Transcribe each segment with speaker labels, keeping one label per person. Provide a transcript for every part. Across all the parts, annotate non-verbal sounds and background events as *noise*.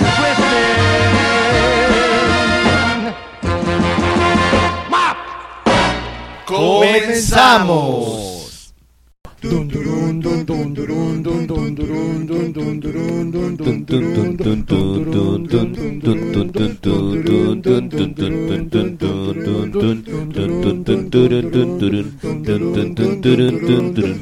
Speaker 1: twisting. Mop.
Speaker 2: ¡Comenzamos!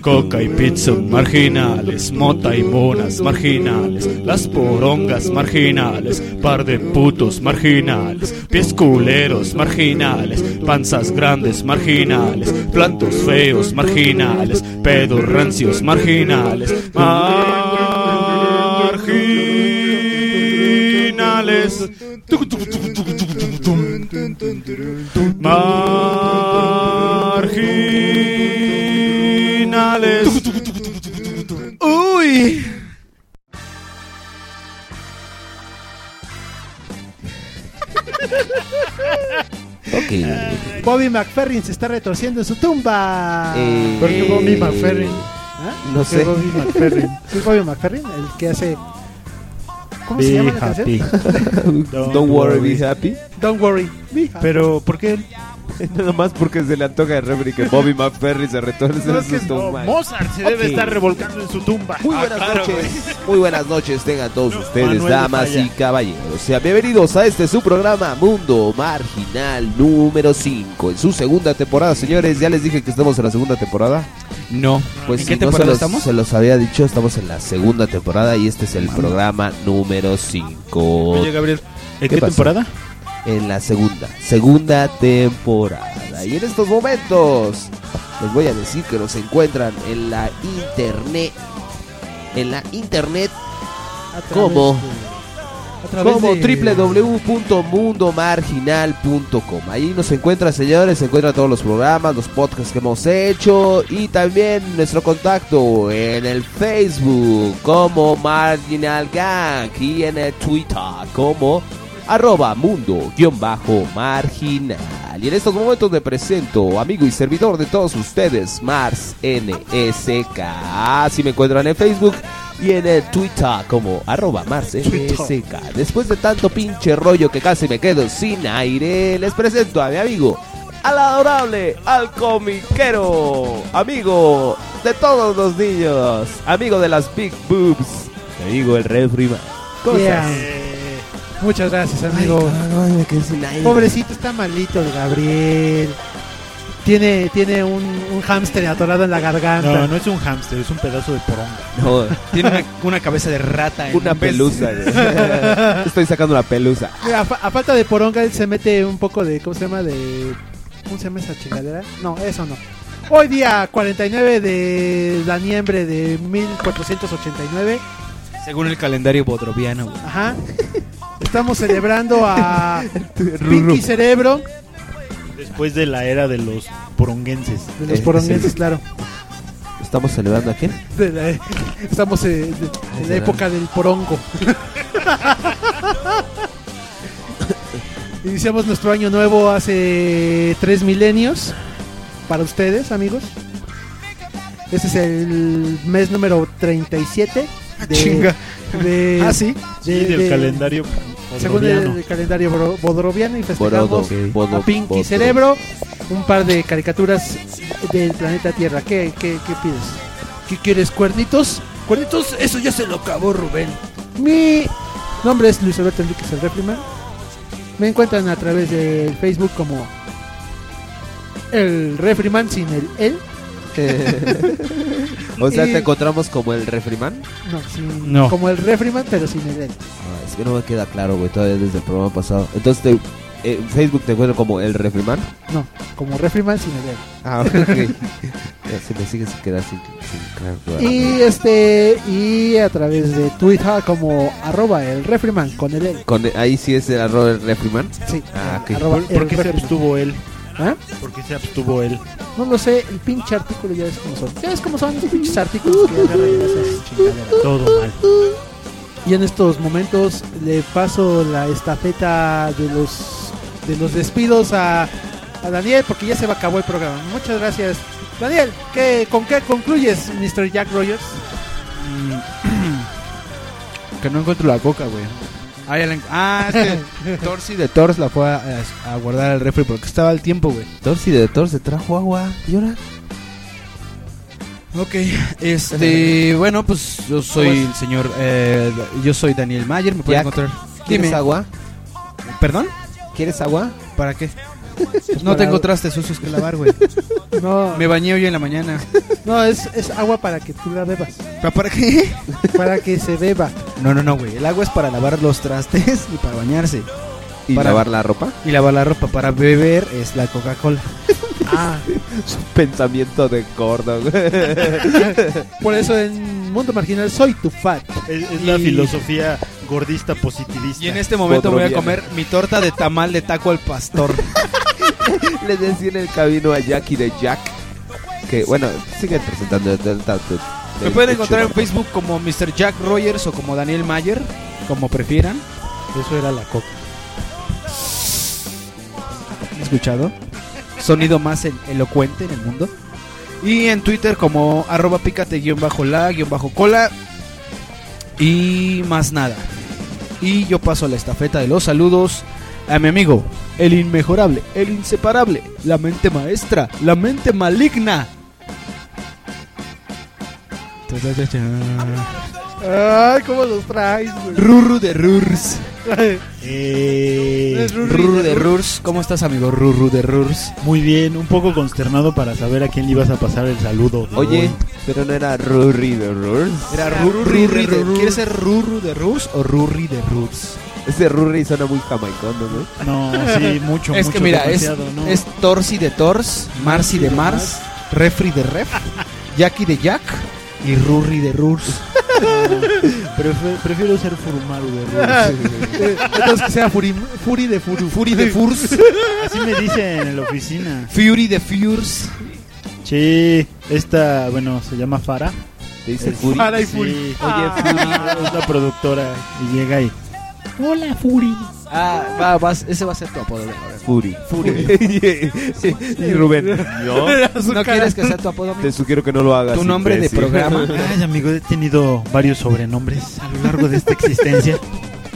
Speaker 2: Coca y pizza marginales, mota y bonas marginales, las porongas marginales, par de putos marginales, pies culeros marginales, panzas grandes marginales, plantos feos marginales, pedos rancios marginales, marginales. Marginales. Uy.
Speaker 3: Ok.
Speaker 4: Bobby McFerrin se está retorciendo en su tumba.
Speaker 3: Eh,
Speaker 4: ¿Por qué
Speaker 3: eh,
Speaker 4: ¿Ah?
Speaker 3: No
Speaker 4: ¿Qué
Speaker 3: sé.
Speaker 4: Bobby McFerrin? ¿Sí es Bobby McFerrin? El que hace... ¿Cómo se llama la canción?
Speaker 3: *laughs* Don't, worry, be happy.
Speaker 4: Don't worry. be happy.
Speaker 5: Pero, ¿por qué?
Speaker 3: *laughs* Nada más porque se le antoja de Reverie que Bobby McFerry se retuerce en su estómago.
Speaker 2: Mozart se
Speaker 3: debe estar
Speaker 2: revolcando en su tumba.
Speaker 3: Muy
Speaker 6: Ah,
Speaker 3: buenas noches, muy buenas noches tengan todos ustedes,
Speaker 2: Manuel de
Speaker 3: damas
Speaker 2: Falla.
Speaker 3: y caballeros. Sean bienvenidos a este su programa Mundo Marginal número 5. En su segunda temporada, señores, ya les dije que estamos en la segunda temporada.
Speaker 2: No.
Speaker 3: Pues
Speaker 2: ¿En
Speaker 3: si
Speaker 2: qué
Speaker 3: no se
Speaker 2: temporada
Speaker 3: los,
Speaker 2: estamos?
Speaker 3: se los había dicho, estamos en la segunda temporada y este es el programa número 5.
Speaker 2: Oye, Gabriel, ¿en qué,
Speaker 3: ¿Qué pasó?
Speaker 2: temporada?
Speaker 3: en la segunda, segunda temporada. Y en estos momentos les voy a decir que nos encuentran en la internet, en la internet
Speaker 4: A través
Speaker 3: ¿cómo?
Speaker 4: de- a través
Speaker 3: como
Speaker 4: de-
Speaker 3: www.mundomarginal.com. Ahí nos encuentran señores, se encuentran todos los programas, los podcasts que hemos hecho y también nuestro contacto en el Facebook como Marginal Gang y en el Twitter como arroba mundo-marginal. Y en estos momentos me presento, amigo y servidor de todos ustedes, Mars NSK. Así me encuentran en Facebook y en el Twitter como arroba Mars NSK. Después de tanto pinche rollo que casi me quedo sin aire, les presento a mi amigo. Al adorable, al comiquero, amigo de todos los niños, amigo de las big boobs, amigo el refri, man. cosas.
Speaker 4: Yeah. Muchas gracias, amigo. Pobrecito, está malito el Gabriel. Tiene, tiene un, un hámster atorado en la garganta.
Speaker 5: No, no es un hámster, es un pedazo de poronga.
Speaker 3: *laughs* No,
Speaker 2: Tiene una, una cabeza de rata. en
Speaker 3: una
Speaker 2: un pez.
Speaker 3: pelusa. *laughs* güey. Estoy sacando una pelusa.
Speaker 4: Mira, a, fa- a falta de poronga, él se mete un poco de. ¿Cómo se llama? De, ¿Cómo se llama esa chingadera? No, eso no. Hoy día 49 de la niembre de 1489.
Speaker 2: Según el calendario botroviano. güey.
Speaker 4: Ajá. Estamos celebrando a Pinky Cerebro.
Speaker 5: Después de la era de los poronguenses.
Speaker 4: De los
Speaker 3: Eh,
Speaker 4: poronguenses,
Speaker 3: sí.
Speaker 4: claro.
Speaker 3: ¿Estamos celebrando a quién?
Speaker 4: De la- estamos eh, de- en la época del porongo. Iniciamos nuestro año nuevo hace tres milenios para ustedes, amigos. Este es el mes número 37 de,
Speaker 2: Chinga.
Speaker 4: de-
Speaker 2: Ah, sí.
Speaker 5: Sí,
Speaker 4: de-
Speaker 5: del
Speaker 4: de-
Speaker 5: calendario.
Speaker 4: según
Speaker 5: gregoriano.
Speaker 4: el calendario bro- bodroviano y
Speaker 3: Borodo,
Speaker 4: festejamos
Speaker 3: Bodo-
Speaker 4: a Pinky
Speaker 3: Bodo.
Speaker 4: Cerebro, un par de caricaturas del planeta Tierra. ¿Qué, qué, qué pides? ¿Qué quieres, cuernitos? ¿Cuernitos? Eso ya se lo acabó Rubén. Mi nombre es Luis Alberto Enríquez, el Refriman. Me encuentran a través del Facebook como el Refriman sin el él.
Speaker 3: *laughs* *laughs* o sea,
Speaker 4: Y-
Speaker 3: te encontramos como el refriman.
Speaker 4: No, sin-
Speaker 5: No.
Speaker 4: como el Refriman, pero sin el él.
Speaker 3: Ah, es que no me queda claro, güey, todavía desde el programa pasado. Entonces, te- En Facebook te encuentro como el
Speaker 7: *laughs*
Speaker 3: Refriman.
Speaker 4: No, como Refriman sin el
Speaker 3: Ah, ok.
Speaker 4: *laughs*
Speaker 3: Ya Se me sigue sin quedar sin, sin claro, claro.
Speaker 4: Y este, y a través de Twitter como arroba el Refriman con el E. L.
Speaker 3: Con- ahí sí es el arroba el Refriman.
Speaker 4: Sí,
Speaker 3: Ah, ok.
Speaker 4: arroba
Speaker 7: ¿Por, por
Speaker 4: el
Speaker 7: qué se
Speaker 4: Refriman.
Speaker 7: abstuvo él?
Speaker 4: ¿Ah?
Speaker 7: ¿Por qué se abstuvo él?
Speaker 4: No lo sé, el pinche artículo ya ves cómo son. Ya ves cómo son los pinches artículos que agarran y esas chingaderas.
Speaker 7: Todo mal.
Speaker 4: Y en estos momentos le paso la estafeta de los de los despidos a, a Daniel porque ya se va- acabó el programa. Muchas gracias. Daniel, ¿qué, ¿con qué concluyes, Mr. Jack Rogers?
Speaker 7: que no encuentro la coca, güey. Ah, ya la en- ah, *laughs*
Speaker 4: *laughs*
Speaker 7: este Torsi de Tors la fue a, a- a guardar al refri porque estaba al tiempo, güey.
Speaker 3: Torsi de Tor se trajo agua. ¿Y ahora?
Speaker 7: Ok, este, bueno, pues yo soy el señor, eh, yo soy Daniel Mayer, me puedes
Speaker 3: Jack,
Speaker 7: encontrar.
Speaker 3: ¿Quieres agua?
Speaker 7: ¿Perdón?
Speaker 3: ¿Quieres agua? Pues *laughs*
Speaker 7: ¿Para qué? no tengo trastes sucios que lavar, güey.
Speaker 4: No,
Speaker 7: Me bañé hoy en la mañana.
Speaker 4: no es, es agua para que tú la bebas.
Speaker 7: ¿Pa- ¿Para qué?
Speaker 4: Para que se beba.
Speaker 7: No, no, no, güey. El agua es para lavar los trastes *laughs* y para bañarse.
Speaker 3: ¿Y
Speaker 7: Para-
Speaker 3: lavar la ropa?
Speaker 7: Y lavar la ropa para beber es la Coca-Cola.
Speaker 4: Ah,
Speaker 3: *laughs* Pensamiento de gordo,
Speaker 4: por eso en Mundo Marginal soy tu fat.
Speaker 6: Es, es la
Speaker 7: Y-
Speaker 6: filosofía gordista positivista.
Speaker 7: Y en este momento me voy a
Speaker 3: Podrobiana.
Speaker 7: comer mi torta de tamal de taco al pastor.
Speaker 3: Le decía en el camino a Jackie de Jack que, bueno, sigue presentando. el- el- el- el-
Speaker 7: Me
Speaker 3: el-
Speaker 7: pueden
Speaker 3: el
Speaker 7: encontrar en
Speaker 3: chulo.
Speaker 7: Facebook como Mr. Jack Rogers o como Daniel Mayer, como prefieran.
Speaker 4: Eso era la coca.
Speaker 7: ¿Han escuchado? Sonido más el- elocuente en el mundo. Y en Twitter como arroba pícate guión bajo la guión bajo cola. Y más nada. Y yo paso la estafeta de los saludos a mi amigo, el inmejorable, el inseparable, la mente maestra, la mente maligna. Ta, ta, ta, ta.
Speaker 4: Ay, cómo los traes, güey.
Speaker 7: Ruru de Rurs.
Speaker 6: Eh,
Speaker 4: Es Rurri
Speaker 7: Ruru de
Speaker 4: Rurs.
Speaker 7: Rurs. ¿Cómo estás, amigo Ruru de Rurs?
Speaker 6: muy bien, un poco consternado para saber a quién le ibas a pasar el saludo. de
Speaker 3: Oye,
Speaker 6: hoy.
Speaker 3: pero no era Rurri de Rurs.
Speaker 7: Era
Speaker 4: Era
Speaker 7: Rurri
Speaker 4: Rurri
Speaker 7: de
Speaker 4: de Rurs.
Speaker 7: ¿Quieres ser Ruru de Rurs o Rurri de Rurs?
Speaker 3: Ese Rurri suena muy jamaicondo, ¿no?
Speaker 6: No,
Speaker 3: *laughs*
Speaker 6: sí, mucho,
Speaker 7: Es
Speaker 6: mucho,
Speaker 7: que mira, es,
Speaker 6: demasiado, ¿no?
Speaker 7: es Torsi de Tors, Marcy de Mars, Refri de Ref, Jackie de Jack y Rurri de Rurs.
Speaker 6: Prefe- prefiero ser Furumaru de
Speaker 7: *laughs*
Speaker 6: Rurs.
Speaker 4: Entonces que sea Furim- Furi de Furu.
Speaker 7: Furi de *laughs* Furs,
Speaker 6: Así me dicen en la oficina.
Speaker 7: Fury de Furs.
Speaker 6: Sí, esta, bueno, se llama Farah.
Speaker 3: Te dice
Speaker 6: Es-
Speaker 3: Furi.
Speaker 6: Sí, Oye, Farah es la productora y llega ahí.
Speaker 7: Ah, va, vas- ese va a ser tu apodo. de ahora.
Speaker 3: Furi.
Speaker 7: *laughs*
Speaker 3: y Rubén. No,
Speaker 7: ¿No quieres que sea tu apodo? amigo?
Speaker 3: te sugiero que no lo hagas.
Speaker 7: Tu nombre de
Speaker 3: imbécil. *laughs*
Speaker 7: programa.
Speaker 6: Ay, amigo, he tenido varios sobrenombres a lo largo de esta existencia.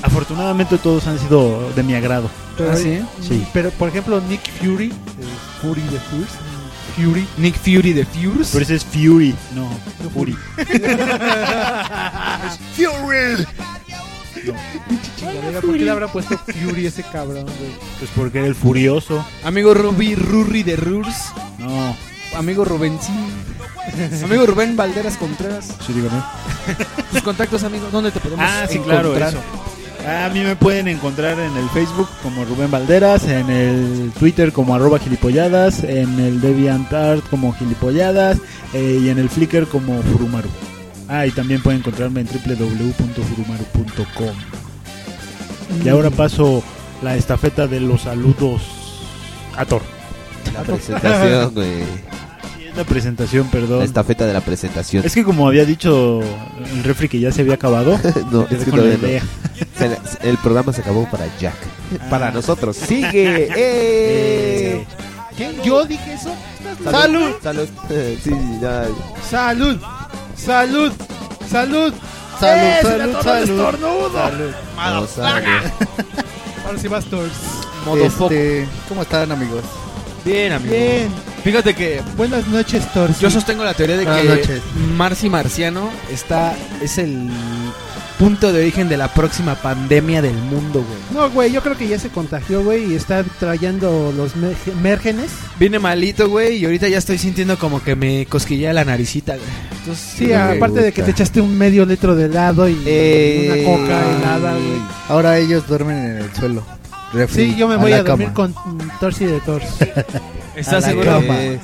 Speaker 6: Afortunadamente todos han sido de mi agrado.
Speaker 4: Pero,
Speaker 7: Ah, ¿sí?
Speaker 6: Sí.
Speaker 4: pero, por ejemplo, Nick Fury, el Fury de Furs. Fury.
Speaker 7: Nick Fury de Furs.
Speaker 6: Pero ese es Fury, no, Fury.
Speaker 4: Chingadera, ¿Por qué le habrá puesto Fury a ese cabrón, güey?
Speaker 6: *laughs* Pues porque era el furioso.
Speaker 7: Amigo Ruby, Rurri de Rurs.
Speaker 6: No,
Speaker 7: Amigo Rubén, sí. Amigo Rubén Valderas Contreras.
Speaker 6: sí, dígame.
Speaker 7: Ah, Tus contactos, amigos, ¿dónde te podemos
Speaker 6: Ah, sí,
Speaker 7: encontrar?
Speaker 6: claro, eso. Ah, A mí me pueden encontrar en el Facebook como Rubén Valderas, en el Twitter como arroba gilipolladas, en el DeviantArt como gilipolladas eh, y en el Flickr como Furumaru. Ah, y también pueden encontrarme en www.furumaru.com. Y ahora
Speaker 3: Mm.
Speaker 6: paso la estafeta de los saludos a Thor.
Speaker 3: La presentación, güey.
Speaker 6: Y Es la presentación,
Speaker 3: La
Speaker 6: perdón.
Speaker 3: estafeta de la presentación.
Speaker 6: Es que como había dicho el refri que ya se había acabado,
Speaker 3: *laughs* No,
Speaker 6: te
Speaker 3: es que
Speaker 6: dejo la
Speaker 3: todavía no.
Speaker 6: idea.
Speaker 3: Se le- El programa se acabó para Jack.
Speaker 6: Ah.
Speaker 3: Para nosotros. *laughs*
Speaker 7: *laughs*
Speaker 3: Sigue. ¡Eh!
Speaker 4: ¿Qué? ¿Yo dije eso?
Speaker 3: Salud. Salud. *laughs* Sí, sí, ya.
Speaker 4: ¡Salud! ¡Salud! ¡Salud!
Speaker 8: Salud,
Speaker 4: ¡Eh, se me
Speaker 8: salud,
Speaker 4: atoró el
Speaker 8: salud.
Speaker 4: estornudo!
Speaker 3: No sabe.
Speaker 4: *laughs* Ahora sí vas, Thor.
Speaker 7: Modo foco.
Speaker 8: Este, ¿Cómo están, amigos?
Speaker 7: Bien, amigo.
Speaker 4: Bien.
Speaker 7: Fíjate que
Speaker 4: Buenas noches, Thor.
Speaker 7: yo sostengo la teoría de
Speaker 8: Buenas
Speaker 7: que
Speaker 8: noches.
Speaker 7: Marcy Marciano está es el punto de origen de la próxima pandemia del mundo, güey.
Speaker 4: No, güey, yo creo que ya se contagió, güey, y está trayendo los merge- mérgenes.
Speaker 7: Vine malito, güey, y ahorita ya estoy sintiendo como que me cosquillea la naricita, güey. Entonces,
Speaker 4: Sí,
Speaker 3: Creo que
Speaker 4: aparte de que
Speaker 3: gusta.
Speaker 4: te echaste un medio litro de helado y
Speaker 3: Eh.
Speaker 4: una coca helada, güey.
Speaker 8: Ahora ellos duermen en el suelo.
Speaker 7: Refri,
Speaker 4: Sí, yo me
Speaker 7: a
Speaker 4: voy
Speaker 7: la
Speaker 4: a, dormir
Speaker 7: cama.
Speaker 4: con mm, Torsi de Tors.
Speaker 2: *laughs* ¿Estás
Speaker 7: A la
Speaker 2: seguro? Eh,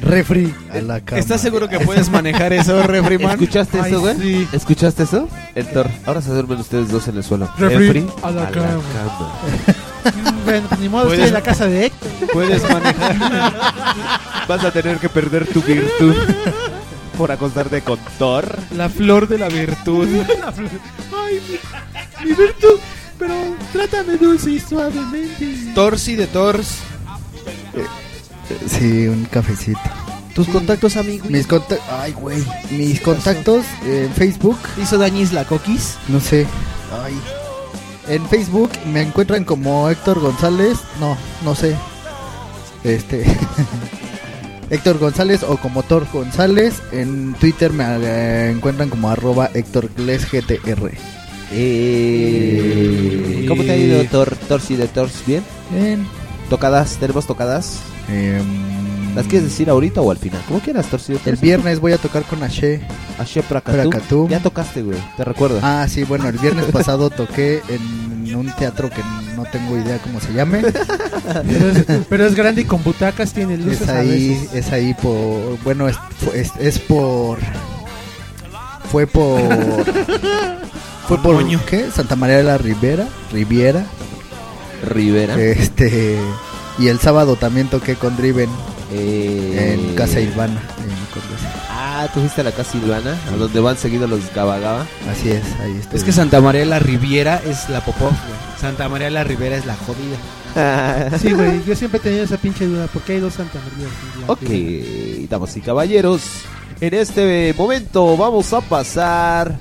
Speaker 7: cama. Refri, a la cama.
Speaker 2: ¿Estás seguro que puedes manejar
Speaker 3: *laughs*
Speaker 2: eso, Refriman?
Speaker 3: ¿Escuchaste
Speaker 4: Ay,
Speaker 3: eso, güey?
Speaker 4: sí.
Speaker 3: ¿Escuchaste eso? El Thor. Ahora se duermen ustedes dos en el suelo.
Speaker 4: Refri,
Speaker 3: Refri,
Speaker 4: a la cama.
Speaker 3: cama.
Speaker 4: bueno, pues ni modo,
Speaker 2: Puedes-
Speaker 4: estoy en la casa de Héctor.
Speaker 2: Puedes *laughs* manejar.
Speaker 3: *laughs* Vas a tener que perder tu virtud *laughs* por acostarte con Thor.
Speaker 2: La flor de la
Speaker 3: *laughs*
Speaker 2: virtud.
Speaker 4: Mi virtud, pero trátame dulce y suavemente.
Speaker 2: Torsi de Tors.
Speaker 7: Sí, un cafecito.
Speaker 2: Tus contactos, amigos.
Speaker 7: Mis contactos. Ay, güey. Mis contactos en Facebook.
Speaker 2: Hizo dañis la coquis.
Speaker 7: No sé. Ay. En Facebook me encuentran como Héctor González. No, no sé. Este. *laughs* Héctor González o como Thor González. En Twitter me eh, encuentran como arroba Héctor Gles GTR.
Speaker 3: Eh, ¿Cómo te ha ido, Thor? Torsi de Tors, ¿bien?
Speaker 7: Bien.
Speaker 3: ¿Tocadas? ¿Tenemos tocadas?
Speaker 7: Em,
Speaker 3: ¿Las quieres decir ahorita o al final? ¿Cómo quieras, Torsi de
Speaker 7: El
Speaker 3: Tors?
Speaker 7: viernes voy a tocar con Ashe.
Speaker 3: Ashe Prakatu.
Speaker 7: Prakatu.
Speaker 3: Ya tocaste, güey. Te recuerdo.
Speaker 7: Ah, sí, bueno, el viernes pasado toqué en un teatro que no tengo idea cómo se llame.
Speaker 4: Pero es, pero es grande y con butacas tiene luces
Speaker 7: Es
Speaker 4: a
Speaker 7: ahí,
Speaker 4: veces.
Speaker 7: es ahí por. Bueno, es, es, es por. Fue por. fue por. ¿Qué? Santa María de la Ribera. Riviera.
Speaker 3: Rivera.
Speaker 7: Este. Y el sábado también toqué con Driven
Speaker 3: Eh,
Speaker 7: en Casa Ilvana. en Condesa.
Speaker 3: Ah, tú fuiste a la Casa Ilvana, a donde van seguido los Gabagaba.
Speaker 7: Así es, ahí estoy.
Speaker 2: Es que Santa María de la Riviera es la popó, güey. Santa María de la Riviera es la jodida.
Speaker 3: *laughs*
Speaker 4: Sí, güey, yo siempre he tenido esa pinche duda. ¿Por qué hay dos Santa María?
Speaker 3: ok, damas y caballeros, en este momento vamos a pasar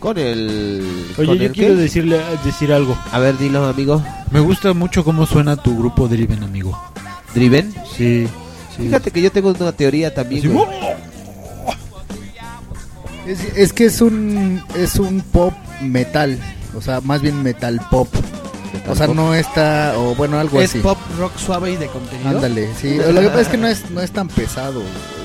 Speaker 3: con el... con
Speaker 6: Oye, yo
Speaker 3: el
Speaker 6: quiero
Speaker 3: qué?
Speaker 6: decirle, decir algo.
Speaker 3: A ver, dilo, amigo.
Speaker 9: Me gusta mucho cómo suena tu grupo Driven, amigo.
Speaker 3: ¿Driven?
Speaker 9: Sí.
Speaker 3: Fíjate que yo tengo una teoría también, güey.
Speaker 7: Es, es que es un. Es un pop metal. O sea, más bien metal pop. O sea, no está. O bueno, algo
Speaker 2: Es
Speaker 7: así.
Speaker 2: pop rock suave y de contenido.
Speaker 7: Ándale, sí. Lo que pasa es que no es, no es tan pesado,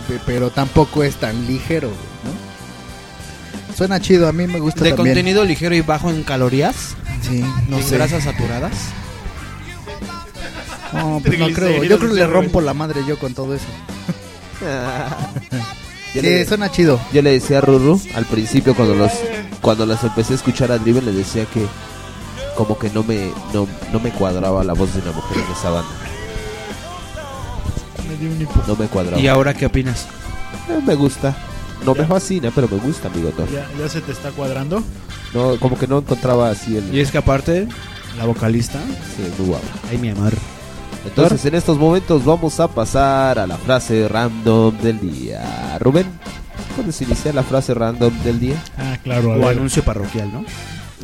Speaker 7: pe- pero tampoco es tan ligero, ¿no? Suena chido, a mí me gusta
Speaker 2: De
Speaker 7: también.
Speaker 2: contenido ligero y bajo en calorías.
Speaker 7: Sí, no
Speaker 2: en
Speaker 7: sé.
Speaker 2: grasas saturadas.
Speaker 7: No, pues no creo. Yo creo que le rompo la madre yo con
Speaker 2: *laughs*
Speaker 7: todo eso.
Speaker 3: Yo,
Speaker 7: Sí,
Speaker 3: le,
Speaker 7: suena chido.
Speaker 3: yo le decía a Ruru al principio cuando los cuando las empecé a escuchar a Driven, le decía que como que no me no, no me cuadraba la voz de una mujer en esa banda. No me cuadraba.
Speaker 2: ¿Y ahora qué opinas?
Speaker 3: Eh, Me gusta. No me fascina, pero me gusta, amigo Thor.
Speaker 6: ¿Ya, ya se te está cuadrando?
Speaker 3: No, como que no encontraba así el...
Speaker 2: Y es que aparte, la vocalista.
Speaker 3: Sí, muy guapo.
Speaker 2: Ay, mi amor.
Speaker 3: Entonces, en estos momentos vamos a pasar a la frase random del día. Rubén, ¿puedes iniciar la frase random del día?
Speaker 6: Ah, claro.
Speaker 2: O anuncio parroquial, ¿no?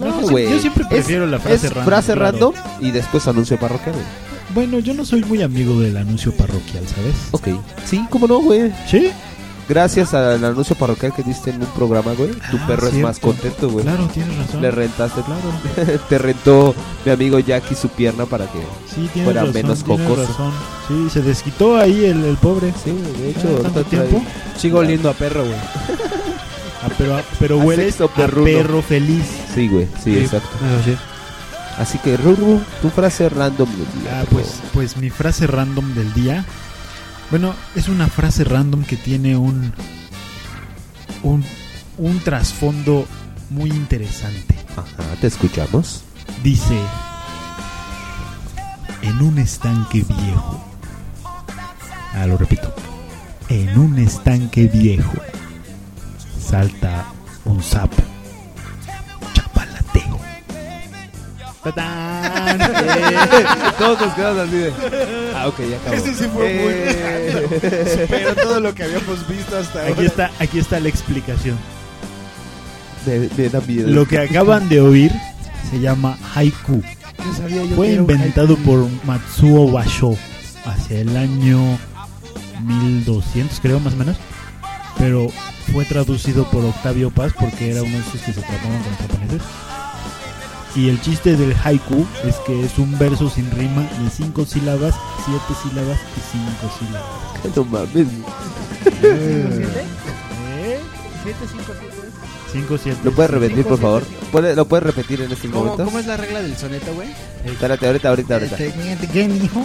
Speaker 3: No,
Speaker 6: yo,
Speaker 3: güey.
Speaker 6: siempre, yo siempre
Speaker 3: Es-
Speaker 6: prefiero la frase
Speaker 3: es
Speaker 6: random.
Speaker 3: frase
Speaker 6: claro.
Speaker 3: random y después anuncio parroquial. güey.
Speaker 6: Bueno, yo no soy muy amigo del anuncio parroquial, ¿sabes?
Speaker 3: Ok. Sí, cómo no, güey.
Speaker 6: Sí,
Speaker 3: Gracias al anuncio parroquial que diste en un programa, güey. Tu
Speaker 6: Ah,
Speaker 3: perro es
Speaker 6: cierto.
Speaker 3: más contento, güey.
Speaker 6: claro, tienes razón.
Speaker 3: Le rentaste,
Speaker 6: claro.
Speaker 3: *laughs* te rentó mi amigo Jackie su pierna para que...
Speaker 6: Sí, tienes
Speaker 3: Fuera
Speaker 6: razón.
Speaker 3: menos
Speaker 6: tienes
Speaker 3: jocoso.
Speaker 6: razón. Sí, se desquitó ahí el, el pobre.
Speaker 3: Sí, güey, de
Speaker 6: Ah,
Speaker 3: hecho,
Speaker 6: ¿tanto
Speaker 3: ahorita trae-
Speaker 6: tiempo?
Speaker 2: Sigo oliendo a perro, güey.
Speaker 6: Ah, pero,
Speaker 3: *laughs*
Speaker 6: pero
Speaker 3: A
Speaker 6: hueles
Speaker 3: sexo
Speaker 6: a
Speaker 3: perruno.
Speaker 6: perro feliz. Ah,
Speaker 3: Sí, güey, sí, exacto. Así que, Ruru, tu frase random del día.
Speaker 6: Ah,
Speaker 3: por
Speaker 6: pues,
Speaker 3: favor.
Speaker 6: pues mi frase random del día. Bueno, es una frase random que tiene un un, un trasfondo muy interesante.
Speaker 3: Ajá, te escuchamos.
Speaker 6: Dice, en un estanque viejo. Ah, lo repito. En un estanque viejo salta un sapo. Chapalateo. *laughs* ¡Tatán!
Speaker 3: Eh, Todos nos quedamos así de. Ah, ok, ya acabó. Eh.
Speaker 2: Ese sí fue muy
Speaker 3: muy. *laughs*
Speaker 2: Pero todo lo que habíamos visto hasta
Speaker 6: Aquí está, aquí está la explicación.
Speaker 3: Me, me da miedo. *laughs*
Speaker 6: Lo que acaban de oír se llama haiku. Fue inventado por Matsuo Basho hacia el año 1200, creo más o menos. Pero fue traducido por Octavio Paz porque era uno de esos que se trataban con los japoneses. Y el chiste del haiku es que es un verso sin rima de 5 sílabas, 7 sílabas y 5 sílabas. Eh,
Speaker 2: ¿Eh?
Speaker 3: No mames.
Speaker 7: ¿Eh?
Speaker 4: ¿7, 5, 7?
Speaker 6: 5, 7.
Speaker 3: ¿Lo puedes repetir, por favor? ¿Puede- ¿Lo puedes repetir en estos
Speaker 2: ¿Cómo,
Speaker 3: momentos?
Speaker 2: cómo es la regla del soneto, güey?
Speaker 3: Espérate, ahorita, ahorita, ahorita.
Speaker 7: Este, ¿Qué me dijo?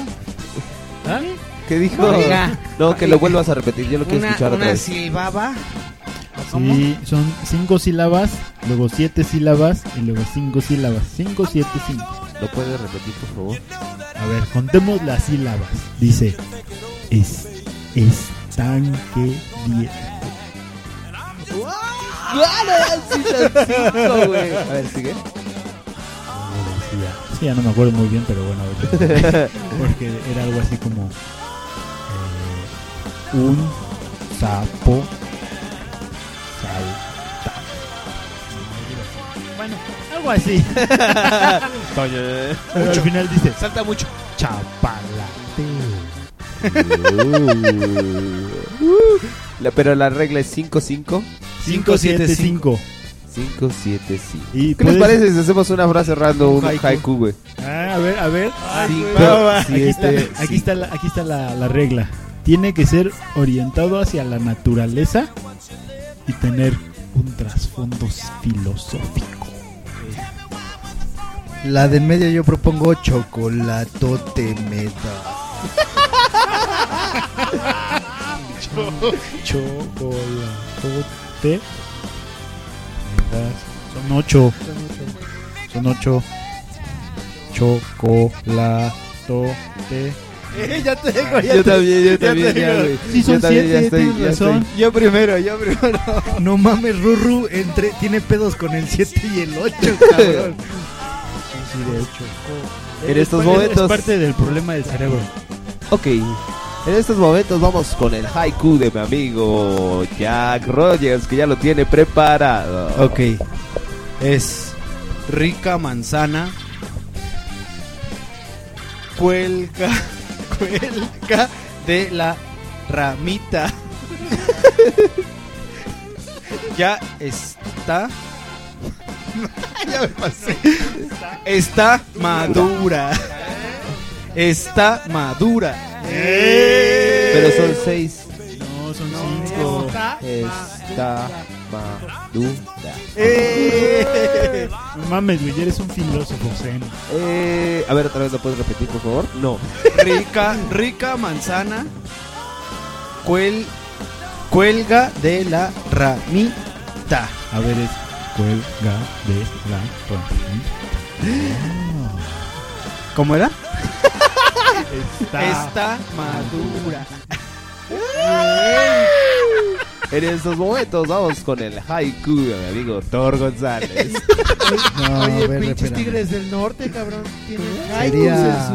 Speaker 3: ¿Qué dijo?
Speaker 2: Oiga.
Speaker 3: No, que lo vuelvas a repetir, yo lo quiero
Speaker 2: ¿Ah? Una,
Speaker 3: escuchar otra
Speaker 2: una
Speaker 3: vez.
Speaker 2: silbaba.
Speaker 6: Sí, son 5 sílabas, luego 7 sílabas y luego 5 sílabas. 5, 7, 5.
Speaker 3: ¿Lo puedes repetir, por favor?
Speaker 6: A ver, contemos las sílabas. Dice, es, estanque, die-
Speaker 3: A ver, sigue.
Speaker 6: Sí, ya no me acuerdo muy bien, pero bueno, ahorita- *laughs* porque era algo así como eh, un sapo salta. Bueno,
Speaker 3: *laughs*
Speaker 6: algo así. Pero al final dice
Speaker 2: Salta mucho.
Speaker 6: chapalateo.
Speaker 3: La- Pero la regla es 5-5.
Speaker 6: 575.
Speaker 3: 5-7-5.
Speaker 6: Y
Speaker 3: ¿Qué les
Speaker 6: puedes-
Speaker 3: parece si hacemos una frase random, un
Speaker 6: haiku.
Speaker 3: haiku, güey?
Speaker 6: Ah, a ver, a ver. Ah,
Speaker 3: Cinco,
Speaker 6: Va, va, va. Aquí está,
Speaker 3: siete,
Speaker 6: aquí
Speaker 3: cinco.
Speaker 6: está, la, aquí está la, la regla. Tiene que ser orientado hacia la naturaleza y tener un trasfondo *laughs* filosófico.
Speaker 7: La de en medio yo propongo chocolatote meta.
Speaker 6: Chocolatote. Son ocho. Son ocho. Chocolatote. Eh,
Speaker 7: ya te digo,
Speaker 3: Yo también, yo también, ya, güey.
Speaker 6: Sí,
Speaker 3: Yo
Speaker 6: son
Speaker 3: también ya
Speaker 6: siete,
Speaker 3: estoy,
Speaker 6: tienes
Speaker 3: ya
Speaker 6: razón.
Speaker 3: estoy.
Speaker 7: Yo primero, yo primero. *laughs* No mames, Ruru entre, tiene pedos con el 7 y el 8,
Speaker 2: *laughs*
Speaker 7: cabrón.
Speaker 6: Sí, de hecho.
Speaker 3: En estos
Speaker 6: Es-
Speaker 3: momentos-
Speaker 6: Es parte del problema del cerebro.
Speaker 3: Ok. En estos momentos vamos con el haiku de mi amigo Jack Rogers, que ya lo tiene preparado.
Speaker 2: Ok. Es rica
Speaker 3: *laughs*
Speaker 2: manzana. Cuelga. *laughs* Cuelga de la ramita. *laughs* ya está. ya me pasé. Está madura. Está madura.
Speaker 3: Pero son seis.
Speaker 6: No, son cinco.
Speaker 3: Está madura.
Speaker 2: Eh.
Speaker 6: No mames, güey, eres un filósofo zen.
Speaker 3: Eh, a ver, otra vez lo puedes repetir, por favor. No.
Speaker 2: Rica, rica manzana. Cuel, cuelga de la ramita.
Speaker 6: A ver, es cuelga de la ramita.
Speaker 2: ¿Cómo era?
Speaker 6: Está.
Speaker 2: Está madura.
Speaker 3: ¡Ah! En estos momentos vamos con el haiku de mi amigo Thor González.
Speaker 7: No, a ver, espérame.
Speaker 4: del norte, cabrón. Tienen
Speaker 7: Sería-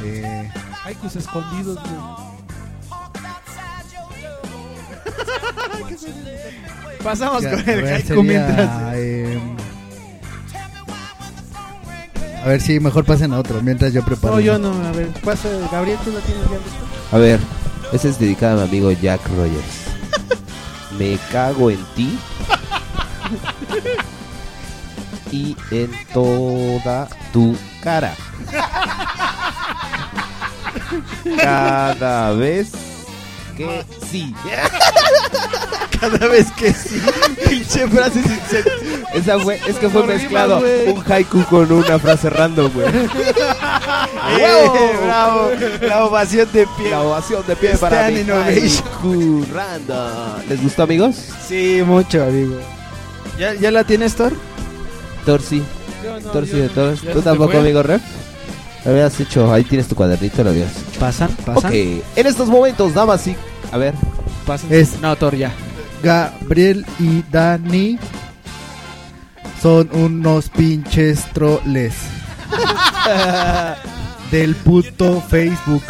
Speaker 4: güey.
Speaker 7: Eh,
Speaker 4: Haikus escondidos,
Speaker 7: *laughs*
Speaker 4: güey.
Speaker 2: Pasamos
Speaker 7: ya,
Speaker 2: con
Speaker 7: a
Speaker 2: el
Speaker 7: ver,
Speaker 2: haiku
Speaker 7: sería,
Speaker 2: mientras.
Speaker 7: eh, a ver si mejor pasen a otro mientras yo preparo.
Speaker 4: No, yo no, a ver. Pasa, Gabriel, tú la tienes bien.
Speaker 3: A ver, ese es dedicado a mi amigo Jack Rogers. Me cago en ti. Y en toda tu cara. Cada vez que sí. Cada vez que sí. Pinche frase sin sentido. Esa fue, es que fue mezclado un haiku con una frase random, güey.
Speaker 2: bravo! La ovación de pie.
Speaker 3: La ovación de
Speaker 7: Este
Speaker 3: pie para
Speaker 2: Stand
Speaker 3: mi
Speaker 2: Innovation.
Speaker 3: haiku random. ¿Les gustó, amigos?
Speaker 2: Sí, mucho, amigo. ¿Ya, ya la tienes, Thor?
Speaker 3: Torsi,
Speaker 4: Yo no,
Speaker 3: Torsi
Speaker 4: yo
Speaker 3: de
Speaker 4: no.
Speaker 3: Toros.
Speaker 4: Ya
Speaker 3: ¿Tú
Speaker 4: se te
Speaker 3: tampoco,
Speaker 4: fue.
Speaker 3: amigo Ref? Lo habías hecho. Ahí tienes tu cuadernito, lo habías hecho.
Speaker 2: ¿Pasan? ¿Pasan?
Speaker 3: Ok, en estos momentos, damas y. A ver,
Speaker 2: ¿Pasan?
Speaker 7: Es-
Speaker 2: No, Thor, ya.
Speaker 7: Gabriel y Dani son unos pinches troles del puto *laughs* Facebook.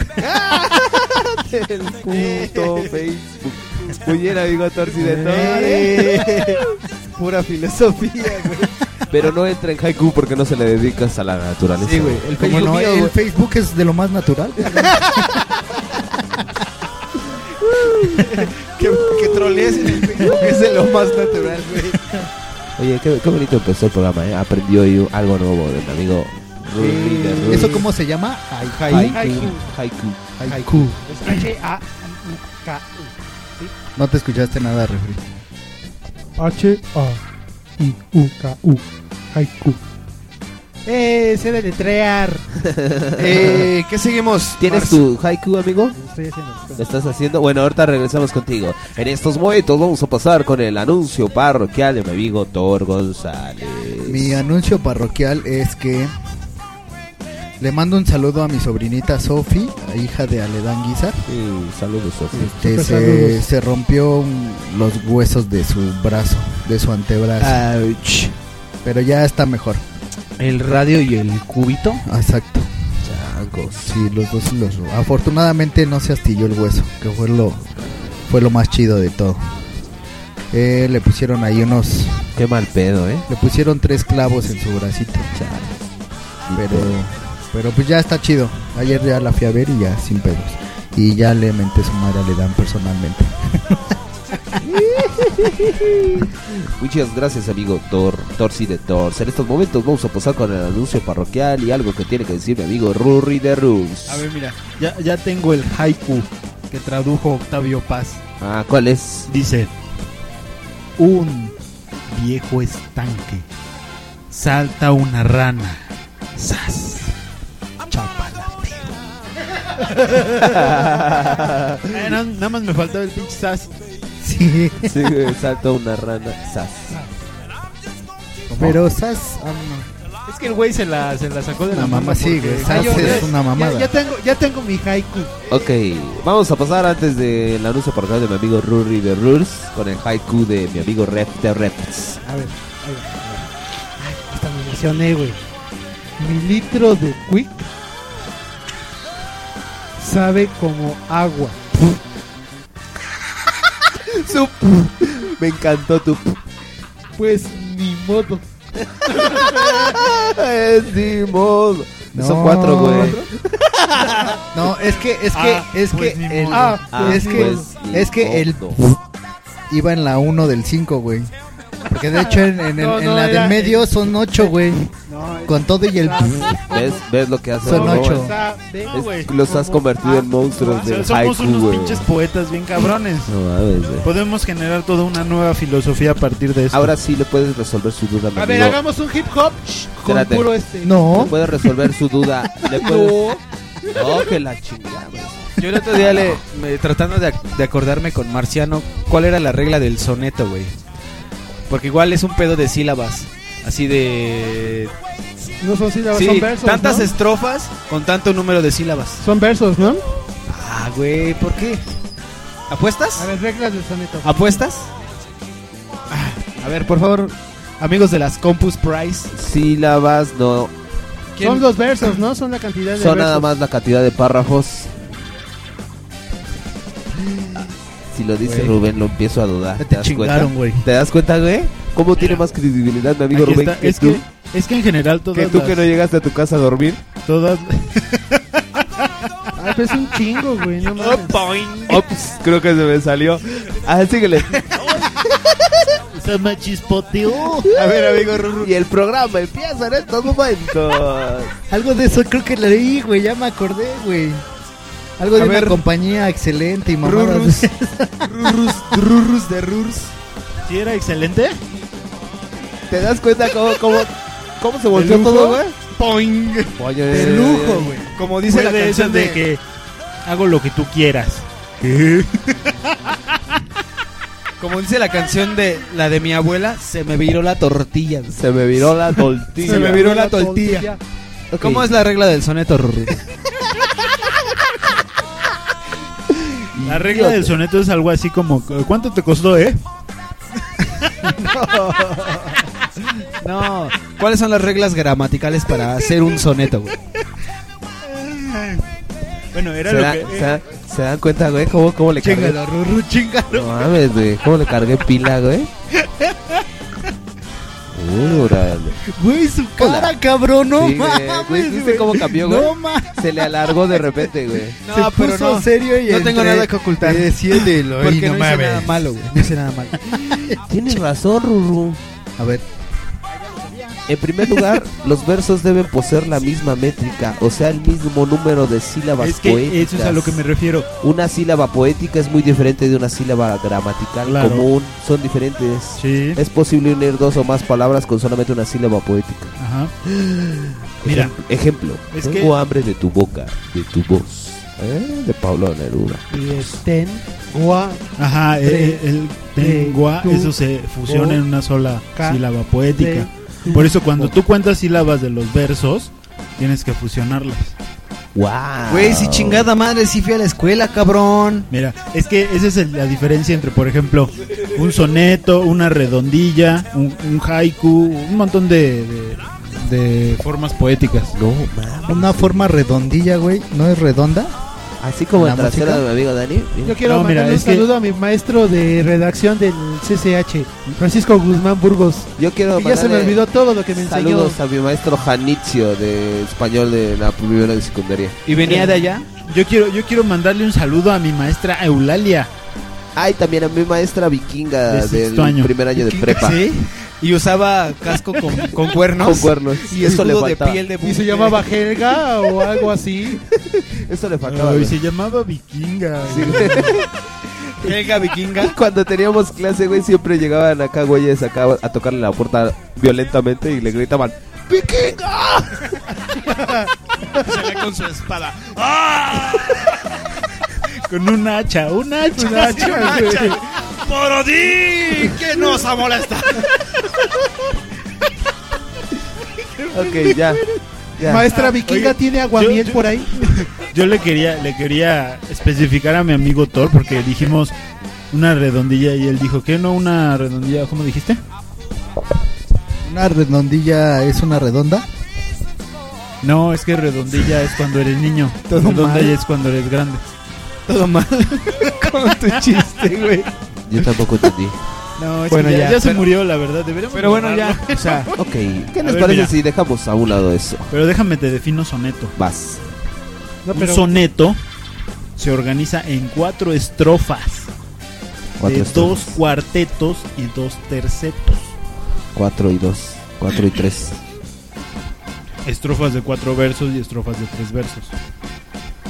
Speaker 3: el puto Facebook. Muy bien, amigo Torsi de
Speaker 2: Eh. Pura
Speaker 7: *laughs*
Speaker 2: filosofía, güey.
Speaker 3: Pero no entra en haiku porque no se le dedicas a la naturaleza.
Speaker 2: Sí, güey. El
Speaker 7: Como
Speaker 2: Facebook
Speaker 7: no,
Speaker 2: mío,
Speaker 7: el
Speaker 2: güey.
Speaker 7: Facebook es de lo más *laughs* natural.
Speaker 2: Que, que trolees en
Speaker 7: *laughs*
Speaker 2: el Facebook es de lo más natural, güey.
Speaker 3: Oye, qué, qué bonito empezó el programa, ¿eh? Aprendí hoy algo nuevo de mi amigo Rubí de Rubí.
Speaker 7: ¿Eso cómo se llama?
Speaker 3: Haiku. Haiku.
Speaker 7: Haiku.
Speaker 4: Es H-A-I-K-U.
Speaker 7: No te escuchaste nada, refri.
Speaker 10: H-A-I-U-K-U. Haiku.
Speaker 4: ¡Eh! Se de *laughs* letrear.
Speaker 2: Eh, ¿Qué seguimos?
Speaker 3: ¿Tienes
Speaker 2: Mars?
Speaker 3: tu haiku, amigo?
Speaker 4: Estoy haciendo.
Speaker 3: ¿Lo estás haciendo? Bueno, ahorita regresamos contigo. En estos momentos vamos a pasar con el anuncio parroquial de mi amigo Thor González.
Speaker 7: Mi anuncio parroquial es que le mando un saludo a mi sobrinita Sofi, hija de Aledán Guizar.
Speaker 3: Sí, saludos, Sofía.
Speaker 7: Este, se, se rompió un- los huesos de su brazo, de su antebrazo. Pero ya está mejor.
Speaker 2: El radio y el cubito.
Speaker 7: Exacto. Sí, los dos los Afortunadamente no se astilló el hueso, que fue lo fue lo más chido de todo. Eh, le pusieron ahí unos,
Speaker 3: Qué mal pedo, ¿eh?
Speaker 7: le pusieron tres clavos en su bracito. Pero pero pues ya está chido. Ayer ya la fui a ver y ya sin pedos. Y ya le menté su madre le dan personalmente.
Speaker 3: Muchas gracias, amigo Thor, Torsi de Tors. En estos momentos vamos a pasar con el anuncio parroquial y algo que tiene que decir mi amigo Rurri de Rus.
Speaker 6: A ver, mira, ya, ya tengo el haiku que tradujo Octavio Paz.
Speaker 3: Ah, ¿cuál es?
Speaker 6: Dice, un viejo estanque, salta una rana, sas, chapalateo.
Speaker 3: *laughs*
Speaker 6: Eh, na- nada más me faltaba el pinche sas.
Speaker 7: Sí.
Speaker 3: Sí, güey, salta una rana. Sas.
Speaker 7: Pero sas, ah, no.
Speaker 6: Es que el güey se la, se la sacó de
Speaker 7: la manga porque- Ah,
Speaker 6: sas
Speaker 7: yo-
Speaker 6: es-
Speaker 7: es una mamada.
Speaker 4: Ya, ya tengo, ya tengo mi haiku.
Speaker 3: Ok, vamos a pasar antes del anuncio parroquial de mi amigo Rurri de Rus con el haiku de mi amigo Rep de Reps.
Speaker 4: A ver, ahí va. Ay, hasta me emocioné, güey. Mi litro de quick sabe como
Speaker 7: *laughs*
Speaker 4: agua.
Speaker 3: Su- Me encantó tu.
Speaker 4: Pues ni modo.
Speaker 3: es ni modo.
Speaker 7: No.
Speaker 3: Son cuatro, güey.
Speaker 7: No, es que es que
Speaker 6: Ah,
Speaker 7: es
Speaker 6: pues
Speaker 7: que
Speaker 6: ni
Speaker 7: el-
Speaker 6: modo.
Speaker 7: ah,
Speaker 3: Ah,
Speaker 7: es que
Speaker 3: pues ni
Speaker 7: es que el
Speaker 3: modo.
Speaker 7: iba en la 1 del 5, güey. Porque de hecho en, en el-
Speaker 4: No,
Speaker 7: en
Speaker 4: no,
Speaker 7: la
Speaker 4: era-
Speaker 7: del medio son 8, güey. Con todo y el...
Speaker 3: ¿Ves, ¿Ves lo que hace
Speaker 7: Son
Speaker 3: Ramón?
Speaker 7: ocho.
Speaker 4: Sabe
Speaker 3: Es- los has convertido en monstruos del
Speaker 6: Ah, somos
Speaker 3: haiku,
Speaker 6: unos
Speaker 3: güey.
Speaker 6: pinches poetas bien cabrones.
Speaker 3: No mames, güey.
Speaker 6: Podemos generar toda una nueva filosofía a partir de esto.
Speaker 3: Ahora sí le puedes resolver su duda, mi
Speaker 4: A ver,
Speaker 3: amigo.
Speaker 4: hagamos un hip hop shh, con
Speaker 3: Espérate.
Speaker 4: puro este.
Speaker 3: Le
Speaker 7: No,
Speaker 3: puedes resolver su duda. Le
Speaker 4: *laughs*
Speaker 3: puedes... No, que la chingada. güey.
Speaker 2: Yo el otro día le, me- tratando de, ac- de acordarme con Marciano, ¿cuál era la regla del soneto, güey? Porque igual es un pedo de sílabas. Así de.
Speaker 4: No son sílabas,
Speaker 2: Sí,
Speaker 4: son versos.
Speaker 2: tantas
Speaker 4: ¿no?
Speaker 2: estrofas con tanto número de sílabas.
Speaker 4: Son versos, ¿no?
Speaker 2: Ah, güey, ¿por qué?
Speaker 4: A
Speaker 2: ¿Apuestas?
Speaker 4: ver, reglas del soneto.
Speaker 2: ¿Apuestas? Ah, A ver, por favor, amigos de las Compus Price.
Speaker 3: Sílabas no.
Speaker 2: ¿quién-
Speaker 4: Son los versos, ¿no? Son la cantidad de
Speaker 3: Son nada
Speaker 4: versos.
Speaker 3: más la cantidad de párrafos. Si lo dice
Speaker 7: Güey.
Speaker 3: Rubén, lo empiezo a dudar.
Speaker 7: ya
Speaker 3: ¿Te
Speaker 7: te
Speaker 3: das cuenta?
Speaker 7: chingaron, güey.
Speaker 3: ¿Te das cuenta, güey? ¿Cómo tiene más credibilidad mi amigo
Speaker 6: Aquí
Speaker 3: Rubén
Speaker 6: está.
Speaker 3: que
Speaker 6: Es,
Speaker 3: tú?
Speaker 6: que, es que en general todas
Speaker 3: Que tú que no
Speaker 6: las-
Speaker 3: llegaste a tu casa a dormir.
Speaker 6: todas,
Speaker 4: Ay, pero es un chingo, güey. No mames.
Speaker 3: Ops, creo que se me salió. Ah, síguele.
Speaker 6: Se me chispoteó.
Speaker 3: A ver, amigo Ruru. Oh, Y el programa empieza en estos momentos.
Speaker 7: Algo de eso creo que leí, güey, ya me acordé, güey. Algo de
Speaker 2: A
Speaker 7: una
Speaker 2: ver.
Speaker 7: compañía excelente y mamadas. *laughs*
Speaker 2: Rurus. Rurus, Rurus de Rurs.
Speaker 6: ¿Sí era excelente?
Speaker 3: ¿Te das cuenta cómo, cómo, cómo se volvió
Speaker 6: lujo?
Speaker 3: todo, güey?
Speaker 2: Poing.
Speaker 3: Oye,
Speaker 2: De lujo, güey. Como dice
Speaker 6: Fue
Speaker 2: la
Speaker 6: de
Speaker 2: canción
Speaker 6: esas de...
Speaker 2: de.
Speaker 6: que hago lo que tú quieras.
Speaker 2: Como dice la canción de la de mi abuela, se me viró la tortilla. güey.
Speaker 3: Se me viró la tortilla.
Speaker 2: Se me viró la tortilla.
Speaker 3: Ok.
Speaker 2: ¿Cómo es la regla del soneto, Rurru?
Speaker 6: La regla del soneto es algo así como ¿cuánto te costó, eh?
Speaker 2: No, ¿cuáles son las reglas gramaticales para hacer un soneto, güey?
Speaker 6: Bueno, era
Speaker 3: ¿Se,
Speaker 6: lo
Speaker 3: da-
Speaker 6: que
Speaker 3: se da- se dan cuenta, güey? ¿Cómo, cómo le cargué?
Speaker 7: Chingalo, Ruru, chingalo.
Speaker 3: No mames, güey. ¿Cómo le cargué pila, güey? Órale.
Speaker 7: Güey, su cara, cabrón, no
Speaker 3: Sí, güey.
Speaker 7: mames,
Speaker 3: Güey, ¿viste
Speaker 7: güey.
Speaker 3: cómo cambió, güey?
Speaker 7: No mames.
Speaker 3: Se le alargó de repente, güey.
Speaker 2: No,
Speaker 7: Se puso serio y
Speaker 2: no tengo
Speaker 7: entré
Speaker 2: nada que ocultar.
Speaker 7: de siete y lo- y
Speaker 2: Porque no, hice
Speaker 3: *laughs*
Speaker 7: mames.
Speaker 2: nada malo, güey. No hice nada malo.
Speaker 3: Tienes razón, Ruru.
Speaker 7: A ver.
Speaker 3: En primer lugar, los versos deben poseer la misma métrica, o sea, el mismo número de sílabas
Speaker 6: Es que
Speaker 3: poéticas.
Speaker 6: eso es a lo que me refiero.
Speaker 3: Una sílaba poética es muy diferente de una sílaba gramatical
Speaker 6: Claro.
Speaker 3: común, son diferentes.
Speaker 6: Sí.
Speaker 3: Es posible unir dos o más palabras con solamente una sílaba poética.
Speaker 6: Ajá. Mira.
Speaker 3: Ejem- ejemplo,
Speaker 6: Es que-
Speaker 3: tengo hambre de tu boca, de tu voz. ¿Eh? De Pablo Neruda.
Speaker 4: Y es ten, gua,
Speaker 6: Ajá,
Speaker 4: Tre-
Speaker 6: eh, el
Speaker 4: tre-
Speaker 6: tengua,
Speaker 4: tu-
Speaker 6: eso se fusiona en una sola
Speaker 4: ca-
Speaker 6: sílaba poética.
Speaker 4: de-
Speaker 6: Por eso cuando tú cuentas sílabas de los versos, tienes que fusionarlas.
Speaker 3: ¡Wow!
Speaker 11: Güey, si chingada madre, si fui a la escuela, cabrón.
Speaker 6: Mira, es que esa es el- la diferencia entre, por ejemplo, un soneto, una redondilla, un, un haiku, un montón de, de- de formas poéticas.
Speaker 3: No, mames.
Speaker 7: Una forma redondilla, güey. ¿No es redonda?
Speaker 3: Así como
Speaker 7: ¿La
Speaker 3: el trasero
Speaker 7: música?
Speaker 3: de mi amigo Dani. mira.
Speaker 4: Yo quiero
Speaker 6: No, mira,
Speaker 4: mandar un
Speaker 6: es que-
Speaker 4: saludo a mi maestro de redacción del CCH, Francisco Guzmán Burgos.
Speaker 3: Yo quiero
Speaker 4: Y ya se me
Speaker 3: mandarle
Speaker 4: olvidó todo lo que me enseñó.
Speaker 3: Saludos a mi maestro Janitzio de español de la primera de secundaria.
Speaker 11: ¿Y venía de allá?
Speaker 6: Yo quiero, yo quiero mandarle un saludo a mi maestra Eulalia.
Speaker 3: Ay, también a mi maestra vikinga
Speaker 6: De
Speaker 3: del
Speaker 6: sexto año.
Speaker 3: primer año de prepa.
Speaker 11: Sí. Y usaba casco
Speaker 3: *laughs*
Speaker 11: con, con cuernos.
Speaker 3: Con cuernos.
Speaker 11: Y eso le de
Speaker 3: faltaba.
Speaker 11: piel de
Speaker 4: Y se
Speaker 11: buque.
Speaker 4: llamaba Helga o algo así.
Speaker 3: *laughs* Eso le faltaba.
Speaker 6: Ay,
Speaker 3: güey.
Speaker 6: se llamaba vikinga.
Speaker 3: Sí.
Speaker 11: *laughs* Helga Vikinga.
Speaker 3: *laughs* Cuando teníamos clase, güey, siempre llegaban acá, güeyes, acá a tocarle la puerta violentamente y le gritaban,
Speaker 11: *laughs*
Speaker 3: ¡Vikinga!
Speaker 11: Salía con su espada.
Speaker 6: Con un hacha, un
Speaker 11: *laughs*
Speaker 6: hacha.
Speaker 11: ¡Por
Speaker 6: *laughs*
Speaker 11: Odín! ¡Que nos ha molestado!
Speaker 3: Ok, ya. ya.
Speaker 4: Maestra vikinga
Speaker 6: Oye,
Speaker 4: tiene aguamiel
Speaker 6: yo- yo-
Speaker 4: por ahí.
Speaker 6: Yo le quería, le quería especificar a mi amigo Thor porque dijimos una redondilla y él dijo que no una redondilla, ¿cómo dijiste?
Speaker 7: Una redondilla es una redonda.
Speaker 6: No, es que redondilla es cuando eres
Speaker 11: *laughs*
Speaker 6: niño,
Speaker 7: Todo
Speaker 6: redonda
Speaker 7: mal.
Speaker 6: ya es cuando eres grande.
Speaker 11: Todo mal. *laughs* con tu chiste, güey.
Speaker 3: Yo tampoco entendí.
Speaker 6: No, es
Speaker 11: Bueno,
Speaker 6: que ya,
Speaker 11: ya,
Speaker 6: ya se
Speaker 11: pero-
Speaker 6: murió, la verdad, deberíamos
Speaker 11: Pero bueno,
Speaker 4: *laughs*
Speaker 11: ya.
Speaker 6: borrarlo. O sea,
Speaker 3: Ok, ¿qué les
Speaker 6: ver,
Speaker 3: parece
Speaker 6: mira.
Speaker 3: si dejamos a un lado eso?
Speaker 6: pero déjame te defino soneto.
Speaker 3: Vas.
Speaker 4: No,
Speaker 6: Un
Speaker 4: pero
Speaker 6: soneto se organiza en cuatro estrofas
Speaker 3: Cuatro
Speaker 6: de
Speaker 3: estrofas.
Speaker 6: dos cuartetos y dos tercetos.
Speaker 3: Cuatro y dos. Cuatro y tres.
Speaker 6: Estrofas de cuatro versos y estrofas de tres versos.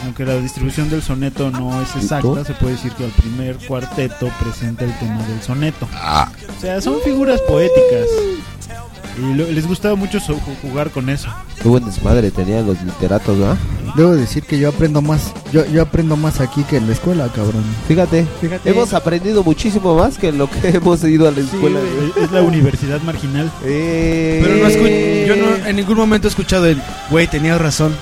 Speaker 6: Aunque la distribución del soneto no es exacta, se puede decir que el primer cuarteto presenta el tema del soneto. O sea, son figuras poéticas. Y lo- les gustaba mucho so- ju- jugar con eso.
Speaker 3: Qué buen desmadre tenían los literatos, ¿verdad?
Speaker 7: Debo decir que yo aprendo más. Yo, yo aprendo más aquí que en la escuela, cabrón.
Speaker 3: Fíjate,
Speaker 4: fíjate,
Speaker 3: hemos aprendido muchísimo más que lo que *laughs* hemos ido a la escuela. güey.
Speaker 6: Es- Es la universidad marginal.
Speaker 3: Eh.
Speaker 11: Pero no escu- yo no, en ningún momento he escuchado el güey, tenía razón.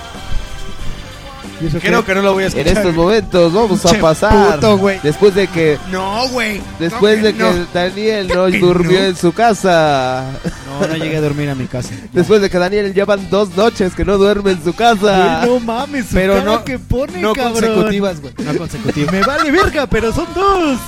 Speaker 4: ¿y eso
Speaker 11: Creo que no lo voy a
Speaker 3: En
Speaker 11: escuchar.
Speaker 3: estos momentos vamos a
Speaker 11: Che,
Speaker 3: pasar.
Speaker 11: puto, güey.
Speaker 3: después de que
Speaker 11: No, güey.
Speaker 3: después de que
Speaker 11: No,
Speaker 3: Daniel no
Speaker 4: *laughs*
Speaker 11: que
Speaker 3: durmió
Speaker 11: no.
Speaker 3: en su casa.
Speaker 11: no, no llegué a dormir a mi casa.
Speaker 3: *laughs* Después de que Daniel llevan dos noches que no duerme en su casa.
Speaker 4: No mames, su
Speaker 11: Pero
Speaker 4: cara
Speaker 11: no-
Speaker 4: que pone,
Speaker 11: No
Speaker 4: cabrón.
Speaker 11: consecutivas, güey. No consecutivas.
Speaker 4: Me vale verga, pero son dos.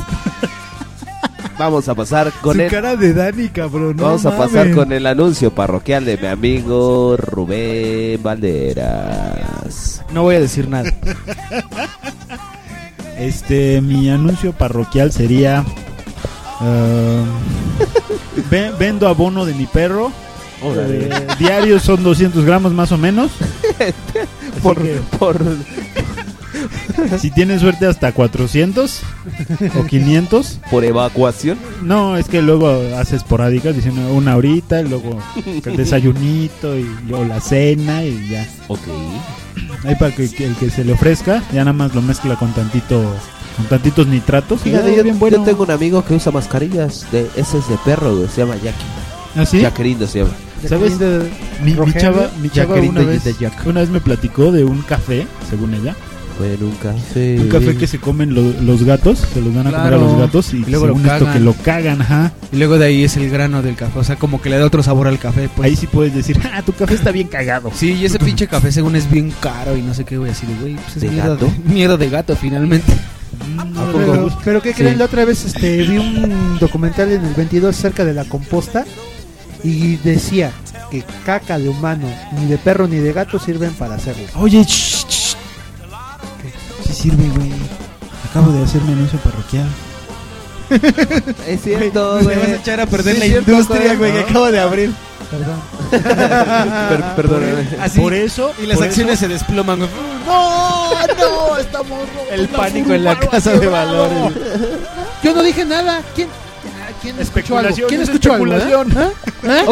Speaker 3: Vamos a pasar con
Speaker 4: Su
Speaker 3: el
Speaker 4: cara de Dani, cabrón. no
Speaker 3: Vamos a pasar
Speaker 4: mames.
Speaker 3: con el anuncio parroquial de mi amigo Rubén Valderas.
Speaker 11: No voy a decir nada.
Speaker 6: Este, mi anuncio parroquial sería... ah, ve- vendo abono de mi perro.
Speaker 3: Órale.
Speaker 6: Eh, diarios son 200 gramos más o menos. Así
Speaker 3: *laughs* Por,
Speaker 6: que-
Speaker 3: por
Speaker 6: Si tienes suerte hasta 400 o 500.
Speaker 3: por evacuación.
Speaker 6: No, es que luego hace esporádicas, diciendo una horita, y luego el desayunito y, o la cena y ya.
Speaker 3: Ok.
Speaker 6: Ahí para que, que el que se le ofrezca, ya nada más lo mezcla con tantito con tantitos nitratos. y ya,
Speaker 3: Fíjate, yo,
Speaker 6: bien
Speaker 3: yo
Speaker 6: bueno.
Speaker 3: tengo un amigo que usa mascarillas de ese es de perro, güey, se llama Jackie.
Speaker 6: ¿Ah, sí?
Speaker 3: Jackerindo se llama.
Speaker 6: ¿Sabes?
Speaker 4: De-
Speaker 6: Mi, mi
Speaker 4: Rogelio,
Speaker 6: chava, mi chava una,
Speaker 4: Jack Erindo y
Speaker 6: vez,
Speaker 4: de Jack.
Speaker 6: una vez me platicó de un café, según ella.
Speaker 3: Fue en un café.
Speaker 6: Un café que se comen lo- los gatos, se los dan a comer
Speaker 11: Claro.
Speaker 6: a los gatos y,
Speaker 11: Y luego lo
Speaker 6: según esto
Speaker 11: cagan.
Speaker 6: que lo cagan, ajá.
Speaker 11: Y luego de ahí es el grano del café. O sea, como que le da otro sabor al café. Pues.
Speaker 6: Ahí sí puedes decir, ah, tu café está bien cagado.
Speaker 11: Sí, y ese pinche café según es bien caro y no sé qué, güey, así de, güey, pues es
Speaker 3: ¿De
Speaker 11: mierda,
Speaker 3: gato?
Speaker 11: De, mierda de gato finalmente.
Speaker 6: Mm, No,
Speaker 5: Ah,
Speaker 11: ¿A poco?
Speaker 4: Pero, pero ¿qué creen?
Speaker 11: Sí.
Speaker 4: La otra vez este, vi un documental en el 22 acerca de la composta y decía que caca de humano, ni de perro ni de gato sirven para hacerlo.
Speaker 6: Oye, shh, shh. Sí sirve, güey. Acabo de hacer mi anuncio parroquial.
Speaker 3: Es cierto, güey.
Speaker 11: echar a perder
Speaker 3: Sí, es cierto,
Speaker 11: güey, que acabo de abrir.
Speaker 4: Perdón.
Speaker 3: *laughs* Per- eh. perdóname.
Speaker 2: Así,
Speaker 5: por eso.
Speaker 2: y las
Speaker 5: por
Speaker 2: acciones
Speaker 5: eso
Speaker 2: se desploman, güey.
Speaker 7: ¡No! ¡No! ¡Estamos
Speaker 5: El pánico en la casa de
Speaker 3: eh.
Speaker 5: valores.
Speaker 4: *laughs* Yo no dije nada. ¿Quién, ah, ¿quién escuchó algo?
Speaker 5: Especulación,
Speaker 4: ¿Quién
Speaker 5: es
Speaker 4: escuchó algo?
Speaker 5: especulación.
Speaker 4: eh? ¿Eh?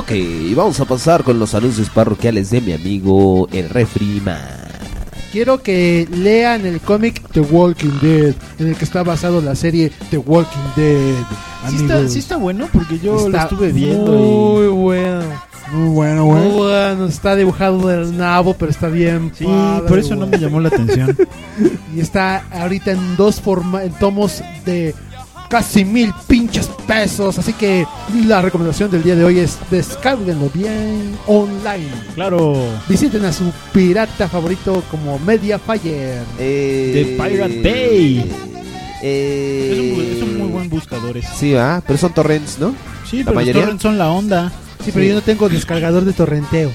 Speaker 3: Ok, vamos a pasar con los anuncios parroquiales de mi amigo el Refrima.
Speaker 4: Quiero que lean el cómic The Walking Dead, en el que está basado la serie The Walking Dead.
Speaker 5: Sí está,
Speaker 4: amigos.
Speaker 5: sí está bueno porque yo lo
Speaker 4: Está
Speaker 5: estuve viendo.
Speaker 4: Muy
Speaker 5: y-
Speaker 4: bueno.
Speaker 5: Muy bueno,
Speaker 4: Muy bueno. Está dibujado del nabo, pero está bien.
Speaker 5: Sí,
Speaker 4: padre,
Speaker 5: por eso no me
Speaker 4: güey.
Speaker 5: llamó la atención.
Speaker 4: *laughs* Y está ahorita en dos forma, en tomos de casi mil pinches pesos. Así que la recomendación del día de hoy es descárguenlo bien online.
Speaker 5: Claro.
Speaker 4: Visiten a su pirata favorito como Mediafire.
Speaker 3: Eh,
Speaker 5: The Pirate Bay.
Speaker 3: Eh,
Speaker 5: Es un, bu- es un muy buen buscador ese.
Speaker 3: Sí, ah, pero son torrents, ¿no?
Speaker 5: Sí,
Speaker 3: ¿La
Speaker 5: pero
Speaker 3: mayoría?
Speaker 5: los torrents son la onda.
Speaker 4: Sí, pero yo no tengo descargador de torrenteo.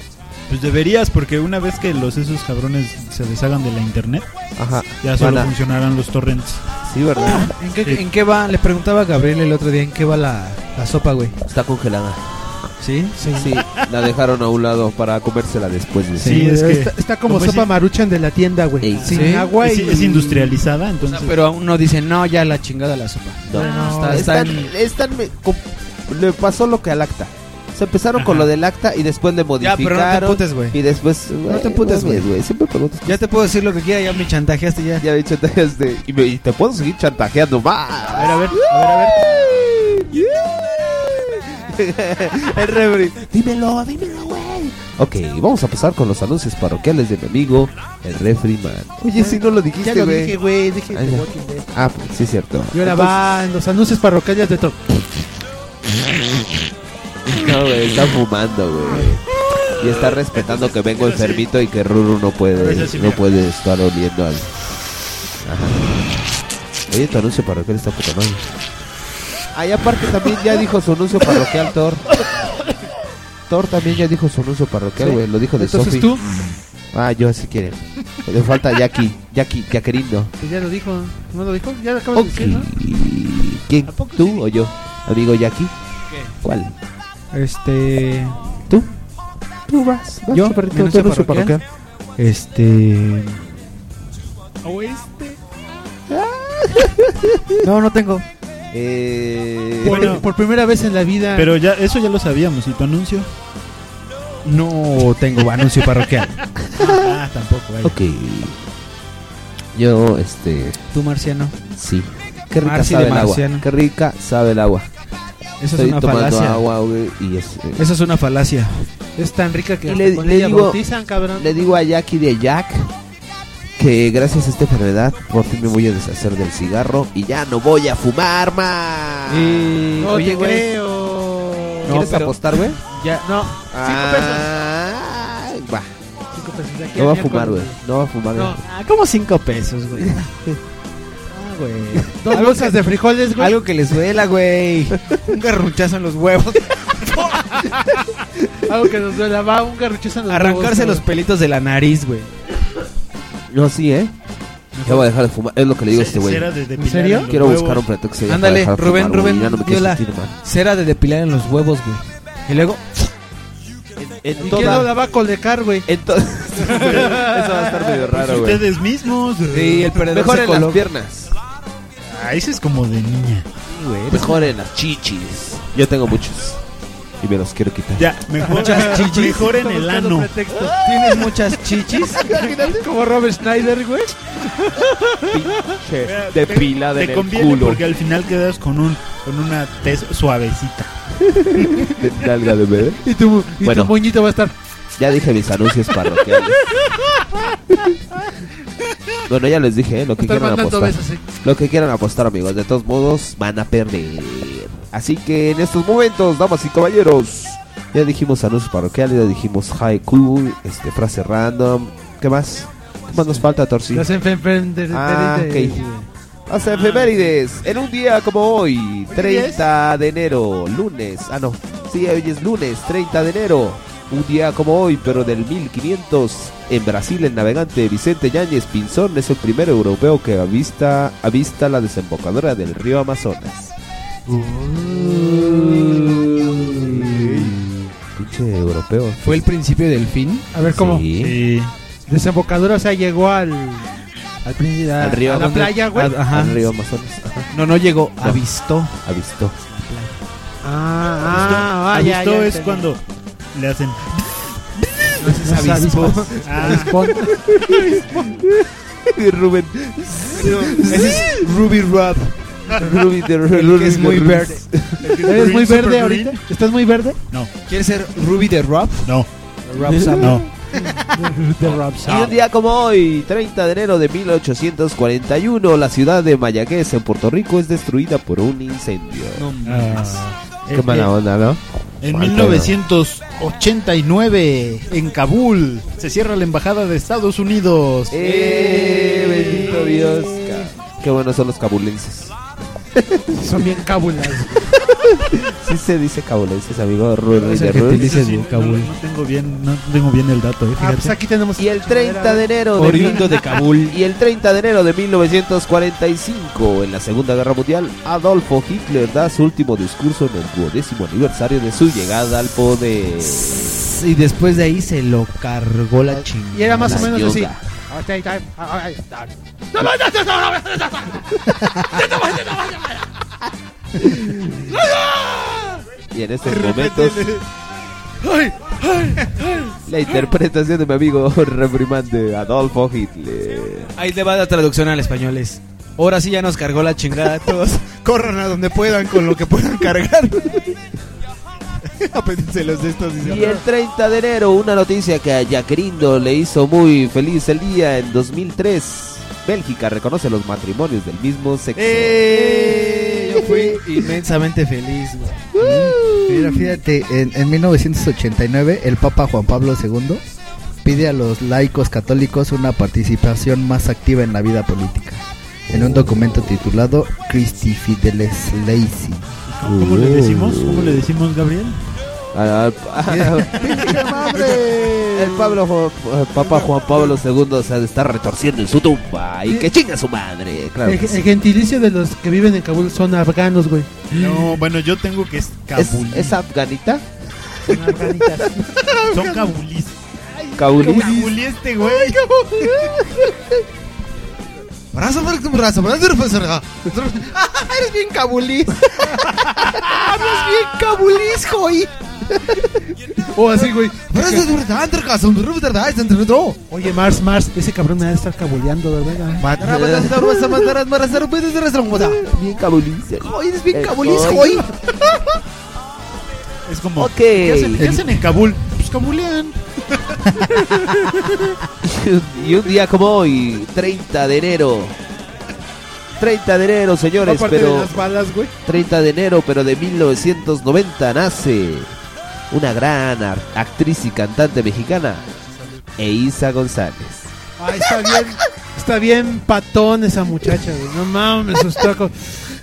Speaker 5: Pues deberías, porque una vez que los esos cabrones se deshagan de la internet,
Speaker 3: Ajá.
Speaker 5: ya solo
Speaker 3: Van a-
Speaker 5: funcionarán los torrents.
Speaker 3: Sí, ¿verdad?
Speaker 2: Ah, ¿En qué, en qué va? Le preguntaba a Gabriel el otro día en qué va la, la sopa, güey.
Speaker 3: Está congelada.
Speaker 2: ¿Sí?
Speaker 3: Sí, la dejaron a un lado para comérsela después. güey.
Speaker 5: Sí, es que-
Speaker 4: está, está como
Speaker 5: como
Speaker 4: sopa
Speaker 5: ese-
Speaker 4: maruchan de la tienda,
Speaker 3: Ey,
Speaker 4: güey. Sin
Speaker 2: sí.
Speaker 4: agua
Speaker 5: Es,
Speaker 4: y...
Speaker 5: es industrializada,
Speaker 2: O sea,
Speaker 5: entonces.
Speaker 3: pues,
Speaker 2: pero aún no dicen, no, ya la chingada la sopa.
Speaker 3: No,
Speaker 2: No,
Speaker 3: está-
Speaker 2: está
Speaker 3: están- están me- com- le pasó lo que al acta. Se empezaron con
Speaker 5: Ajá.
Speaker 3: lo del acta y después le
Speaker 2: Ya,
Speaker 3: modificaron.
Speaker 2: pero no te putes, güey.
Speaker 3: Y después.
Speaker 2: No te emputes,
Speaker 3: mames, Siempre preguntas.
Speaker 2: Ya te puedo decir lo que quiera, ya me chantajeaste ya.
Speaker 3: Ya me chantajeaste. Y, me- y te puedo seguir chantajeando más.
Speaker 5: A ver, a ver, a ver, a ver.
Speaker 3: *laughs* El refri. Dímelo, dímelo, güey. Ok, vamos a pasar con los anuncios parroquiales de mi amigo, el refri man. Oye, si no lo dijiste, güey.
Speaker 4: güey. Dije
Speaker 3: Ay,
Speaker 4: The
Speaker 3: ya.
Speaker 4: Walking Dead.
Speaker 3: Ah, pues, sí, es cierto.
Speaker 4: Y ahora van los anuncios parroquiales de todo.
Speaker 3: No, güey, está fumando, güey. Y está respetando que vengo enfermito y que Ruru no puede,
Speaker 5: Eso sí,
Speaker 3: no
Speaker 5: mira.
Speaker 3: puede estar oliendo al. Ajá. Oye, tu anuncio parroquial está poca madre. Ahí aparte también ya dijo su anuncio parroquial, Thor. Thor también ya dijo su anuncio parroquial, güey. Lo dijo de
Speaker 4: Entonces
Speaker 3: Sophie.
Speaker 4: tú,
Speaker 3: Ah, yo si quieren. Le falta Jackie, Jackie, Jaquerindo.
Speaker 4: que pues ya lo dijo, ¿no lo dijo? Ya lo acabas
Speaker 3: Ok.
Speaker 4: de decir, ¿no?
Speaker 3: ¿Quién? ¿Tú o yo? Amigo Jackie. ¿Cuál?
Speaker 2: Este.
Speaker 3: Tú vas. vas,
Speaker 2: Yo,
Speaker 3: chaparrito,
Speaker 2: mi
Speaker 3: tu
Speaker 2: anuncio
Speaker 3: anuncio
Speaker 4: ¿Eh?
Speaker 2: parroquial.
Speaker 3: parroquial.
Speaker 4: *laughs*
Speaker 2: *laughs* Este. No, no tengo.
Speaker 3: Eh,
Speaker 5: Bueno,
Speaker 4: Por, por primera vez en la
Speaker 2: Ah.
Speaker 4: vida. *laughs*
Speaker 5: pero ya, eso ya lo sabíamos. ¿Y tu anuncio?
Speaker 2: No tengo anuncio parroquial.
Speaker 5: Ah, tampoco, vaya.
Speaker 3: Ok. Yo, este,
Speaker 2: Tú, Marciano.
Speaker 3: sí. Qué rica
Speaker 2: Marci
Speaker 3: sabe
Speaker 2: de
Speaker 3: el agua.
Speaker 2: Marciano.
Speaker 3: Qué rica sabe el agua.
Speaker 2: Eso
Speaker 3: Estoy
Speaker 2: es una
Speaker 3: tomando
Speaker 2: falacia.
Speaker 3: agua, güey, y es, eh,
Speaker 2: Eso es una falacia.
Speaker 4: es tan rica que
Speaker 3: Y
Speaker 4: hasta
Speaker 3: le-
Speaker 4: con
Speaker 3: le
Speaker 4: ella
Speaker 3: digo-
Speaker 4: bautizan, cabrón.
Speaker 3: le digo a Jackie de Jack que gracias a esta enfermedad por fin me voy a deshacer del cigarro y ya no voy a fumar más.
Speaker 2: Y-
Speaker 4: no
Speaker 2: oye,
Speaker 4: te
Speaker 2: güey,
Speaker 4: creo.
Speaker 2: No,
Speaker 3: ¿Quieres
Speaker 2: pero-
Speaker 3: apostar, güey?
Speaker 2: Ya, no.
Speaker 3: Ah, va.
Speaker 4: Cinco pesos de aquí
Speaker 3: No va a
Speaker 4: al
Speaker 3: fumar, güey.
Speaker 4: miércoles.
Speaker 3: No va a fumar.
Speaker 4: No,
Speaker 3: güey.
Speaker 2: Ah, como cinco pesos,
Speaker 3: *laughs*
Speaker 2: güey. Ah, güey.
Speaker 4: Dos
Speaker 2: Algo
Speaker 4: bolsas de frijoles, güey.
Speaker 2: Algo que les duela, güey. Un garruchazo en los huevos.
Speaker 4: Algo que nos duela. Va un garruchazo en los
Speaker 2: Arrancarse los
Speaker 4: huevos,
Speaker 2: pelitos de la nariz, güey.
Speaker 3: No, sí, ¿eh? Ya voy a dejar de fumar. Es lo que le digo a este güey.
Speaker 5: Cera de depilar
Speaker 4: serio?
Speaker 5: los
Speaker 3: Quiero
Speaker 5: huevos.
Speaker 3: buscar un pretexto. ya para
Speaker 2: Ándale,
Speaker 3: dejar de
Speaker 2: Rubén,
Speaker 3: fumar, güey,
Speaker 2: Rubén,
Speaker 3: Ya no me quiero
Speaker 2: viola.
Speaker 3: sentir mal.
Speaker 2: Cera de depilar en los huevos, güey. Y luego,
Speaker 3: En
Speaker 4: güey. ¿Y quién no la va a colecar, güey?
Speaker 3: Entonces, *laughs* eso va a estar medio
Speaker 2: Pues
Speaker 3: raro, güey.
Speaker 5: Ustedes mismos.
Speaker 2: sí, el perdedor
Speaker 3: Mejor
Speaker 2: se
Speaker 3: en
Speaker 2: coló.
Speaker 3: las piernas.
Speaker 5: Ah, ese es como de niña.
Speaker 3: Mejor en las chichis. Yo tengo muchos. Y me los quiero quitar.
Speaker 5: Ya, mejor, mejor en el ano.
Speaker 2: *laughs* Tienes muchas
Speaker 3: *laughs*
Speaker 2: chichis.
Speaker 4: Como Robert Schneider, güey.
Speaker 3: Pinche depilada
Speaker 5: Te conviene porque al final quedas con un con una tez suavecita.
Speaker 3: De nalga de bebé.
Speaker 4: Y tu, y
Speaker 3: Bueno.
Speaker 4: tu moñito va a estar.
Speaker 3: Ya dije mis anuncios parroquiales. bueno, ya les dije, ¿eh? lo que
Speaker 4: Estar
Speaker 3: quieran
Speaker 4: mandando
Speaker 3: apostar.
Speaker 4: besos, sí.
Speaker 3: Lo que quieran apostar, amigos. De todos modos, van a perder. Así que en estos momentos, damas y caballeros, ya dijimos anuncios parroquiales, ya dijimos haiku, este, frase random. ¿Qué más? ¿Qué más nos falta, Torsi?
Speaker 4: Las enfermeras.
Speaker 3: Ah, ok. Las efemérides. En un día como hoy, 30 de enero, lunes. Ah, no. Sí, hoy es lunes, 30 de enero. Un día como hoy, pero del 1500. En Brasil, el navegante Vicente Yáñez Pinzón es el primer europeo que avista, avista la desembocadura del río Amazonas. pinche europeo.
Speaker 2: ¿Fue el principio del fin?
Speaker 4: A ver cómo.
Speaker 3: Sí.
Speaker 4: Desembocadura, o sea, llegó al.
Speaker 2: Al principio.
Speaker 3: Al río.
Speaker 4: a la
Speaker 3: ¿dónde?
Speaker 4: playa, güey.
Speaker 3: A- Ajá. Al río Amazonas. Ajá.
Speaker 2: No, no llegó.
Speaker 3: No.
Speaker 2: Avistó.
Speaker 3: Avistó.
Speaker 4: Ah, ah, ah, ya,
Speaker 6: Avistó
Speaker 4: ya
Speaker 6: es
Speaker 4: entendí.
Speaker 6: cuando le hacen. *laughs*
Speaker 2: Entonces avispó.
Speaker 4: *laughs*
Speaker 6: Ah,
Speaker 3: *laughs* Y Rubén.
Speaker 2: Ese es Ruby Rub.
Speaker 3: Rubén de
Speaker 2: El que es muy verde.
Speaker 4: ¿Eres muy
Speaker 6: Super green.
Speaker 4: verde ahorita? ¿Estás muy verde?
Speaker 2: ¿Quieres ser Ruby de Rub?
Speaker 6: No,
Speaker 2: Rub
Speaker 6: no.
Speaker 3: Y un día como hoy, 30 de enero de 1841, la ciudad de Mayaguez, en Puerto Rico, es destruida por un incendio.
Speaker 6: Ah,
Speaker 3: Qué mala onda, ¿no?
Speaker 6: En
Speaker 3: Mal
Speaker 6: 1989, en Kabul, se cierra la embajada de Estados Unidos.
Speaker 3: ¡Eh! ¡Bendito Dios! ca- Qué buenos son los cabulenses.
Speaker 4: Son bien cábulas.
Speaker 3: Sí se dice cabulenses, amigo. Rudy
Speaker 2: Es
Speaker 3: de
Speaker 2: el
Speaker 3: Rudy.
Speaker 2: gentilicio
Speaker 6: Sí,
Speaker 2: de
Speaker 6: no,
Speaker 2: Kabul.
Speaker 6: no tengo bien, no tengo bien el dato, eh,
Speaker 4: Ah, pues
Speaker 6: fíjate.
Speaker 4: aquí tenemos.
Speaker 3: Y el 30 de enero de
Speaker 2: Oriundo de Kabul.
Speaker 3: *laughs* Y el 30 de enero de 1945, en la Segunda Guerra Mundial, Adolfo Hitler da su último discurso en el duodécimo aniversario de su llegada al poder.
Speaker 2: Y después de ahí se lo cargó la chingada.
Speaker 4: Ah, Y era más o menos
Speaker 3: Yoga.
Speaker 4: así.
Speaker 3: Y en estos momentos, la interpretación de mi amigo *laughs* reprimante Adolfo Hitler.
Speaker 2: Ahí te va la traducción al español. Es. Ahora sí ya nos cargó la chingada. Todos *laughs* corran a donde puedan con lo que puedan *laughs* cargar. Apéndense los de estos.
Speaker 3: Y el 30 de enero, una noticia que a Jaquerindo le hizo muy feliz el día en 2003. Bélgica reconoce los matrimonios del mismo sexo.
Speaker 6: Eh,
Speaker 2: Yo fui inmensamente feliz, güey.
Speaker 7: Mira, fíjate, en, en 1989 el Papa Juan Pablo II pide a los laicos católicos una participación más activa en la vida política. En un documento titulado Christi Fideles Lazy.
Speaker 6: ¿Cómo cómo le decimos? ¿Cómo le decimos, Gabriel?
Speaker 3: Ah, ah, *laughs* el Pablo, Ju- eh, Papa Juan Pablo II se está retorciendo en su tumba y que chinga su madre. Claro
Speaker 4: El,
Speaker 3: que sí.
Speaker 4: el gentilicio de los que viven en Kabul son afganos, güey.
Speaker 6: No, bueno, yo tengo que es
Speaker 3: ¿Es,
Speaker 6: Kabul.
Speaker 3: es afganita?
Speaker 4: Son afganitas.
Speaker 6: Son kabulis.
Speaker 3: ¿Kabulí?
Speaker 6: Kabulí este güey.
Speaker 2: *laughs*
Speaker 11: *laughs*
Speaker 2: Eres bien cabulís. *laughs* Hablas bien cabulís, joy.
Speaker 4: O así, güey.
Speaker 2: Pero
Speaker 4: Oye, Mars, Mars, ese cabrón me va a estar cabuleando, ¿verdad?
Speaker 3: Bien kabulí, sí.
Speaker 2: Eres bien
Speaker 3: Eh,
Speaker 2: cabulís,
Speaker 3: soy.
Speaker 2: joy.
Speaker 6: Es como.
Speaker 3: Ok.
Speaker 6: ¿Qué hacen, qué hacen en Kabul? Pues kabulean.
Speaker 3: *laughs* Y un día como hoy, 30 de enero. 30 de enero, señores,
Speaker 4: Aparte de
Speaker 3: pero
Speaker 4: las balas, güey.
Speaker 3: 30 de enero, pero de 1990 nace una gran ar- actriz y cantante mexicana, Eiza González.
Speaker 4: Ay, está bien. Está bien patón esa muchacha, güey. No mames, me asustó. co-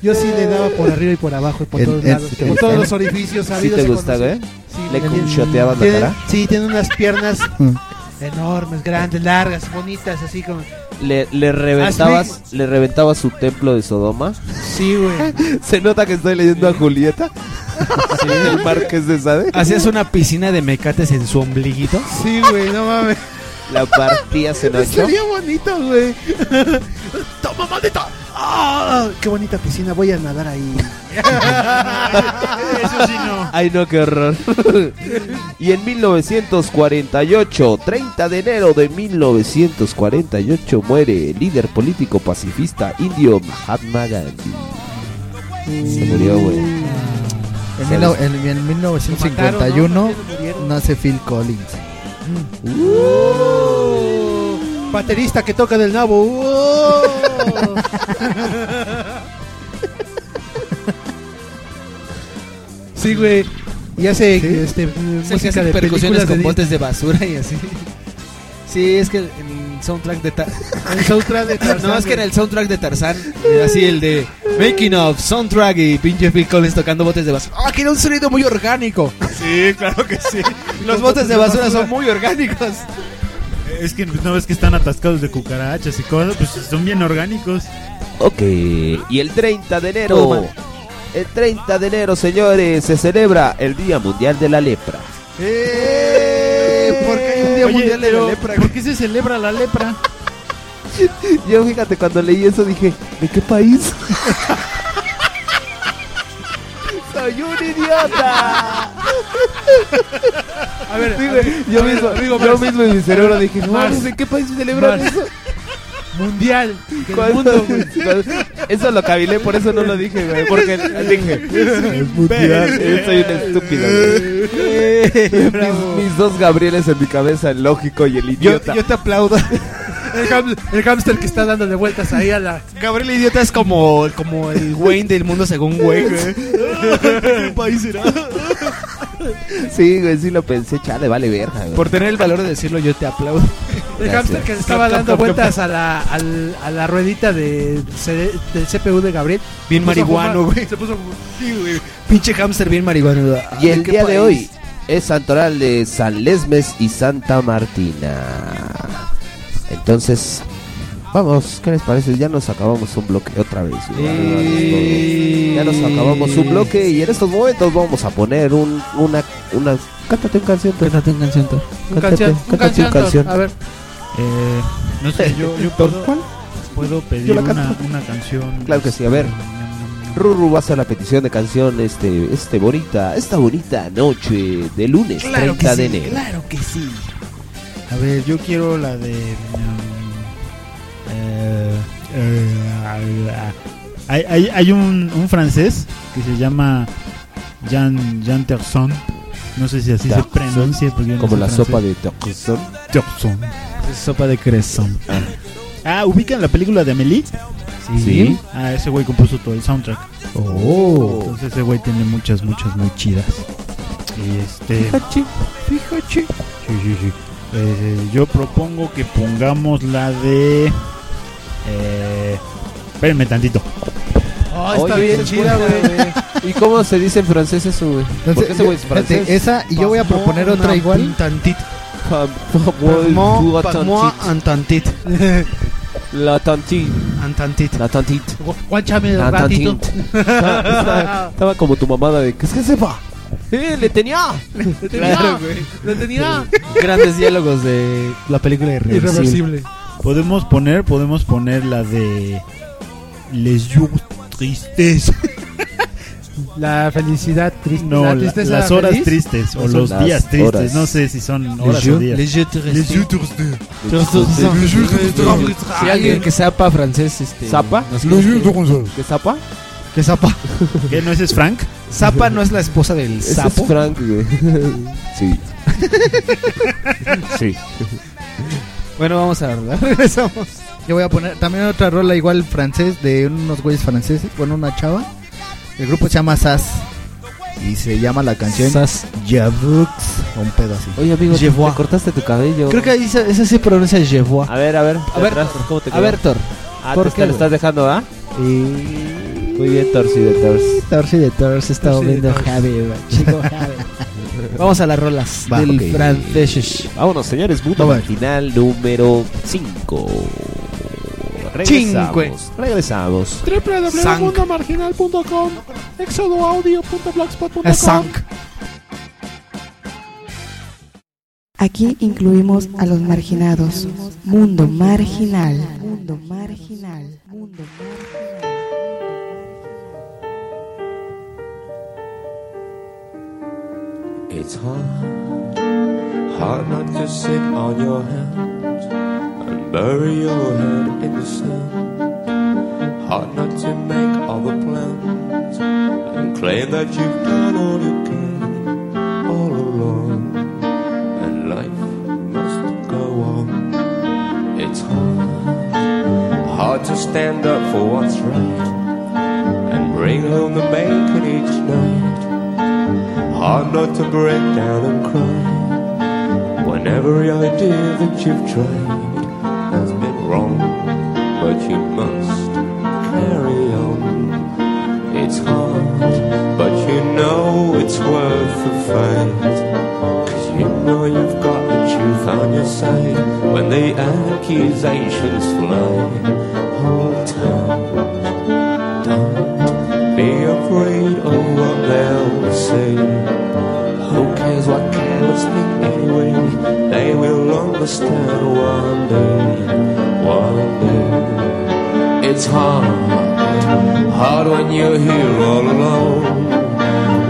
Speaker 4: Yo sí le daba por arriba y por abajo y por
Speaker 7: En-
Speaker 4: todos
Speaker 7: en-
Speaker 4: lados. ¿eh?
Speaker 7: sí te
Speaker 4: por
Speaker 7: gusta,
Speaker 4: todos
Speaker 7: ¿no?
Speaker 4: los orificios
Speaker 3: ¿Sí
Speaker 4: sabidos.
Speaker 3: te
Speaker 4: y
Speaker 3: gusta,
Speaker 4: conocidos.
Speaker 3: güey?
Speaker 4: Sí,
Speaker 3: ¿Le
Speaker 4: tiene-
Speaker 3: cuchoteabas la
Speaker 4: tiene-
Speaker 3: cara?
Speaker 4: Sí, tiene unas piernas enormes, grandes, largas, bonitas, así como.
Speaker 3: Le, le reventabas, le reventabas su templo de Sodoma.
Speaker 4: Sí, güey.
Speaker 3: *laughs* Se nota que estoy leyendo a Julieta. *laughs* El Marqués de Sade.
Speaker 2: ¿Hacías una piscina de mecates en su ombliguito?
Speaker 4: Sí, güey, no mames.
Speaker 3: La partías en ocho.
Speaker 4: Sería bonito, güey. Toma, maldita. Ah, qué bonita piscina, voy a nadar ahí.
Speaker 6: Eso sí no.
Speaker 3: Ay, no, qué horror. y en 1948, 30 de enero de 1948, muere el líder político pacifista indio Mahatma Gandhi. Se murió, güey.
Speaker 7: En, mil- en- en 1951 nace Phil Collins.
Speaker 4: Baterista que toca del nabo. ¡Oh! sí, güey. Y hace este, música
Speaker 2: percusiones
Speaker 4: de películas
Speaker 2: con
Speaker 4: de
Speaker 2: botes de basura y así. Sí, es que el, el soundtrack
Speaker 7: *laughs*
Speaker 2: de Tarzán.
Speaker 4: El soundtrack de Tarzán,
Speaker 2: No, es que en
Speaker 4: güey.
Speaker 2: el soundtrack de Tarzán, así el de Making of Soundtrack y pinche Phil Collins tocando botes de basura. ¡Ah, que era un sonido muy orgánico!
Speaker 6: Eh, Sí, claro que sí.
Speaker 2: Los botes de basura son muy orgánicos.
Speaker 6: Es que no ves que están atascados de cucarachas y cosas, pues son bien orgánicos.
Speaker 3: Ok, y el 30 de enero. El 30 de enero, señores, se celebra el Día Mundial de la Lepra.
Speaker 4: ¡Eh! ¿Por qué hay
Speaker 2: *laughs*
Speaker 4: un día
Speaker 5: Oye,
Speaker 4: mundial de la
Speaker 5: pero,
Speaker 4: lepra?
Speaker 5: ¿Por qué se celebra la lepra?
Speaker 3: Yo fíjate, cuando leí eso dije, ¿de qué país? Soy un idiota.
Speaker 4: A ver,
Speaker 3: *laughs* Dime, yo mismo, yo mismo en mi cerebro dije, no, mames,
Speaker 4: *laughs*
Speaker 3: ¿de qué país celebran
Speaker 12: Mars.
Speaker 3: eso?
Speaker 12: Mundial. del
Speaker 3: ¿Cuándo?
Speaker 12: mundo,
Speaker 3: *laughs*
Speaker 12: güey.
Speaker 3: Eso lo cabilé, por eso no lo dije, güey. Porque
Speaker 4: *laughs*
Speaker 3: dije, eh, soy un estúpido, güey. *laughs* mis, mis dos Gabrieles en mi cabeza, el lógico y el
Speaker 4: yo,
Speaker 3: idiota.
Speaker 4: yo te aplaudo.
Speaker 12: El, ham- el hámster que está dándole vueltas ahí a la.
Speaker 4: Gabriel Idiota es como, como el Wayne del mundo según Wayne. ¿Qué país será?
Speaker 3: *laughs* Sí, güey, sí lo pensé, chale, vale verga, güey.
Speaker 4: Por tener el valor de decirlo, yo te aplaudo.
Speaker 12: El
Speaker 3: Gracias.
Speaker 12: hámster que le estaba
Speaker 4: Cap, cap,
Speaker 12: dando
Speaker 4: cap,
Speaker 12: vueltas a la, al- a la ruedita de, C- del CPU de Gabriel.
Speaker 4: Bien
Speaker 12: Puso a
Speaker 4: marihuano,
Speaker 12: fumar-
Speaker 4: güey.
Speaker 12: Se puso a fumar.
Speaker 4: Sí, güey. Pinche hamster bien marihuano.
Speaker 3: Y el día de hoy es santoral de San Lesmes y Santa Martina. Entonces, vamos, ¿qué les parece? Ya nos acabamos un bloque otra vez. güey.
Speaker 4: Eh.
Speaker 3: Ya nos acabamos un bloque y en estos momentos vamos a poner un, una, una... Cántate un canción. Tor.
Speaker 13: Cántate una canción, Thor.
Speaker 12: Un canción, un
Speaker 3: cántate
Speaker 12: canción,
Speaker 3: un canción.
Speaker 12: A ver,
Speaker 6: Eh, no sé, yo,
Speaker 3: *laughs*
Speaker 6: yo puedo, puedo pedir
Speaker 3: Yo la
Speaker 6: una,
Speaker 3: canto.
Speaker 6: una canción.
Speaker 3: Claro que sí, a ver. Ruru va a hacer la petición de canción este, este bonita, esta bonita noche de lunes 30 de enero.
Speaker 6: Claro que sí. este, A ver, yo quiero la de. mm, eh, eh, ah, hay, hay- hay un, un francés que se llama Jean, Jean Terson. No sé si así se
Speaker 3: Terson.
Speaker 6: pronuncia. Porque yo no
Speaker 3: Como
Speaker 6: sé
Speaker 3: la
Speaker 6: francés.
Speaker 3: sopa de Torresón.
Speaker 6: Terson.
Speaker 4: Sopa de cresón.
Speaker 6: Ah, ¿ubican la película de Amelie?
Speaker 3: Sí.
Speaker 6: Ah, ese güey compuso todo el soundtrack.
Speaker 3: Oh.
Speaker 6: Entonces ese güey tiene muchas, muchas muy chidas. Y este. Sí, sí, sí. Eh, yo propongo que pongamos la de. Eh, espérenme tantito.
Speaker 3: Ah,
Speaker 12: oh, está bien chida, güey.
Speaker 3: ¿Y cómo se dice en francés eso, güey?
Speaker 7: Entonces,
Speaker 3: Porque ese güey es
Speaker 7: yo-
Speaker 3: francés.
Speaker 7: fíjate, esa y yo voy a proponer otra igual.
Speaker 4: Tantit.
Speaker 3: Moi-
Speaker 4: Moi antantit.
Speaker 3: *laughs* La tantite.
Speaker 4: Antantit.
Speaker 3: La tantite.
Speaker 12: Guáchame
Speaker 3: La
Speaker 12: un ratito.
Speaker 3: tantite. Estaba estaba como tu mamada de que es que sepa. ¡Eh, le tenía!
Speaker 12: Lo tenía, lo tenía.
Speaker 4: Grandes diálogos de la película de
Speaker 12: Irreversible.
Speaker 6: Podemos poner, podemos poner la de. Les jours
Speaker 3: *laughs*
Speaker 6: tristes.
Speaker 12: La felicidad triste.
Speaker 6: No, la- las horas tristes o
Speaker 3: Son
Speaker 6: los
Speaker 3: las
Speaker 6: días tristes.
Speaker 3: horas.
Speaker 6: No sé si son horas
Speaker 4: Les
Speaker 6: o días.
Speaker 4: yeux
Speaker 6: Les
Speaker 4: terrestres.
Speaker 6: yeux
Speaker 4: Si alguien que sepa francés, este.
Speaker 3: ¿Zapa? ¿Qué zapa?
Speaker 4: Que *laughs* zapa.
Speaker 6: ¿Qué no ese es Frank?
Speaker 4: Zapa no es la esposa del
Speaker 3: Ese es
Speaker 4: sapo.
Speaker 3: Frank, güey. *laughs* Sí. Sí.
Speaker 4: Bueno, vamos a
Speaker 2: *laughs*
Speaker 4: hablar. Regresamos.
Speaker 7: Yo voy a poner también otra rola igual francés de unos güeyes franceses, bueno, una chava. El grupo se llama Sass y se llama la canción
Speaker 4: Sas.
Speaker 7: Javux, o un pedo así.
Speaker 3: Oye, amigo,
Speaker 4: Je vois.
Speaker 3: te cortaste tu cabello.
Speaker 4: Creo que ahí se- esa sí pronuncia Jevois.
Speaker 3: A ver, a ver.
Speaker 4: A ver,
Speaker 3: atrás, ¿cómo te
Speaker 4: A ver, Thor.
Speaker 3: Ah,
Speaker 4: ¿por
Speaker 3: te
Speaker 4: qué,
Speaker 3: está-
Speaker 4: güey?
Speaker 3: lo estás dejando, ¿ah? Muy bien, torcido, torcido.
Speaker 4: Torsi de Thor se está
Speaker 12: Torsi de
Speaker 4: volviendo
Speaker 12: Thor.
Speaker 4: Javi, güey. Chico Javi.
Speaker 3: *laughs*
Speaker 4: Vamos a las rolas
Speaker 3: Va,
Speaker 4: del
Speaker 3: ok.
Speaker 4: francés.
Speaker 3: Vámonos, señores. Punto
Speaker 7: Vamos.
Speaker 3: final número 5. Regresamos.
Speaker 4: Cinque.
Speaker 3: Regresamos.
Speaker 4: Sank.
Speaker 14: www.marginal.com exodoaudio.blogspot.com
Speaker 4: Es Sank.
Speaker 15: Aquí incluimos a los marginados. Mundo marginal. Mundo marginal. Mundo marginal.
Speaker 2: It's hard, hard not to sit on your hands and bury your head in the sand. Hard not to make all the plans and claim that you've done all you can all along. And life must go on. It's hard, hard to stand up for what's right and bring home the bacon each night. Hard not to break down and cry when every idea that you've tried has been wrong, but you must carry on. It's hard, but you know it's worth the fight. Cause you know you've got the truth on your side when the accusations fly. Hold tight, don't be afraid of what they'll say. Who cares what kind it's hard, hard when you're here all alone.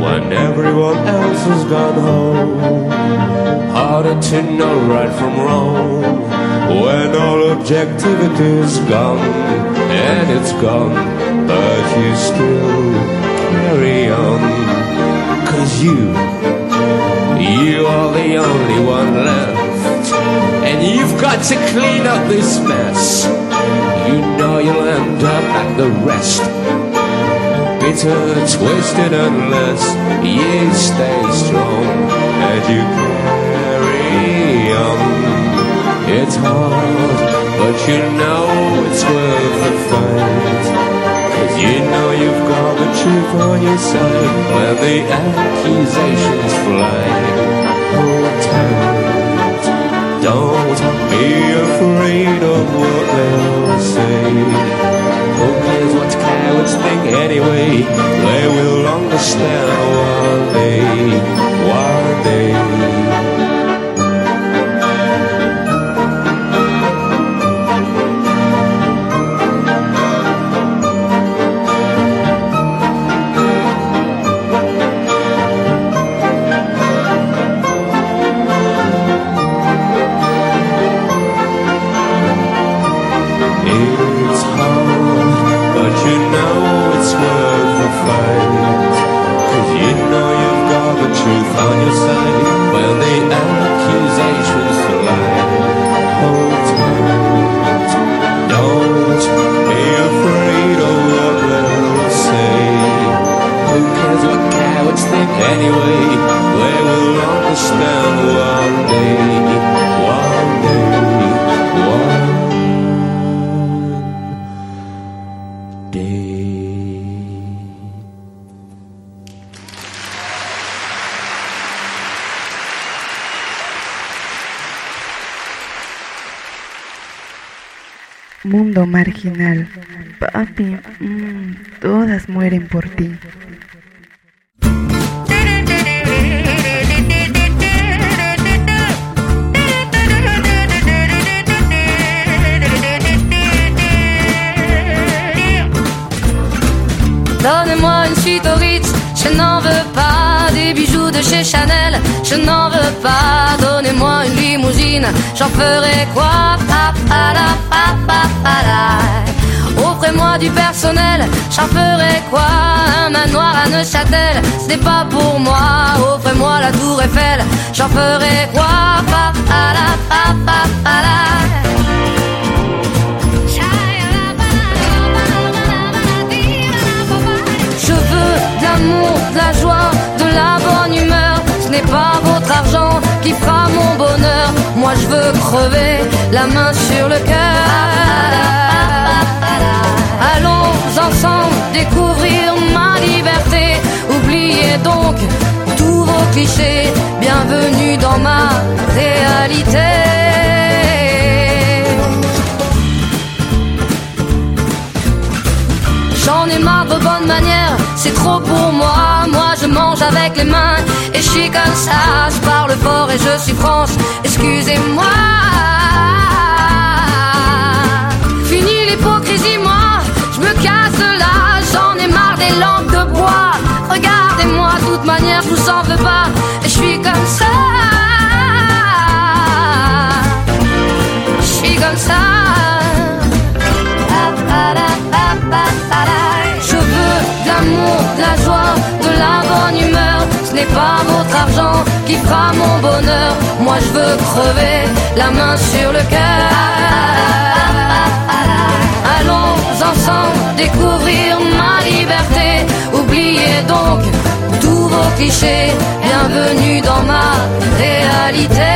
Speaker 2: When everyone else has gone home, harder to know right from wrong. When all objectivity is gone, and it's gone, but you still carry on. Cause you, you are the only one left, and you've got to clean up this mess. You know you'll end up like the rest bitter, twisted unless you stay strong and you carry on. It's hard, but you know it's worth the fight. Cause you know you've got the truth on your side when the accusations fly. Hold tight, don't be afraid of what they'll say. Who cares what cowards think anyway? They will understand one day, one day. It's hard, but you know it's worth the fight. Cause you know you've got the truth on your side. When the accusations lie, hold tight. Don't be afraid of what they'll say. Who cares what cowards think anyway? They will understand one day. One day, one day.
Speaker 15: Mundo marginal. Papi, mm, todas mueren por ti.
Speaker 16: Donnez-moi une suite au Ritz, je n'en veux pas des bijoux de chez Chanel, je n'en veux pas. Donnez-moi une limousine, j'en ferai quoi Pa, pa, la, pa, pa, pa, la. Offrez-moi du personnel, j'en ferai quoi Un manoir à Neuchâtel, ce n'est pas pour moi. Offrez-moi la tour Eiffel, j'en ferai quoi Pa, pa, la, pa, pa, pa, Je veux de l'amour, de la joie, de la bonne humeur. Ce n'est pas votre argent qui fera mon bonheur. Moi je veux crever la main sur le cœur. Allons ensemble découvrir ma liberté. Oubliez donc tous vos clichés. Bienvenue dans ma réalité. J'en ai marre de vos bonnes manières, c'est trop pour moi. Moi je mange avec les mains et je suis comme ça. Je parle fort et je suis franche, excusez-moi. Fini l'hypocrisie, moi je me casse de là. J'en ai marre des lampes de bois. Regardez-moi, de toute manière je vous en veux pas et je suis comme ça. Je suis comme ça. Je veux de l'amour, de la joie, de la bonne humeur. Ce n'est pas votre argent qui fera mon bonheur. Moi je veux crever la main sur le cœur. Allons ensemble découvrir ma liberté. Oubliez donc tous vos clichés. Bienvenue dans ma réalité.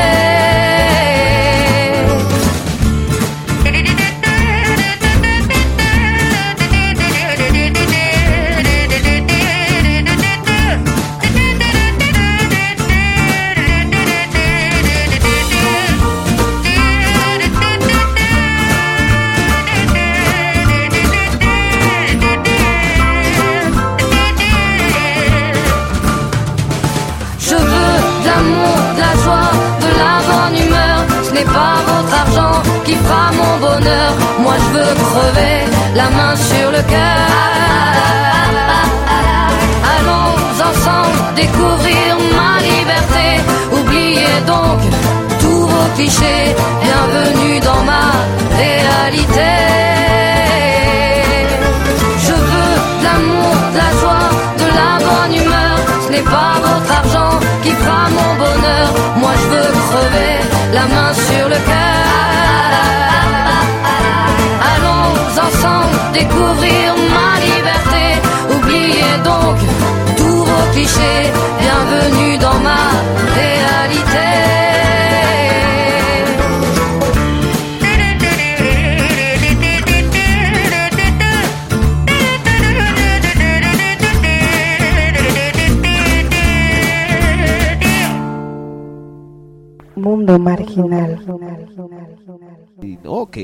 Speaker 16: Je veux de l'amour, de la joie, de la bonne humeur. Ce n'est pas votre argent qui fera mon bonheur. Moi, je veux crever la main le cœur. Allons ensemble découvrir ma liberté. Oubliez donc tous vos clichés. Bienvenue dans ma réalité. Je veux de l'amour, de la joie, de la bonne humeur. Ce n'est pas votre argent qui fera mon bonheur. Moi je veux crever la main sur le cœur. Allons ensemble découvrir ma liberté. Oubliez donc tous vos clichés. Bienvenue dans ma réalité.
Speaker 15: Mundo marginal.
Speaker 3: Y- Ok,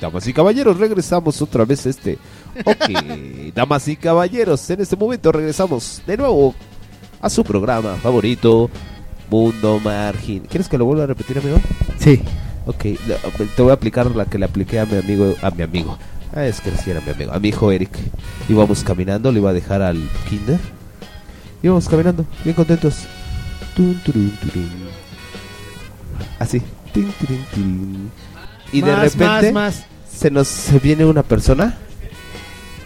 Speaker 3: damas y caballeros, regresamos otra vez a este. Ok, damas y caballeros, en este momento regresamos de nuevo a su programa favorito, Mundo Margin. ¿Quieres que lo vuelva a repetir, amigo?
Speaker 7: Sí.
Speaker 3: Ok, la- te voy a aplicar la que le apliqué a mi amigo. A mi amigo. Ah, es que sí era mi amigo. A mi hijo Eric. Íbamos caminando, le iba a dejar al kinder. Íbamos caminando, bien contentos. Tun, turun, turun. Así. Tin, tirin, tin. Y de
Speaker 4: Más,
Speaker 3: repente
Speaker 4: más, más.
Speaker 3: se nos se viene una persona.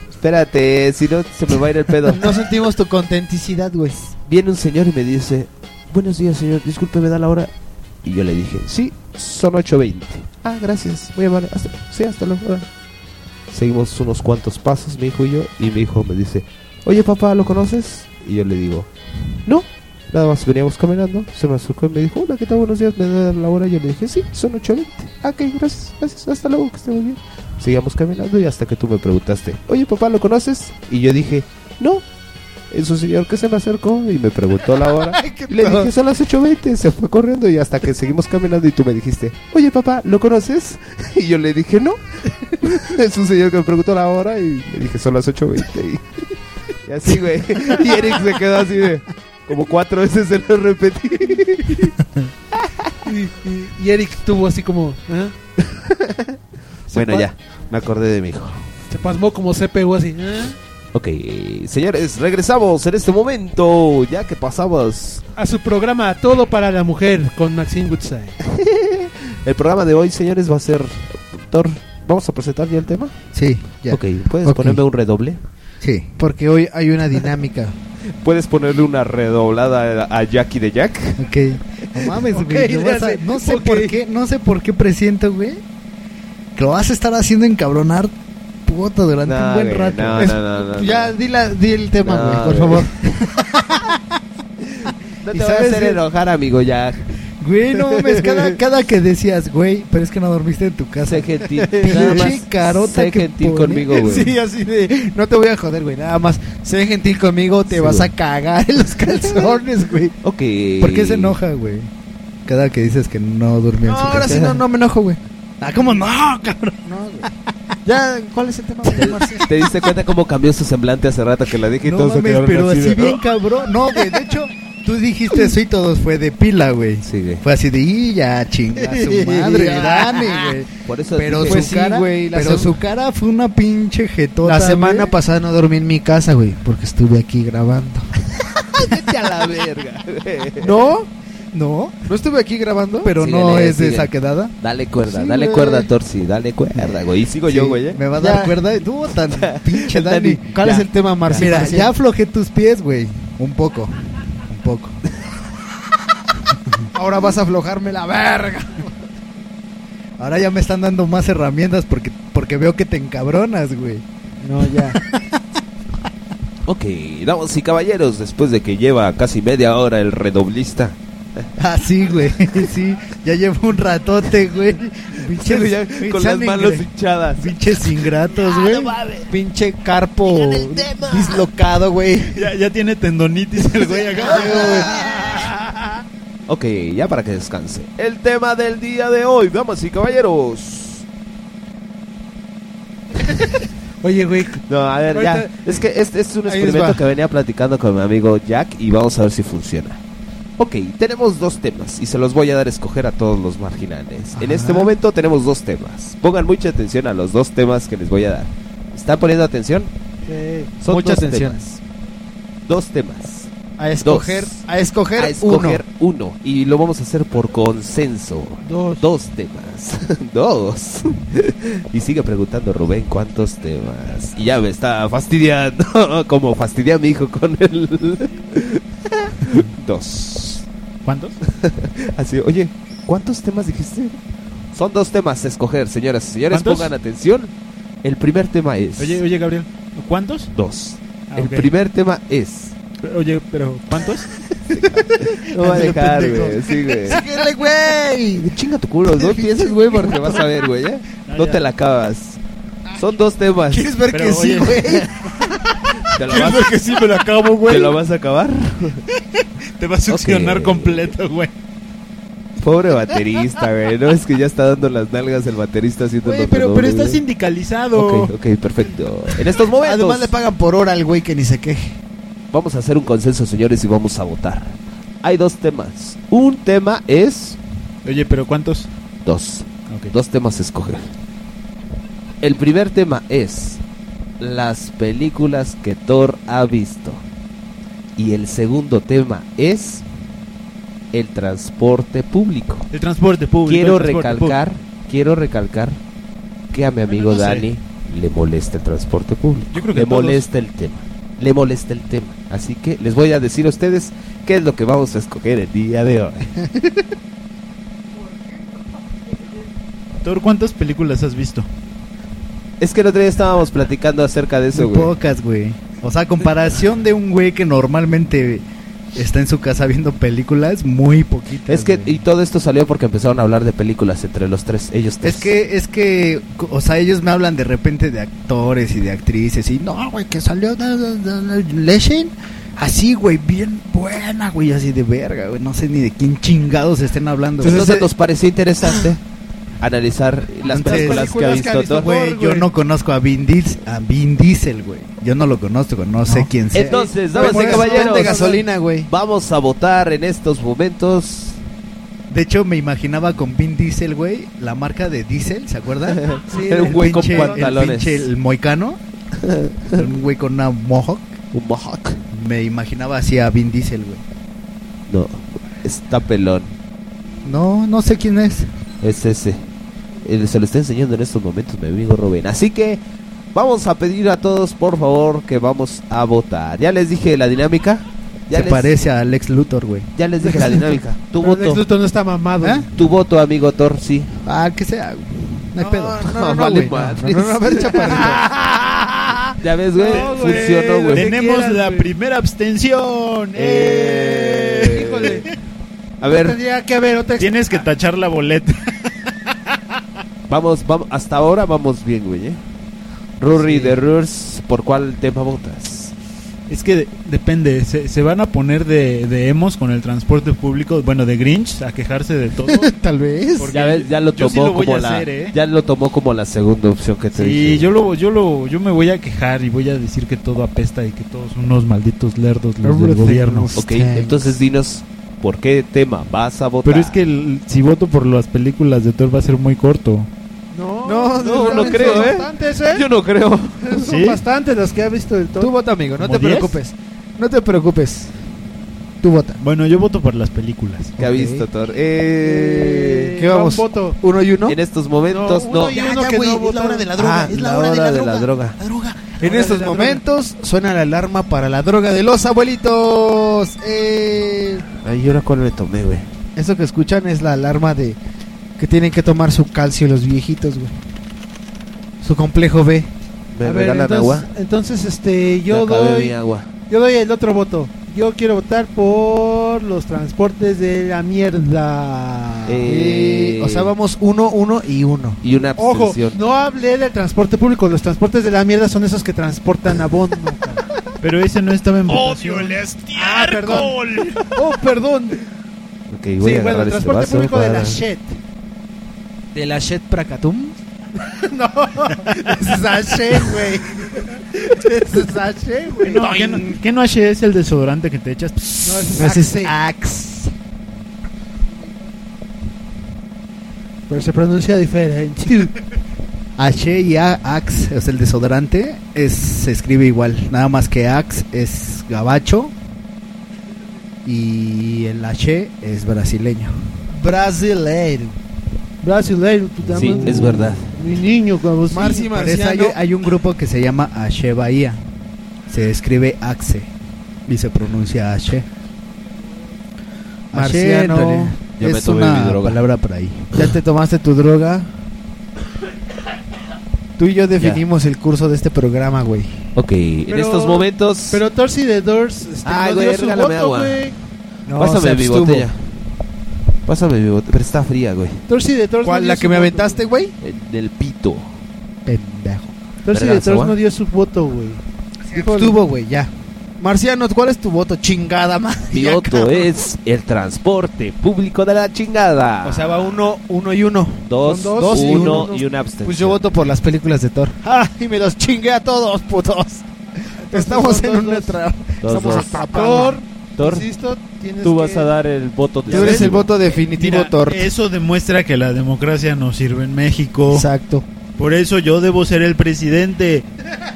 Speaker 3: Espérate, si no se me va a ir el
Speaker 4: *laughs*
Speaker 3: pedo.
Speaker 7: No sentimos tu contenticidad, güey.
Speaker 3: Viene un señor y me dice, buenos días señor, disculpe, me da la hora. Y yo le dije, sí, son 8.20. Ah, gracias. Muy amable. Hasta, sí, hasta luego. Seguimos unos cuantos pasos, mi hijo y yo, y mi hijo me dice, oye papá, ¿lo conoces? Y yo le digo, no. Nada más veníamos caminando, se me acercó y me dijo, hola, ¿qué tal? Buenos días, me da la hora. Y yo le dije, sí, son 8.20. Ah, ok, gracias, gracias, hasta luego, que esté muy bien. Seguimos caminando y hasta que tú me preguntaste, oye papá, ¿lo conoces? Y yo dije, no. Es un señor que se me acercó y me preguntó la hora. Y le dije, son las 8.20, se fue corriendo y hasta que seguimos caminando y tú me dijiste, oye papá, ¿lo conoces? *laughs* Y yo le dije, no. *laughs* es un señor que me preguntó la hora y le dije, son las 8.20. Y, y así, güey. Y Eric se quedó así de, como cuatro veces se lo *laughs* repetí.
Speaker 4: Y, y- y Eric tuvo así como. ¿eh?
Speaker 3: *laughs* Bueno, ya, me acordé de mi hijo.
Speaker 4: Se pasmó como CPU así. ¿eh?
Speaker 3: Ok, señores, regresamos en este momento, ya que pasamos
Speaker 4: A su programa Todo para la Mujer con
Speaker 3: *laughs*
Speaker 4: Maxine Woodside.
Speaker 3: El programa de hoy, señores, va a ser. Doctor, ¿vamos a presentar ya el tema?
Speaker 7: Sí, ya.
Speaker 3: Ok, ¿puedes
Speaker 7: Ok.
Speaker 3: ponerme un redoble?
Speaker 7: Sí. Porque hoy hay una dinámica.
Speaker 3: ¿Puedes ponerle una redoblada a a Jackie de Jack?
Speaker 7: Ok. No mames, güey,
Speaker 4: Ok,
Speaker 7: lo
Speaker 4: le
Speaker 7: vas a-
Speaker 4: hace-
Speaker 7: no sé por qué, no sé por qué presiento, güey, que lo vas a estar haciendo encabronar puta durante
Speaker 3: No,
Speaker 7: un buen
Speaker 3: güey,
Speaker 7: rato.
Speaker 3: no,
Speaker 7: Es-
Speaker 3: no, no, no,
Speaker 7: *laughs* ya di la- di el tema,
Speaker 3: No,
Speaker 7: güey, por
Speaker 3: güey.
Speaker 7: favor.
Speaker 3: No
Speaker 7: te voy a hacer
Speaker 3: enojar, amigo Jack.
Speaker 7: Güey,
Speaker 3: *laughs*
Speaker 7: no mames, *laughs* cada, cada que decías, güey, pero es que no dormiste en tu casa. Sé
Speaker 3: gentil,
Speaker 2: nada más
Speaker 7: carota
Speaker 2: sé
Speaker 7: que
Speaker 2: gentil
Speaker 7: pones.
Speaker 2: conmigo, güey.
Speaker 7: Sí, así de, no te voy a joder, güey, nada más, sé gentil conmigo, te
Speaker 3: Sí,
Speaker 7: vas
Speaker 3: güey.
Speaker 7: a cagar en los
Speaker 4: *laughs*
Speaker 7: calzones, güey.
Speaker 3: Ok.
Speaker 7: ¿Por qué se enoja, güey? Cada que dices que no durmió en su
Speaker 3: No, ahora
Speaker 7: casa.
Speaker 3: sí no-
Speaker 7: me enojo, güey. Ah, ¿cómo no, cabrón? Ya, ¿cuál es el tema? güey, Marce?
Speaker 3: ¿Te diste cuenta cómo cambió su semblante hace rato que la dije y
Speaker 7: No
Speaker 3: todos se
Speaker 7: mames,
Speaker 3: quedaron
Speaker 7: pero
Speaker 3: así
Speaker 7: así
Speaker 3: de- "Oh".
Speaker 7: bien cabrón. No, güey, de hecho, tú dijiste eso y todos fue de pila, güey.
Speaker 3: Sí, güey.
Speaker 7: Fue así de, y ya, chinga *laughs* su
Speaker 3: *laughs*
Speaker 7: madre, dame, güey.
Speaker 3: Por eso
Speaker 7: Pero
Speaker 2: Pues
Speaker 3: dije-
Speaker 7: Pues
Speaker 3: "Pues
Speaker 7: su cara, pero su cara fue una pinche
Speaker 2: La
Speaker 7: jetota.
Speaker 2: semana
Speaker 7: güey.
Speaker 2: pasada no dormí en mi casa, güey, porque estuve aquí grabando.
Speaker 3: *laughs* Vete a la verga, güey.
Speaker 7: ¿No? ¿No? ¿No estuve aquí grabando? Pero
Speaker 3: Síguele,
Speaker 7: no es de
Speaker 3: síguele.
Speaker 7: esa quedada.
Speaker 3: Dale cuerda,
Speaker 7: Sí,
Speaker 3: dale
Speaker 7: güey.
Speaker 3: cuerda, Torsi, dale cuerda, güey. Y sigo yo,
Speaker 7: Sí,
Speaker 3: güey. ¿eh?
Speaker 7: Me va a dar
Speaker 2: Ya.
Speaker 7: cuerda. y Tú, tan
Speaker 3: *laughs*
Speaker 7: pinche Dani.
Speaker 2: Dani, ¿cuál es el tema, Marce?
Speaker 7: Mira,
Speaker 2: Marce.
Speaker 7: ya aflojé tus pies, güey. Un poco. Un poco. Ahora vas a aflojarme la verga. Ahora ya me están dando más herramientas porque, porque veo que te encabronas, güey.
Speaker 4: No, ya.
Speaker 3: Ok, damas y caballeros, después de que lleva casi media hora el redoblista.
Speaker 7: Ah, sí, güey. *laughs* Sí, ya llevo un ratote, güey. Pinches,
Speaker 3: Sí, ya, con las manos hinchadas.
Speaker 7: Pinches ingratos, güey. Pinche carpo dislocado, güey. Ah,
Speaker 6: Ya, ya tiene tendonitis el güey acá.
Speaker 3: Ok, ya para que descanse. El tema del día de hoy, damas y caballeros.
Speaker 4: Oye, güey.
Speaker 3: No, a ver, ya. Es que este es un
Speaker 4: Ahí les
Speaker 3: experimento
Speaker 4: va.
Speaker 3: que venía platicando con mi amigo Jack y vamos a ver si funciona. Ok, tenemos dos temas y se los voy a dar a escoger a todos los marginales. En este momento tenemos dos temas. Pongan mucha atención a los dos temas que les voy a dar. ¿Están poniendo atención?
Speaker 4: Sí.
Speaker 3: Son
Speaker 7: Mucha
Speaker 3: dos
Speaker 7: atención.
Speaker 3: temas. Dos temas.
Speaker 7: A escoger- a escoger
Speaker 3: a escoger uno. Y lo vamos a hacer por consenso.
Speaker 4: Dos.
Speaker 3: temas. *laughs* Dos. y sigue preguntando Rubén cuántos temas. Y ya me está fastidiando. *laughs* Como fastidia a mi hijo con el. *laughs* dos.
Speaker 5: ¿Cuántos?
Speaker 3: *laughs* Así, oye, ¿cuántos temas dijiste? Son dos temas a escoger, señoras y señores.
Speaker 5: ¿Cuántos?
Speaker 3: Pongan atención. El primer tema es.
Speaker 5: Oye, oye, Gabriel, ¿cuántos?
Speaker 3: Dos.
Speaker 5: Ah,
Speaker 3: el
Speaker 5: ok.
Speaker 3: primer tema es.
Speaker 5: Oye, pero
Speaker 3: *laughs*
Speaker 5: ¿cuántos?
Speaker 3: No va a dejar, güey. Sí, güey.
Speaker 7: ¡Síguele, güey!
Speaker 3: Chinga tu culo, no pienses, güey, porque vas a ver, güey. ¿eh? No te la acabas. Son dos temas.
Speaker 7: ¿Quieres ver que sí, güey?
Speaker 3: ¿Te lo
Speaker 5: ¿Quieres
Speaker 3: vas,
Speaker 5: ver que sí me lo acabo, güey?
Speaker 3: ¿Te lo vas a acabar?
Speaker 5: Te va a succionar
Speaker 3: Ok.
Speaker 5: completo, güey.
Speaker 3: Pobre baterista, güey. No es que ya está dando las nalgas el baterista haciendo
Speaker 5: Güey,
Speaker 3: lo que
Speaker 5: pero,
Speaker 3: no,
Speaker 5: pero
Speaker 3: güey.
Speaker 5: está sindicalizado.
Speaker 3: Ok, ok, perfecto. En estos momentos.
Speaker 7: Además le pagan por hora al güey que ni se queje.
Speaker 3: Vamos a hacer un consenso, señores, y vamos a votar. Hay dos temas. Un tema es.
Speaker 5: Oye, pero ¿cuántos?
Speaker 3: Dos. Dos temas a escoger. El primer tema es las películas que Thor ha visto. Y el segundo tema es el transporte público.
Speaker 5: El transporte público.
Speaker 3: quiero
Speaker 5: el transporte
Speaker 3: recalcar, quiero recalcar que a mi amigo
Speaker 5: no sé.
Speaker 3: Dani le molesta el transporte público.
Speaker 5: Yo creo que
Speaker 3: le
Speaker 5: a todos.
Speaker 3: molesta el tema. Le molesta el tema. Así que les voy a decir a ustedes qué es lo que vamos a escoger el día de hoy.
Speaker 5: público. Thor, ¿cuántas películas has visto?
Speaker 3: Es que el otro día estábamos platicando acerca de eso,
Speaker 7: Muy
Speaker 3: güey.
Speaker 7: pocas, güey. O sea, a comparación de un güey que normalmente está en su casa viendo películas, muy poquitas.
Speaker 3: Es que, y todo esto salió porque empezaron a hablar de películas entre los tres, ellos tres.
Speaker 7: Es que, es que, o sea, ellos me hablan de repente de actores y de actrices y no, güey, que salió da- da- da- da- Legend. Así, güey, bien buena, güey, así de verga, güey. No sé ni de quién chingados estén hablando. güey.
Speaker 3: Entonces, Pues nos pareció interesante analizar las
Speaker 7: Entonces,
Speaker 3: películas que ha visto Thor.
Speaker 7: güey, yo no conozco a Vin Diesel, a Vin Diesel, güey. Yo no lo conozco, no, sé quién sea.
Speaker 3: Entonces, damas y
Speaker 7: Por eso
Speaker 3: caballeros,
Speaker 7: vende gasolina, güey.
Speaker 3: Vamos a votar en estos momentos.
Speaker 7: De hecho, me imaginaba con Vin Diesel, güey, la marca de Diesel, ¿se acuerdan?
Speaker 3: *laughs* Sí, Era un güey con pantalones.
Speaker 7: El pinche, el moicano.
Speaker 3: *laughs*
Speaker 7: un güey con una mohawk.
Speaker 3: Un mohawk.
Speaker 7: Me imaginaba así a Vin Diesel, güey.
Speaker 3: No, está pelón.
Speaker 7: No, no sé quién es.
Speaker 3: Es ese. Eh, Se lo está enseñando en estos momentos mi amigo Rubén. Así que vamos a pedir a todos, por favor, que vamos a votar. Ya les dije la dinámica. Ya
Speaker 7: Se
Speaker 3: les-
Speaker 7: parece a Lex Luthor, güey.
Speaker 3: Ya les dije la dinámica. Tu
Speaker 4: Pero Lex
Speaker 3: voto.
Speaker 4: Luthor no está mamado.
Speaker 3: Tu voto, amigo Thor, sí.
Speaker 7: Ah, que sea, güey. No hay pedo.
Speaker 3: no,
Speaker 7: *laughs*
Speaker 3: no, vale
Speaker 7: güey,
Speaker 3: madres.
Speaker 7: no, no, no, a *laughs* ver, chaparrito.
Speaker 3: Ya ves, güey.
Speaker 5: güey,
Speaker 3: Funcionó,
Speaker 5: lo que
Speaker 3: güey.
Speaker 5: Tenemos la primera abstención. ¡Eh!
Speaker 3: Híjole. A ver,
Speaker 4: Tendría que haber otra.
Speaker 5: Tienes que tachar la boleta.
Speaker 3: vamos, vamos. Hasta ahora vamos bien, güey. ¿eh? Rurri de Rurs, ¿por cuál tema votas?
Speaker 5: Es que de- depende, se, se van a poner de, de emos con el transporte público, bueno, de Grinch, a quejarse de todo.
Speaker 7: Tal vez.
Speaker 5: Porque
Speaker 3: Ya ves, ya lo
Speaker 5: yo
Speaker 3: tomó
Speaker 5: sí lo voy
Speaker 3: como
Speaker 5: a
Speaker 3: la,
Speaker 5: hacer, ¿eh?
Speaker 3: ya lo tomó como la segunda opción que te dije.
Speaker 5: Sí, yo lo, yo lo, yo me voy a quejar y voy a decir que todo apesta y que todos son unos malditos lerdos los del
Speaker 6: Everything
Speaker 5: gobierno.
Speaker 6: was-
Speaker 3: Ok, entonces dinos por qué tema vas a votar.
Speaker 6: Pero es que el- si voto por las películas de Thor va a ser muy corto.
Speaker 4: No,
Speaker 3: no, no, no creo,
Speaker 4: son
Speaker 3: ¿eh?
Speaker 4: Bastantes, ¿eh?
Speaker 3: Yo no creo.
Speaker 4: Son
Speaker 6: ¿Sí?
Speaker 4: bastantes los que ha visto el
Speaker 7: Tú
Speaker 4: Thor.
Speaker 7: vota, amigo, no
Speaker 6: ¿Como
Speaker 7: te
Speaker 6: diez?
Speaker 7: preocupes. No te preocupes. Tú vota.
Speaker 6: Bueno, yo voto por las películas.
Speaker 3: ¿Qué ha
Speaker 7: Ok.
Speaker 3: visto, Thor? Eh,
Speaker 7: ¿Qué vamos?
Speaker 4: Un voto.
Speaker 7: ¿Uno y uno?
Speaker 3: En estos momentos no.
Speaker 4: uno y uno que no votó.
Speaker 3: Ah, la hora de la droga.
Speaker 7: En estos momentos suena la alarma para la droga de los abuelitos. Eh,
Speaker 3: Ay, ¿y ahora cuál me tomé, güey?
Speaker 7: eso que escuchan es la alarma de que tienen que tomar su calcio los viejitos, güey. Su complejo B.
Speaker 3: ¿Me
Speaker 4: A ver,
Speaker 3: regalan
Speaker 4: entonces,
Speaker 3: agua?
Speaker 4: entonces, este, yo
Speaker 3: Me acabé mi
Speaker 4: doy,
Speaker 3: agua.
Speaker 4: yo doy el otro voto. Yo quiero votar por los transportes de la mierda.
Speaker 3: Eh,
Speaker 7: Eh, o sea, vamos uno, uno y uno.
Speaker 3: Y una
Speaker 4: Ojo,
Speaker 3: abstención.
Speaker 4: no hablé del transporte público. Los transportes de la mierda son esos que
Speaker 3: *laughs*
Speaker 4: transportan abono. cabrón.
Speaker 6: Pero ese no estaba en
Speaker 5: ¡Odio
Speaker 6: votación.
Speaker 5: el
Speaker 4: ah, perdón. Oh, perdón.
Speaker 3: Ok, voy
Speaker 4: sí,
Speaker 3: a
Speaker 4: bueno,
Speaker 3: agarrar
Speaker 4: el
Speaker 3: este
Speaker 4: transporte
Speaker 3: vaso
Speaker 4: público de
Speaker 3: para-
Speaker 4: la shit.
Speaker 7: ¿De la Shed Pracatum?
Speaker 4: *laughs* No, es Sachet, güey. Es Sachet, güey.
Speaker 6: No, ¿qué no, qué no H es el desodorante que te echas?
Speaker 4: No, es
Speaker 7: Gracias.
Speaker 4: Axe.
Speaker 7: Axe.
Speaker 4: Pero se pronuncia diferente.
Speaker 7: H y A, Axe, es el desodorante, es, se escribe igual, nada más que Axe es gabacho y el H es brasileño.
Speaker 4: Brasileiro. Brasileiro, tú
Speaker 3: Sí,
Speaker 4: también.
Speaker 3: es verdad.
Speaker 4: Mi niño, cuando
Speaker 7: Sí, por eso hay, hay un grupo que se llama H Bahía, se escribe Axe y se pronuncia H.
Speaker 3: Marciano,
Speaker 7: H, en realidad,
Speaker 3: ya me
Speaker 7: es
Speaker 3: tomé
Speaker 7: una
Speaker 3: mi droga.
Speaker 7: palabra por ahí.
Speaker 3: ¿Ya
Speaker 7: te tomaste tu droga? Tú y yo definimos el curso de este programa, güey.
Speaker 3: Ok, en estos momentos.
Speaker 4: Pero Torsi de Doors. Este,
Speaker 3: Ay,
Speaker 4: no
Speaker 3: güey,
Speaker 4: dio su
Speaker 3: regálame
Speaker 4: voto,
Speaker 3: agua.
Speaker 4: güey.
Speaker 7: No, se
Speaker 3: Pásame mi
Speaker 7: abstuvo.
Speaker 3: botella. Pásame mi botella. Pero está fría, güey.
Speaker 4: Torsi de Doors.
Speaker 7: ¿Cuál,
Speaker 4: no
Speaker 7: la
Speaker 4: dio
Speaker 7: que
Speaker 4: su
Speaker 7: me
Speaker 4: voto.
Speaker 7: aventaste, güey?
Speaker 3: Eh, Del pito.
Speaker 7: Pendejo.
Speaker 4: Torsi de
Speaker 3: Vergas,
Speaker 4: Doors
Speaker 3: agua.
Speaker 4: no dio su voto, güey.
Speaker 7: pues, Estuvo, güey, ya. Marciano, ¿cuál es tu voto? Chingada, madre.
Speaker 3: Mi voto es el transporte público de la chingada.
Speaker 2: O sea, va uno, uno y
Speaker 4: *laughs*
Speaker 2: uno.
Speaker 3: dos,
Speaker 2: son dos y
Speaker 3: uno
Speaker 2: uno.
Speaker 3: y un abstención.
Speaker 2: Pues yo voto por las películas de Thor.
Speaker 7: ¡Ah! Y me los chingué a todos, putos. Estamos en una tra...
Speaker 3: Dos,
Speaker 7: Estamos
Speaker 3: dos.
Speaker 7: atrapados.
Speaker 3: Thor,
Speaker 4: Insisto, tienes
Speaker 3: tú
Speaker 4: que-
Speaker 3: vas a dar el voto. de-
Speaker 2: Tú eres el voto definitivo,
Speaker 5: Mira,
Speaker 2: Thor.
Speaker 5: Eso demuestra que la democracia no sirve en México.
Speaker 7: Exacto.
Speaker 5: Por eso yo debo ser el presidente.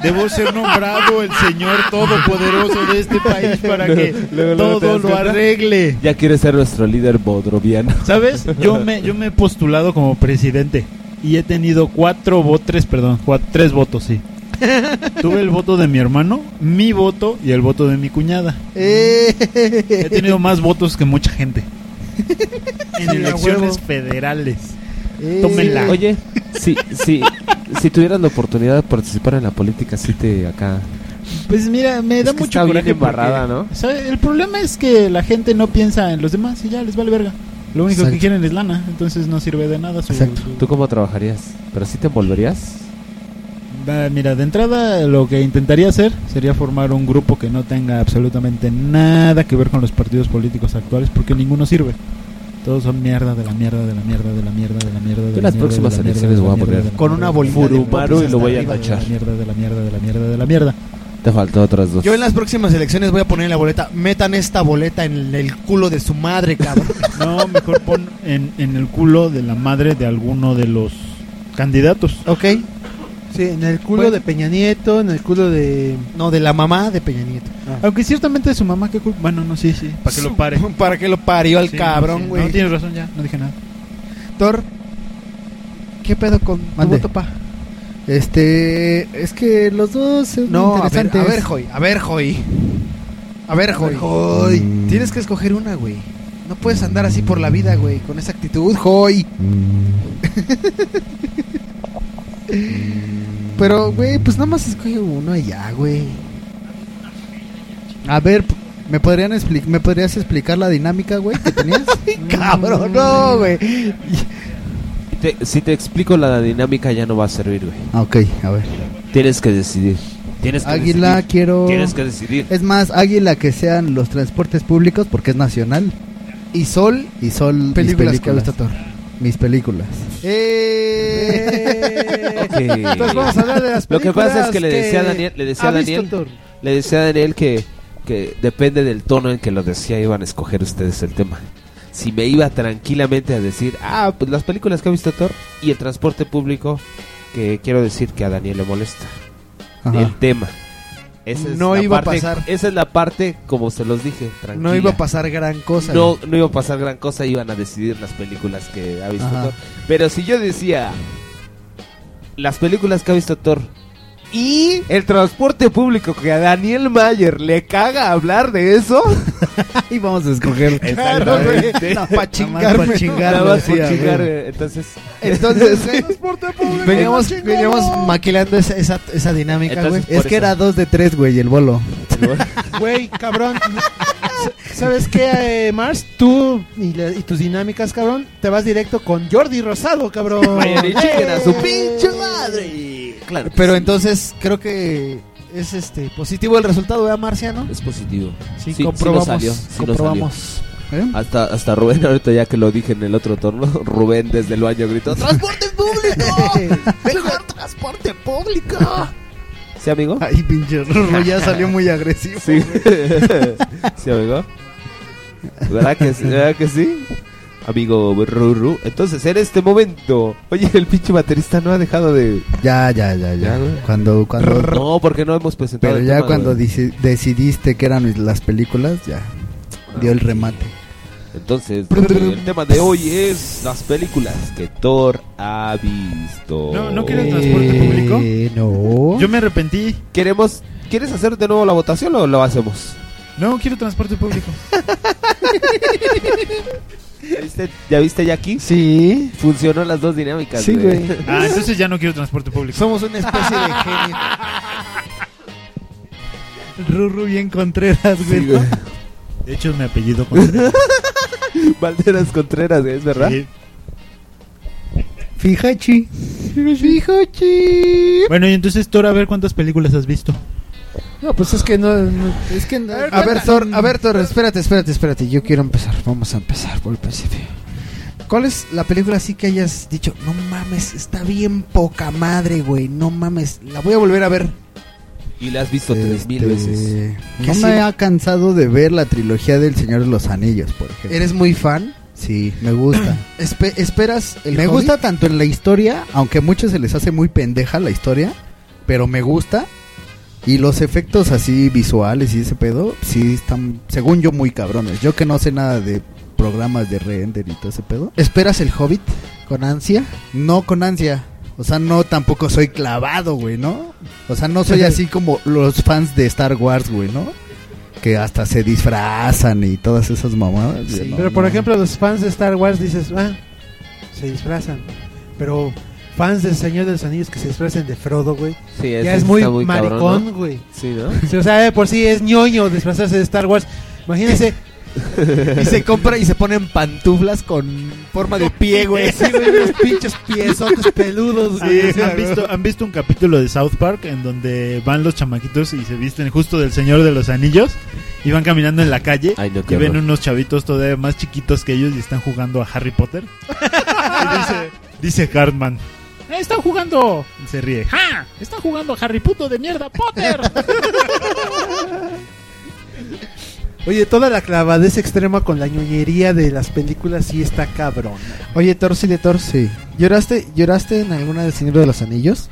Speaker 5: Debo ser nombrado el señor todopoderoso de este país para que
Speaker 3: *laughs* luego, luego te
Speaker 5: todo
Speaker 3: das
Speaker 5: lo
Speaker 3: cuenta.
Speaker 5: arregle.
Speaker 3: Ya quiere ser nuestro líder bodroviano.
Speaker 5: ¿Sabes? Yo me, yo me he postulado como presidente y he tenido cuatro votos, tres, perdón, cua- tres votos, sí. Tuve el voto de mi hermano, mi voto y el voto de mi cuñada.
Speaker 4: Eh.
Speaker 5: He
Speaker 4: *laughs*
Speaker 5: tenido más votos que mucha gente. En elecciones federales.
Speaker 3: Eh,
Speaker 5: Tómenla.
Speaker 3: Oye, si, si, si tuvieras la oportunidad de participar en la política, sí te acá.
Speaker 6: Pues mira, me da
Speaker 3: que
Speaker 6: mucho
Speaker 3: está bien
Speaker 6: coraje
Speaker 3: embarrada,
Speaker 6: porque-
Speaker 3: ¿no?
Speaker 6: o sea, el problema es que la gente no piensa en los demás y ya les vale verga. Lo único
Speaker 3: Exacto.
Speaker 6: que quieren es lana, entonces no sirve de nada. su- su-
Speaker 3: ¿Tú cómo trabajarías? ¿Pero sí te envolverías?
Speaker 6: Va, Mira, de entrada lo que intentaría hacer sería formar un grupo que no tenga absolutamente nada que ver con los partidos políticos actuales porque ninguno sirve. Todos son mierda de la mierda de la mierda de la mierda de la mierda de
Speaker 3: Yo
Speaker 6: la
Speaker 3: en las
Speaker 6: mierda, de la
Speaker 3: próximas
Speaker 6: mierda,
Speaker 3: elecciones
Speaker 6: de la
Speaker 3: voy a
Speaker 6: mierda,
Speaker 3: poner
Speaker 6: de la
Speaker 3: con
Speaker 6: mierda,
Speaker 3: una
Speaker 6: de la
Speaker 3: bolita
Speaker 6: mierda, de la
Speaker 3: Furumaru
Speaker 6: mierda,
Speaker 3: y lo voy a
Speaker 6: de la
Speaker 3: tachar.
Speaker 6: mierda de la mierda de la mierda de la mierda.
Speaker 3: Te faltó otras dos.
Speaker 2: Yo en las próximas elecciones voy a poner en la boleta. Metan esta boleta en el culo de su madre, cabrón.
Speaker 5: No, mejor pon en, en el culo de la madre de alguno de los candidatos. Pues,
Speaker 2: Ok.
Speaker 4: Sí, en el culo
Speaker 2: Bueno.
Speaker 4: de Peña Nieto, en el culo de.
Speaker 2: No, de la mamá de Peña Nieto.
Speaker 6: Aunque ciertamente su mamá que bueno, no sí, sí,
Speaker 5: Para Ah. que lo
Speaker 4: *laughs*
Speaker 5: pare.
Speaker 2: Para que lo parió al
Speaker 5: Sí,
Speaker 2: cabrón,
Speaker 5: sí.
Speaker 2: güey.
Speaker 5: No, tienes razón ya, no dije nada.
Speaker 2: Thor, ¿qué pedo con tu
Speaker 7: Mande.
Speaker 2: voto, pa?
Speaker 7: Este, es que los dos son
Speaker 2: No, a ver,
Speaker 7: interesantes.
Speaker 2: a ver, Joy, a ver, Joy. A ver, Joy. Tienes que escoger una, güey. No puedes andar así por la vida, güey, con esa actitud, Joy.
Speaker 7: *laughs* Pero, güey, pues nada más escoge uno y ya, güey. A ver, p- ¿me, podrían expli- ¿me podrías explicar la dinámica, güey, que tenías? Cabrón, no, güey.
Speaker 3: Si te- si te explico la dinámica, ya no va a servir, güey.
Speaker 7: Ah, Ok, a ver.
Speaker 3: Tienes que decidir. Tienes que
Speaker 7: Águila,
Speaker 3: decidir.
Speaker 7: quiero-
Speaker 3: Tienes que decidir.
Speaker 7: Es más, águila que sean los transportes públicos porque es nacional.
Speaker 2: Y Sol,
Speaker 7: Y son mis
Speaker 2: películas que le
Speaker 7: películas.
Speaker 2: gusta a Thor.
Speaker 7: Mis películas.
Speaker 3: Ok.
Speaker 4: Entonces Pues vamos a hablar de las
Speaker 3: Lo que pasa es
Speaker 4: películas
Speaker 3: que le decía a
Speaker 4: que
Speaker 3: Daniel, le decía
Speaker 4: ha
Speaker 3: a
Speaker 4: visto
Speaker 3: Daniel,
Speaker 4: Thor.
Speaker 3: le decía a Daniel que, que depende del tono en que lo decía iban a escoger ustedes el tema. Si me iba tranquilamente a decir, ah, pues las películas que ha visto Thor y el transporte público, que quiero decir que a Daniel le molesta.
Speaker 7: Ajá.
Speaker 3: El tema. Esa es
Speaker 2: No
Speaker 3: la
Speaker 2: iba a
Speaker 3: parte-
Speaker 2: pasar.
Speaker 3: Esa es la parte, como se los dije, tranquila.
Speaker 2: No iba a pasar gran cosa.
Speaker 3: No,
Speaker 2: güey.
Speaker 3: no iba a pasar gran cosa, iban a decidir las películas que ha visto
Speaker 2: Ajá.
Speaker 3: Thor. Pero si yo decía las películas que ha visto Thor y el transporte público que a Daniel Mayer le caga hablar de eso,
Speaker 7: *laughs* Y vamos a escoger.
Speaker 2: Claro, güey.
Speaker 3: Exactamente.
Speaker 2: No, pa'
Speaker 7: Nada más
Speaker 2: chingarme.
Speaker 7: pa' chingarme.
Speaker 3: nada más por
Speaker 7: decía,
Speaker 3: chingar,
Speaker 7: güey.
Speaker 3: eh, entonces *laughs*
Speaker 7: *laughs*
Speaker 2: Entonces, güey, veníamos, veníamos maquilando esa, esa, esa dinámica, güey.
Speaker 3: Entonces,
Speaker 7: Es
Speaker 3: por
Speaker 7: que
Speaker 3: eso.
Speaker 7: era dos de tres, güey, el bolo.
Speaker 4: Güey, cabrón. s- ¿Sabes qué, eh, Mars? Tú y, la- y tus dinámicas, cabrón, te vas directo con Jordi Rosado, cabrón.
Speaker 3: Vayan y chequen a su
Speaker 4: ¡Eh!
Speaker 3: pinche madre. Claro, que
Speaker 2: Pero
Speaker 3: sí,
Speaker 2: entonces creo que es este positivo el resultado, ¿verdad, Marciano?
Speaker 3: es positivo.
Speaker 2: Sí,
Speaker 3: nos
Speaker 2: comprobamos.
Speaker 3: salió, sí nos
Speaker 2: comprobamos.
Speaker 7: ¿Eh?
Speaker 3: salió. Hasta, hasta Rubén, ahorita ya que lo dije en el otro torno, *laughs* Rubén desde el baño gritó: ¡Transporte público! ¡Mejor transporte público! ¿Sí, amigo?
Speaker 7: Ay, pinche Rorro, *laughs* ya salió muy agresivo.
Speaker 3: *laughs* Sí. ¿Sí, amigo? ¿Verdad que, sí- verdad que sí? amigo Ruru. Entonces, en este momento, oye, el pinche baterista no ha dejado de.
Speaker 7: Ya, ya, ya, ya. Cuando, cuando.
Speaker 3: No, porque no hemos presentado.
Speaker 7: Pero
Speaker 3: el
Speaker 7: ya
Speaker 3: tema,
Speaker 7: cuando
Speaker 3: güey.
Speaker 7: deci- decidiste que eran mis- las películas, ya dio el remate.
Speaker 3: Entonces, el tema de hoy es las películas que Thor ha visto.
Speaker 5: No, ¿no quieres transporte público?
Speaker 7: No.
Speaker 5: Yo me arrepentí.
Speaker 3: Queremos. ¿Quieres hacer de nuevo la votación o lo hacemos?
Speaker 5: No, quiero transporte público.
Speaker 3: ¿Ya viste, ¿Ya viste Jackie? Sí. Funcionó las dos dinámicas.
Speaker 5: Sí, güey. Ah, entonces ya no quiero transporte público.
Speaker 7: Somos una
Speaker 6: Pues
Speaker 7: especie de
Speaker 11: *laughs*
Speaker 7: genio.
Speaker 6: *laughs* Ruru bien Contreras, güey. De hecho, mi apellido
Speaker 3: Contreras. Valderas Contreras, güey, ¿es verdad?
Speaker 7: Fijachi.
Speaker 6: Fijachi. Bueno, y entonces, Thor, a ver cuántas películas has visto.
Speaker 4: No, pues es que no. no-
Speaker 7: es que no- A ver, Thor, a ver, Thor, espérate, espérate, espérate. Yo quiero empezar. Vamos a empezar por el principio. ¿Cuál es la película así que hayas dicho? No mames, está bien poca madre, güey. No mames, la voy a volver a ver.
Speaker 3: Y la has visto tres mil veces.
Speaker 7: No me ha cansado de ver la trilogía del Señor de los Anillos, por ejemplo. ¿Eres muy fan? Sí, me gusta. *clears throat* esperas Me gusta tanto en la historia, aunque a muchos se les hace muy pendeja la historia, pero me gusta. Y los efectos así visuales y ese pedo, sí están, según yo, muy cabrones. Yo que no sé nada de programas de render y todo ese pedo. ¿Esperas el Hobbit con ansia? No con ansia. O sea, no tampoco soy clavado, güey, ¿no? O sea, *laughs* no soy así como los fans de Star Wars, güey, ¿no? Que hasta se disfrazan y todas esas mamadas. Yo no,
Speaker 4: pero por
Speaker 7: no.
Speaker 4: ejemplo, los fans de Star Wars dices, ah, se disfrazan. Pero fans del Señor de los Anillos que se disfrazan de Frodo, güey.
Speaker 3: Sí, ese
Speaker 4: ya es
Speaker 3: está
Speaker 4: muy,
Speaker 3: muy cabrón,
Speaker 4: maricón,
Speaker 3: ¿no?
Speaker 4: güey.
Speaker 3: Sí, ¿no?
Speaker 4: Sí, o sea, de por sí es ñoño disfrazarse de Star Wars.
Speaker 3: *laughs*
Speaker 4: Imagínense.
Speaker 2: Y se compra y se ponen pantuflas con forma de pie,
Speaker 3: *laughs*
Speaker 2: güey.
Speaker 4: Sí, güey, unos pinches piezotes peludos, güey.
Speaker 6: Sí, ¿Han, visto, han visto un capítulo de South Park en donde van los chamaquitos y se visten justo del Señor de los Anillos y van caminando en la calle
Speaker 3: Ay, no,
Speaker 6: y
Speaker 3: qué
Speaker 6: ven
Speaker 3: horror.
Speaker 6: unos chavitos todavía más chiquitos que ellos y están jugando a Harry Potter. Y dice, dice Cartman,
Speaker 17: Eh, Están jugando.
Speaker 6: se ríe.
Speaker 17: ¡Ja! Están jugando Harry Puto de mierda Potter.
Speaker 4: Oye, toda la clavadez extrema con la ñoñería de las películas sí está cabrón.
Speaker 7: Oye, Torsi de Torsi, ¿lloraste, ¿lloraste en alguna del Señor de los Anillos?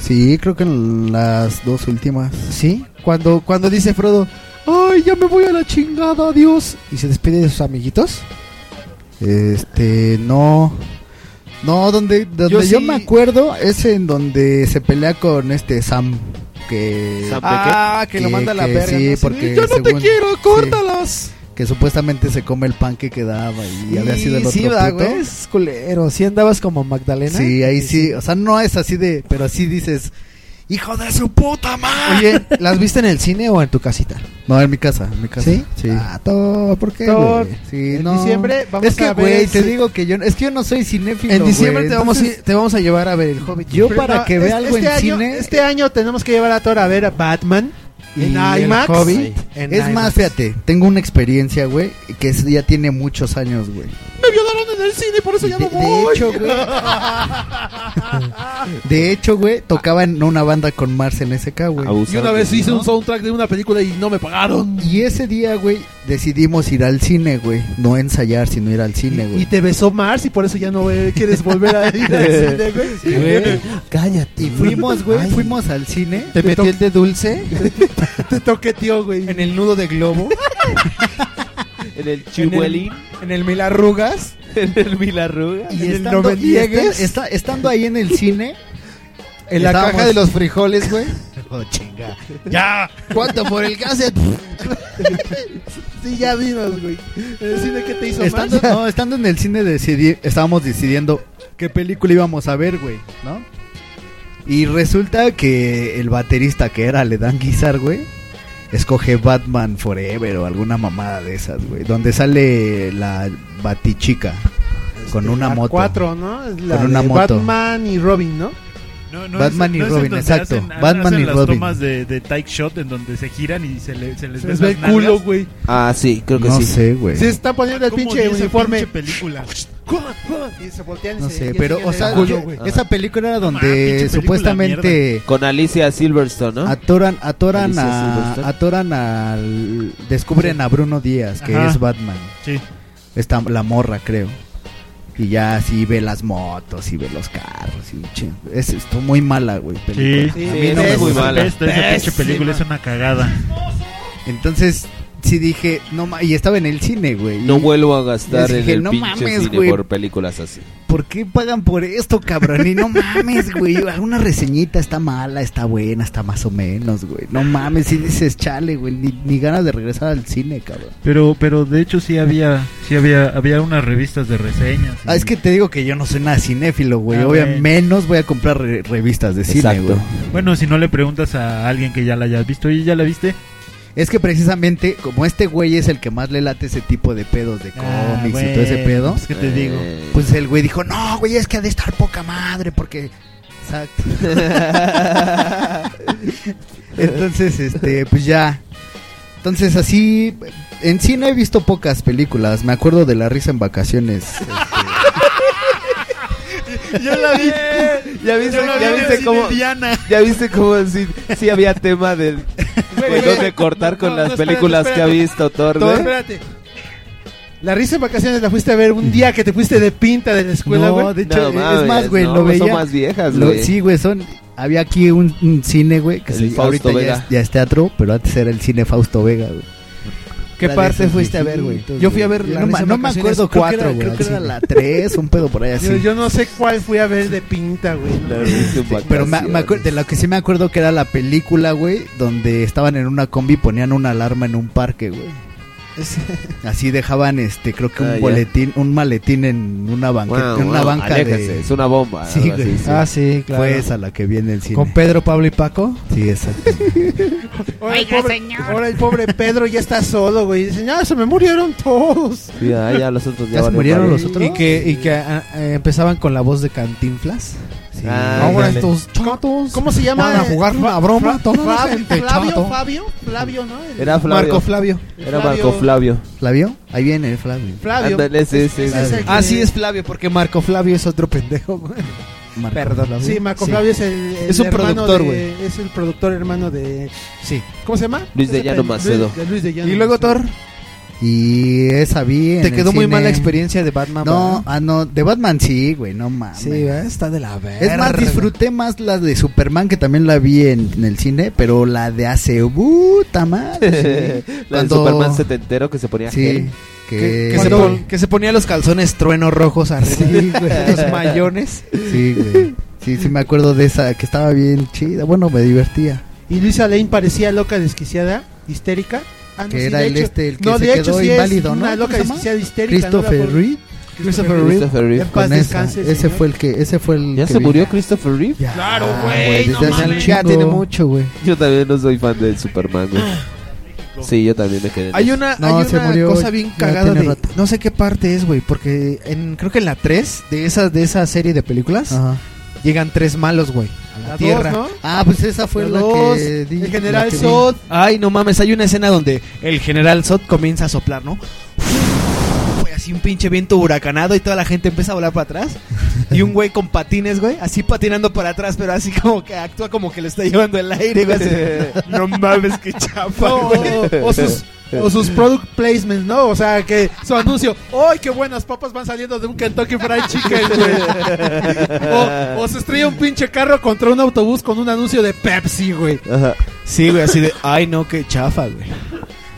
Speaker 7: Sí, creo que en las dos últimas. ¿Sí? Cuando, cuando dice Frodo, ¡ay, ya me voy a la chingada, adiós! ¿Y se despide de sus amiguitos? Este, no. No, donde, donde yo,
Speaker 2: Yo sí-
Speaker 7: me acuerdo es en donde se pelea con este Sam. Que,
Speaker 2: Sam Beckett. Ah, que lo manda a la verga,
Speaker 7: Sí,
Speaker 2: ¿no? Así de,
Speaker 7: porque
Speaker 2: "Yo no te quiero,
Speaker 7: sí,
Speaker 2: córtalas".
Speaker 7: que supuestamente se come el pan que quedaba y, había sido el otro
Speaker 2: sí, ¿verdad,
Speaker 7: puto.
Speaker 2: güey? Es culero. Sí andabas como Magdalena.
Speaker 7: Sí, ahí sí, o sea, no es así de, pero así dices, hijo de su puta madre.
Speaker 2: Oye, ¿las viste en el cine o en tu casita?
Speaker 7: No, en mi casa, en mi casa. ¿Sí? Sí. Ah, todo, ¿por qué?
Speaker 2: Thor,
Speaker 7: güey? Sí,
Speaker 2: en
Speaker 7: no.
Speaker 2: diciembre vamos
Speaker 7: es que,
Speaker 2: a ver
Speaker 7: güey, te
Speaker 2: si-
Speaker 7: digo que yo, es que yo no soy cinéfilo.
Speaker 2: En diciembre
Speaker 7: güey,
Speaker 2: te, vamos a
Speaker 7: entonces-
Speaker 2: ir- te vamos a llevar a ver el Hobbit.
Speaker 7: Yo para que vea algo en
Speaker 4: año,
Speaker 7: cine-
Speaker 4: Este año tenemos que llevar a Thor a ver a Batman
Speaker 7: Y
Speaker 4: en
Speaker 7: el
Speaker 4: IMAX.
Speaker 7: Hobbit.
Speaker 4: En
Speaker 7: es más,
Speaker 4: IMAX.
Speaker 7: fíjate, tengo una experiencia, güey, que es- ya tiene muchos años, güey.
Speaker 17: Me violaron en el cine, por eso ya no
Speaker 7: De-
Speaker 17: voy.
Speaker 7: de hecho, güey.
Speaker 4: *laughs*
Speaker 7: De hecho, güey, tocaba en una banda con Mars en SK, güey.
Speaker 17: y una vez hice un soundtrack de una película y no me pagaron.
Speaker 7: Y ese día, güey, decidimos ir al cine, güey. No ensayar, sino ir al cine, güey.
Speaker 4: Y te besó Mars y por eso ya no eh, quieres volver
Speaker 7: *laughs*
Speaker 4: a ir al cine, güey.
Speaker 7: cállate. Y fuimos, güey, fuimos al cine.
Speaker 2: ¿Te metió el de dulce?
Speaker 4: *laughs* Te toqueteó, güey.
Speaker 2: En el nudo de globo.
Speaker 3: *laughs* En el Chihuelín.
Speaker 2: En el mil arrugas.
Speaker 3: En el mil arrugas.
Speaker 7: Y estando, y este estan- esta- estando ahí en el cine.
Speaker 2: En la
Speaker 7: estábamos-
Speaker 2: caja de los frijoles, güey.
Speaker 7: Oh, chinga.
Speaker 2: ¡Ya! ¿Cuánto por el gas?
Speaker 4: Sí, ya vimos, güey. En el cine que te hizo
Speaker 7: Estando,
Speaker 4: Mars.
Speaker 7: no, estando en el cine decidi- estábamos decidiendo qué película íbamos a ver, güey, ¿no? Y resulta que el baterista que era Le Dan Guizar, güey, escoge Batman Forever o alguna mamada de esas, güey, donde sale la batichica con una
Speaker 4: Este, La
Speaker 7: moto.
Speaker 4: Cuatro, ¿no? Es la
Speaker 7: Con una
Speaker 4: de
Speaker 7: moto.
Speaker 4: Batman y Robin, ¿no?
Speaker 6: *laughs* No,
Speaker 7: Batman
Speaker 6: es-
Speaker 7: y
Speaker 6: no es
Speaker 7: Robin,
Speaker 6: en donde
Speaker 7: exacto.
Speaker 6: hacen- hacen
Speaker 7: Batman y
Speaker 6: las
Speaker 7: Robin.
Speaker 6: tomas de, de tight shot en donde se giran y se, le- se les
Speaker 4: Se
Speaker 6: ven
Speaker 4: les ve
Speaker 6: las
Speaker 4: el culo,
Speaker 6: nalgas.
Speaker 4: güey.
Speaker 3: Ah, sí, creo que
Speaker 7: No
Speaker 3: sí.
Speaker 7: sé, güey.
Speaker 4: Se está poniendo el
Speaker 6: ¿Cómo
Speaker 4: pinche
Speaker 6: vi esa
Speaker 4: uniforme.
Speaker 6: pinche película?
Speaker 4: Y se voltean y
Speaker 7: No
Speaker 4: se-
Speaker 7: sé,
Speaker 4: y
Speaker 7: pero,
Speaker 4: siguen
Speaker 7: o
Speaker 4: el
Speaker 7: sea,
Speaker 4: culo,
Speaker 7: yo-
Speaker 4: güey.
Speaker 7: esa película era
Speaker 11: Ah,
Speaker 7: donde
Speaker 3: película
Speaker 7: supuestamente
Speaker 3: Con Alicia Silverstone, ¿no?
Speaker 7: atoran, atoran
Speaker 3: Alicia
Speaker 7: a,
Speaker 3: Silverstone.
Speaker 7: atoran al, descubren a Bruno Díaz, que
Speaker 3: Ajá.
Speaker 7: es Batman.
Speaker 6: Sí.
Speaker 7: Está la morra, creo. Y ya así ve las motos y ve los carros. Y un chingo. Es, estuvo muy mala, güey.
Speaker 18: Sí,
Speaker 7: película.
Speaker 18: sí, es muy mala. Esta- esa pinche
Speaker 7: Pésima.
Speaker 18: película es una cagada.
Speaker 7: Entonces, sí dije, no ma- y estaba en el cine, güey.
Speaker 11: No
Speaker 7: Y-
Speaker 11: vuelvo a gastar
Speaker 7: les
Speaker 11: en
Speaker 7: dije,
Speaker 11: el
Speaker 7: "No
Speaker 11: pinche
Speaker 7: mames,
Speaker 11: cine
Speaker 7: güey".
Speaker 11: por películas así.
Speaker 7: ¿Por qué pagan por esto, cabrón? Y no mames, güey. Alguna reseñita está mala, está buena, está más o menos, güey. No mames, si dices chale, güey. Ni, ni ganas de regresar al cine, cabrón.
Speaker 6: Pero, pero de hecho sí había, sí había, había unas revistas de reseñas.
Speaker 7: Ah, es que te digo que yo no soy nada cinéfilo, güey.
Speaker 6: Ah,
Speaker 7: Obviamente
Speaker 6: güey.
Speaker 7: menos voy a comprar re- revistas de cine,
Speaker 6: Exacto.
Speaker 7: güey.
Speaker 6: Bueno, si no le preguntas a alguien que ya la hayas visto, oye, ¿ya la viste?
Speaker 7: Es que precisamente, como este güey es el que más le late ese tipo de pedos de
Speaker 6: Ah,
Speaker 7: cómics y
Speaker 6: güey,
Speaker 7: todo ese pedo.
Speaker 6: pues, ¿qué te digo?
Speaker 7: Pues el güey dijo, no, güey, es que ha de estar poca madre, porque. Exacto.
Speaker 3: *laughs*
Speaker 7: *laughs* Entonces, este, pues ya. Entonces, así. En cine he visto pocas películas. Me acuerdo de La risa en vacaciones.
Speaker 11: *laughs* Yo la vi. *laughs* Ya viste,
Speaker 18: Yo la vi
Speaker 11: ya
Speaker 18: en el
Speaker 11: viste
Speaker 18: cine
Speaker 11: cómo.
Speaker 18: Diana.
Speaker 11: Ya viste cómo sí, sí había tema del.
Speaker 4: Güey,
Speaker 11: de dónde cortar con
Speaker 4: no,
Speaker 11: las
Speaker 4: no, espérate,
Speaker 11: películas
Speaker 4: espérate.
Speaker 11: que ha visto Thor,
Speaker 4: Todo,
Speaker 11: güey.
Speaker 4: espérate. La risa en vacaciones la fuiste a ver un día que te fuiste de pinta de la escuela,
Speaker 7: No,
Speaker 4: güey.
Speaker 7: de hecho, es más, Ah, güey,
Speaker 11: no,
Speaker 7: lo veía.
Speaker 11: son más viejas,
Speaker 7: lo-
Speaker 11: güey.
Speaker 7: Sí, güey, son. Había aquí un, un cine, güey, que
Speaker 11: El
Speaker 7: se-
Speaker 11: Fausto
Speaker 7: ahorita ya
Speaker 11: Vega.
Speaker 7: es, ya es teatro, pero antes era el cine Fausto Vega, güey.
Speaker 3: ¿Qué
Speaker 7: La de
Speaker 3: parte
Speaker 7: esos
Speaker 3: fuiste a ver, güey?
Speaker 7: viejitos,
Speaker 3: Yo fui a ver La
Speaker 7: no,
Speaker 3: Risa
Speaker 7: ma-
Speaker 3: en
Speaker 7: no me
Speaker 3: Vacaciones
Speaker 7: acuerdo
Speaker 3: cuatro,
Speaker 7: cuál era,
Speaker 3: güey,
Speaker 7: creo
Speaker 3: al
Speaker 7: que era
Speaker 3: cine.
Speaker 7: la 3, un pedo por ahí así.
Speaker 4: Yo, yo no sé cuál fui a ver de pinta, güey.
Speaker 7: Pero me, me acuer- de lo que sí me acuerdo que era la película, güey, donde estaban en una combi y ponían una alarma en un parque, güey.
Speaker 4: Este,
Speaker 7: Así dejaban, este, creo que un
Speaker 11: Ah, ya.
Speaker 7: boletín, un maletín en una banqueta,
Speaker 11: Wow,
Speaker 7: en una
Speaker 11: wow,
Speaker 7: banca
Speaker 11: aléjese,
Speaker 7: de...
Speaker 11: es una bomba,
Speaker 7: Sí,
Speaker 11: algo así,
Speaker 7: güey.
Speaker 11: sí.
Speaker 7: Ah,
Speaker 11: Ah,
Speaker 7: sí,
Speaker 11: sí,
Speaker 7: claro.
Speaker 11: claro.
Speaker 7: Fue esa la que vi en el cine.
Speaker 19: Con Pedro, Pablo y Paco.
Speaker 7: Sí, exacto.
Speaker 4: Ahora el pobre, ahora el pobre Pedro ya está solo, güey. Dice, no, se me murieron todos.
Speaker 11: Sí, ah, ya los
Speaker 7: *laughs*
Speaker 11: otros ya,
Speaker 4: ¿Ya se
Speaker 11: valen
Speaker 4: murieron
Speaker 11: madre.
Speaker 4: los otros?
Speaker 3: Y que, y que ah, eh, empezaban con la voz de Cantinflas.
Speaker 11: Ah,
Speaker 3: Ahora
Speaker 11: ándale.
Speaker 3: estos chatos.
Speaker 4: ¿Cómo se llama?
Speaker 3: Van a jugar una broma.
Speaker 4: Fra-
Speaker 3: toda la
Speaker 4: Flavio,
Speaker 3: gente,
Speaker 4: Flavio,
Speaker 3: chato.
Speaker 4: Flavio, Flavio, ¿no? El-
Speaker 11: Era Flavio.
Speaker 3: Marco Flavio.
Speaker 11: Era Marco Flavio.
Speaker 7: ¿Flavio? Ahí viene el Flavio.
Speaker 4: Flavio.
Speaker 11: Ándale, sí, sí,
Speaker 4: Ese es
Speaker 11: sí.
Speaker 4: el que-
Speaker 3: Ah, sí, es Flavio, porque Marco Flavio es otro pendejo. güey. Perdón.
Speaker 4: Sí, Marco
Speaker 3: Sí.
Speaker 4: Flavio es el, el
Speaker 3: Es un
Speaker 4: hermano
Speaker 3: productor,
Speaker 4: de-
Speaker 3: güey.
Speaker 4: Es el productor hermano de.
Speaker 3: Sí.
Speaker 4: ¿Cómo se llama?
Speaker 11: Luis de
Speaker 4: Ese
Speaker 11: Llano
Speaker 4: pel-
Speaker 11: Macedo.
Speaker 4: Luis de- Luis de Llano
Speaker 3: Y luego,
Speaker 4: Macedo.
Speaker 3: Thor,
Speaker 7: Y esa vi en
Speaker 3: te
Speaker 7: el
Speaker 3: quedó muy
Speaker 7: cine.
Speaker 3: mala experiencia de Batman.
Speaker 7: No,
Speaker 3: ¿verdad?
Speaker 7: ah, no, de Batman sí, güey, no mames.
Speaker 3: Sí, ¿verdad? está de la verga.
Speaker 7: Es más, disfruté más la de Superman, que también la vi en, en el cine, pero la de hace puta
Speaker 3: *laughs*
Speaker 7: madre. sí.
Speaker 11: La del
Speaker 7: Cuando-
Speaker 11: Superman setentero que se ponía
Speaker 7: Sí,
Speaker 11: gel.
Speaker 7: que,
Speaker 3: Que, que se pon- que se ponía los calzones trueno rojos arriba.
Speaker 7: Sí,
Speaker 11: *laughs*
Speaker 7: güey.
Speaker 3: Los mayones.
Speaker 7: Sí, güey. Sí, sí, me acuerdo de esa, que estaba bien chida. Bueno, me divertía.
Speaker 4: Y Luisa Lane parecía loca, desquiciada, histérica. Ah, no,
Speaker 7: Que
Speaker 4: sí,
Speaker 7: era
Speaker 4: de
Speaker 7: el
Speaker 4: hecho-
Speaker 7: este, el que
Speaker 4: no,
Speaker 7: se
Speaker 4: de
Speaker 7: quedó
Speaker 4: hecho, sí es
Speaker 7: inválido, ¿no?
Speaker 4: Una
Speaker 7: ¿Cómo
Speaker 4: loca,
Speaker 7: se llama?
Speaker 4: desquiciada, histérica.
Speaker 7: Christopher
Speaker 4: ¿no?
Speaker 7: Reeve.
Speaker 4: Christopher
Speaker 11: Reeve. Christopher Reeve.
Speaker 4: En paz
Speaker 7: Con esa.
Speaker 4: descanse,
Speaker 7: Ese
Speaker 4: señor.
Speaker 7: fue el que, ese fue el
Speaker 11: ¿Ya
Speaker 7: que
Speaker 11: se
Speaker 7: vi.
Speaker 11: murió Christopher Reeve?
Speaker 7: Ya.
Speaker 4: Claro,
Speaker 7: Ah, güey,
Speaker 4: güey. no
Speaker 7: desde hace
Speaker 4: mames.
Speaker 7: Ya tiene mucho, güey.
Speaker 11: Yo también no soy fan del Superman, güey. Sí, yo también me quedé. en
Speaker 3: Hay
Speaker 11: eso.
Speaker 3: una,
Speaker 7: No,
Speaker 3: hay
Speaker 7: se
Speaker 3: una
Speaker 7: murió,
Speaker 3: cosa bien
Speaker 7: ya
Speaker 3: cagada
Speaker 7: tiene
Speaker 3: de,
Speaker 7: rato.
Speaker 3: no sé qué parte es, güey, porque en creo que en la 3 de esas de esa serie de películas
Speaker 7: Ajá.
Speaker 3: llegan tres malos, güey, a la,
Speaker 4: La dos,
Speaker 3: Tierra.
Speaker 4: ¿no?
Speaker 7: Ah, pues esa fue la,
Speaker 4: La dos,
Speaker 7: que di-
Speaker 4: el
Speaker 7: la
Speaker 4: general
Speaker 7: que vi.
Speaker 4: Zod.
Speaker 3: Ay, no mames, hay una escena donde el general Zod comienza a soplar, ¿no? Güey, así un pinche viento huracanado y toda la gente empieza a volar para atrás. Y un güey con patines, güey, así patinando para atrás, pero así como que actúa como que le está llevando el aire,
Speaker 11: *laughs*
Speaker 3: güey. así. *laughs* No mames, qué chapa,
Speaker 4: No,
Speaker 3: güey.
Speaker 4: o, o sus,
Speaker 3: *laughs*
Speaker 4: o sus product placements, ¿no? O sea, que su anuncio, ¡ay, qué buenas papas van saliendo de un Kentucky Fried Chicken, güey! O, o se estrella un pinche carro contra un autobús con un anuncio de Pepsi, güey.
Speaker 11: Ajá.
Speaker 3: Sí, güey, así de, ay, no, qué chafa, güey.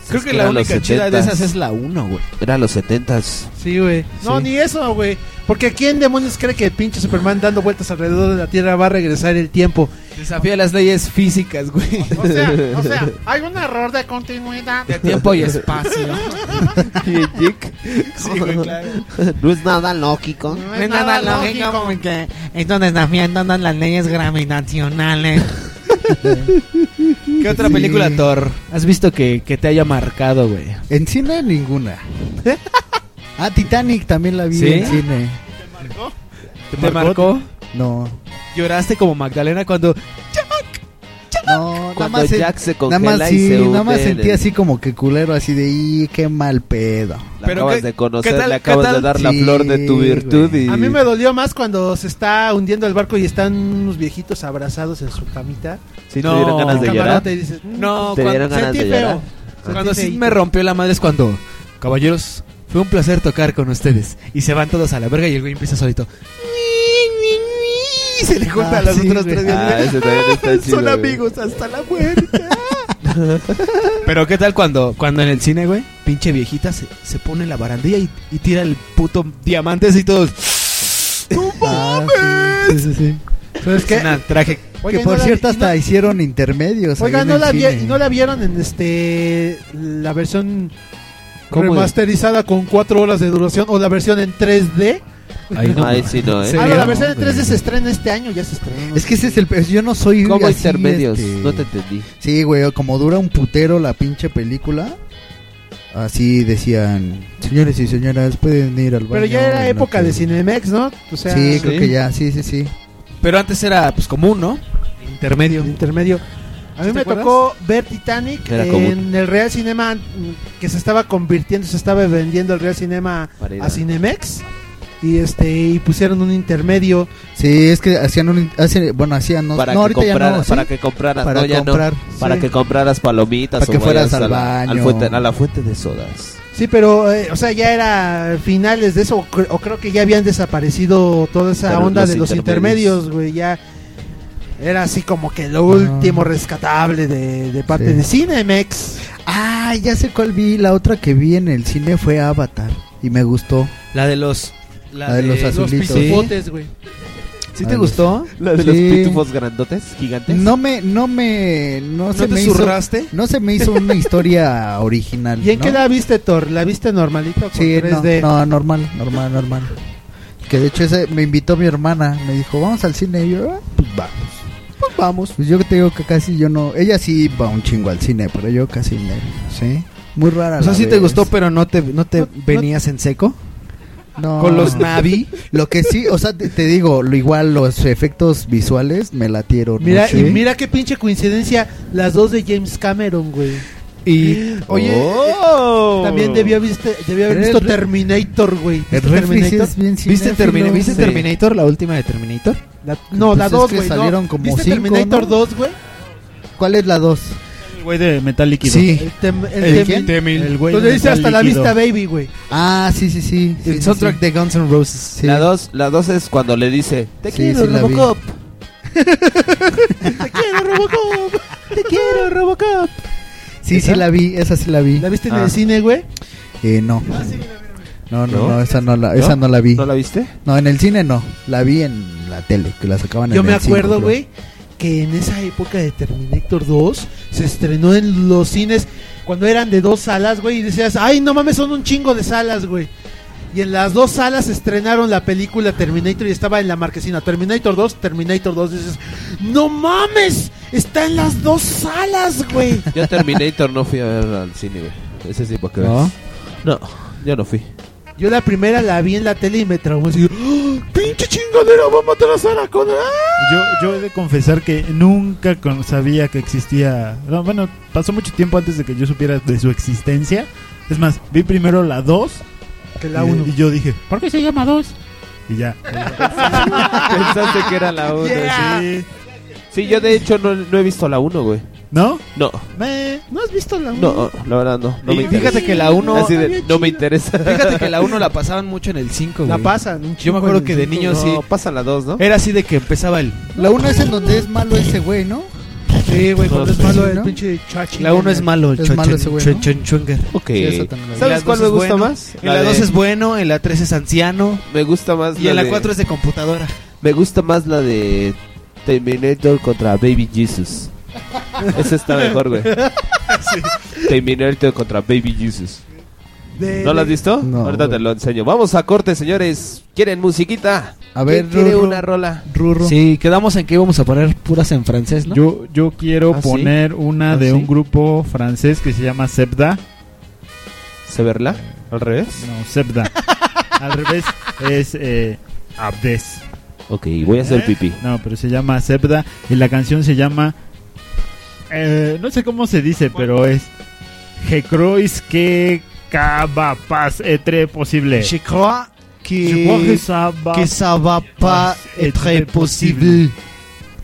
Speaker 3: Creo
Speaker 11: Es
Speaker 3: que
Speaker 11: que
Speaker 3: la
Speaker 11: eran los
Speaker 3: única chida de
Speaker 11: 70s.
Speaker 3: esas es la 1, güey.
Speaker 11: Eran los setentas.
Speaker 4: Sí, güey. No,
Speaker 3: Sí.
Speaker 4: ni eso, güey. Porque ¿quién demonios cree que el pinche Superman dando vueltas alrededor de la Tierra va a regresar el tiempo?
Speaker 3: Desafía las leyes físicas, güey.
Speaker 4: O sea, o sea, hay un error de continuidad.
Speaker 3: De tiempo y *laughs* espacio.
Speaker 11: Y Dick.
Speaker 3: Sí, güey, claro.
Speaker 11: No es nada lógico.
Speaker 4: No
Speaker 15: No es nada lógico porque esto desafiando las leyes gravitacionales.
Speaker 3: ¿Qué otra
Speaker 7: Sí.
Speaker 3: película, Thor, has visto que, que te haya marcado, güey?
Speaker 7: En cine ninguna. ah, Titanic también la vi
Speaker 3: ¿Sí?
Speaker 7: en cine.
Speaker 3: ¿Te, marcó?
Speaker 7: No.
Speaker 3: ¿Lloraste como Magdalena cuando...
Speaker 7: No,
Speaker 11: Cuando
Speaker 7: se-
Speaker 11: Jack se
Speaker 7: nada
Speaker 11: congela
Speaker 7: más,
Speaker 11: y
Speaker 7: sí,
Speaker 11: se hunde
Speaker 7: nada más
Speaker 11: en
Speaker 7: sentí
Speaker 11: el-
Speaker 7: así como que culero, así de, y qué mal pedo.
Speaker 11: La
Speaker 3: Pero
Speaker 11: acabas
Speaker 3: qué-
Speaker 11: de conocer,
Speaker 3: ¿qué tal-
Speaker 11: le
Speaker 3: qué
Speaker 11: acabas de
Speaker 3: tal?
Speaker 11: dar la
Speaker 7: Sí,
Speaker 11: flor de tu virtud. Y...
Speaker 4: *laughs* A mí me dolió más cuando se está hundiendo el barco y están unos viejitos abrazados en su camita.
Speaker 11: Sí,
Speaker 3: No,
Speaker 11: te dieron ganas de
Speaker 3: camarote,
Speaker 11: llorar.
Speaker 4: Camarote y dices, "Mm,
Speaker 3: No,
Speaker 11: Te
Speaker 3: cuando,
Speaker 11: dieron ganas
Speaker 4: sentí
Speaker 11: de
Speaker 4: feo".
Speaker 11: llorar.
Speaker 3: cuando sí
Speaker 4: feíto.
Speaker 3: me rompió la madre es cuando... Caballeros,
Speaker 20: Fue un placer tocar con ustedes. Y se van todos a la verga y el güey empieza solito. Y se le juntan
Speaker 3: Ah,
Speaker 20: las
Speaker 3: sí,
Speaker 20: otras
Speaker 3: güey.
Speaker 20: tres. y
Speaker 3: Ah,
Speaker 20: así de,
Speaker 3: ese también
Speaker 4: *laughs*
Speaker 3: está
Speaker 20: "Ah,
Speaker 3: chido,
Speaker 20: Son
Speaker 3: güey".
Speaker 20: amigos hasta la muerte.
Speaker 2: Pero qué tal cuando, cuando en el cine, güey, pinche viejita se, se pone en la barandilla y, y tira el puto diamante así todos. ¡No
Speaker 4: Ah,
Speaker 2: mames!
Speaker 7: Sí, sí, sí.
Speaker 2: ¿Sabes qué? traje.
Speaker 17: Oiga,
Speaker 7: que
Speaker 17: y no
Speaker 7: por
Speaker 17: la-
Speaker 7: cierto
Speaker 17: y
Speaker 7: hasta
Speaker 17: no-
Speaker 7: hicieron intermedios. ahí
Speaker 4: Oiga,
Speaker 7: en
Speaker 4: ¿no
Speaker 7: el
Speaker 4: la, vi-
Speaker 7: cine.
Speaker 4: ¿no la vieron en este la versión
Speaker 7: ¿Cómo de-
Speaker 4: remasterizada con 4 horas de duración o la versión en 3D?
Speaker 3: Ahí no. Ahí sí no, ¿eh?
Speaker 4: Ah, no, la
Speaker 3: Sería-
Speaker 4: versión en 3D se estrena este año, ya se estrenó.
Speaker 7: Es que ese es el. pe- Yo no soy.
Speaker 3: ¿Cómo
Speaker 7: así,
Speaker 3: intermedios?
Speaker 7: este-
Speaker 3: No te entendí.
Speaker 7: Sí, güey, como dura un putero la pinche película. Así decían, señores y señoras, pueden ir al baño.
Speaker 4: Pero ya era
Speaker 7: en lo
Speaker 4: época
Speaker 7: que-
Speaker 4: de Cinemex, ¿no? O sea,
Speaker 7: sí, creo que ya, sí, sí, sí.
Speaker 2: Pero antes era pues común, ¿no? Intermedio.
Speaker 4: Intermedio. A mí
Speaker 2: ¿Te
Speaker 4: me
Speaker 2: acuerdas?
Speaker 4: tocó ver Titanic
Speaker 2: Era
Speaker 4: en
Speaker 2: común.
Speaker 4: el Real Cinema mm, que se estaba convirtiendo, se estaba vendiendo el Real Cinema
Speaker 7: Para ir
Speaker 4: a
Speaker 7: a-
Speaker 4: Cinemex y este y pusieron un intermedio.
Speaker 7: Sí, es que hacían un. hacen- bueno, hacían. No,
Speaker 3: Para,
Speaker 7: no,
Speaker 3: que
Speaker 7: ahorita ya
Speaker 3: comprara-
Speaker 7: no. ¿sí?
Speaker 3: para que compraras,
Speaker 7: Para
Speaker 3: no, ya no.
Speaker 7: comprar,
Speaker 3: Para
Speaker 7: sí.
Speaker 3: que compraras palomitas
Speaker 7: Para
Speaker 3: o
Speaker 7: que fueras
Speaker 3: vayas
Speaker 7: al
Speaker 3: a la, al
Speaker 7: baño.
Speaker 3: fuente- a la fuente de sodas.
Speaker 4: Sí, pero eh, o sea, ya era finales de eso o, cre- o creo que ya habían desaparecido toda esa
Speaker 3: Pero
Speaker 4: onda
Speaker 3: los
Speaker 4: de los
Speaker 3: intermedios.
Speaker 4: intermedios, güey, ya era así como que lo último rescatable de, de parte
Speaker 7: Sí.
Speaker 4: de Cinemex.
Speaker 7: Ah, ya sé cuál vi. La otra que vi en el cine fue Avatar. Y me gustó.
Speaker 2: La de los.
Speaker 7: La de Ah, los azulitos.
Speaker 2: pitufotes,
Speaker 4: güey.
Speaker 7: ¿Sí
Speaker 2: La
Speaker 7: te
Speaker 2: de
Speaker 7: gustó?
Speaker 2: los- la de los pitufos
Speaker 3: grandotes, gigantes.
Speaker 7: No me, no me, no,
Speaker 4: ¿No
Speaker 7: se
Speaker 4: te
Speaker 7: me hizo-
Speaker 4: zurraste?
Speaker 7: no se me hizo una historia *laughs* original.
Speaker 4: ¿Y en
Speaker 7: ¿no?
Speaker 4: qué la viste, Thor? ¿La viste normalito con
Speaker 7: Sí, no,
Speaker 4: 3D?
Speaker 7: no, normal, normal, normal. Que de hecho ese me invitó mi hermana, me dijo, vamos al cine. Y yo, "Ah, pues vamos. Pues vamos. Pues yo te digo que casi yo no. Ella sí va un chingo al cine, pero yo casi no. ¿Sí? Muy rara.
Speaker 2: O sea,
Speaker 7: la
Speaker 2: sí te
Speaker 7: vez.
Speaker 2: gustó, pero no te, no te venías en seco.
Speaker 7: No.
Speaker 2: Con
Speaker 4: *laughs*
Speaker 2: los Navi.
Speaker 7: Lo que sí, o sea, te, te digo, lo igual los efectos visuales me latieron.
Speaker 4: Mira,
Speaker 7: mucho.
Speaker 4: y mira qué pinche coincidencia, las dos de James Cameron, güey.
Speaker 2: Y oh.
Speaker 4: oye, eh, también debió, viste- debió haber
Speaker 2: Pero
Speaker 4: visto
Speaker 2: el re-
Speaker 4: Terminator, güey.
Speaker 2: El
Speaker 4: ¿Viste
Speaker 2: refri sí
Speaker 4: Terminator?
Speaker 2: es bien ¿Viste, Termina- ¿viste Terminator, la última de Terminator?
Speaker 4: No, la
Speaker 7: Pues es
Speaker 4: 2,
Speaker 7: que
Speaker 4: güey. no.
Speaker 7: salieron como
Speaker 4: ¿Viste
Speaker 7: cinco,
Speaker 4: Terminator
Speaker 7: ¿no?
Speaker 4: 2, güey?
Speaker 7: ¿Cuál es la 2?
Speaker 6: El güey de metal líquido.
Speaker 7: Sí.
Speaker 4: El tem- el
Speaker 7: ¿El
Speaker 4: tem-
Speaker 7: quién? Pues
Speaker 6: Temil. El güey
Speaker 4: Donde
Speaker 6: de
Speaker 4: dice hasta
Speaker 6: metal
Speaker 4: la
Speaker 6: líquido.
Speaker 4: vista, baby, güey.
Speaker 7: Ah, sí, sí, sí.
Speaker 2: El soundtrack de Guns N' Roses.
Speaker 3: La dos, la dos es cuando le dice, te
Speaker 2: Sí,
Speaker 3: quiero,
Speaker 2: sí la vi. *laughs*
Speaker 3: Robocop.
Speaker 4: Te quiero, Robocop. Te quiero, Robocop.
Speaker 7: Sí, sí la vi, esa sí la vi.
Speaker 4: ¿La viste en
Speaker 2: Ah.
Speaker 4: el cine, güey?
Speaker 7: Eh, no.
Speaker 4: Ah,
Speaker 7: No, no,
Speaker 3: ¿No?
Speaker 7: no, esa no
Speaker 3: ¿No?
Speaker 7: la, esa no la vi.
Speaker 3: ¿No la
Speaker 7: *laughs*
Speaker 3: viste?
Speaker 7: No, en el cine no. La vi en la tele, que la sacaban
Speaker 4: Yo
Speaker 7: en
Speaker 4: me
Speaker 7: el cine,
Speaker 4: acuerdo,
Speaker 7: creo.
Speaker 4: güey, que en esa época de Terminator 2 se estrenó en los cines cuando eran de dos salas, güey, y decías, ay, no mames, son un chingo de salas, güey. Y en las dos salas estrenaron la película Terminator y estaba en la marquesina. Terminator 2, Terminator 2. Dices, no mames, está en las dos salas, güey.
Speaker 3: *laughs* Yo Terminator no fui a ver al cine, güey. Ese sí, porque
Speaker 4: ¿No?
Speaker 3: No, yo no fui.
Speaker 4: Yo la primera la vi en la tele y me traumó así, ¡Ah, pinche chingadera, va a matar a Sarah Connor. ¡Ah!
Speaker 6: Yo, yo he de confesar que nunca con- sabía que existía. no, bueno, pasó mucho tiempo antes de que yo supiera de su existencia. Es más, vi primero la 2
Speaker 4: que la
Speaker 6: 1. Y yo dije,
Speaker 10: ¿Por qué se llama dos?
Speaker 6: y ya.
Speaker 3: *laughs* Pensaste que era la 1, sí. Sí, yo de hecho no, no he visto la 1, güey.
Speaker 6: ¿no?
Speaker 3: No,
Speaker 4: Me- ¿No has visto la
Speaker 3: no, la verdad no. no
Speaker 2: Y
Speaker 3: me interesa.
Speaker 2: fíjate que la uno-
Speaker 3: Así de,
Speaker 2: Está
Speaker 3: no me interesa.
Speaker 2: Fíjate que la 1
Speaker 3: *laughs*
Speaker 2: la pasaban mucho en el 5,
Speaker 3: La
Speaker 2: güey.
Speaker 3: pasan un
Speaker 2: Yo
Speaker 3: chingo
Speaker 2: me
Speaker 3: en
Speaker 2: acuerdo
Speaker 3: el
Speaker 2: que de
Speaker 3: cinco.
Speaker 2: niño sí.
Speaker 3: No, pasan la 2, ¿no?
Speaker 2: Era así de que empezaba el.
Speaker 7: La uno es en donde es malo ese güey, ¿no?
Speaker 4: Sí, güey, cuando es
Speaker 2: Sí,
Speaker 4: malo
Speaker 2: ¿no?
Speaker 4: el pinche chachi.
Speaker 2: La 1 es malo,
Speaker 7: Es malo ese güey, ¿no?
Speaker 3: Ok.
Speaker 2: ¿Sabes cuál me gusta más? En la 2 es bueno.
Speaker 3: en la 3 es anciano. Me gusta más
Speaker 2: Y en la
Speaker 3: de-
Speaker 2: 4 es de computadora.
Speaker 3: Me gusta más la de Terminator contra Baby Jesus. Esa está mejor, güey. Terminator contra Baby Jesus.
Speaker 4: De-
Speaker 3: ¿No la has visto?
Speaker 7: No,
Speaker 3: Ahorita te lo enseño. Vamos a corte, señores. ¿Quieren musiquita?
Speaker 7: A ver,
Speaker 3: ¿Quién quiere
Speaker 7: Rorro?
Speaker 3: una rola?
Speaker 7: Rurro.
Speaker 2: Sí, quedamos en que íbamos a poner puras en francés, ¿no?
Speaker 6: Yo, yo quiero
Speaker 2: ¿Ah, sí?
Speaker 6: poner una
Speaker 2: ¿Ah,
Speaker 6: de
Speaker 2: sí?
Speaker 6: un grupo francés que se llama Zebda.
Speaker 3: ¿Severla? ¿Al revés?
Speaker 6: No,
Speaker 2: *laughs*
Speaker 6: Zebda. Al revés es eh, Abdes.
Speaker 3: Ok, voy a
Speaker 6: ¿Eh?
Speaker 3: hacer pipí.
Speaker 6: No, pero se llama Zebda y la canción se llama. eh, no sé cómo se dice, pero es. Je crois que cava pas etre posible.
Speaker 2: Je crois que-
Speaker 6: Je crois que ça va-
Speaker 2: que ça va pas être possible.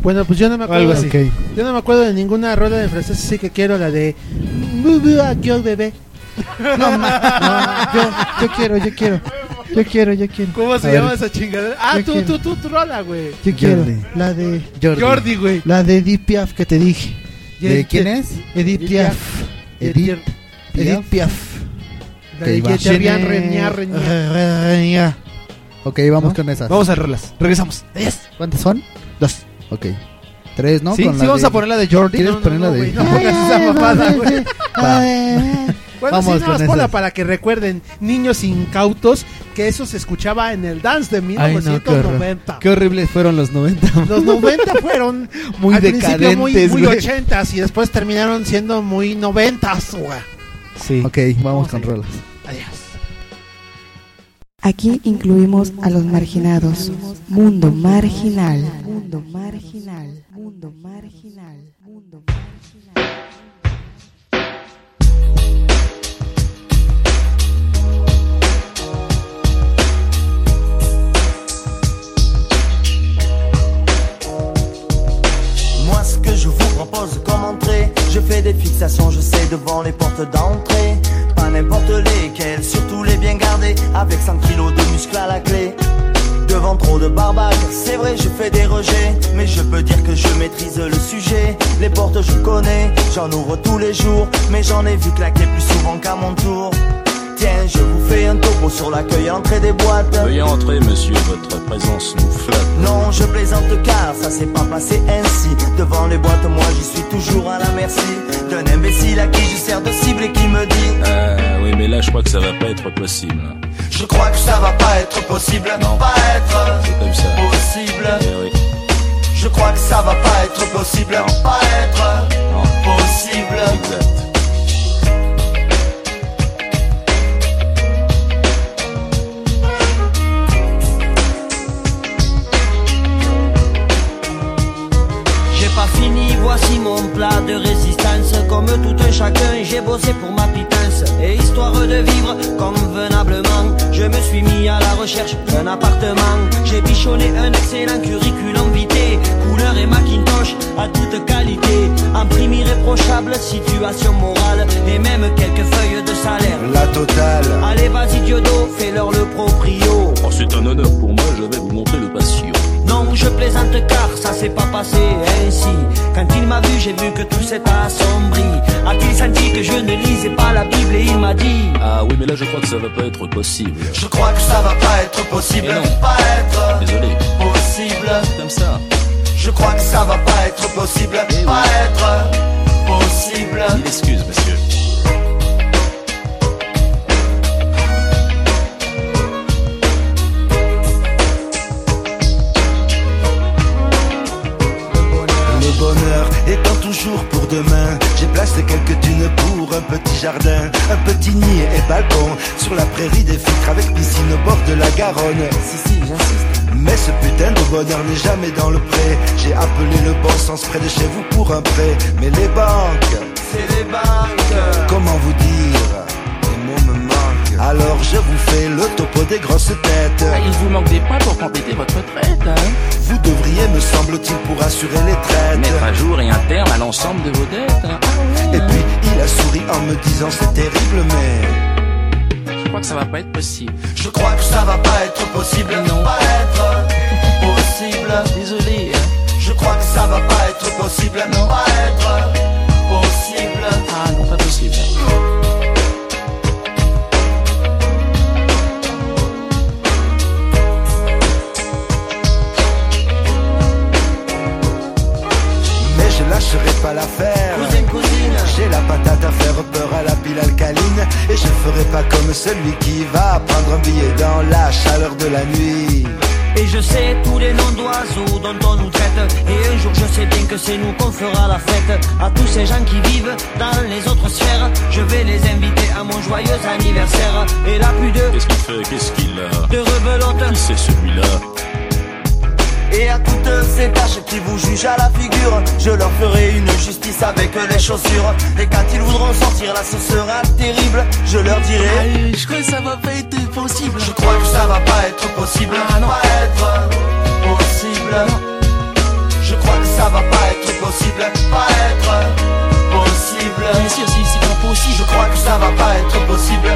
Speaker 4: Bueno, pues yo no me
Speaker 2: Algo
Speaker 4: acuerdo.
Speaker 2: así.
Speaker 4: Yo no me acuerdo de ninguna rola de francés, así que quiero la de. Adiós, bebé.
Speaker 7: No, ma- no, yo, yo quiero, yo quiero. Yo quiero, yo quiero.
Speaker 17: ¿Cómo se
Speaker 7: A
Speaker 17: llama
Speaker 7: ver,
Speaker 17: esa chingadera? Ah,
Speaker 7: yo
Speaker 17: tú,
Speaker 7: quiero.
Speaker 17: tú, tú, tú, rola, güey.
Speaker 7: Yo quiero. La de
Speaker 17: Jordi. Jordi, güey.
Speaker 7: La de Edith Piaf que te dije.
Speaker 17: ¿De
Speaker 2: este?
Speaker 17: quién
Speaker 7: es? Edith Piaf. Edith Edith Piaf.
Speaker 17: La de que te habían reñar, reñar.
Speaker 7: reñar. Ok, vamos con esas.
Speaker 2: Vamos a verlas. Regresamos. Adiós.
Speaker 7: ¿Cuántas son? Dos. Ok. Tres, ¿no?
Speaker 2: Sí,
Speaker 7: Con
Speaker 2: sí
Speaker 7: la
Speaker 2: vamos
Speaker 7: de-
Speaker 2: a poner la de Jordi.
Speaker 7: ¿Quieres
Speaker 2: No, no,
Speaker 7: poner la
Speaker 2: no,
Speaker 7: de.?
Speaker 2: güey, no pongas esa mamada, güey.
Speaker 7: Va.
Speaker 17: Bueno,
Speaker 7: Vamos
Speaker 17: sí, nada más
Speaker 7: con
Speaker 17: ponla
Speaker 7: esas.
Speaker 17: para que recuerden, niños incautos, que eso se escuchaba en el dance de
Speaker 2: Ay, no, qué, horror.
Speaker 17: 1990.
Speaker 2: qué horribles fueron los 90.
Speaker 17: Los 90 fueron
Speaker 2: *laughs* Muy
Speaker 17: al principio muy,
Speaker 2: decadentes,
Speaker 17: muy
Speaker 2: güey.
Speaker 17: 80s y después terminaron siendo muy 90s, güey.
Speaker 7: Sí. Ok, vamos con rolas.
Speaker 15: Aquí incluimos a los marginados. Mundo marginal. Mundo marginal. Mundo marginal. Mundo
Speaker 21: Moi ce que je vous propose comme entrée Je fais des fixations, je sais devant les portes d'entrée Pas n'importe lesquelles, surtout les bien gardées Avec 100 kilos de muscles à la clé Devant trop de barbares, c'est vrai je fais des rejets Mais je peux dire que je maîtrise le sujet Les portes je connais, j'en ouvre tous les jours Mais j'en ai vu claquer plus souvent qu'à mon tour Tiens, je vous fais un topo sur l'accueil entrée des boîtes
Speaker 22: Veuillez entrer, monsieur, votre présence nous flatte.
Speaker 21: Non, je plaisante car ça s'est pas passé ainsi. Devant les boîtes, moi j'y suis toujours à la merci d'un imbécile à qui je sers de cible et qui me dit
Speaker 22: Ah, oui, mais là, je crois que ça va pas être possible.
Speaker 21: Je crois que ça va pas être possible,
Speaker 22: Non.
Speaker 21: pas être
Speaker 22: C'est comme ça.
Speaker 21: possible.
Speaker 22: Eh oui.
Speaker 21: Je crois que ça va pas être possible, pas être possible.
Speaker 12: J'ai pas fini, voici mon plat de résistance. Comme tout un chacun, j'ai bossé pour ma pitance. Et histoire de vivre convenablement, je me suis mis à la recherche d'un appartement. J'ai bichonné un excellent curriculum vitae, couleur et Macintosh à toute qualité. En prime irréprochable, situation morale et même quelques feuilles de salaire.
Speaker 21: La totale.
Speaker 12: Allez, vas-y, Diodo, fais-leur le proprio.
Speaker 22: Oh, c'est un honneur pour moi, je vais vous montrer le patio.
Speaker 12: Non, je plaisante car ça s'est pas passé ainsi. Quand il m'a vu, j'ai vu que tout s'est assombri. A-t-il senti que je ne lisais pas la Bible et il m'a dit
Speaker 22: Ah, oui, mais là, je crois que ça va pas être possible.
Speaker 21: Je crois que ça va pas être possible,
Speaker 22: Eh non.
Speaker 21: pas être
Speaker 22: Désolé.
Speaker 21: possible. Comme ça. Je crois que ça va pas être possible,
Speaker 22: Eh
Speaker 21: pas être possible.
Speaker 22: Mille excuses, monsieur.
Speaker 21: Le bonheur étant toujours pour demain, j'ai placé quelques dunes pour un petit jardin, un petit nid et balcon sur la prairie des filtres avec piscine au bord de la Garonne. Mais ce putain de bonheur n'est jamais dans le pré. J'ai appelé le bon sens près de chez vous pour un prêt. Mais les banques, c'est les banques. Comment vous dire Les mots me manquent. Alors je vous fais le topo des grosses têtes. Ah, il vous manque des points pour compléter votre hein. retraite. Vous devriez, me semble-t-il, pour assurer les traites.
Speaker 22: Mettre à jour et un terme à l'ensemble de vos dettes. hein. Ah
Speaker 21: Et puis il a souri en me disant c'est terrible mais
Speaker 22: Je crois que ça va pas être possible.
Speaker 21: Je crois que ça va pas être possible Non pas être possible Désolé
Speaker 22: hein.
Speaker 21: Je crois que ça va pas être possible Non pas être possible Ah non pas possible Mais je lâcherai pas l'affaire J'ai la patate à faire peur à la pile alcaline Et je ferai pas comme celui qui va prendre un billet dans la chaleur de la nuit
Speaker 12: Et je sais tous les noms d'oiseaux dont on nous traite. Et un jour, je sais bien que c'est nous qu'on fera la fête. À tous ces gens qui vivent dans les autres sphères, je vais les inviter à mon joyeux anniversaire. Et là, plus de
Speaker 22: Qu'est-ce qu'il fait Qu'est-ce qu'il a
Speaker 12: de rebelote.
Speaker 22: Qui c'est celui-là
Speaker 21: Et à toutes ces tâches qui vous jugent à la figure Je leur ferai une justice avec les chaussures Et quand ils voudront sortir là ce sera terrible Je leur dirai Je crois que ça va pas être possible Ah, Je crois que ça va pas être possible Pas être possible Je crois que ça va pas être possible Pas être possible Bien sûr si c'est pas possible Je crois que ça va pas être possible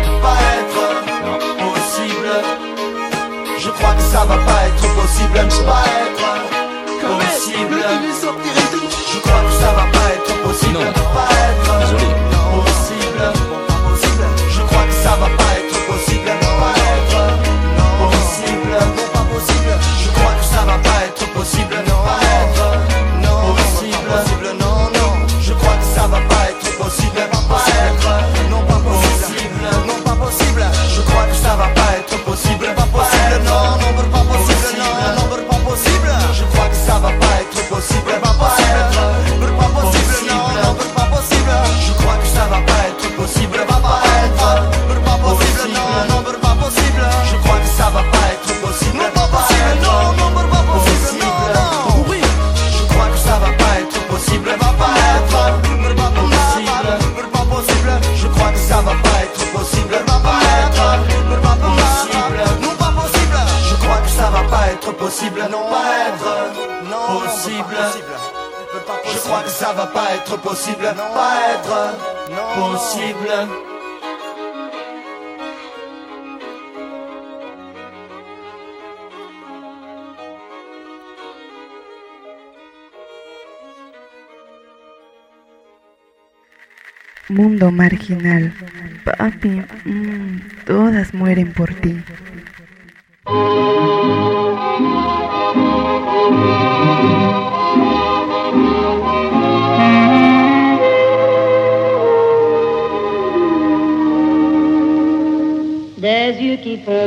Speaker 21: ça va pas être possible, pas être possible.
Speaker 15: Mundo marginal. Papi, mm, todas mueren por ti.
Speaker 11: Des yeux qui font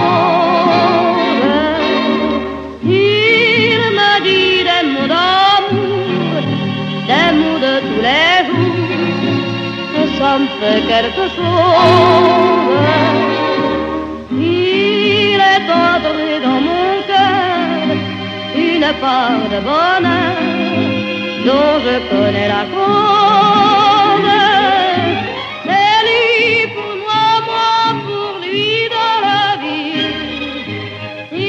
Speaker 11: rose. Il me dit des mots d'amour, des mots de tous les jours, et ça me fait quelque chose. Il est entré dans mon cœur une part de bonheur dont je connais la cause. C'est lui pour moi, moi pour lui dans la vie.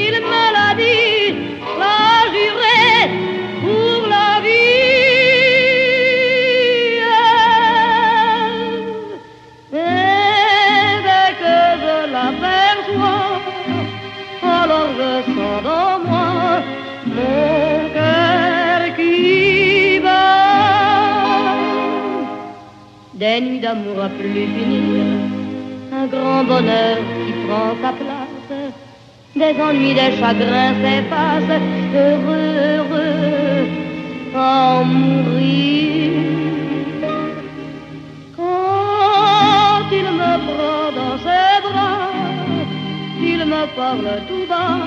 Speaker 11: Il me l'a dit, l'a juré pour la vie. Et dès que je l'aperçois, alors je sens dans moi mon cœur qui bat. Des nuits d'amour à plus finir, un grand bonheur qui prend sa place. Des ennuis, des chagrins s'effacent, heureux, heureux, à en mourir. Quand il me prend dans ses bras, il me parle tout bas,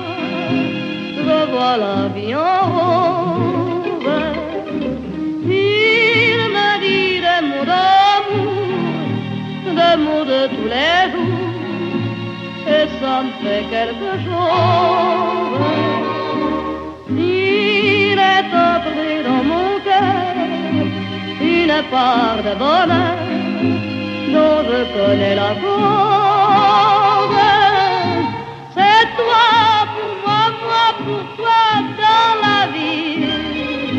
Speaker 11: je vois la vie en rose. Il me dit des mots d'amour, des mots de tous les jours, et ça me fait quelque chose. Il est entré dans mon cœur une part de bonheur dont je connais la cause. C'est toi pour moi, moi pour toi dans la vie.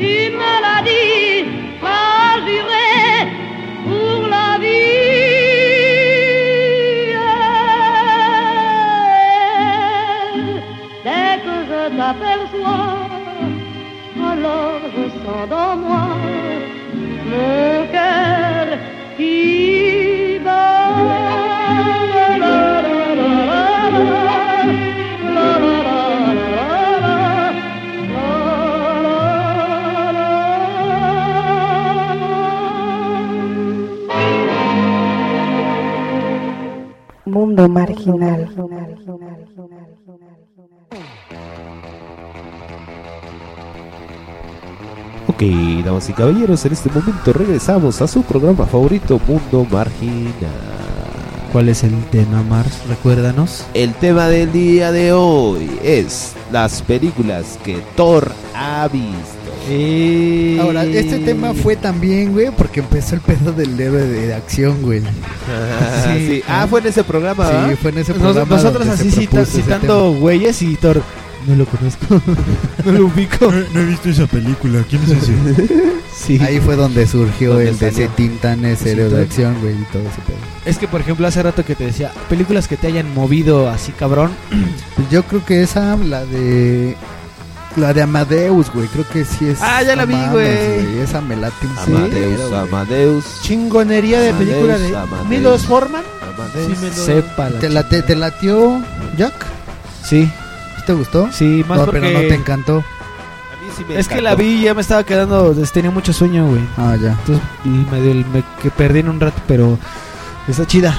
Speaker 11: Tu me l'as dit, pas juré pour la vie. Dès que je t'aperçois, alors je sens dans moi mon cœur qui bat. La, la, la, la, la, la.
Speaker 15: Mundo marginal.
Speaker 3: *laughs* Ok, damas y caballeros, en este momento regresamos a su programa favorito, Mundo Marginal.
Speaker 20: ¿Cuál es el tema, Mars? Recuérdanos.
Speaker 3: El tema del día de hoy es las películas que Thor ha visto.
Speaker 7: Ahora, este tema fue también, güey, porque empezó el pedo del héroe de, de acción, güey.
Speaker 3: Ah, *laughs* sí. Ah, fue en ese programa. ¿va?
Speaker 7: Sí, fue en ese
Speaker 20: ¿ah? Nos-
Speaker 7: programa.
Speaker 20: nosotros
Speaker 7: donde
Speaker 20: así
Speaker 7: se
Speaker 20: cita-
Speaker 7: propuso ese
Speaker 20: citando güeyes y Thor. No lo conozco. *laughs* no lo ubico. No, he visto esa película. ¿Quién es
Speaker 2: *laughs*
Speaker 20: ese? sí.
Speaker 7: Ahí fue donde surgió
Speaker 20: Donde
Speaker 7: el de ese
Speaker 20: salió.
Speaker 7: Tintan,
Speaker 20: Sí,
Speaker 7: ese héroe
Speaker 20: todo.
Speaker 7: de acción, güey, y todo ese pedo.
Speaker 20: Es que, por ejemplo, hace rato que te decía, películas que te hayan movido así
Speaker 7: *clears throat*
Speaker 20: cabrón.
Speaker 7: Pues Yo creo que esa, la de. La de Amadeus, güey, creo que sí es.
Speaker 20: Ah, ya la vi,
Speaker 7: Amadeus,
Speaker 20: güey.
Speaker 7: Esa me late un
Speaker 3: Amadeus,
Speaker 7: chingo, güey.
Speaker 3: Amadeus.
Speaker 4: Chingonería de
Speaker 3: Amadeus,
Speaker 4: película de
Speaker 3: Amadeus.
Speaker 4: Milos Forman.
Speaker 3: Amadeus.
Speaker 4: Sí, me lo-
Speaker 20: Sepa la
Speaker 7: ¿Te, la, te, te latió, Jack?
Speaker 20: Sí.
Speaker 7: ¿Te gustó?
Speaker 20: Sí, más
Speaker 7: no,
Speaker 20: porque-
Speaker 7: pero no te encantó.
Speaker 20: es que la vi y ya me estaba quedando, des- tenía mucho sueño, güey.
Speaker 7: Ah, ya.
Speaker 20: Entonces y me, dio el- me que perdí en un rato, pero está chida.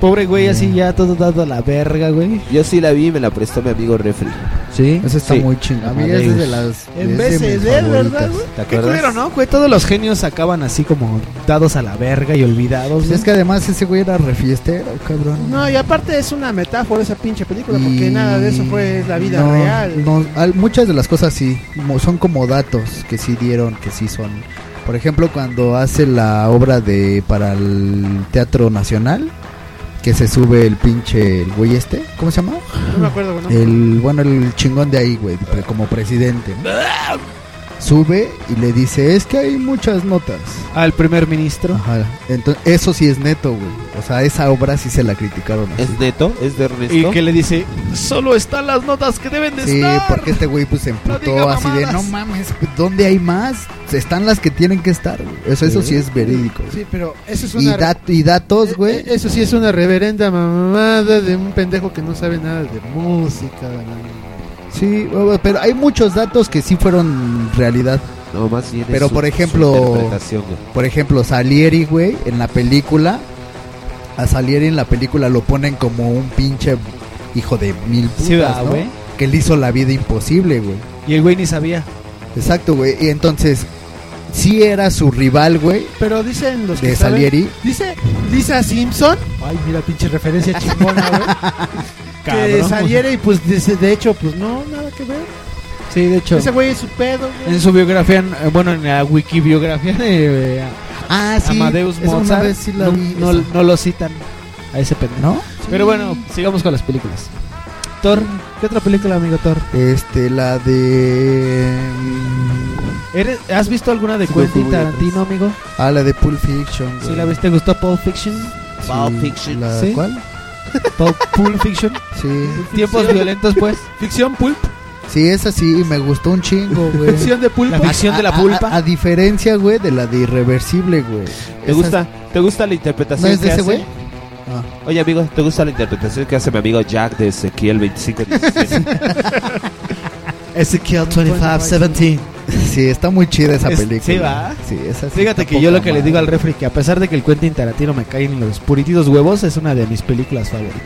Speaker 7: Pobre güey, así ya todo dado a la verga, güey.
Speaker 3: Yo sí la vi y me la prestó mi amigo Refri.
Speaker 7: Sí, esa está muy chingada.
Speaker 3: A mí
Speaker 7: es
Speaker 3: de
Speaker 7: las.
Speaker 2: En vez de ver, ¿verdad, güey?
Speaker 3: ¿Te
Speaker 2: Qué
Speaker 3: acuerdas?
Speaker 2: culero, ¿no, güey? Todos los genios acaban así como dados a la verga y olvidados.
Speaker 7: Pues es que además ese güey era refiestero, cabrón.
Speaker 17: No, y aparte es una metáfora esa pinche película, porque nada de eso fue la vida
Speaker 7: No,
Speaker 17: real.
Speaker 7: no, al- muchas de las cosas sí, mo- son como datos que sí dieron, que sí son. Por ejemplo, cuando hace la obra de para el Teatro Nacional, que se sube el pinche el güey este, ¿cómo se llama?
Speaker 17: No me acuerdo, ¿no?
Speaker 7: El bueno, el chingón de ahí, güey, pre- como presidente. ¿no? Sube y le dice, "Es que hay muchas notas."
Speaker 2: Al primer ministro.
Speaker 7: Ajá. Entonces, eso sí es neto, güey. O sea, esa obra sí se la criticaron. así.
Speaker 3: ¿Es neto? ¿Es de Ernesto?
Speaker 7: ¿Y qué le
Speaker 2: dice? Solo están las notas que deben de
Speaker 7: Sí,
Speaker 2: estar.
Speaker 7: porque este güey pues se emputó
Speaker 2: diga
Speaker 7: así de
Speaker 2: mamadas.
Speaker 7: no mames, ¿dónde hay más? Están las que tienen que estar, güey. Eso, eso sí es verídico. güey.
Speaker 17: Sí, pero eso es
Speaker 7: y,
Speaker 17: una... Eh,
Speaker 7: dat- y datos, güey.
Speaker 17: Eso sí es una reverenda mamada de un pendejo que no sabe nada de música. de la-
Speaker 7: Sí, güey, pero hay muchos datos que sí fueron realidad.
Speaker 3: No, más bien es
Speaker 7: Pero
Speaker 3: su-
Speaker 7: por
Speaker 3: su
Speaker 7: ejemplo,
Speaker 3: interpretación, güey.
Speaker 7: por ejemplo, Salieri, güey, en la película, a Salieri en la película lo ponen como un pinche hijo de mil putas,
Speaker 2: Sí, va,
Speaker 7: ¿no?
Speaker 2: güey.
Speaker 7: Que le hizo la vida imposible, güey.
Speaker 2: Y el güey ni sabía.
Speaker 7: Exacto, güey. Y entonces, sí era su rival, güey.
Speaker 17: Pero dicen los que
Speaker 7: De
Speaker 17: saben-
Speaker 7: Salieri.
Speaker 17: Dice Lisa Simpson. Ay, mira, pinche referencia chingona,
Speaker 3: *laughs*
Speaker 17: güey. que
Speaker 2: Cabrón.
Speaker 17: saliera y pues dice, de hecho, pues no, nada que ver.
Speaker 2: Sí, de hecho.
Speaker 17: Ese güey es su pedo, güey.
Speaker 2: En su biografía, eh, bueno, en la wikibiografía de eh,
Speaker 7: Ah, sí,
Speaker 2: Amadeus
Speaker 7: esa una
Speaker 2: Mozart,
Speaker 7: vez sí la
Speaker 2: no,
Speaker 7: vi,
Speaker 2: no-
Speaker 7: esa.
Speaker 2: no lo citan a ese pendejo.
Speaker 7: ¿No?
Speaker 2: Pero bueno, sigamos con las películas. Thor, ¿qué otra película, amigo Thor?
Speaker 7: Este, la de.
Speaker 2: ¿Eres- ¿Has visto alguna de
Speaker 7: Sí,
Speaker 2: Quentin
Speaker 7: güey,
Speaker 2: Tarantino, amigo?
Speaker 7: Ah, la de Pulp Fiction.
Speaker 2: Si la viste, gustó Pulp Fiction.
Speaker 7: Pulp Fiction. ¿La
Speaker 2: ¿Sí?
Speaker 7: cuál?
Speaker 2: Pulp, Pulp Fiction.
Speaker 7: Sí.
Speaker 2: Tiempos violentos,
Speaker 3: *laughs*
Speaker 2: pues.
Speaker 17: Ficción pulp.
Speaker 7: Sí, esa sí, y me gustó un
Speaker 2: *laughs*
Speaker 7: chingo, güey.
Speaker 17: Ficción de pulpo.
Speaker 7: A- a- A, a diferencia, güey, de la de Irreversible, güey.
Speaker 3: ¿Te
Speaker 7: Esa-
Speaker 3: gusta? ¿Te gusta la
Speaker 7: ¿No
Speaker 3: interpretación
Speaker 7: es de
Speaker 3: que hace?
Speaker 7: ese
Speaker 3: Ah.
Speaker 7: güey? Ah.
Speaker 3: Oye, amigo, ¿te gusta la interpretación que hace mi amigo Jack de Ezequiel 25?
Speaker 7: Ezequiel 2517. Sí, está muy chida *laughs* esa
Speaker 2: Es-
Speaker 7: película.
Speaker 2: sí, ¿va?
Speaker 7: Sí, esa sí
Speaker 2: Fíjate
Speaker 7: está
Speaker 2: que yo lo
Speaker 7: poca
Speaker 2: que le
Speaker 7: madre.
Speaker 2: digo al refri que a pesar de que el Quentin Tarantino me cae en los purititos huevos, es una de mis películas favoritas.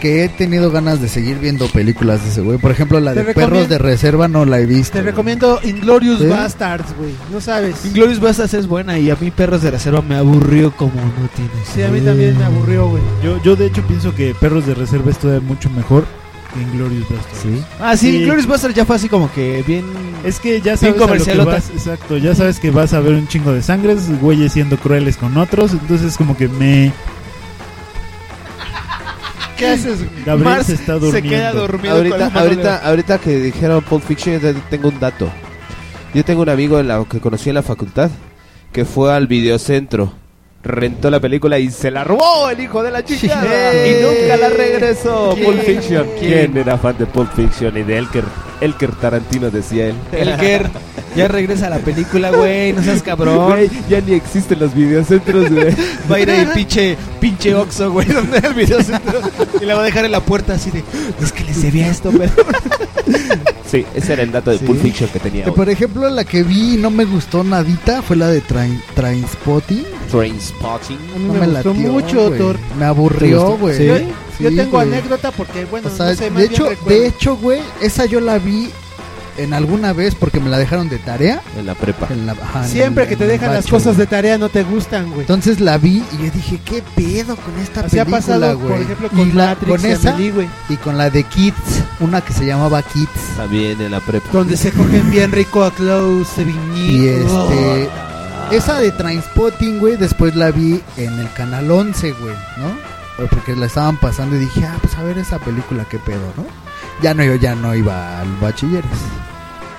Speaker 7: Que he tenido ganas de seguir viendo películas de ese güey. Por ejemplo, la
Speaker 17: Te
Speaker 7: de
Speaker 17: recomiendo-
Speaker 7: Perros de Reserva no la he visto.
Speaker 17: Te recomiendo Inglorious
Speaker 7: ¿Sí?
Speaker 17: Bastards, güey. No
Speaker 3: *laughs*
Speaker 17: sabes.
Speaker 2: Inglorious Bastards es buena y a mí Perros de Reserva me aburrió como no tienes.
Speaker 17: Sí, a mí también me aburrió, güey.
Speaker 6: Yo, yo de hecho pienso que Perros de Reserva es todavía mucho mejor que Inglorious Bastards.
Speaker 2: Ah, sí, Inglourious Basterds ya fue así como que bien.
Speaker 6: Es que ya
Speaker 2: bien
Speaker 6: sabes a lo
Speaker 2: comercial.
Speaker 6: que vas, exacto, ya sabes que vas a ver un chingo de sangres, güeyes siendo crueles con otros, entonces como que me
Speaker 17: ¿Qué haces? güey?
Speaker 6: Gabriel
Speaker 17: Mars
Speaker 6: se está durmiendo.
Speaker 17: queda dormido.
Speaker 3: ahorita,
Speaker 17: con la
Speaker 3: ahorita,
Speaker 17: mano
Speaker 3: ahorita que dijeron Pulp Fiction, yo tengo un dato. Yo tengo un amigo en la, que conocí en la facultad que fue al videocentro, rentó la película y se la robó ¡Oh, el hijo de la chica y nunca la regresó.
Speaker 2: ¿Quién?
Speaker 3: Pulp Fiction.
Speaker 2: ¿Quién?
Speaker 3: ¿Quién era fan de Pulp Fiction y de Elker? Elker Tarantino decía él.
Speaker 2: Elker, ya regresa a la película, güey, no seas cabrón.
Speaker 3: Güey, ya ni existen los videocentros, güey.
Speaker 2: *laughs* Va a ir ahí pinche, pinche Oxxo, güey, donde era el videocentro. Y la va a dejar en la puerta así de, es que les debía esto, pero...
Speaker 3: *laughs* Sí, ese era el dato de Pulp Fiction que tenía.
Speaker 7: Eh, Por ejemplo, la que vi y no me gustó nadita fue la de Train, Trainspotting.
Speaker 3: Train Spotting.
Speaker 7: No
Speaker 17: me
Speaker 7: me
Speaker 17: gustó
Speaker 7: latió,
Speaker 17: mucho,
Speaker 7: güey.
Speaker 17: Thor.
Speaker 7: Me
Speaker 17: ¿Te
Speaker 7: aburrió,
Speaker 17: gustó?
Speaker 7: güey.
Speaker 17: Yo, yo
Speaker 7: Sí,
Speaker 17: tengo
Speaker 7: güey.
Speaker 17: anécdota porque, bueno,
Speaker 7: O sea,
Speaker 17: no sé, más
Speaker 7: de,
Speaker 17: bien
Speaker 7: hecho,
Speaker 17: recuerdo.
Speaker 7: de hecho, güey, esa yo la vi en alguna vez porque me la dejaron de tarea.
Speaker 3: En la prepa.
Speaker 7: En la- ajá, en
Speaker 17: Siempre
Speaker 7: el-
Speaker 17: que te
Speaker 7: en el
Speaker 17: dejan las
Speaker 7: bacho,
Speaker 17: cosas de
Speaker 7: güey.
Speaker 17: tarea no te gustan, güey.
Speaker 7: Entonces la vi y yo dije, ¿qué pedo con esta
Speaker 17: Así ha
Speaker 7: película,
Speaker 17: pasado,
Speaker 7: güey?
Speaker 17: por ejemplo, con
Speaker 7: Y la-
Speaker 17: Matrix
Speaker 7: con
Speaker 17: y
Speaker 7: esa
Speaker 17: Amelie, güey.
Speaker 7: y con la de Kids, una que se llamaba Kids.
Speaker 3: También en la prepa.
Speaker 17: Donde se cogen bien rico a Klaus Sevigny.
Speaker 7: Y este. Esa de Trainspotting, güey, después la vi en el canal 11, güey, ¿no? Porque la estaban pasando y dije, ah, pues a ver esa película, qué pedo, ¿no? Ya no, yo ya no iba al bachilleres.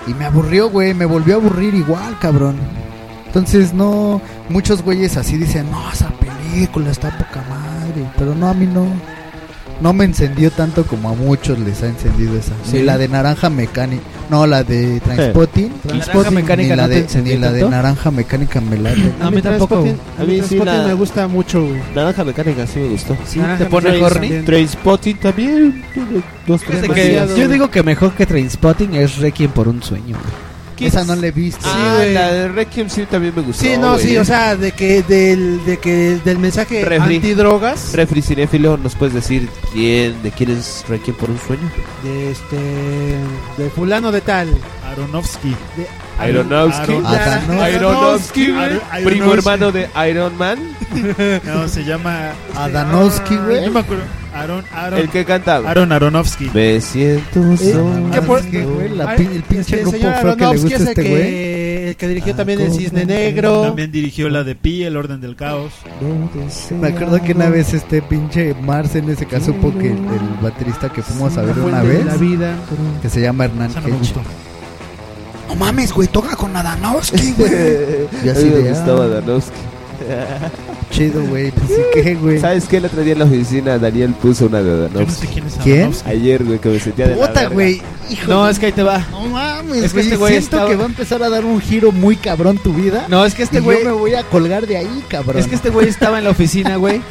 Speaker 7: Y me aburrió, güey, me volvió a aburrir igual, cabrón. Entonces, no, muchos güeyes así dicen, no, esa película está poca madre, pero no, a mí no. No me encendió tanto como a muchos les ha encendido esa.
Speaker 2: Sí.
Speaker 7: Ni la de Naranja Mecánica, no, la de Transpotting.
Speaker 2: La Naranja Mecánica
Speaker 7: ni la
Speaker 2: no te
Speaker 7: de,
Speaker 2: encendió
Speaker 7: ni la de
Speaker 2: tanto.
Speaker 7: Naranja Mecánica
Speaker 2: *clears throat*
Speaker 7: me late.
Speaker 2: A mí tampoco.
Speaker 17: A mí sí
Speaker 3: la-
Speaker 17: me gusta mucho, güey.
Speaker 3: Naranja Mecánica sí me gustó.
Speaker 17: Sí, Naranja te pone Mecánica horny. también.
Speaker 3: Trainspotting también. tiene Dos, tres
Speaker 2: Fíjate que
Speaker 3: cosillas.
Speaker 2: yo digo que mejor que Trainspotting es Requiem por un sueño. güey.
Speaker 4: Kids.
Speaker 7: Esa no la he visto.
Speaker 4: Sí, güey.
Speaker 3: de Requiem sí también me gustó.
Speaker 4: Sí, no,
Speaker 3: güey.
Speaker 4: sí, o sea, de que del, de que del mensaje
Speaker 3: Refri.
Speaker 4: antidrogas
Speaker 3: Refri cinéfilo, ¿nos puedes decir quién, de quién es Requiem por un sueño?
Speaker 4: de este de fulano de tal
Speaker 6: Aronofsky.
Speaker 4: De
Speaker 3: Aronofsky.
Speaker 6: Aronofsky.
Speaker 3: Aronofsky, güey.
Speaker 6: Aronofsky.
Speaker 3: primo hermano de Iron Man.
Speaker 6: *laughs* No, se llama
Speaker 7: Adanowski,
Speaker 17: Ah,
Speaker 7: güey.
Speaker 6: No me acuerdo. Aaron, Aaron.
Speaker 3: El que canta. güey.
Speaker 17: Eh,
Speaker 6: Aaron Aronofsky.
Speaker 3: Me siento
Speaker 7: Eh,
Speaker 3: solo.
Speaker 4: que por-
Speaker 7: güey, la
Speaker 4: Ah,
Speaker 7: pin- el pinche
Speaker 4: este
Speaker 7: grupo
Speaker 4: señor
Speaker 7: feo que le
Speaker 4: Aronofsky
Speaker 7: gusta
Speaker 4: es
Speaker 7: a
Speaker 4: el
Speaker 7: este
Speaker 4: que-
Speaker 7: güey.
Speaker 4: el que dirigió también el Cisne Negro
Speaker 6: Ah, También dirigió la de Pi, El Orden del Caos.
Speaker 7: Me acuerdo que una vez este pinche Mars en ese caso supo que el, el baterista que fuimos a ver
Speaker 4: La
Speaker 7: una
Speaker 4: fuente de
Speaker 7: vez,
Speaker 4: la vida.
Speaker 7: que se llama Hernán
Speaker 4: Esa no me
Speaker 7: Hedge.
Speaker 4: gustó.
Speaker 7: No mames, güey, toca con Adanowski,
Speaker 3: Y así
Speaker 7: y así
Speaker 3: me
Speaker 7: de,
Speaker 3: gustaba
Speaker 7: ah.
Speaker 3: Aronofsky.
Speaker 7: Chido, güey. Pues sí, qué, güey.
Speaker 3: ¿Sabes qué? El otro día en la oficina Daniel puso una de Aronofsky.
Speaker 7: ¿Quién? Aronofsky.
Speaker 3: Ayer, güey, que me sentía de la
Speaker 7: Puta,
Speaker 3: verga.
Speaker 7: güey. Hijo.
Speaker 2: No, es que ahí te va.
Speaker 7: No mames,
Speaker 2: Es que
Speaker 7: güey.
Speaker 2: este güey
Speaker 7: siento
Speaker 2: estaba-
Speaker 7: que va a empezar a dar un giro muy cabrón tu vida.
Speaker 2: No, es que este
Speaker 7: y
Speaker 2: güey-
Speaker 7: Yo me voy a colgar de ahí, cabrón.
Speaker 2: Es que este güey estaba en la oficina, güey.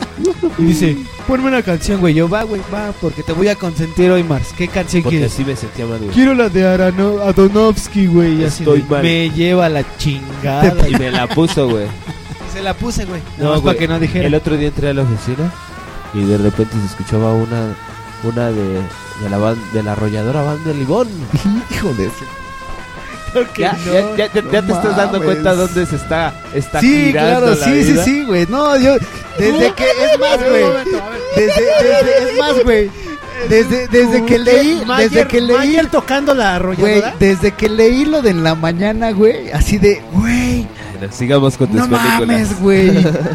Speaker 2: Y dice, ponme una canción, güey. Yo, va, güey, va, porque te voy a consentir hoy, Mars. ¿Qué canción
Speaker 3: Porque
Speaker 2: quieres?
Speaker 3: así me sentía mal, güey.
Speaker 2: Quiero la de Arano Adonovsky, güey. y así
Speaker 3: Estoy
Speaker 2: de,
Speaker 3: mal.
Speaker 2: Me lleva la chingada.
Speaker 3: Y me la puso, güey.
Speaker 2: Se la puse, güey.
Speaker 3: No,
Speaker 2: No,
Speaker 3: güey,
Speaker 2: para que no dijera.
Speaker 3: El otro día entré a la
Speaker 4: *laughs*
Speaker 3: oficina y de repente se escuchaba una una de, de la ban- de la arrolladora banda de Ligón.
Speaker 7: *laughs* Hijo de ese.
Speaker 3: Ya, ya, ya-
Speaker 7: no,
Speaker 3: ya-
Speaker 7: no
Speaker 3: ya te estás dando
Speaker 7: mames.
Speaker 3: cuenta dónde se está, está
Speaker 7: Sí,
Speaker 3: girando
Speaker 7: claro,
Speaker 3: la
Speaker 7: sí, sí,
Speaker 3: vida.
Speaker 7: sí, güey. No, yo. Desde que. Es más, güey. Desde, desde, es más, güey. Desde, desde que leí. Desde que leí.
Speaker 4: Mayer tocando la
Speaker 7: Güey,
Speaker 4: arrolladora
Speaker 7: desde que leí lo de en la mañana, güey. Así de, güey.
Speaker 3: Bueno, sigamos con tus
Speaker 7: No
Speaker 3: películas.
Speaker 7: mames, güey.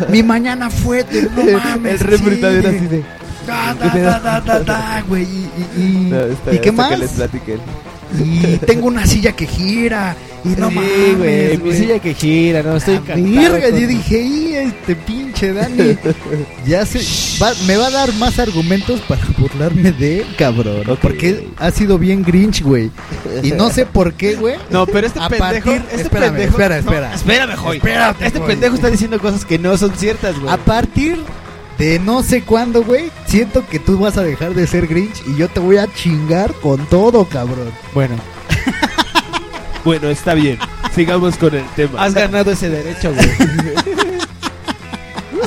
Speaker 7: Mi mañana fue de no mames.
Speaker 3: El refritadero
Speaker 7: sí.
Speaker 3: así de-
Speaker 7: Da, da, da, da, da, da, güey. Y, y- y-
Speaker 3: *laughs* No, está
Speaker 7: ¿y
Speaker 3: bien,
Speaker 7: qué
Speaker 3: hasta
Speaker 7: más?
Speaker 3: Que les platiquen.
Speaker 7: Y tengo una silla que gira. Y no
Speaker 2: Sí,
Speaker 7: mames,
Speaker 2: güey. Mi
Speaker 3: pues
Speaker 2: silla que gira, no, estoy encantado
Speaker 7: Virga,
Speaker 2: con-
Speaker 7: yo dije, y este pinche Dani. ya se. va- me va a dar más argumentos para burlarme de él, cabrón. Porque ha sido bien Grinch, güey. Y no sé por qué, güey.
Speaker 2: No, pero este
Speaker 7: A
Speaker 2: pendejo.
Speaker 7: partir-
Speaker 2: este
Speaker 7: espérame,
Speaker 2: pendejo-
Speaker 7: espera,
Speaker 2: no,
Speaker 7: espera.
Speaker 2: espérame, Joy.
Speaker 7: Espérate,
Speaker 2: Este
Speaker 7: Joy.
Speaker 2: pendejo está diciendo cosas que no son ciertas, güey.
Speaker 7: A partir de no sé cuándo, güey, siento que tú vas a dejar de ser Grinch y yo te voy a chingar con todo, cabrón.
Speaker 2: Bueno,
Speaker 3: Bueno, está bien. Sigamos con el tema.
Speaker 2: has ganado ese derecho,
Speaker 3: *laughs*
Speaker 2: güey.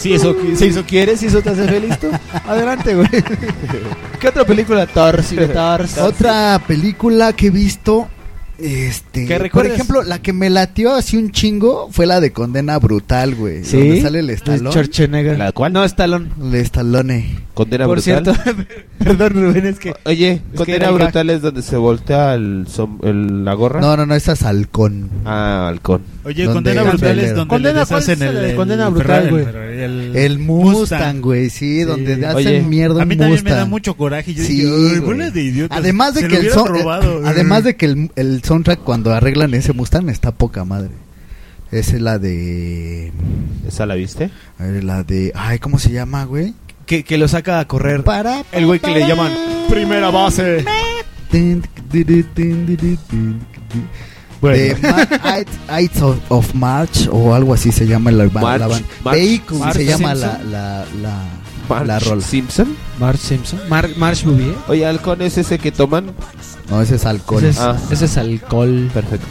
Speaker 2: Si eso, qui- si eso quieres, si eso te hace feliz, tú, adelante,
Speaker 7: *laughs*
Speaker 2: güey. ¿Qué otra película? Tars, *laughs* Tars.
Speaker 7: Otra película que he visto, este,
Speaker 2: ¿Que
Speaker 7: por
Speaker 2: recuerdes?
Speaker 7: ejemplo, la que me latió así un chingo fue la de Condena Brutal, güey.
Speaker 2: ¿Sí?
Speaker 7: Donde sale el
Speaker 2: De
Speaker 7: Stallone.
Speaker 2: Schwarzenegger.
Speaker 3: ¿La cual?
Speaker 2: No, Stallone.
Speaker 7: El Stallone.
Speaker 3: Condena
Speaker 2: Por
Speaker 3: brutal.
Speaker 2: cierto, perdón, Rubén, es que.
Speaker 3: Oye,
Speaker 2: que
Speaker 3: condena
Speaker 2: era gag.
Speaker 3: brutal es donde se voltea el, som- el- la gorra.
Speaker 7: No, no, no, esa es Halcón.
Speaker 3: Ah, halcón.
Speaker 6: Oye,
Speaker 7: ¿Dónde?
Speaker 6: Condena Brutal es
Speaker 7: Trailer.
Speaker 6: donde
Speaker 4: Condena,
Speaker 6: le
Speaker 4: ¿cuál es
Speaker 6: deshacen
Speaker 4: la
Speaker 6: el,
Speaker 4: de
Speaker 6: el
Speaker 4: Condena Brutal,
Speaker 6: Ferrari,
Speaker 4: güey?
Speaker 6: Ferrari, el,
Speaker 7: El Mustang, güey, sí,
Speaker 6: Sí.
Speaker 7: donde hacen
Speaker 3: Oye,
Speaker 7: mierda
Speaker 6: A
Speaker 7: un
Speaker 6: mí
Speaker 7: Mustang.
Speaker 6: también me da mucho coraje. Yo
Speaker 7: Sí,
Speaker 6: dije, "Ay,
Speaker 7: güey.
Speaker 6: bola de idiotas.
Speaker 7: Además de
Speaker 6: Se
Speaker 7: que
Speaker 6: lo
Speaker 7: el
Speaker 6: hubieran
Speaker 7: son-
Speaker 3: *laughs*
Speaker 6: robado.
Speaker 7: eh, *laughs* además de que el, el soundtrack cuando arreglan ese Mustang está poca madre. Esa es la de
Speaker 3: ¿Esa la viste?
Speaker 7: a ver, la de ay, ¿cómo se llama, güey?
Speaker 2: Que, que lo saca a correr.
Speaker 7: Para
Speaker 2: El güey que le llaman primera base.
Speaker 7: de Ma- Ides- Ides of, of March o algo así se llama la, ba-
Speaker 3: March,
Speaker 7: la banda.
Speaker 3: March.
Speaker 7: Vehicle
Speaker 2: March
Speaker 7: se llama la
Speaker 2: Simpson.
Speaker 7: la la,
Speaker 3: Marge
Speaker 7: la rola.
Speaker 3: Simpson.
Speaker 2: Marge Simpson. Mar Marge Bouvier.
Speaker 3: Oye, halcón es ese que
Speaker 7: *laughs*
Speaker 3: toman.
Speaker 7: No, ese es alcohol.
Speaker 2: Ese es,
Speaker 3: Ah.
Speaker 2: ese es alcohol.
Speaker 3: Perfecto.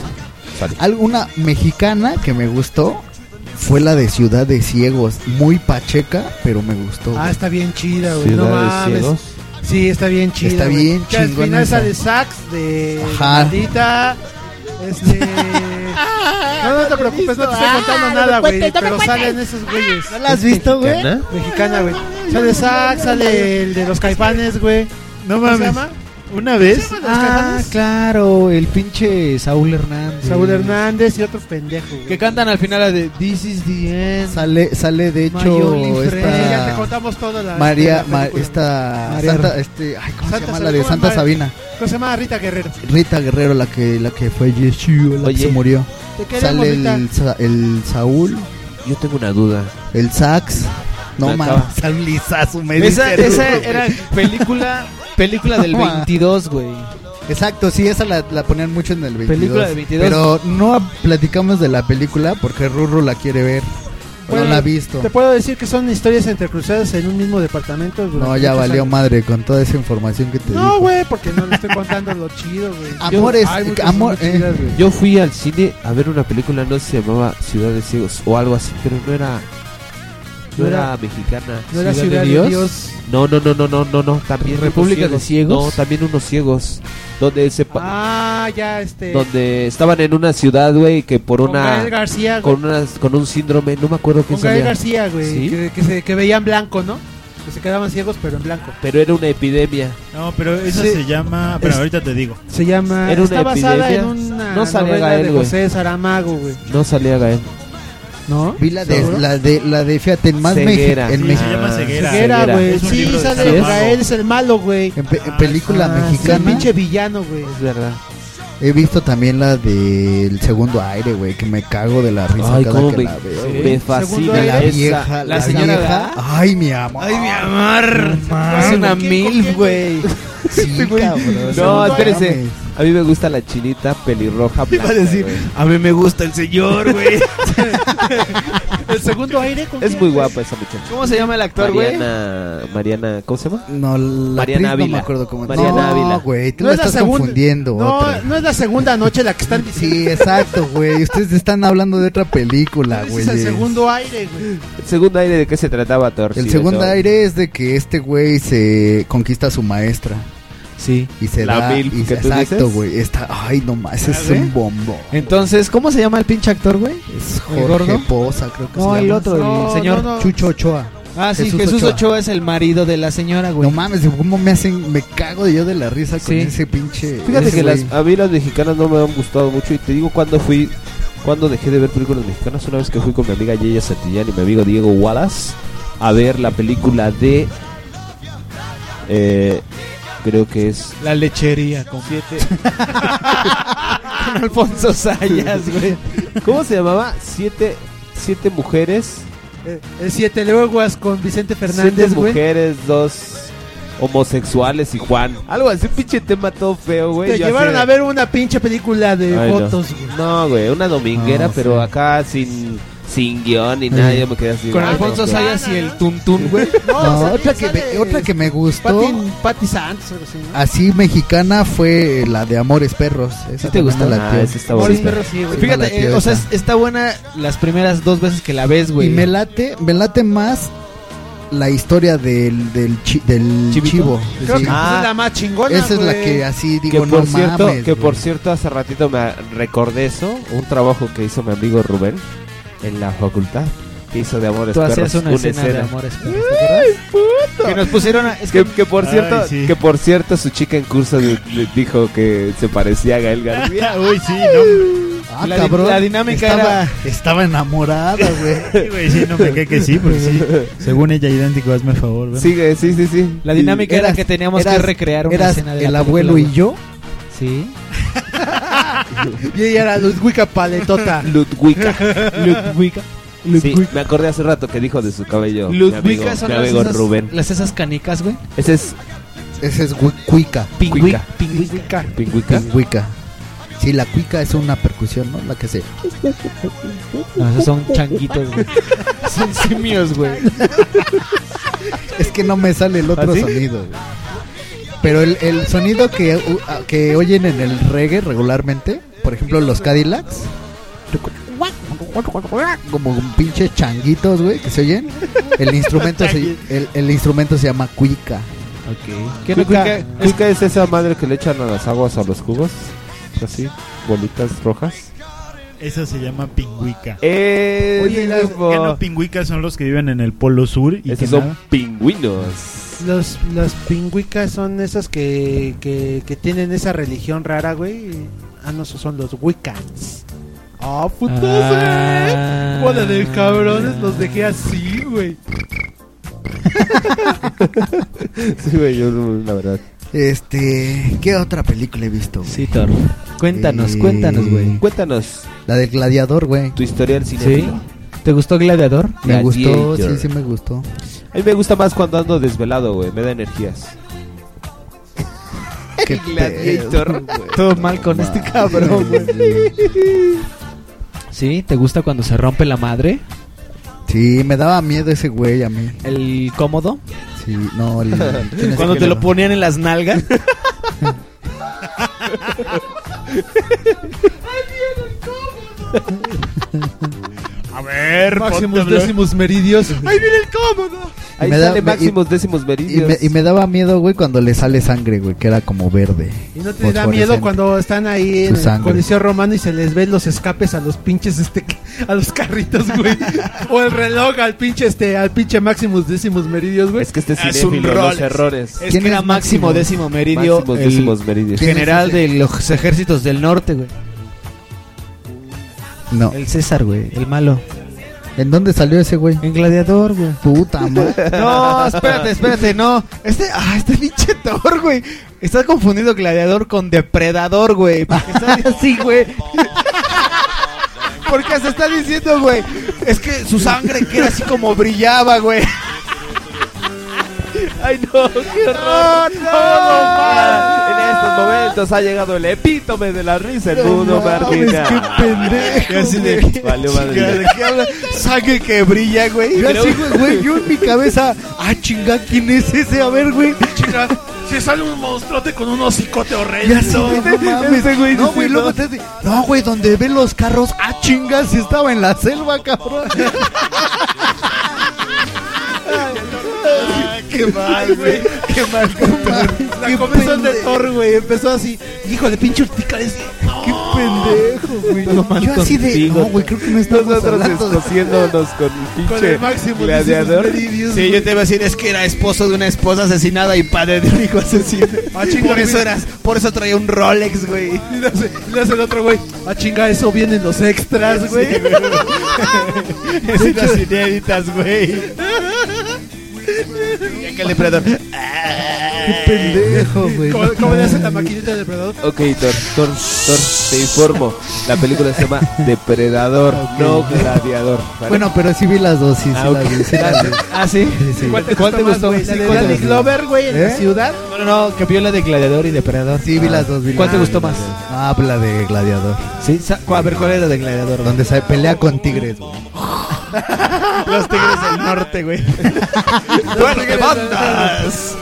Speaker 3: Vale.
Speaker 7: Alguna mexicana que me gustó fue la de Ciudad de Ciegos, muy pacheca, pero me gustó.
Speaker 4: ah
Speaker 7: güey.
Speaker 4: está bien chida güey no
Speaker 3: Ciudad de
Speaker 4: mames
Speaker 3: ciegos.
Speaker 4: sí está bien chida
Speaker 7: Está
Speaker 4: güey.
Speaker 7: bien
Speaker 4: que al
Speaker 7: chingona
Speaker 4: final esa
Speaker 7: esa.
Speaker 4: de Sax de
Speaker 7: Ajá.
Speaker 4: maldita este *laughs* no no te preocupes no pues, te estoy contando nada güey pero salen esos güeyes
Speaker 7: ¿No la has visto, güey?
Speaker 3: ¿Gana?
Speaker 4: mexicana, güey. Sale Zack, sale el de los caifanes, güey.
Speaker 6: No
Speaker 4: ¿Cómo se
Speaker 6: mames.
Speaker 4: llama?
Speaker 6: Una vez.
Speaker 4: ¿Los
Speaker 2: Ah,
Speaker 4: Caifanes?
Speaker 2: claro, el pinche Saúl Hernández.
Speaker 4: Saúl Hernández y otro pendejo, güey.
Speaker 2: Que cantan al final la de This is the end.
Speaker 7: Sale, sale de
Speaker 2: My only
Speaker 7: hecho
Speaker 2: friend.
Speaker 4: Sí, ya te
Speaker 7: esta
Speaker 4: contamos toda la.
Speaker 7: María,
Speaker 4: la
Speaker 7: Ma-
Speaker 4: película.
Speaker 7: esta
Speaker 2: María
Speaker 7: Santa-
Speaker 2: Ra-
Speaker 7: este, ay, ¿cómo
Speaker 4: Ah, Santa
Speaker 7: se llama la de
Speaker 4: Sabina,
Speaker 7: Santa
Speaker 4: madre.
Speaker 7: Sabina?
Speaker 4: ¿Cómo se llama Rita Guerrero?
Speaker 7: Rita Guerrero, la que, la que falleció, la
Speaker 3: Oye.
Speaker 7: que se murió.
Speaker 4: Te queremos,
Speaker 7: Sale
Speaker 4: Rita.
Speaker 7: el, Sa- el Saúl,
Speaker 3: Yo tengo una duda.
Speaker 7: el Sax. No
Speaker 3: Me
Speaker 7: mames,
Speaker 3: acaba.
Speaker 7: sale un lizazo, me
Speaker 2: Esa,
Speaker 7: dice,
Speaker 2: esa
Speaker 7: güey.
Speaker 2: era película película
Speaker 7: *laughs*
Speaker 2: del
Speaker 7: No, ma.
Speaker 2: 22, güey.
Speaker 7: Exacto, sí, esa la, la ponían mucho en el 22.
Speaker 2: Película de 22.
Speaker 7: Pero no platicamos de la película porque Rurro la quiere ver. No la ha visto.
Speaker 4: Te puedo decir que son historias entrecruzadas en un mismo departamento. durante
Speaker 7: No, ya
Speaker 4: muchos
Speaker 7: valió
Speaker 4: años.
Speaker 7: madre con toda esa información que te di.
Speaker 4: No, güey, porque no le estoy contando lo chido, güey.
Speaker 7: Amores,
Speaker 4: Yo- Ay, güey, que
Speaker 7: amor, eh,
Speaker 4: son muy chidas, güey.
Speaker 3: Yo fui al cine a ver una película, no se llamaba Ciudad de Ciegos o algo así, pero no era. No
Speaker 4: No
Speaker 3: era
Speaker 4: era-
Speaker 3: mexicana.
Speaker 4: no era Ciudad de Dios.
Speaker 3: No, no, no, no, no, no, no. También unos
Speaker 4: ¿República de Ciegos?
Speaker 3: No, también unos ciegos. Donde se pa-
Speaker 4: Ah, ya, este.
Speaker 3: donde estaban en una ciudad, güey, que por
Speaker 4: Con
Speaker 3: una
Speaker 4: Gael García, güey.
Speaker 3: con unas con un síndrome, no me acuerdo qué
Speaker 4: Con Gael
Speaker 3: salía.
Speaker 4: García, güey.
Speaker 3: Sí,
Speaker 4: Que, que se, que veían blanco, ¿no? Que se quedaban ciegos, pero en blanco.
Speaker 3: pero era una epidemia.
Speaker 6: No, pero esa
Speaker 4: Sí.
Speaker 6: se llama. Pero
Speaker 4: Es-
Speaker 6: ahorita te digo.
Speaker 4: Se llama.
Speaker 3: Era una
Speaker 4: está basada
Speaker 3: epidemia.
Speaker 4: en una
Speaker 3: No salía
Speaker 4: novela
Speaker 3: Gael,
Speaker 4: de
Speaker 3: güey.
Speaker 4: José Saramago, güey.
Speaker 3: No salía Gael.
Speaker 4: ¿No?
Speaker 7: Vi la de, la de, la de fíjate, en más
Speaker 3: Ceguera.
Speaker 7: México. En
Speaker 3: Sí,
Speaker 7: México.
Speaker 3: se llama Ceguera.
Speaker 4: Ceguera, güey.
Speaker 3: Es un
Speaker 4: Sí,
Speaker 3: libro de
Speaker 4: sale
Speaker 3: Saramago.
Speaker 4: Gael, es el malo, güey.
Speaker 7: En, pe- en película
Speaker 4: Ah, sí,
Speaker 7: mexicana.
Speaker 4: pinche villano, güey.
Speaker 3: Es verdad.
Speaker 7: He visto también la del segundo aire, güey, que me cago de la risa
Speaker 3: Ay,
Speaker 7: cada
Speaker 3: cómo
Speaker 7: que
Speaker 3: me-
Speaker 7: la veo.
Speaker 3: sí.
Speaker 7: güey.
Speaker 3: me fascina
Speaker 7: De la
Speaker 3: esa.
Speaker 7: vieja,
Speaker 3: La
Speaker 7: la,
Speaker 3: señora,
Speaker 7: vieja.
Speaker 3: ¿verdad?
Speaker 7: Ay, mi amor. Ay, mi amor.
Speaker 3: Es una mil, güey.
Speaker 7: Sí, cabrón.
Speaker 3: No, espérese. A mí me gusta la chinita pelirroja blanca.
Speaker 2: Iba a decir,
Speaker 3: güey.
Speaker 2: a mí me gusta el señor, güey.
Speaker 4: El segundo aire,
Speaker 3: *laughs*
Speaker 4: ¿con
Speaker 3: Es
Speaker 4: quién?
Speaker 3: muy guapa esa muchacha.
Speaker 2: ¿Cómo se llama el actor, güey?
Speaker 3: Mariana, Mariana, ¿cómo se llama?
Speaker 7: No, la actriz
Speaker 3: Mariana
Speaker 7: no
Speaker 3: Ávila.
Speaker 7: me acuerdo cómo
Speaker 3: Mariana
Speaker 7: No,
Speaker 3: Ávila.
Speaker 7: güey, tú
Speaker 4: No
Speaker 7: la
Speaker 4: es la
Speaker 7: estás
Speaker 4: segunda-
Speaker 7: confundiendo.
Speaker 4: No,
Speaker 7: otra.
Speaker 4: no es la segunda noche la que están diciendo.
Speaker 7: Sí, exacto, güey. Ustedes están hablando de otra película,
Speaker 4: Es
Speaker 7: güey.
Speaker 4: el segundo aire, güey.
Speaker 3: ¿El segundo aire de qué se trataba, Torci?
Speaker 7: El segundo
Speaker 3: De todo.
Speaker 7: aire es de que este güey se conquista a su maestra.
Speaker 2: Sí.
Speaker 7: Y se
Speaker 3: La
Speaker 7: da.
Speaker 3: MILF
Speaker 7: y-
Speaker 3: que tú
Speaker 7: exacto,
Speaker 3: dices.
Speaker 7: güey. Está. Ay, no más.
Speaker 2: Ah,
Speaker 7: Es
Speaker 2: güey.
Speaker 7: un bombo.
Speaker 2: Entonces, ¿cómo se llama el pinche actor, güey?
Speaker 7: Es
Speaker 2: ¿El
Speaker 7: Jorge Poza, creo que
Speaker 2: No,
Speaker 7: se llama.
Speaker 2: el otro, el señor
Speaker 7: Chucho Ochoa.
Speaker 2: Ah, sí, Jesús, Ochoa. es el marido de la señora, güey.
Speaker 7: No mames, ¿cómo me hacen? Me cago yo de la risa con
Speaker 2: Sí.
Speaker 7: ese pinche.
Speaker 3: Fíjate
Speaker 7: ese
Speaker 3: que las,
Speaker 7: güey.
Speaker 3: a mí las mexicanas no me han gustado mucho y te digo cuando fui, cuando dejé de ver películas mexicanas, una vez que fui con mi amiga Yeya Santillán y mi amigo Diego Wallace a ver la película de... Eh, creo que es...
Speaker 2: La
Speaker 4: *laughs*
Speaker 2: lechería con Con Alfonso Sayas, güey.
Speaker 3: ¿Cómo se llamaba? Siete, siete mujeres.
Speaker 4: Eh, El siete leguas con Vicente
Speaker 3: siete
Speaker 4: Fernández, güey.
Speaker 3: mujeres, dos homosexuales y Juan. Algo así, pinche tema todo feo, güey.
Speaker 4: Te
Speaker 3: Yo
Speaker 4: llevaron
Speaker 3: así-
Speaker 4: a ver una pinche película de
Speaker 3: Ay, no.
Speaker 4: fotos, güey.
Speaker 3: No, güey, una dominguera,
Speaker 2: No,
Speaker 3: pero acá sin, sin guión ni nada, yo me quedé así.
Speaker 2: Con
Speaker 3: ah,
Speaker 2: Alfonso
Speaker 3: no,
Speaker 2: Sayas y el Tuntún, güey.
Speaker 4: No,
Speaker 7: No,
Speaker 4: sale-
Speaker 7: otra, que me,
Speaker 4: sale
Speaker 7: otra que me gustó,
Speaker 4: Pati, Pati Santos, algo así, ¿no?
Speaker 7: así mexicana, fue la de Amores Perros. Esa
Speaker 2: te
Speaker 7: también
Speaker 2: gustó?
Speaker 7: me
Speaker 3: Ah,
Speaker 7: latió.
Speaker 3: esa está
Speaker 4: Amores
Speaker 3: bonita.
Speaker 4: perros, sí, güey.
Speaker 7: Fíjate,
Speaker 2: Fíjate, eh, o sea, es- está buena las primeras dos veces que la ves,
Speaker 7: Y
Speaker 2: güey.
Speaker 7: me late, me late más la historia del, del, chi- del
Speaker 2: Chivito.
Speaker 7: chivo.
Speaker 4: Creo
Speaker 7: Sí.
Speaker 4: que esa es la más chingona,
Speaker 7: Ah, Esa es la
Speaker 4: güey.
Speaker 7: que así
Speaker 3: Que
Speaker 7: digo,
Speaker 3: por,
Speaker 7: no
Speaker 3: cierto,
Speaker 7: mames.
Speaker 3: que
Speaker 7: güey.
Speaker 3: por cierto, hace ratito me recordé eso, un trabajo que hizo mi amigo Rubén en la facultad, que hizo de Amores
Speaker 2: Tú
Speaker 3: Perros,
Speaker 2: hacías una, escena, de amores, perros, ¿te acuerdas? Que nos pusieron a- es
Speaker 3: que,
Speaker 2: que,
Speaker 3: que por
Speaker 2: Ay,
Speaker 3: cierto,
Speaker 2: sí.
Speaker 3: que por cierto su chica en curso le, le dijo que se parecía a Gael García.
Speaker 6: Uy, sí, no.
Speaker 7: Ah,
Speaker 2: la, di-
Speaker 7: cabrón.
Speaker 2: la dinámica
Speaker 7: estaba,
Speaker 2: era
Speaker 7: estaba enamorada, güey.
Speaker 6: Sí, güey, sí, no me cae que sí, porque sí. Según ella, idéntico, hazme favor, ¿verdad?
Speaker 3: Sigue, sí, sí, sí.
Speaker 2: la dinámica era
Speaker 7: Eras-
Speaker 2: que teníamos que
Speaker 7: eras-
Speaker 2: recrear una
Speaker 7: eras
Speaker 2: escena de
Speaker 7: el
Speaker 2: la
Speaker 7: abuelo
Speaker 2: película,
Speaker 7: y yo.
Speaker 2: güey. Sí.
Speaker 4: Y ella era Ludwika Paletota.
Speaker 3: Ludwika.
Speaker 2: Ludwika.
Speaker 3: Sí, me acordé hace rato que dijo de su cabello. mi amigo-
Speaker 2: Ludwika son
Speaker 3: mi
Speaker 2: las
Speaker 3: amigo
Speaker 2: esas,
Speaker 3: Rubén.
Speaker 2: las esas canicas, güey.
Speaker 3: Ese es
Speaker 7: Ese es gui- cuica.
Speaker 2: Pingüica.
Speaker 3: Cuica.
Speaker 2: Pingüica.
Speaker 3: Pingüica.
Speaker 7: Cuica. Sí, la cuica es una percusión, ¿no? La que se.
Speaker 2: No, esos son changuitos, güey. *laughs* Son simios, güey.
Speaker 7: Es que no me sale el otro
Speaker 3: ¿Ah, sí?
Speaker 7: sonido. güey. Pero el, el sonido que, u- a- que oyen en el reggae regularmente, por ejemplo los Cadillacs, como un pinche changuitos, güey, que se oyen.
Speaker 2: *laughs*
Speaker 7: El instrumento se, el, el instrumento se llama cuica.
Speaker 2: ¿Qué
Speaker 3: Cuica,
Speaker 2: cuica?
Speaker 3: Cuica es esa madre que le echan a las aguas a los cubos. Así, bolitas rojas.
Speaker 6: Esa se llama pingüica.
Speaker 3: Eh,
Speaker 6: Oye, las
Speaker 3: tipo,
Speaker 6: pingüicas son los que viven en el polo sur y que
Speaker 3: Esos son
Speaker 6: nada-
Speaker 3: pingüinos.
Speaker 4: *laughs* Los, las pingüicas son esas que, que, que tienen esa religión rara, güey. Ah, no, esos son los Wiccans. ¡Ah, putas,
Speaker 2: Ah.
Speaker 4: eh! Bola de cabrones, los dejé así, *laughs* güey.
Speaker 3: Sí, güey, yo no- la verdad.
Speaker 7: Este, ¿qué otra película he visto? güey?
Speaker 2: Sí, Thor. Cuéntanos,
Speaker 7: Eh,
Speaker 2: cuéntanos, güey.
Speaker 3: Cuéntanos
Speaker 7: La del gladiador, güey.
Speaker 3: tu historial
Speaker 2: ¿Sí?
Speaker 3: cinéfilo.
Speaker 2: ¿Te gustó Gladiador?
Speaker 7: Me gustó,
Speaker 3: Gladiator.
Speaker 7: sí, sí me gustó.
Speaker 3: A mí me gusta más cuando ando desvelado, güey. Me
Speaker 11: *laughs*
Speaker 3: da energías.
Speaker 7: Qué
Speaker 3: Gladiator.
Speaker 7: pedo, güey.
Speaker 2: Todo mal con
Speaker 7: No
Speaker 2: este
Speaker 7: mames,
Speaker 2: cabrón,
Speaker 7: güey.
Speaker 2: ¿Sí? ¿Te gusta cuando se rompe la madre?
Speaker 7: Sí, me daba miedo ese güey a mí.
Speaker 11: ¿El cómodo?
Speaker 7: Sí,
Speaker 11: *laughs*
Speaker 2: *laughs*
Speaker 7: no, el- ¿quién es
Speaker 11: Cuando
Speaker 7: que
Speaker 11: te lo ponían en las
Speaker 7: *laughs*
Speaker 11: nalgas.
Speaker 6: A ver,
Speaker 4: Máximos
Speaker 6: póntemelo.
Speaker 4: décimos meridios. Ahí viene el cómodo.
Speaker 7: Y me da- me- y-
Speaker 3: décimos
Speaker 7: Y me,
Speaker 3: *laughs*
Speaker 7: y me daba miedo, güey, cuando le sale sangre, güey, que era como verde.
Speaker 4: ¿Y no te da miedo cuando están ahí en
Speaker 7: Su
Speaker 4: el
Speaker 7: sangre.
Speaker 4: Coliseo Romano y se les ven los escapes a los pinches este a los carritos,
Speaker 11: *laughs*
Speaker 4: güey? o el reloj al pinche este al pinche Maximus Decimus Meridios, güey. Es
Speaker 3: que este
Speaker 11: es cinéfilo, los errores. Ah, Es que era Máximo Décimo Meridio,
Speaker 3: Máximo
Speaker 11: el
Speaker 3: Décimo Meridio.
Speaker 11: general de los ejércitos del norte, güey.
Speaker 7: No.
Speaker 11: El César, güey, el malo.
Speaker 7: ¿En dónde salió ese güey?
Speaker 11: En Gladiador, güey. *laughs*
Speaker 7: Puta madre.
Speaker 11: No, espérate, espérate, no. Este, ah, este pinche Thor, güey. Estás confundido gladiador con depredador, güey. Porque
Speaker 7: *laughs*
Speaker 11: estás así, güey. Porque se está diciendo, güey. Es que su sangre que era así como brillaba, güey. Ay, no, qué horror.
Speaker 3: En estos momentos ha llegado el epítome de la risa, el mundo Martina.
Speaker 11: pendejo.
Speaker 3: Valió madre.
Speaker 11: qué habla? Sangre que brilla, güey.
Speaker 7: Yo así, güey, güey, yo en mi cabeza. Ah, chinga, ¿quién es ese? A ver,
Speaker 11: *laughs*
Speaker 7: güey.
Speaker 4: Chinga, se sale un monstruote con un hocicote horrendo.
Speaker 7: Ya sé, no mames. No, güey, luego te hace- No, güey, donde ven los carros. Ah, chinga, si estaba en la selva, cabrón.
Speaker 11: *laughs*
Speaker 4: Ah, Qué mal, güey. Qué mal. La comisión de Thor, güey. Empezó así. Híjole, pinche urticaria. así, no. Qué pendejo, güey.
Speaker 7: Yo así de. No, güey, creo que no estamos
Speaker 3: Nosotros
Speaker 7: hablando de-
Speaker 3: escociéndonos con el pinche
Speaker 11: Con el máximo,
Speaker 3: gladiador.
Speaker 11: Sí, yo te iba a decir, es que era esposo de una esposa asesinada y padre de un hijo asesino.
Speaker 7: *laughs* Ah,
Speaker 11: por eso eras, por eso traía un Rolex, güey.
Speaker 4: ah, *laughs* Y le hace, le hace el otro, güey. Ah, chinga, eso vienen los extras, güey. *laughs*
Speaker 11: Escenas inéditas, güey. Y acá el depredador.
Speaker 7: Qué pendejo, güey.
Speaker 4: Como, como le hace la maquinita del predador.
Speaker 3: Ok, Thor, Thor, Thor, te informo. La película se
Speaker 7: *laughs*
Speaker 3: llama Depredador, no Gladiador. ¿vale?
Speaker 7: Bueno, pero sí vi las dos, sí, sí
Speaker 3: Ah, ok.
Speaker 7: las vi, sí las vi.
Speaker 11: ¿Ah, sí?
Speaker 7: sí.
Speaker 11: ¿Cuál te gustó más, güey? ¿La de
Speaker 7: ¿Cuál
Speaker 11: Danny
Speaker 7: te gustó?
Speaker 11: Glover, güey, en la
Speaker 7: ¿Eh?
Speaker 11: ciudad? No, no, no, que vio la de Gladiador y Depredador.
Speaker 7: Sí, vi las dos. Vi
Speaker 11: ¿Cuál
Speaker 7: las
Speaker 11: te
Speaker 7: dos.
Speaker 11: gustó más?
Speaker 7: Ah, pues la de Gladiador.
Speaker 11: Sí, a ver, ¿cuál era de Gladiador?
Speaker 7: Donde se pelea con tigres, güey.
Speaker 11: *laughs* Los Tigres del Norte,
Speaker 7: *laughs*
Speaker 11: güey. ¡Duerte bandas!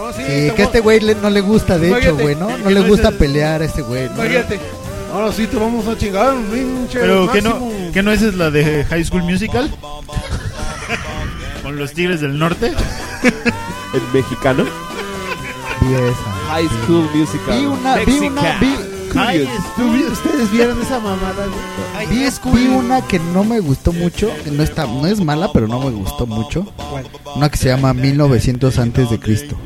Speaker 4: Oh,
Speaker 7: Sí, que este güey le- no le gusta, de hecho,
Speaker 4: Imagínate,
Speaker 7: güey, ¿no? No
Speaker 4: que
Speaker 7: le
Speaker 4: no
Speaker 7: gusta
Speaker 4: es el-
Speaker 7: pelear a este güey. ¿no?
Speaker 4: Imagínate. Ahora sí te vamos a chingar, pinche.
Speaker 6: Pero que no,
Speaker 4: Máximo.
Speaker 6: que no esa es la de High School Musical. Con los Tigres del Norte.
Speaker 3: El mexicano.
Speaker 7: Vi esa.
Speaker 3: High School Musical.
Speaker 7: Vi una, vi una, vi...
Speaker 3: Curious.
Speaker 4: Ustedes vieron esa mamada, güey.
Speaker 7: Vi, vi una que no me gustó mucho, que no está, no es mala, pero no me gustó mucho. Una que se llama 1900 antes de Cristo.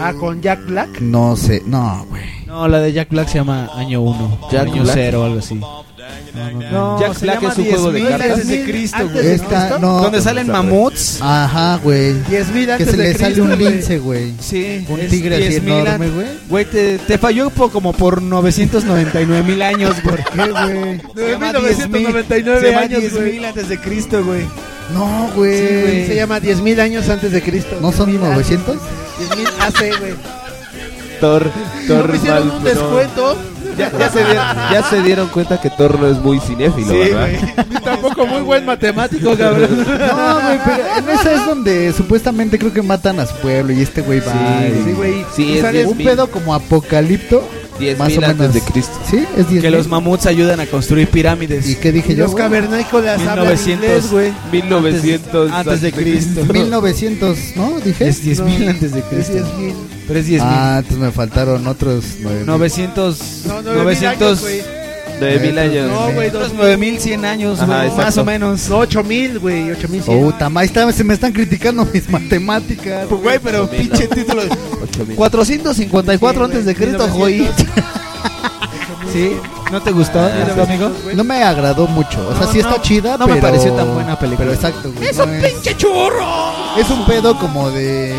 Speaker 4: Ah, con Jack Black.
Speaker 7: No sé, no, güey.
Speaker 11: No, la de Jack Black se llama Año 1.
Speaker 7: Jack
Speaker 11: Año
Speaker 7: Black.
Speaker 11: 0 o algo así.
Speaker 3: Jack
Speaker 11: se
Speaker 3: Black
Speaker 11: llama
Speaker 3: es un juego de
Speaker 11: 10.000
Speaker 3: cartas.
Speaker 11: antes de Cristo,
Speaker 4: Antes
Speaker 11: güey.
Speaker 4: de
Speaker 7: Esta,
Speaker 4: Cristo.
Speaker 7: no.
Speaker 11: Donde salen mamuts.
Speaker 7: Ajá, güey.
Speaker 4: 10.000
Speaker 7: Que
Speaker 4: antes
Speaker 7: se
Speaker 4: de
Speaker 7: le
Speaker 4: Cristo,
Speaker 7: sale un
Speaker 4: güey.
Speaker 7: lince, güey.
Speaker 11: Sí.
Speaker 7: Un
Speaker 11: es
Speaker 7: tigre
Speaker 11: 10.000
Speaker 7: así enorme,
Speaker 11: an-
Speaker 7: güey.
Speaker 11: Güey, te, te falló por, como por 999 mil años, ¿por qué, güey? Se llama
Speaker 4: 9.999
Speaker 11: se llama
Speaker 4: años, güey.
Speaker 11: 10.000 antes de Cristo, güey.
Speaker 7: No, güey.
Speaker 4: Sí, güey. Se
Speaker 7: Se llama-
Speaker 4: llama 10.000 años antes de Cristo.
Speaker 7: ¿No son
Speaker 4: 10.000 antes.
Speaker 7: 900?
Speaker 4: 10.000 AC, güey.
Speaker 3: Thor, Thor
Speaker 4: No me hicieron
Speaker 3: mal-
Speaker 4: un
Speaker 3: no.
Speaker 4: descuento.
Speaker 3: Ya, ya se dieron, ya se dieron cuenta que Thor no es muy cinéfilo,
Speaker 4: Sí,
Speaker 3: ¿verdad?
Speaker 4: Ni tampoco muy
Speaker 3: *laughs*
Speaker 4: buen matemático, cabrón.
Speaker 7: No, güey, pero en esa es donde supuestamente creo que matan a su pueblo y este güey va. y-
Speaker 3: Sí,
Speaker 4: güey.
Speaker 3: Sí,
Speaker 7: y
Speaker 3: es
Speaker 7: sale un
Speaker 3: 10.000.
Speaker 7: pedo como apocalipto.
Speaker 3: 10.000
Speaker 7: más o
Speaker 3: antes
Speaker 7: menos.
Speaker 3: de Cristo.
Speaker 7: Sí, es 10.000.
Speaker 11: Que los mamuts ayudan a construir pirámides.
Speaker 7: ¿Y qué dije yo?
Speaker 4: Los
Speaker 7: güey?
Speaker 4: cavernícolas hablan inglés, güey.
Speaker 3: 1900
Speaker 11: Antes de Cristo.
Speaker 7: 1900, ¿no? Dije.
Speaker 11: Es 10.000
Speaker 7: No.
Speaker 11: antes de Cristo.
Speaker 4: Es 10.000.
Speaker 11: Pero es 10.000.
Speaker 7: Ah, entonces me faltaron otros 9.000.
Speaker 11: 900.
Speaker 4: No, 9.000 años,
Speaker 11: 900.
Speaker 4: güey.
Speaker 3: 9000 años.
Speaker 4: No, güey,
Speaker 11: Otros
Speaker 4: 9.100
Speaker 11: años,
Speaker 3: Ajá,
Speaker 11: güey,
Speaker 3: exacto.
Speaker 11: más o menos.
Speaker 4: No, 8.000, güey, 8.100.
Speaker 7: Oh, tama, ahí está, se me están criticando mis matemáticas.
Speaker 11: Pues, güey, pero pinche título. *laughs* 454 antes de Cristo, güey. Sí, ¿no te gustó, querido amigo?
Speaker 7: Ah, No me agradó mucho. O sea,
Speaker 11: No,
Speaker 7: sí está
Speaker 11: no,
Speaker 7: chida,
Speaker 11: no me
Speaker 7: pero...
Speaker 11: pareció tan buena película.
Speaker 7: Pero exacto, güey.
Speaker 11: ¡Es
Speaker 7: no
Speaker 11: un pinche churro!
Speaker 7: Es un pedo como de...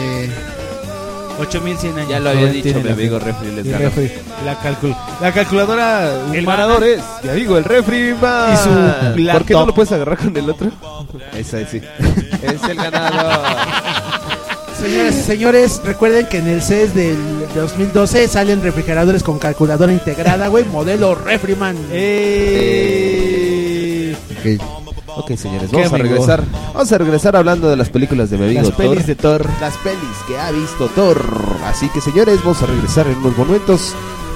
Speaker 11: 8100 años.
Speaker 3: Ya lo
Speaker 11: No,
Speaker 3: había dicho
Speaker 11: tiene
Speaker 3: mi
Speaker 11: la-
Speaker 3: amigo Refri. Les
Speaker 11: el
Speaker 3: ganó.
Speaker 11: refri. La, calcul- la calculadora
Speaker 3: El
Speaker 11: humana
Speaker 3: ganador es, mi amigo, el Refri. va.
Speaker 11: Y su
Speaker 3: ¿Por qué
Speaker 11: laptop.
Speaker 3: no lo puedes agarrar con el otro? Esa sí. es el ganador.
Speaker 4: Señoras y señores, recuerden que en el CES del 2012 salen refrigeradores con calculadora integrada, güey, modelo Refriman.
Speaker 11: Eh,
Speaker 7: Ok.
Speaker 3: Ok, señores,
Speaker 23: ¿Qué,
Speaker 3: vamos a
Speaker 23: amigo?
Speaker 3: regresar. Vamos a regresar hablando de las películas de mi amigo
Speaker 23: Las pelis
Speaker 3: Thor.
Speaker 23: de Thor.
Speaker 3: Las pelis que ha visto Thor. Así que, señores, vamos a regresar en unos momentos.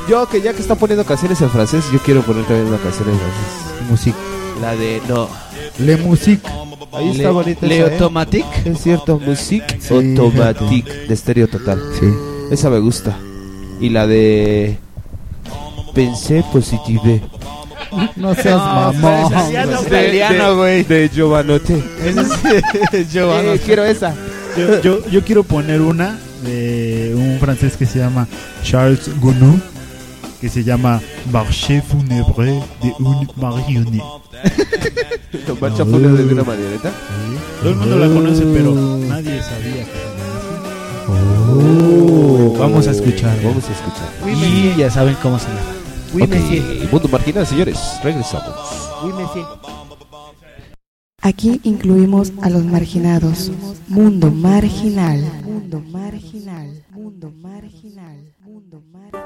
Speaker 3: Yo, que ya que está poniendo canciones en francés, yo quiero poner también una canción en francés.
Speaker 7: Musique.
Speaker 3: La de no.
Speaker 7: Le Musique.
Speaker 3: Ahí
Speaker 7: Le-
Speaker 3: está bonita.
Speaker 7: Le
Speaker 3: esa, ¿eh?
Speaker 7: Automatic.
Speaker 3: Es cierto, Musique *laughs*
Speaker 7: Sí.
Speaker 3: Automatic de estéreo total.
Speaker 7: Sí.
Speaker 3: Esa me gusta. Y la de. Pensé positive.
Speaker 7: No seas mamón.
Speaker 3: Es
Speaker 7: güey.
Speaker 3: australiano, güey. De Giovanote.
Speaker 7: Giovanotti.
Speaker 3: quiero esa.
Speaker 6: Yo, yo, yo quiero poner una de un francés que se llama Charles Gounod, que se llama Marché funèbre de un
Speaker 3: *laughs*
Speaker 6: marionnette.
Speaker 3: Marcha fúnebre de una marioneta.
Speaker 6: Todo el mundo la conoce, pero nadie sabía.
Speaker 9: Uh, Vamos a escuchar.
Speaker 3: Vamos a escuchar.
Speaker 9: Y ya saben cómo se llama.
Speaker 3: Ok, Mundo Marginal, señores. Regresamos.
Speaker 15: Aquí incluimos a los marginados. Mundo marginal. Mundo marginal. Mundo marginal. Mundo marginal.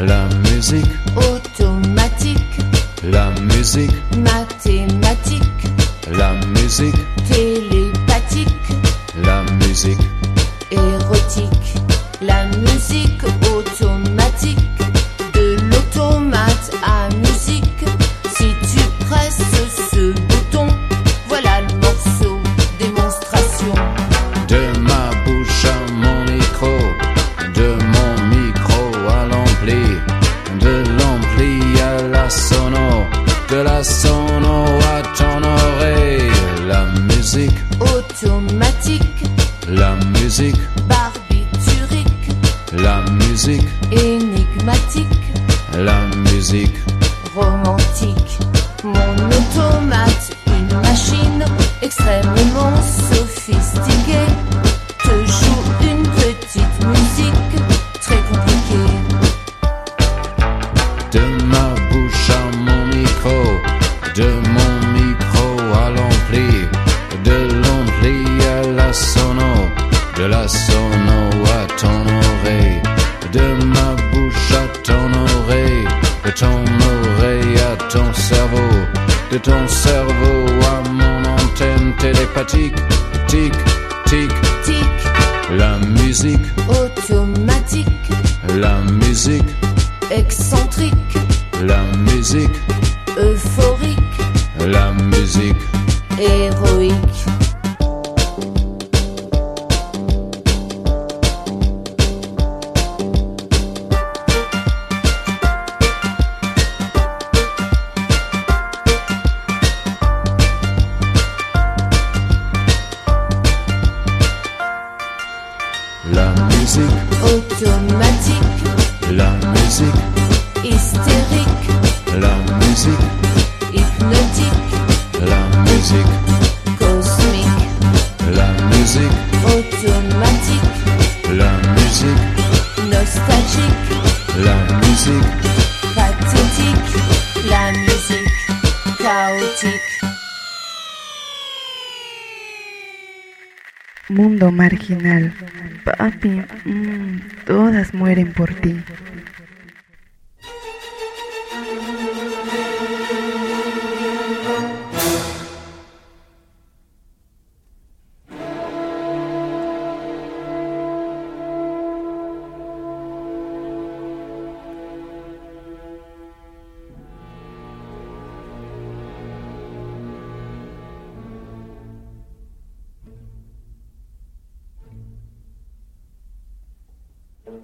Speaker 24: La musique,
Speaker 25: Automatique,
Speaker 24: la musique,
Speaker 25: mathématique,
Speaker 24: la musique,
Speaker 25: télépathique,
Speaker 24: la musique,
Speaker 25: érotique. La musique automatique, de l'automate à musique. Si tu presses ce bouton, voilà le morceau démonstration.
Speaker 24: de ma bouche à mon micro, de mon micro à l'ampli, de l'ampli à la sono, de la sono à ton oreille, la musique,
Speaker 25: Automatique,
Speaker 24: la musique,
Speaker 25: barbiturique,
Speaker 24: la musique,
Speaker 25: énigmatique,
Speaker 24: la musique,
Speaker 25: romantique. Mon automate, une machine extrêmement sophistiquée, te joue une petite musique très compliquée.
Speaker 24: de ma bouche à mon micro, de mon micro à l'ampli, de l'ampli à la sono, de la sono à ton oreille, de ma bouche à ton oreille, de ton oreille à ton cerveau, de ton cerveau à mon antenne télépathique, tic, tic,
Speaker 25: Tic,
Speaker 24: la musique,
Speaker 25: automatique,
Speaker 24: la musique,
Speaker 25: excentrique,
Speaker 24: la musique,
Speaker 25: euphorique,
Speaker 24: la musique.
Speaker 25: héroïque.
Speaker 24: La musique,
Speaker 25: Automatique,
Speaker 24: la musique,
Speaker 25: hystérique,
Speaker 24: la musique,
Speaker 25: hypnotique,
Speaker 24: la musique,
Speaker 25: cosmique,
Speaker 24: la musique,
Speaker 25: automatique,
Speaker 24: la musique,
Speaker 25: nostalgique,
Speaker 24: la musique,
Speaker 25: pathétique, la musique, chaotique.
Speaker 15: Mundo marginal. Papi, mm, todas mueren por ti.
Speaker 24: la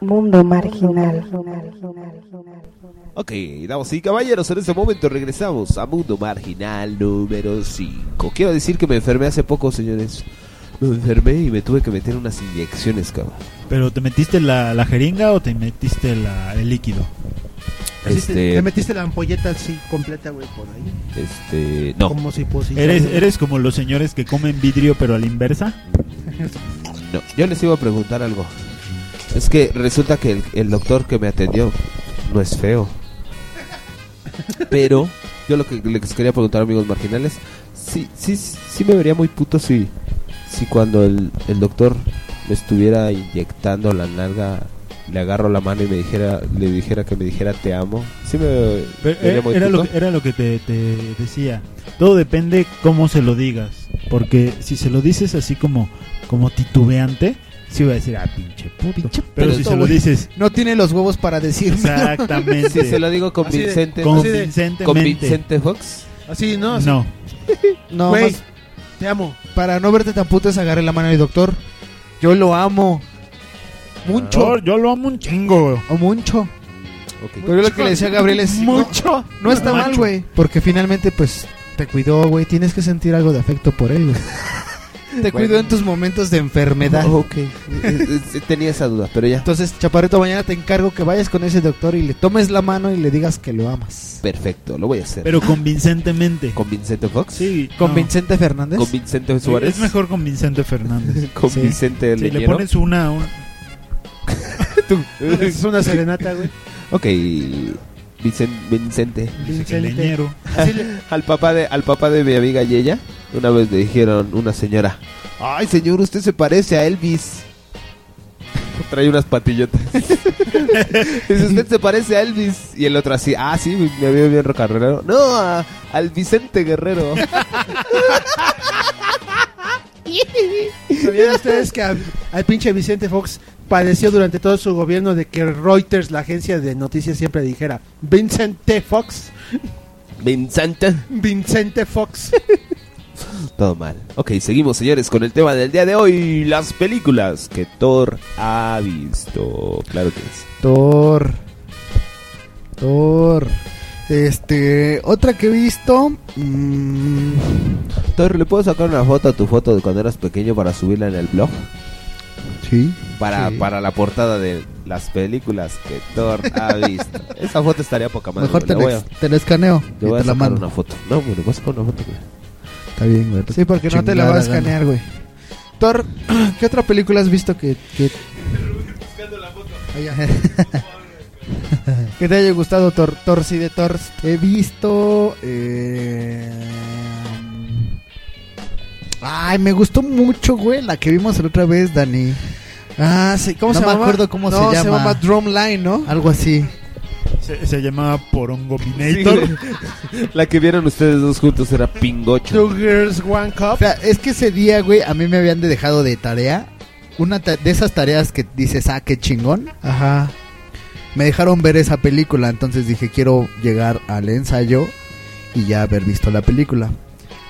Speaker 15: Mundo marginal.
Speaker 3: Ok, damos y caballeros, en este momento regresamos a Mundo Marginal número 5. Quiero decir que me enfermé hace poco, señores. Me enfermé y me tuve que meter unas inyecciones, cabrón.
Speaker 6: ¿Pero te metiste la, la jeringa o te metiste la- el líquido?
Speaker 4: Así te-
Speaker 3: Este-
Speaker 4: Te metiste la ampolleta así completa, güey, por ahí.
Speaker 3: Este, no.
Speaker 4: Como si pusiera-
Speaker 6: ¿Eres, ¿Eres como los señores que comen vidrio pero a la inversa?
Speaker 3: No, yo les iba a preguntar algo. Es que resulta que el, el doctor que me atendió no es feo. Pero yo lo que les quería preguntar, amigos marginales, sí, sí, sí me vería muy puto si, si cuando el, el doctor me estuviera inyectando la nalga, le agarro la mano y me dijera, le dijera que me dijera te amo. Sí me
Speaker 6: Pero,
Speaker 3: vería
Speaker 6: eh,
Speaker 3: muy
Speaker 6: era,
Speaker 3: puto.
Speaker 6: lo, que- era lo que te, te decía. Todo depende cómo se lo digas. Porque si se lo dices así como, como titubeante, sí va a decir, ah, pinche puto. pero si
Speaker 7: Esto,
Speaker 6: se lo
Speaker 7: güey,
Speaker 6: dices.
Speaker 7: No tiene los huevos para decirme.
Speaker 6: Exactamente.
Speaker 3: Si se lo digo convincente,
Speaker 6: Convincentemente.
Speaker 3: con Vicente Fox.
Speaker 26: Así, ¿no? Así.
Speaker 6: No.
Speaker 7: No,
Speaker 26: Güey,
Speaker 7: más-
Speaker 26: te amo.
Speaker 7: Para no verte tan puto es agarré la mano del doctor. Yo lo amo. Mucho.
Speaker 6: Yo, yo lo amo un chingo.
Speaker 7: O mucho. Pero yo lo que le decía a Gabriel es.
Speaker 26: Mucho.
Speaker 7: No, no está mal,
Speaker 26: Macho.
Speaker 7: güey. Porque finalmente, pues, te cuidó, güey. Tienes que sentir algo de afecto por él, güey.
Speaker 3: *laughs*
Speaker 23: Te cuido en tus momentos de enfermedad.
Speaker 3: Ok. *laughs* eh,
Speaker 7: Eh,
Speaker 3: Tenía esa duda, pero ya.
Speaker 23: Entonces, Chaparrito, mañana te encargo que vayas con ese doctor y le tomes la mano y le digas que lo amas.
Speaker 3: Perfecto, lo voy a hacer.
Speaker 5: Pero convincentemente.
Speaker 3: ¿Con Vicente Fox?
Speaker 5: Sí.
Speaker 23: ¿Con
Speaker 5: no.
Speaker 23: Vicente Fernández?
Speaker 3: ¿Con Vicente Suárez?
Speaker 5: Es mejor con Vicente Fernández.
Speaker 3: *laughs* ¿Con Vicente
Speaker 5: Sí, le
Speaker 3: Leñero?
Speaker 5: pones una.
Speaker 3: *laughs*
Speaker 5: un-
Speaker 4: Es una serenata, güey.
Speaker 3: Ok. Vicen- Vicente.
Speaker 4: Vicente.
Speaker 5: Leñero.
Speaker 3: *laughs* al papá de al papá de mi amiga Yeya, una vez le dijeron una señora, "Ay, señor, usted se parece a Elvis." Trae unas patillotas. *laughs* Dice, "Usted se parece a Elvis." Y el otro así, "Ah, sí, mi mi amigo bien rocarrero." "No, a- al Vicente
Speaker 5: *laughs*
Speaker 3: Guerrero."
Speaker 4: ¿Sabían ustedes que al, al pinche Vicente Fox padeció durante todo su gobierno de que Reuters, la agencia de noticias, siempre dijera Vincente Fox?
Speaker 3: Vincente.
Speaker 4: Vincente Fox.
Speaker 3: Todo mal. Ok, seguimos, señores, con el tema del día de hoy, las películas que Thor ha visto. Claro que sí.
Speaker 7: Thor. Thor. Este, otra que he visto. mm,
Speaker 3: Thor, ¿le puedo sacar una foto a tu foto de cuando eras pequeño para subirla en el blog?
Speaker 7: Sí.
Speaker 3: Para,
Speaker 7: Sí.
Speaker 3: para la portada de las películas que Thor
Speaker 7: *laughs*
Speaker 3: ha visto. Esa foto estaría poca madre.
Speaker 7: mejor
Speaker 3: güey,
Speaker 7: te
Speaker 3: la
Speaker 7: la,
Speaker 3: voy a-
Speaker 7: ex- te la escaneo.
Speaker 3: le
Speaker 7: y
Speaker 3: voy a
Speaker 7: te la
Speaker 3: sacar
Speaker 7: mando.
Speaker 3: una foto. No, güey, le voy a sacar una foto. güey.
Speaker 7: Está bien, güey.
Speaker 23: Sí, porque no te la vas a escanear, güey. Thor, *clears throat* ¿qué otra película has visto que, que, *laughs* que te haya gustado, Thor? Thor, sí, de Thor.
Speaker 7: He visto. eh, Ay, me gustó mucho, güey, la que vimos la otra vez, Dani.
Speaker 23: Ah, sí, ¿cómo
Speaker 7: no
Speaker 23: se
Speaker 7: me
Speaker 23: llama?
Speaker 7: acuerdo cómo
Speaker 23: No,
Speaker 7: se llama.
Speaker 23: se llama Drumline, ¿no?
Speaker 7: Algo así.
Speaker 5: Se, se llamaba Porongo Minator.
Speaker 3: *laughs* La que vieron ustedes dos juntos era Pingocho.
Speaker 4: Girls One Cup.
Speaker 7: O sea, es que ese día, güey, a mí me habían dejado de tarea. Una ta- de esas tareas que dices, ah, qué chingón.
Speaker 23: Ajá.
Speaker 7: Me dejaron ver esa película, entonces dije, quiero llegar al ensayo y ya haber visto la película.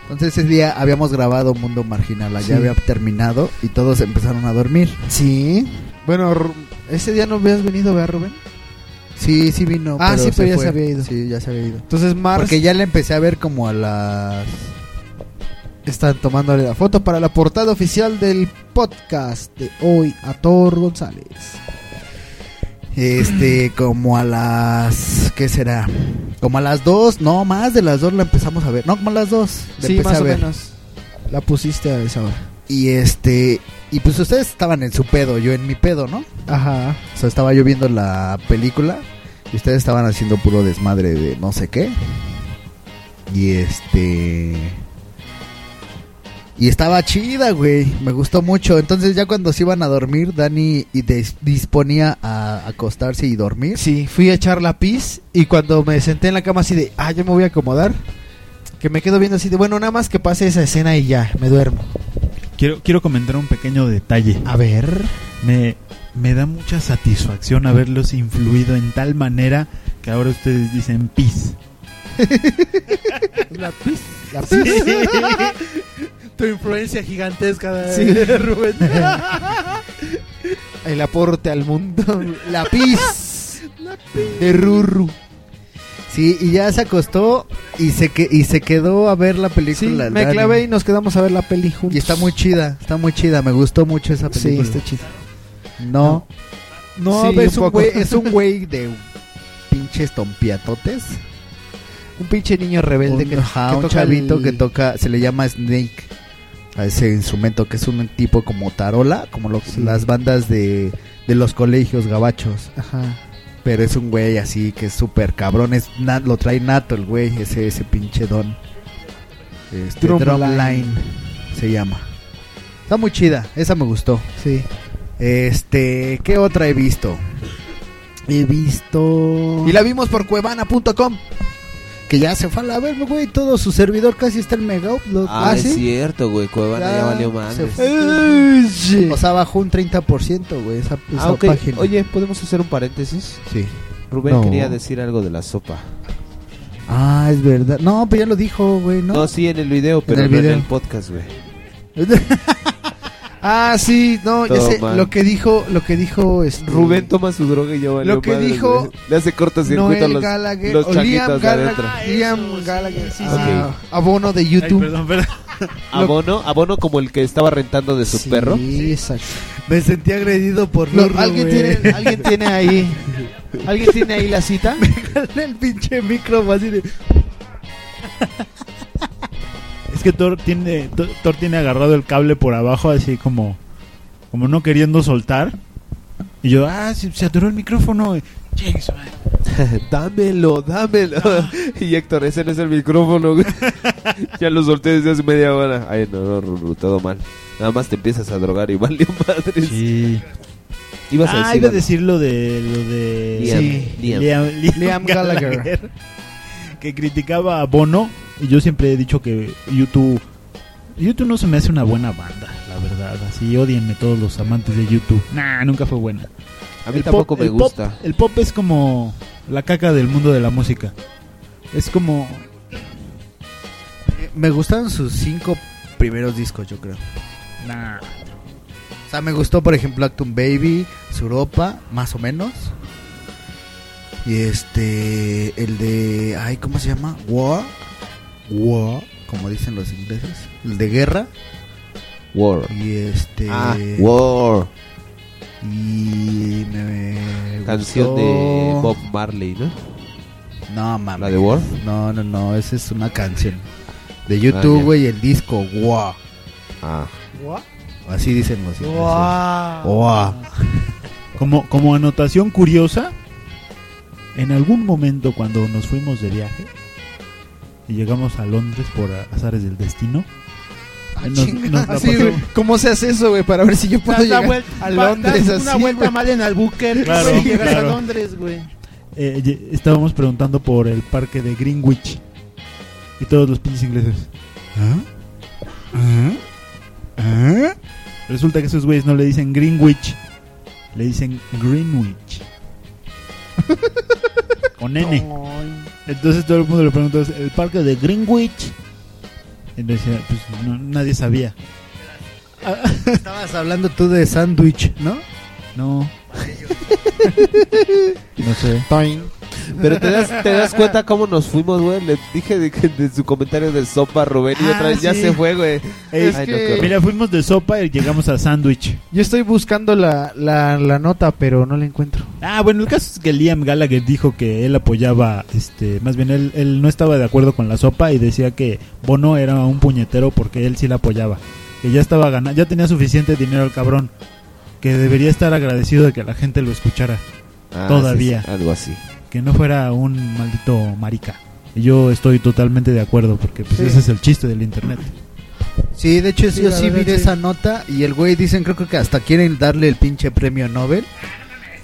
Speaker 7: Entonces ese día habíamos grabado Mundo Marginal, ya
Speaker 23: Sí.
Speaker 7: había terminado y todos empezaron a dormir.
Speaker 23: Sí. Bueno, Ru- ese día no habías venido, ¿verdad, Rubén?
Speaker 7: Sí, sí vino.
Speaker 23: Ah, sí, pero ya se
Speaker 7: fue.
Speaker 23: había ido.
Speaker 7: Sí, ya se había ido.
Speaker 23: Entonces, Mars.
Speaker 7: Porque ya la empecé a ver como a las...
Speaker 23: Están tomándole la foto para la portada oficial del podcast de hoy a Thor González. *clears throat*
Speaker 7: Este, como a las... ¿Qué será? Como a las dos, no, más de las dos la empezamos a ver. No, como a las dos. la
Speaker 23: sí,
Speaker 7: empecé
Speaker 23: más
Speaker 7: a
Speaker 23: o
Speaker 7: ver.
Speaker 23: menos. La pusiste a esa hora.
Speaker 7: Y este, y pues ustedes estaban en su pedo, yo en mi pedo, ¿no?
Speaker 23: Ajá.
Speaker 7: O sea, estaba yo viendo la película y ustedes estaban haciendo puro desmadre de no sé qué. Y este. Y estaba chida, güey. Me gustó mucho. Entonces, ya cuando se iban a dormir, Dani y des- disponía a acostarse y dormir.
Speaker 23: Sí, fui a echar la pis y cuando me senté en la cama así de, ah, yo me voy a acomodar. Que me quedo viendo así de, bueno, nada más que pase esa escena y ya, me duermo.
Speaker 5: Quiero, quiero comentar un pequeño detalle.
Speaker 23: A ver.
Speaker 5: Me, me da mucha satisfacción haberlos influido en tal manera que ahora ustedes dicen pis.
Speaker 4: La pis.
Speaker 23: La pis.
Speaker 4: Tu influencia gigantesca,
Speaker 23: Sí.
Speaker 4: de Rubén.
Speaker 23: El aporte al mundo. *laughs* La pis. De Ruru.
Speaker 7: Sí, y ya se acostó y se, que- y se quedó a ver la
Speaker 23: Sí,
Speaker 7: película.
Speaker 23: me
Speaker 7: Dani.
Speaker 23: clavé y nos quedamos a ver la peli juntos.
Speaker 7: Y está muy chida, está muy chida. Me gustó mucho esa
Speaker 23: Sí,
Speaker 7: película.
Speaker 23: está chida.
Speaker 7: No. No,
Speaker 23: Sí,
Speaker 7: ves
Speaker 23: un
Speaker 7: un
Speaker 23: poco.
Speaker 7: güey, es un güey de pinches tompiatotes.
Speaker 23: Un pinche niño rebelde
Speaker 7: un,
Speaker 23: que,
Speaker 7: ajá,
Speaker 23: que
Speaker 7: un
Speaker 23: toca
Speaker 7: chavito
Speaker 23: el-
Speaker 7: que toca, se le llama Snake a ese instrumento que es un tipo como tarola, como lo-
Speaker 23: Sí.
Speaker 7: las bandas de, de los colegios gabachos.
Speaker 23: Ajá.
Speaker 7: Pero es un güey así que es súper cabrón, es, na- lo trae nato el güey, ese, ese pinche don. Este,
Speaker 23: Drumline.
Speaker 7: Drumline se llama. Está muy chida, esa me gustó.
Speaker 23: Sí.
Speaker 7: Este, ¿qué otra he visto? He visto.
Speaker 23: Y la vimos por cuevana.com.
Speaker 7: que ya se fue a la verga, güey. Todo su servidor casi está en mega upload.
Speaker 3: Ah, es cierto, güey. Cuevana ya,
Speaker 7: Ya
Speaker 3: valió
Speaker 7: se
Speaker 3: madre.
Speaker 7: fue. O sea, bajó un 30%, güey, esa, esa
Speaker 3: Ah, ok.
Speaker 7: página.
Speaker 3: Oye, ¿podemos hacer un paréntesis?
Speaker 7: Sí.
Speaker 3: Rubén
Speaker 7: No.
Speaker 3: quería decir algo de la sopa.
Speaker 7: Ah, es verdad. No, pues ya lo dijo, güey,
Speaker 3: No,
Speaker 7: ¿no?
Speaker 3: sí, en el video, pero
Speaker 7: el
Speaker 3: no
Speaker 7: video.
Speaker 3: en el podcast, güey.
Speaker 23: Ah, sí, no, ya sé,
Speaker 3: Toma.
Speaker 23: lo que dijo, lo que dijo este,
Speaker 3: Rubén toma su droga y ya valió
Speaker 23: Lo que
Speaker 3: madre,
Speaker 23: dijo
Speaker 3: güey. Le hace cortocircuito a
Speaker 23: Noel
Speaker 3: los,
Speaker 23: Gallagher
Speaker 3: los
Speaker 23: o Liam
Speaker 3: changuitos de
Speaker 23: Gallagher,
Speaker 3: adentro.
Speaker 23: Liam Gallagher,
Speaker 3: sí.
Speaker 23: ah, abono de
Speaker 5: Ay,
Speaker 23: YouTube.
Speaker 5: perdón, perdón.
Speaker 3: Abono, abono como el que estaba rentando de su
Speaker 7: *laughs*
Speaker 3: perro.
Speaker 7: Me sentí agredido por
Speaker 23: Lo-
Speaker 7: Lurru,
Speaker 23: ¿alguien,
Speaker 7: güey.
Speaker 23: tiene, alguien tiene ahí. *laughs* ¿Alguien tiene ahí la cita?
Speaker 7: *laughs* el pinche micro así de...
Speaker 6: Es que Thor tiene, Thor- Thor tiene agarrado el cable por abajo, así como, como no queriendo soltar. Y yo, ah, se, se atoró el micrófono. Chingue su madre.
Speaker 3: *laughs* dámelo, dámelo. *laughs* Y Héctor, ese no es el micrófono, güey. *laughs* ya lo solté desde hace media hora. Ay, no, no, Ruru, todo mal. Nada más te empiezas a drogar y valió madres.
Speaker 6: Sí.
Speaker 3: Ibas a
Speaker 6: ah,
Speaker 3: decir
Speaker 6: iba
Speaker 3: algo.
Speaker 6: a decir lo de. Lo de
Speaker 3: Liam,
Speaker 6: sí,
Speaker 11: *laughs*
Speaker 3: Liam.
Speaker 23: Liam Gallagher.
Speaker 6: Que criticaba a Bono. Y yo siempre he dicho que YouTube. YouTube no se me hace una buena banda, la verdad. Así odienme todos los amantes de YouTube. Nah, nunca fue buena.
Speaker 3: A mí tampoco me
Speaker 6: el
Speaker 3: gusta.
Speaker 6: el pop es como la caca del mundo de la música. Es como.
Speaker 7: *laughs* Me gustaron sus cinco primeros discos, yo creo.
Speaker 6: Nah.
Speaker 7: O sea, me gustó, por ejemplo, Actum Baby, Suropa, más o menos. Y este, el de, ay, ¿cómo se llama? War. War, como dicen los ingleses. El de guerra.
Speaker 3: War.
Speaker 7: Y este...
Speaker 3: Ah, War.
Speaker 7: Y me
Speaker 3: Canción
Speaker 7: gustó-
Speaker 3: de Bob Marley, ¿no?
Speaker 7: No, mames.
Speaker 3: ¿La de War?
Speaker 7: No, no, no, esa es una canción. De
Speaker 3: Ah,
Speaker 7: YouTube,
Speaker 3: ya.
Speaker 7: güey, el disco, War.
Speaker 3: Ah.
Speaker 7: Así dicen los ingleses.
Speaker 6: Wow.
Speaker 7: War.
Speaker 6: Como, como anotación curiosa, en algún momento cuando nos fuimos de viaje y llegamos a Londres por a- azares del destino, nos,
Speaker 2: chinga,
Speaker 6: nos la
Speaker 2: así,
Speaker 6: pasamos-
Speaker 2: güey. Pues, ¿Cómo se hace eso, güey? Para ver si yo puedo
Speaker 17: Das la
Speaker 2: llegar
Speaker 17: vuelta-
Speaker 2: a
Speaker 17: va-
Speaker 2: Londres
Speaker 17: das
Speaker 2: así.
Speaker 17: una vuelta
Speaker 2: güey.
Speaker 17: mal en Albuquerque,
Speaker 6: Claro,
Speaker 17: güey, y llegas
Speaker 6: claro.
Speaker 17: a Londres, güey.
Speaker 6: eh, ye- estábamos preguntando por el parque de Greenwich y todos los pinches ingleses. ¿Ah? ¿Ah? ¿Ah? Resulta que esos güeyes no le dicen Greenwich, le dicen Greenwich. *laughs* Con N. Entonces todo el mundo le preguntó, ¿el parque de Greenwich? Entonces, pues no- nadie sabía.
Speaker 7: Estabas hablando tú de sándwich, ¿no?
Speaker 6: No. No sé.
Speaker 3: Pero te das, te das cuenta cómo nos fuimos, güey. Le dije de, que- de su comentario de sopa, Rubén, y
Speaker 6: Ah,
Speaker 3: otra vez ya
Speaker 6: sí.
Speaker 3: se fue, güey.
Speaker 6: Ey,
Speaker 3: Ay, no, qué horror.
Speaker 6: Mira, fuimos de sopa y llegamos a sándwich.
Speaker 23: Yo estoy buscando la, la, la nota, pero no la encuentro.
Speaker 6: Ah, bueno, el caso es que Liam Gallagher dijo que él apoyaba, este, más bien él, él no estaba de acuerdo con la sopa y decía que Bono era un puñetero porque él sí la apoyaba. Que ya estaba ganando, ya tenía suficiente dinero el cabrón. Que debería estar agradecido de que la gente lo escuchara.
Speaker 3: Ah,
Speaker 6: todavía.
Speaker 3: sí, sí, algo así.
Speaker 6: que no fuera un maldito marica. Y Yo estoy totalmente de acuerdo porque pues,
Speaker 7: Sí.
Speaker 6: ese es el chiste del internet.
Speaker 7: Sí, de hecho
Speaker 23: Sí,
Speaker 7: yo
Speaker 23: la
Speaker 7: sí
Speaker 23: verdad,
Speaker 7: vi de
Speaker 23: sí.
Speaker 7: esa nota y el güey dicen, creo que hasta quieren darle el pinche premio Nobel.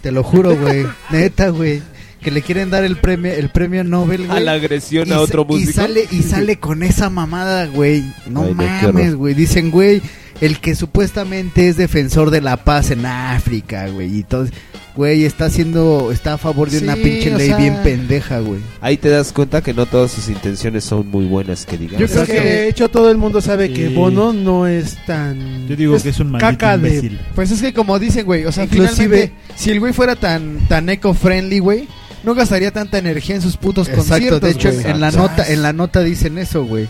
Speaker 7: Te lo
Speaker 2: *laughs*
Speaker 7: juro, güey. Neta, güey. Que le quieren dar el premio, el premio Nobel,
Speaker 3: A
Speaker 7: güey.
Speaker 3: la agresión
Speaker 7: Y
Speaker 3: a
Speaker 7: sa-
Speaker 3: otro músico.
Speaker 7: Y sale, y sale con esa mamada, güey. No
Speaker 3: Ay, no, qué
Speaker 7: mames,
Speaker 3: horror.
Speaker 7: güey. Dicen, güey, el que supuestamente es defensor de la paz en África, güey. Y todo. Güey, está haciendo, está a favor de una
Speaker 23: Sí,
Speaker 7: pinche
Speaker 23: o
Speaker 7: ley
Speaker 23: sea-
Speaker 7: bien pendeja, güey.
Speaker 3: Ahí te das cuenta que no todas sus intenciones son muy buenas, que digamos.
Speaker 17: Yo creo que de hecho todo el mundo sabe que
Speaker 6: Sí.
Speaker 17: Bono no es tan.
Speaker 6: Yo digo que es un maldito
Speaker 17: caca de-
Speaker 6: imbécil.
Speaker 23: Pues es que como dicen, güey, o sea,
Speaker 7: Inclusive-
Speaker 23: finalmente, si el güey fuera tan, tan eco-friendly, güey, no gastaría tanta energía en sus putos
Speaker 7: Exacto,
Speaker 23: conciertos,
Speaker 7: de hecho
Speaker 23: güey.
Speaker 7: en la nota en la nota dicen eso, güey.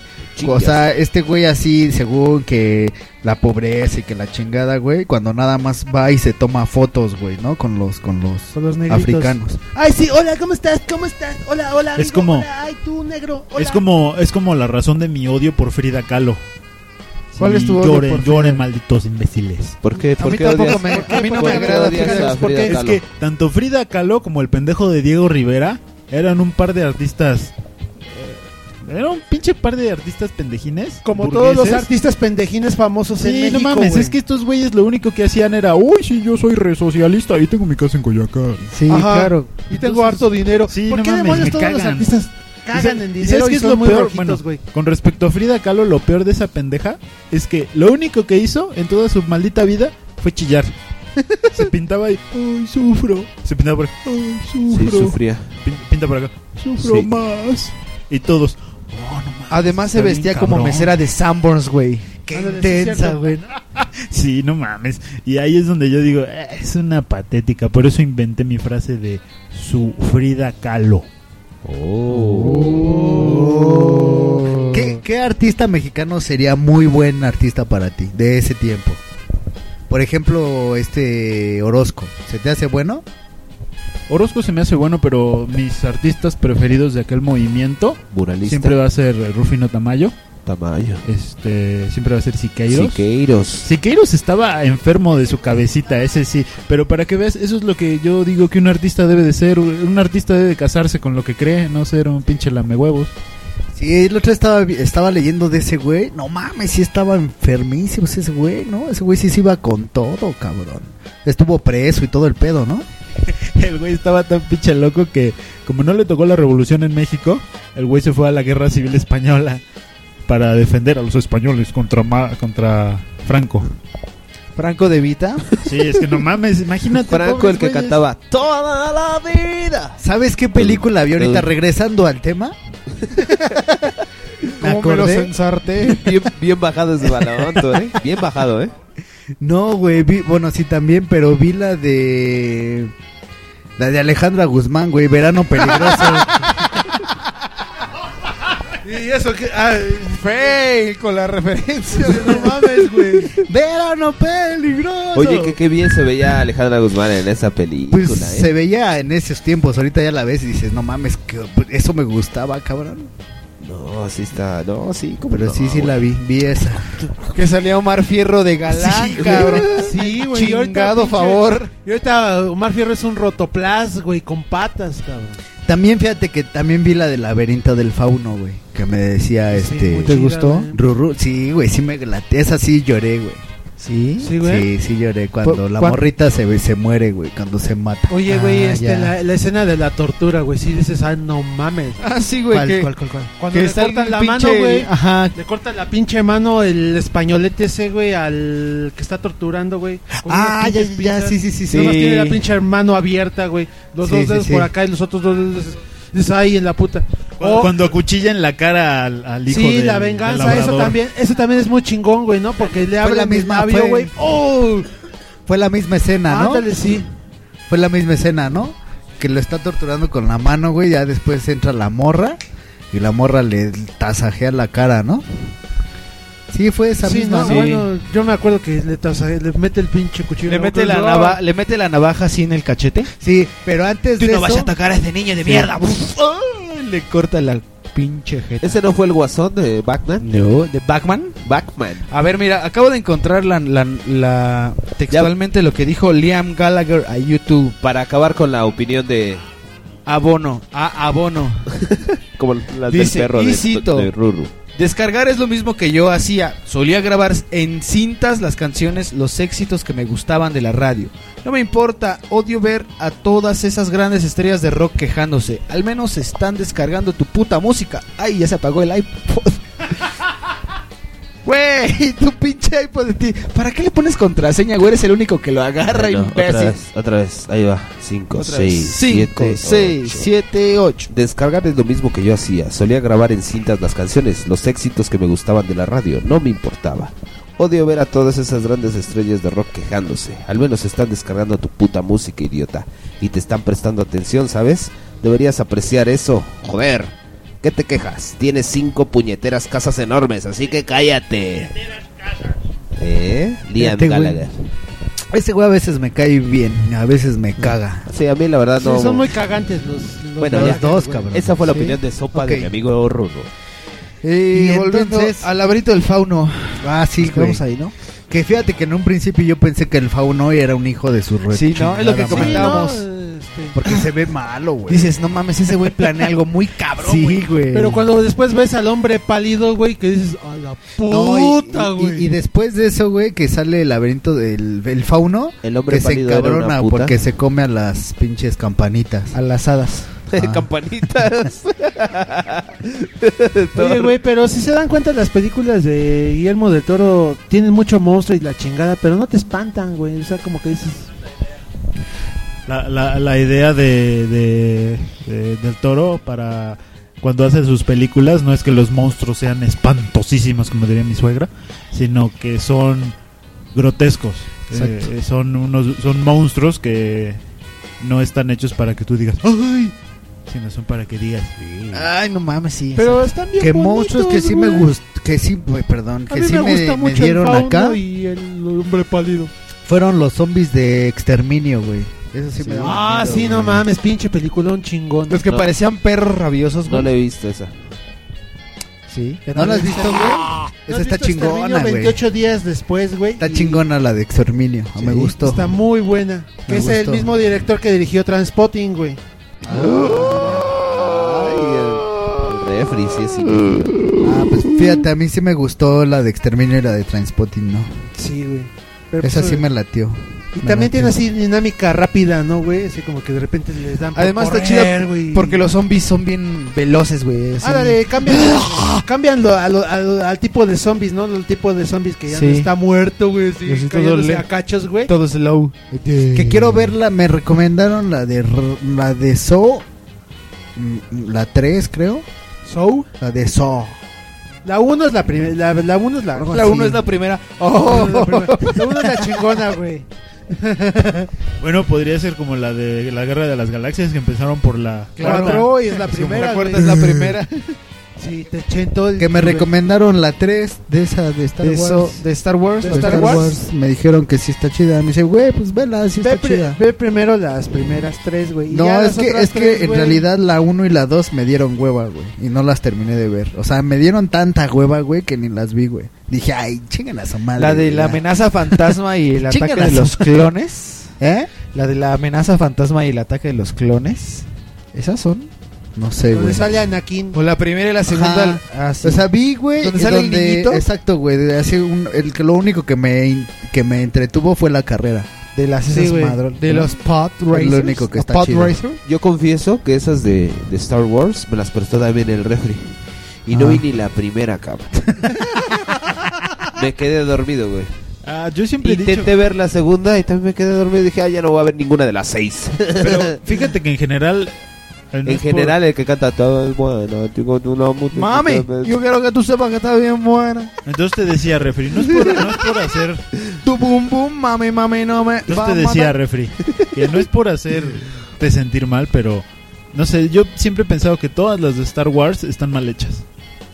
Speaker 7: O sea, este güey así según que la pobreza y que la chingada, güey, cuando nada más va y se toma fotos, güey, ¿no? Con los con los,
Speaker 4: Con los negritos.
Speaker 7: africanos.
Speaker 17: Ay, sí, hola, ¿cómo estás? ¿Cómo estás? Hola, hola.
Speaker 6: Es
Speaker 17: amigo,
Speaker 6: como-
Speaker 17: hola, ay, tú, negro. Hola.
Speaker 6: Es como es como la razón de mi odio por Frida Kahlo.
Speaker 23: ¿Cuál es tu odio
Speaker 6: Lloren,
Speaker 23: por Frida?
Speaker 6: lloren, malditos imbéciles.
Speaker 3: ¿Por qué?
Speaker 23: A mí tampoco me, a mí no me agrada. fíjate.
Speaker 6: Porque es que tanto Frida Kahlo como el pendejo de Diego Rivera eran un par de artistas. eh, Era un pinche par de artistas pendejines.
Speaker 17: Como todos los
Speaker 6: burgueses.
Speaker 17: artistas pendejines famosos en
Speaker 6: Sí,
Speaker 17: México.
Speaker 6: no mames,
Speaker 17: güey.
Speaker 6: es que estos güeyes lo único que hacían era, uy, sí, yo soy resocialista y tengo mi casa en Coyoacán.
Speaker 23: Sí,
Speaker 17: Ajá.
Speaker 23: claro.
Speaker 17: Y tengo harto dinero.
Speaker 6: pues, Sí,
Speaker 17: ¿Por
Speaker 6: no
Speaker 17: qué
Speaker 6: mames,
Speaker 17: demonios
Speaker 6: me
Speaker 17: todos los
Speaker 6: cagan.
Speaker 17: artistas
Speaker 6: ¿Y sa-
Speaker 17: cagan en
Speaker 6: y
Speaker 17: dinero?
Speaker 6: sabes qué
Speaker 17: y
Speaker 6: es
Speaker 17: son
Speaker 6: lo
Speaker 17: muy
Speaker 6: peor? Bueno,
Speaker 17: rojitos, güey.
Speaker 6: con respecto a Frida Kahlo, lo peor de esa pendeja es que lo único que hizo en toda su maldita vida fue
Speaker 23: *laughs*
Speaker 6: chillar. Se pintaba y, ay, sufro. Se pintaba por acá, ay,
Speaker 3: Sí,
Speaker 6: sufro.
Speaker 3: sufría.
Speaker 6: Pin- Pinta por acá, sufro
Speaker 3: Sí.
Speaker 6: más. Y todos, "Oh,
Speaker 23: Además se
Speaker 6: Está bien
Speaker 23: vestía como
Speaker 6: cabrón.
Speaker 23: mesera de Sanborns, güey.
Speaker 7: Qué
Speaker 23: Intensa, güey.
Speaker 6: *laughs* Sí, no mames. Y ahí es donde yo digo, "Eh, es una patética. Por eso inventé mi frase de sufrida calo.
Speaker 3: Oh.
Speaker 7: Oh. ¿Qué, ¿Qué artista mexicano sería muy buen artista para ti de ese tiempo? Por ejemplo, este Orozco, ¿se te hace bueno?
Speaker 6: Orozco se me hace bueno, pero mis artistas preferidos de aquel movimiento
Speaker 3: Muralista.
Speaker 6: siempre va a ser Rufino Tamayo.
Speaker 3: Tamayo.
Speaker 6: Este, siempre va a ser Siqueiros.
Speaker 3: Siqueiros.
Speaker 6: Siqueiros estaba enfermo de su cabecita, ese sí. Pero para que veas, eso es lo que yo digo que un artista debe de ser. Un artista debe de casarse con lo que cree, no ser un pinche lamehuevos.
Speaker 7: Sí, el otro día estaba, vi- estaba leyendo de ese güey. No mames, sí estaba enfermísimo ese güey, ¿no? Ese güey sí se iba con todo, cabrón. Estuvo preso y todo el pedo, ¿no?
Speaker 6: El güey estaba tan pinche loco que, como no le tocó la revolución en México, el güey se fue a la guerra civil española para defender a los españoles contra, Ma- contra Franco.
Speaker 5: Franco de Vita.
Speaker 6: Sí, es que no mames, imagínate.
Speaker 3: Franco,
Speaker 6: pobres
Speaker 3: el que
Speaker 6: güeyes.
Speaker 3: cantaba.
Speaker 7: Toda la vida. ¿Sabes qué película vi ahorita regresando al tema?
Speaker 5: ¿Cómo me lo censarte?
Speaker 3: Bien, bien bajado ese balón, tú, ¿eh? Bien bajado, ¿eh?
Speaker 7: No, güey, vi, bueno, sí también, pero vi la de la de Alejandra Guzmán, güey, Verano peligroso.
Speaker 4: Y eso que. Ah, fail con la referencia. *laughs* No mames, güey.
Speaker 7: Verano peligroso.
Speaker 3: Oye, que qué bien se veía Alejandra Guzmán en esa película,
Speaker 7: Pues
Speaker 3: ¿eh?
Speaker 7: se veía en esos tiempos, ahorita ya la ves y dices, "No mames, que- eso me gustaba, cabrón."
Speaker 3: No, sí está. No, sí, como.
Speaker 7: Pero
Speaker 3: no,
Speaker 7: sí, sí
Speaker 3: güey.
Speaker 7: la vi, vi esa.
Speaker 5: Que salía Omar Fierro de galán,
Speaker 4: Sí, güey.
Speaker 5: cabrón.
Speaker 4: Sí, güey. y ahorita,
Speaker 5: Chingado
Speaker 4: pinche-
Speaker 5: favor.
Speaker 4: Y ahorita Omar Fierro es un rotoplas, güey, con patas, cabrón.
Speaker 7: También fíjate que también vi la del laberinto del fauno, güey, que me decía
Speaker 4: Sí,
Speaker 7: este
Speaker 4: muy ¿Te chida, gustó? güey.
Speaker 7: Rurru, sí, güey, sí me la esa sí lloré, güey.
Speaker 5: Sí.
Speaker 7: Sí,
Speaker 4: güey.
Speaker 7: Sí, lloré cuando
Speaker 4: Cu-
Speaker 7: la
Speaker 4: cuan-
Speaker 7: morrita se ve- se muere, güey, cuando se mata.
Speaker 4: Oye, güey,
Speaker 7: Ah,
Speaker 4: este,
Speaker 7: ya.
Speaker 4: la, la escena de la tortura, güey, sí dices, ah, no mames.
Speaker 5: Ah, sí, güey,
Speaker 4: ¿Cuál,
Speaker 5: que-
Speaker 4: cuál, cuál, cuál? Cuando
Speaker 5: que
Speaker 4: le
Speaker 5: está el
Speaker 4: cortan la
Speaker 5: pinche-
Speaker 4: mano, güey.
Speaker 5: ajá.
Speaker 4: Le cortan la pinche mano el españolete ese, güey, al que está torturando, güey. con
Speaker 5: Ah,
Speaker 4: unas
Speaker 5: ya,
Speaker 4: pinches
Speaker 5: ya,
Speaker 4: pinzas.
Speaker 5: sí, sí, sí, sí.
Speaker 4: Nada más tiene la
Speaker 5: Sí.
Speaker 4: pinche mano abierta, güey. Los
Speaker 5: Sí,
Speaker 4: dos
Speaker 5: sí,
Speaker 4: dedos
Speaker 5: sí.
Speaker 4: por acá y los otros dos dedos. Dices, ay, en la puta.
Speaker 6: Cuando,
Speaker 4: O-
Speaker 6: cuando acuchilla en la cara al, al hijo
Speaker 4: sí,
Speaker 6: del-
Speaker 4: la
Speaker 6: del
Speaker 4: venganza, eso
Speaker 6: labrador.
Speaker 4: también, eso también es muy chingón, güey, ¿no? Porque le
Speaker 7: la
Speaker 4: habla
Speaker 7: misma,
Speaker 4: misma labio,
Speaker 7: fue-
Speaker 4: güey. ¡Oh!
Speaker 7: Fue la misma escena, ¿no?
Speaker 4: Ándale, sí.
Speaker 7: Fue la misma escena, ¿no? Que lo está torturando con la mano, güey. Ya después entra la morra y la morra le tasajea la cara, ¿no? Sí, fue esa
Speaker 4: Sí,
Speaker 7: misma.
Speaker 4: no, bueno, yo me acuerdo que le, tasa- le mete el pinche cuchillo.
Speaker 5: Le
Speaker 4: en
Speaker 5: mete,
Speaker 4: boca,
Speaker 5: la
Speaker 4: no.
Speaker 5: nava- le
Speaker 3: ¿Este
Speaker 5: mete la navaja así en el cachete.
Speaker 7: Sí, pero antes
Speaker 5: Tú
Speaker 7: de
Speaker 5: no
Speaker 7: eso-
Speaker 5: vas a tocar a ese niño de
Speaker 7: Sí.
Speaker 5: mierda. Uf, ay, Le corta la pinche jeta.
Speaker 3: ¿Ese no fue el guasón de Batman?
Speaker 5: No, de Batman.
Speaker 3: Batman.
Speaker 27: A ver, mira, acabo de encontrar la, la- la- textualmente lo que dijo Liam Gallagher a YouTube.
Speaker 3: Para acabar con la opinión de.
Speaker 27: Abono, a abono.
Speaker 3: Como las
Speaker 27: Dice,
Speaker 3: del perro
Speaker 27: y
Speaker 3: de,
Speaker 27: cito.
Speaker 3: de Ruru.
Speaker 27: Descargar es lo mismo que yo hacía. Solía grabar en cintas las canciones, los éxitos que me gustaban de la radio. No me importa, odio ver a todas esas grandes estrellas de rock quejándose. Al menos están descargando tu puta música. Ay, ya se apagó el iPod. *laughs* Güey, tu pinche iPod de ti. ¿Para qué le pones contraseña, güey? Eres el único que lo agarra,
Speaker 3: Bueno, otra
Speaker 27: imbécil.
Speaker 3: vez, otra vez. Ahí va. 5,
Speaker 27: Otra vez.
Speaker 3: 6,
Speaker 27: Cinco,
Speaker 3: 7,
Speaker 27: seis,
Speaker 3: 6,
Speaker 27: siete, ocho.
Speaker 3: Descargar es lo mismo que yo hacía. Solía grabar en cintas las canciones, los éxitos que me gustaban de la radio. No me importaba. Odio ver a todas esas grandes estrellas de rock quejándose. Al menos están descargando tu puta música, idiota. Y te están prestando atención, ¿sabes? Deberías apreciar eso. Joder. ¿Qué te quejas? Tienes cinco puñeteras casas enormes, así que cállate. ¿Eh? Liam
Speaker 7: Fíjate, Este güey.
Speaker 3: Gallagher.
Speaker 7: Ese güey a veces me cae bien, a veces me caga.
Speaker 3: Sí, a mí la verdad
Speaker 4: Sí,
Speaker 3: no.
Speaker 4: son muy cagantes los, los
Speaker 3: Bueno,
Speaker 4: dos,
Speaker 3: ya.
Speaker 7: dos, cabrón.
Speaker 3: Esa fue la
Speaker 7: Sí.
Speaker 3: opinión de Sopa
Speaker 7: Ok.
Speaker 3: de mi amigo Runo.
Speaker 7: Y,
Speaker 5: Y volviendo
Speaker 7: entonces-
Speaker 5: al laberinto del fauno.
Speaker 7: Ah, sí,
Speaker 5: que
Speaker 7: güey.
Speaker 5: vamos ahí, ¿no?
Speaker 7: Que fíjate que en un principio yo pensé que el fauno era un hijo de su re
Speaker 5: Sí, ¿no? Es lo
Speaker 7: chingada
Speaker 5: que
Speaker 7: madre.
Speaker 5: comentábamos.
Speaker 7: Porque se ve malo, güey.
Speaker 5: Dices, no
Speaker 7: *laughs*
Speaker 5: mames, ese güey planea algo muy cabrón.
Speaker 7: Sí, güey.
Speaker 4: Pero cuando después ves al hombre pálido, güey, que dices, a la
Speaker 7: No, y-
Speaker 4: puta,
Speaker 7: y-
Speaker 4: güey.
Speaker 7: y, después de eso, güey, que sale el laberinto del el fauno,
Speaker 3: El hombre
Speaker 7: que se
Speaker 3: pálido era una
Speaker 7: encabrona
Speaker 3: puta.
Speaker 7: porque se come a las pinches campanitas.
Speaker 5: A las hadas.
Speaker 7: Ah.
Speaker 3: *laughs* Campanitas.
Speaker 4: Oye, güey, pero si se dan cuenta, las películas de Guillermo del Toro tienen mucho monstruo y la chingada, pero no te espantan, güey. O sea, como que dices,
Speaker 6: La, la- la idea de, de- de- del toro para cuando hace sus películas no es que los monstruos sean espantosísimos, como diría mi suegra, sino que son grotescos.
Speaker 5: Exacto.
Speaker 6: Eh, son unos son monstruos que no están hechos para que tú digas, ¡ay! Sin razón para que digas.
Speaker 7: Ay, no mames, sí.
Speaker 6: Pero
Speaker 7: sí.
Speaker 6: están bien
Speaker 7: Que monstruos que
Speaker 6: bonitos,
Speaker 7: sí me
Speaker 6: güey.
Speaker 7: gustó. Que sí, güey, perdón.
Speaker 28: A
Speaker 7: Que
Speaker 28: mí
Speaker 7: sí
Speaker 28: me
Speaker 7: me,
Speaker 28: gusta
Speaker 7: me
Speaker 28: mucho el
Speaker 7: dieron
Speaker 28: fauno
Speaker 7: acá.
Speaker 28: y el hombre pálido.
Speaker 7: Fueron los zombies de exterminio, güey. Eso sí, me da mucho
Speaker 4: Ah,
Speaker 7: miedo,
Speaker 4: sí, no
Speaker 7: güey.
Speaker 4: mames, pinche peliculón chingón.
Speaker 7: Los que
Speaker 4: No.
Speaker 7: parecían perros rabiosos,
Speaker 3: No
Speaker 7: güey.
Speaker 3: la he visto esa.
Speaker 7: Sí. ¿No la has visto, güey? Esa
Speaker 4: ¿No has
Speaker 7: está
Speaker 4: visto Exterminio
Speaker 7: chingona, güey.
Speaker 4: 28 días después, güey.
Speaker 7: Está chingona la de exterminio. me gustó.
Speaker 4: Está muy buena. Que
Speaker 7: Me
Speaker 4: es el
Speaker 7: gustó.
Speaker 4: mismo director que dirigió Transpotting, güey.
Speaker 3: El refri, sí es inútil.
Speaker 7: Ah, pues fíjate, a mí sí me gustó la de exterminio y la de Transpotting, ¿no?
Speaker 4: Sí, güey. Pero,
Speaker 7: Esa
Speaker 4: pues,
Speaker 7: sí me latió.
Speaker 4: Y
Speaker 7: Me
Speaker 4: también
Speaker 7: latió.
Speaker 4: tiene así dinámica rápida, ¿no, güey? Así como que de repente les dan por
Speaker 7: Además está
Speaker 4: correr,
Speaker 7: chida
Speaker 4: güey. Ah,
Speaker 7: porque los zombies son bien veloces, güey. Son-
Speaker 4: Ándale, cambian, cambian lo- a lo- a lo- al tipo de zombies, ¿no? El tipo de zombies que ya
Speaker 7: Sí.
Speaker 4: no está muerto, güey. Sí,
Speaker 7: Yo sí, todo
Speaker 4: cayéndose
Speaker 7: le-
Speaker 4: a cachos, güey.
Speaker 7: Todo slow. Que quiero verla, me recomendaron la de R- la de So mm, la 3, creo.
Speaker 4: So,
Speaker 7: la de So.
Speaker 4: La 1 es la primera. La, la uno es la.
Speaker 7: La uno es la
Speaker 4: primera.
Speaker 7: Oh.
Speaker 4: La 1 es *laughs* la chingona, güey.
Speaker 6: Bueno, podría ser como la de la Guerra de las Galaxias que empezaron por la
Speaker 4: Claro,
Speaker 6: cuarta.
Speaker 4: y es la
Speaker 6: Sí, como
Speaker 4: primera.
Speaker 6: la cuarta
Speaker 4: güey.
Speaker 6: es la primera.
Speaker 4: Sí, te eché en todo el.
Speaker 7: Que me
Speaker 4: churro.
Speaker 7: recomendaron la 3 de esa de Star
Speaker 4: De
Speaker 7: Wars.
Speaker 4: So- de Star Wars,
Speaker 7: De
Speaker 4: ¿no?
Speaker 7: Star
Speaker 4: Star
Speaker 7: Wars.
Speaker 4: Wars.
Speaker 7: Me dijeron que sí está chida. Me dice, güey, pues vela, sí
Speaker 4: Ve,
Speaker 7: está
Speaker 4: pri-
Speaker 7: chida.
Speaker 4: ve primero las primeras tres, güey. y
Speaker 7: No,
Speaker 4: ya
Speaker 7: es
Speaker 4: las
Speaker 7: que,
Speaker 4: otras
Speaker 7: es que
Speaker 4: tres,
Speaker 7: en
Speaker 4: güey.
Speaker 7: realidad la 1 y la 2 me dieron hueva, güey. Y no las terminé de ver. O sea, me dieron tanta hueva, güey, que ni las vi, güey. Dije, ay, chingan a su madre.
Speaker 11: La de
Speaker 7: güey,
Speaker 11: la
Speaker 7: ya".
Speaker 11: amenaza fantasma y
Speaker 7: *laughs*
Speaker 11: el
Speaker 7: Chingan
Speaker 11: ataque
Speaker 7: a
Speaker 11: de
Speaker 7: su
Speaker 11: los
Speaker 7: madre. *laughs*
Speaker 11: clones.
Speaker 7: ¿Eh?
Speaker 11: La de la amenaza fantasma y el ataque de los clones. Esas son.
Speaker 7: No sé,
Speaker 4: Donde
Speaker 7: güey.
Speaker 4: sale Anakin.
Speaker 11: O la primera y la segunda.
Speaker 7: Ajá. O sea, vi, güey. eh,
Speaker 11: ¿Dónde sale el niñito?
Speaker 7: Exacto, güey. de hace un- el, que lo único que me, in- que me entretuvo fue la carrera.
Speaker 11: De las
Speaker 3: esas madro-
Speaker 11: De los pod
Speaker 7: Es
Speaker 11: racers.
Speaker 7: lo único que está
Speaker 11: Pod
Speaker 7: chido.
Speaker 11: racer.
Speaker 3: Yo confieso que esas de, de Star Wars me las prestó también el refri. Y no
Speaker 6: Ah.
Speaker 3: vi ni la primera cama. *laughs* me quedé dormido, güey.
Speaker 6: Ah, yo siempre he
Speaker 3: Intenté
Speaker 6: dicho,
Speaker 3: ver la segunda y también me quedé dormido. Dije, ah, ya no voy a ver ninguna de las seis.
Speaker 6: pero fíjate que en general eh,
Speaker 3: en
Speaker 6: no es por-
Speaker 3: general, el que canta todo es bueno. Digo, tú no mucho.
Speaker 6: Mami,
Speaker 3: yo
Speaker 7: quiero que tú sepas que está bien buena.
Speaker 6: Entonces te decía, refri, no es por, no es por hacer.
Speaker 11: Tu bum bum, mami, mami, no me.
Speaker 6: Entonces
Speaker 11: va
Speaker 6: te
Speaker 11: a
Speaker 6: decía,
Speaker 11: matar.
Speaker 6: refri, que no es por hacer te sentir mal, pero no sé, yo siempre he pensado que todas las de Star Wars están mal hechas.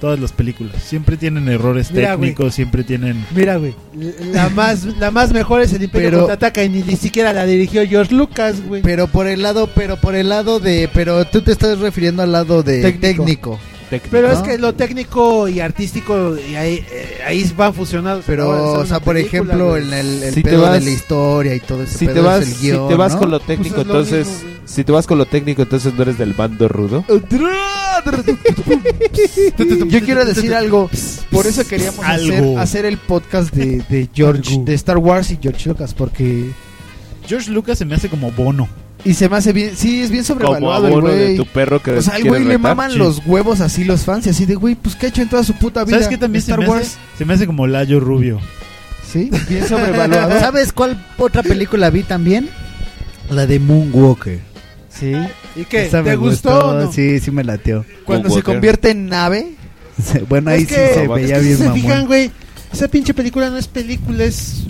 Speaker 6: Todas las películas. Siempre tienen errores
Speaker 4: Mira, güey.
Speaker 6: técnicos, siempre tienen.
Speaker 4: Mira, güey. La más, la más mejor es el Imperio
Speaker 7: Pero-
Speaker 4: Contraataca y ni, ni siquiera la dirigió George Lucas, güey.
Speaker 7: Pero por el lado, pero por el lado de. Pero tú te estás refiriendo al lado de técnico.
Speaker 4: Técnico.
Speaker 3: Técnico.
Speaker 4: Pero
Speaker 7: ¿no?
Speaker 4: es que lo técnico y artístico y ahí, eh, ahí van fusionados.
Speaker 7: Pero,
Speaker 4: Ahora,
Speaker 7: o
Speaker 4: son
Speaker 7: sea,
Speaker 4: una
Speaker 7: por
Speaker 4: película,
Speaker 7: ejemplo,
Speaker 4: güey.
Speaker 7: en el, el
Speaker 3: Si te
Speaker 7: pedo de
Speaker 3: vas-
Speaker 7: la historia y todo ese
Speaker 3: Si
Speaker 7: pedo
Speaker 3: te, vas,
Speaker 7: es el guión,
Speaker 3: si te vas
Speaker 7: ¿no?
Speaker 3: con lo técnico,
Speaker 4: Pues es lo
Speaker 3: entonces.
Speaker 4: mismo,
Speaker 3: si te vas con lo técnico, entonces no eres del bando rudo.
Speaker 11: Yo quiero decir algo. Por eso queríamos hacer,
Speaker 3: Algo.
Speaker 11: hacer el podcast de, de George, de Star Wars y George Lucas, porque.
Speaker 6: George Lucas se me hace como bono.
Speaker 11: Y se me hace bien. Sí, es bien
Speaker 3: Como
Speaker 11: sobrevaluado el
Speaker 3: abono de
Speaker 11: güey.
Speaker 3: tu perro que
Speaker 11: O sea, al
Speaker 3: quieres
Speaker 11: güey le
Speaker 3: retar.
Speaker 11: maman
Speaker 3: Sí.
Speaker 11: los huevos así los fans y así de, güey, pues que ha hecho en toda su puta vida.
Speaker 6: ¿Sabes qué también se
Speaker 11: Star
Speaker 6: me,
Speaker 11: Wars.
Speaker 6: hace, se me hace como Layo Rubio?
Speaker 11: Sí, bien
Speaker 4: *laughs*
Speaker 11: sobrevaluado.
Speaker 7: ¿Sabes cuál otra película vi también? La de Moonwalker.
Speaker 11: Sí.
Speaker 4: ¿Y qué?
Speaker 7: Esa
Speaker 4: ¿Te
Speaker 7: me
Speaker 4: gustó, o no?
Speaker 7: Sí, sí me latió.
Speaker 11: Cuando se
Speaker 7: Moonwalker.
Speaker 11: convierte en nave.
Speaker 7: *laughs* Bueno, ahí
Speaker 4: Es
Speaker 7: sí
Speaker 4: que-
Speaker 7: se
Speaker 4: es
Speaker 7: veía
Speaker 4: que
Speaker 11: *laughs*
Speaker 4: si
Speaker 7: bien
Speaker 4: se fijan,
Speaker 7: mamón.
Speaker 4: güey, esa pinche película no es película, es,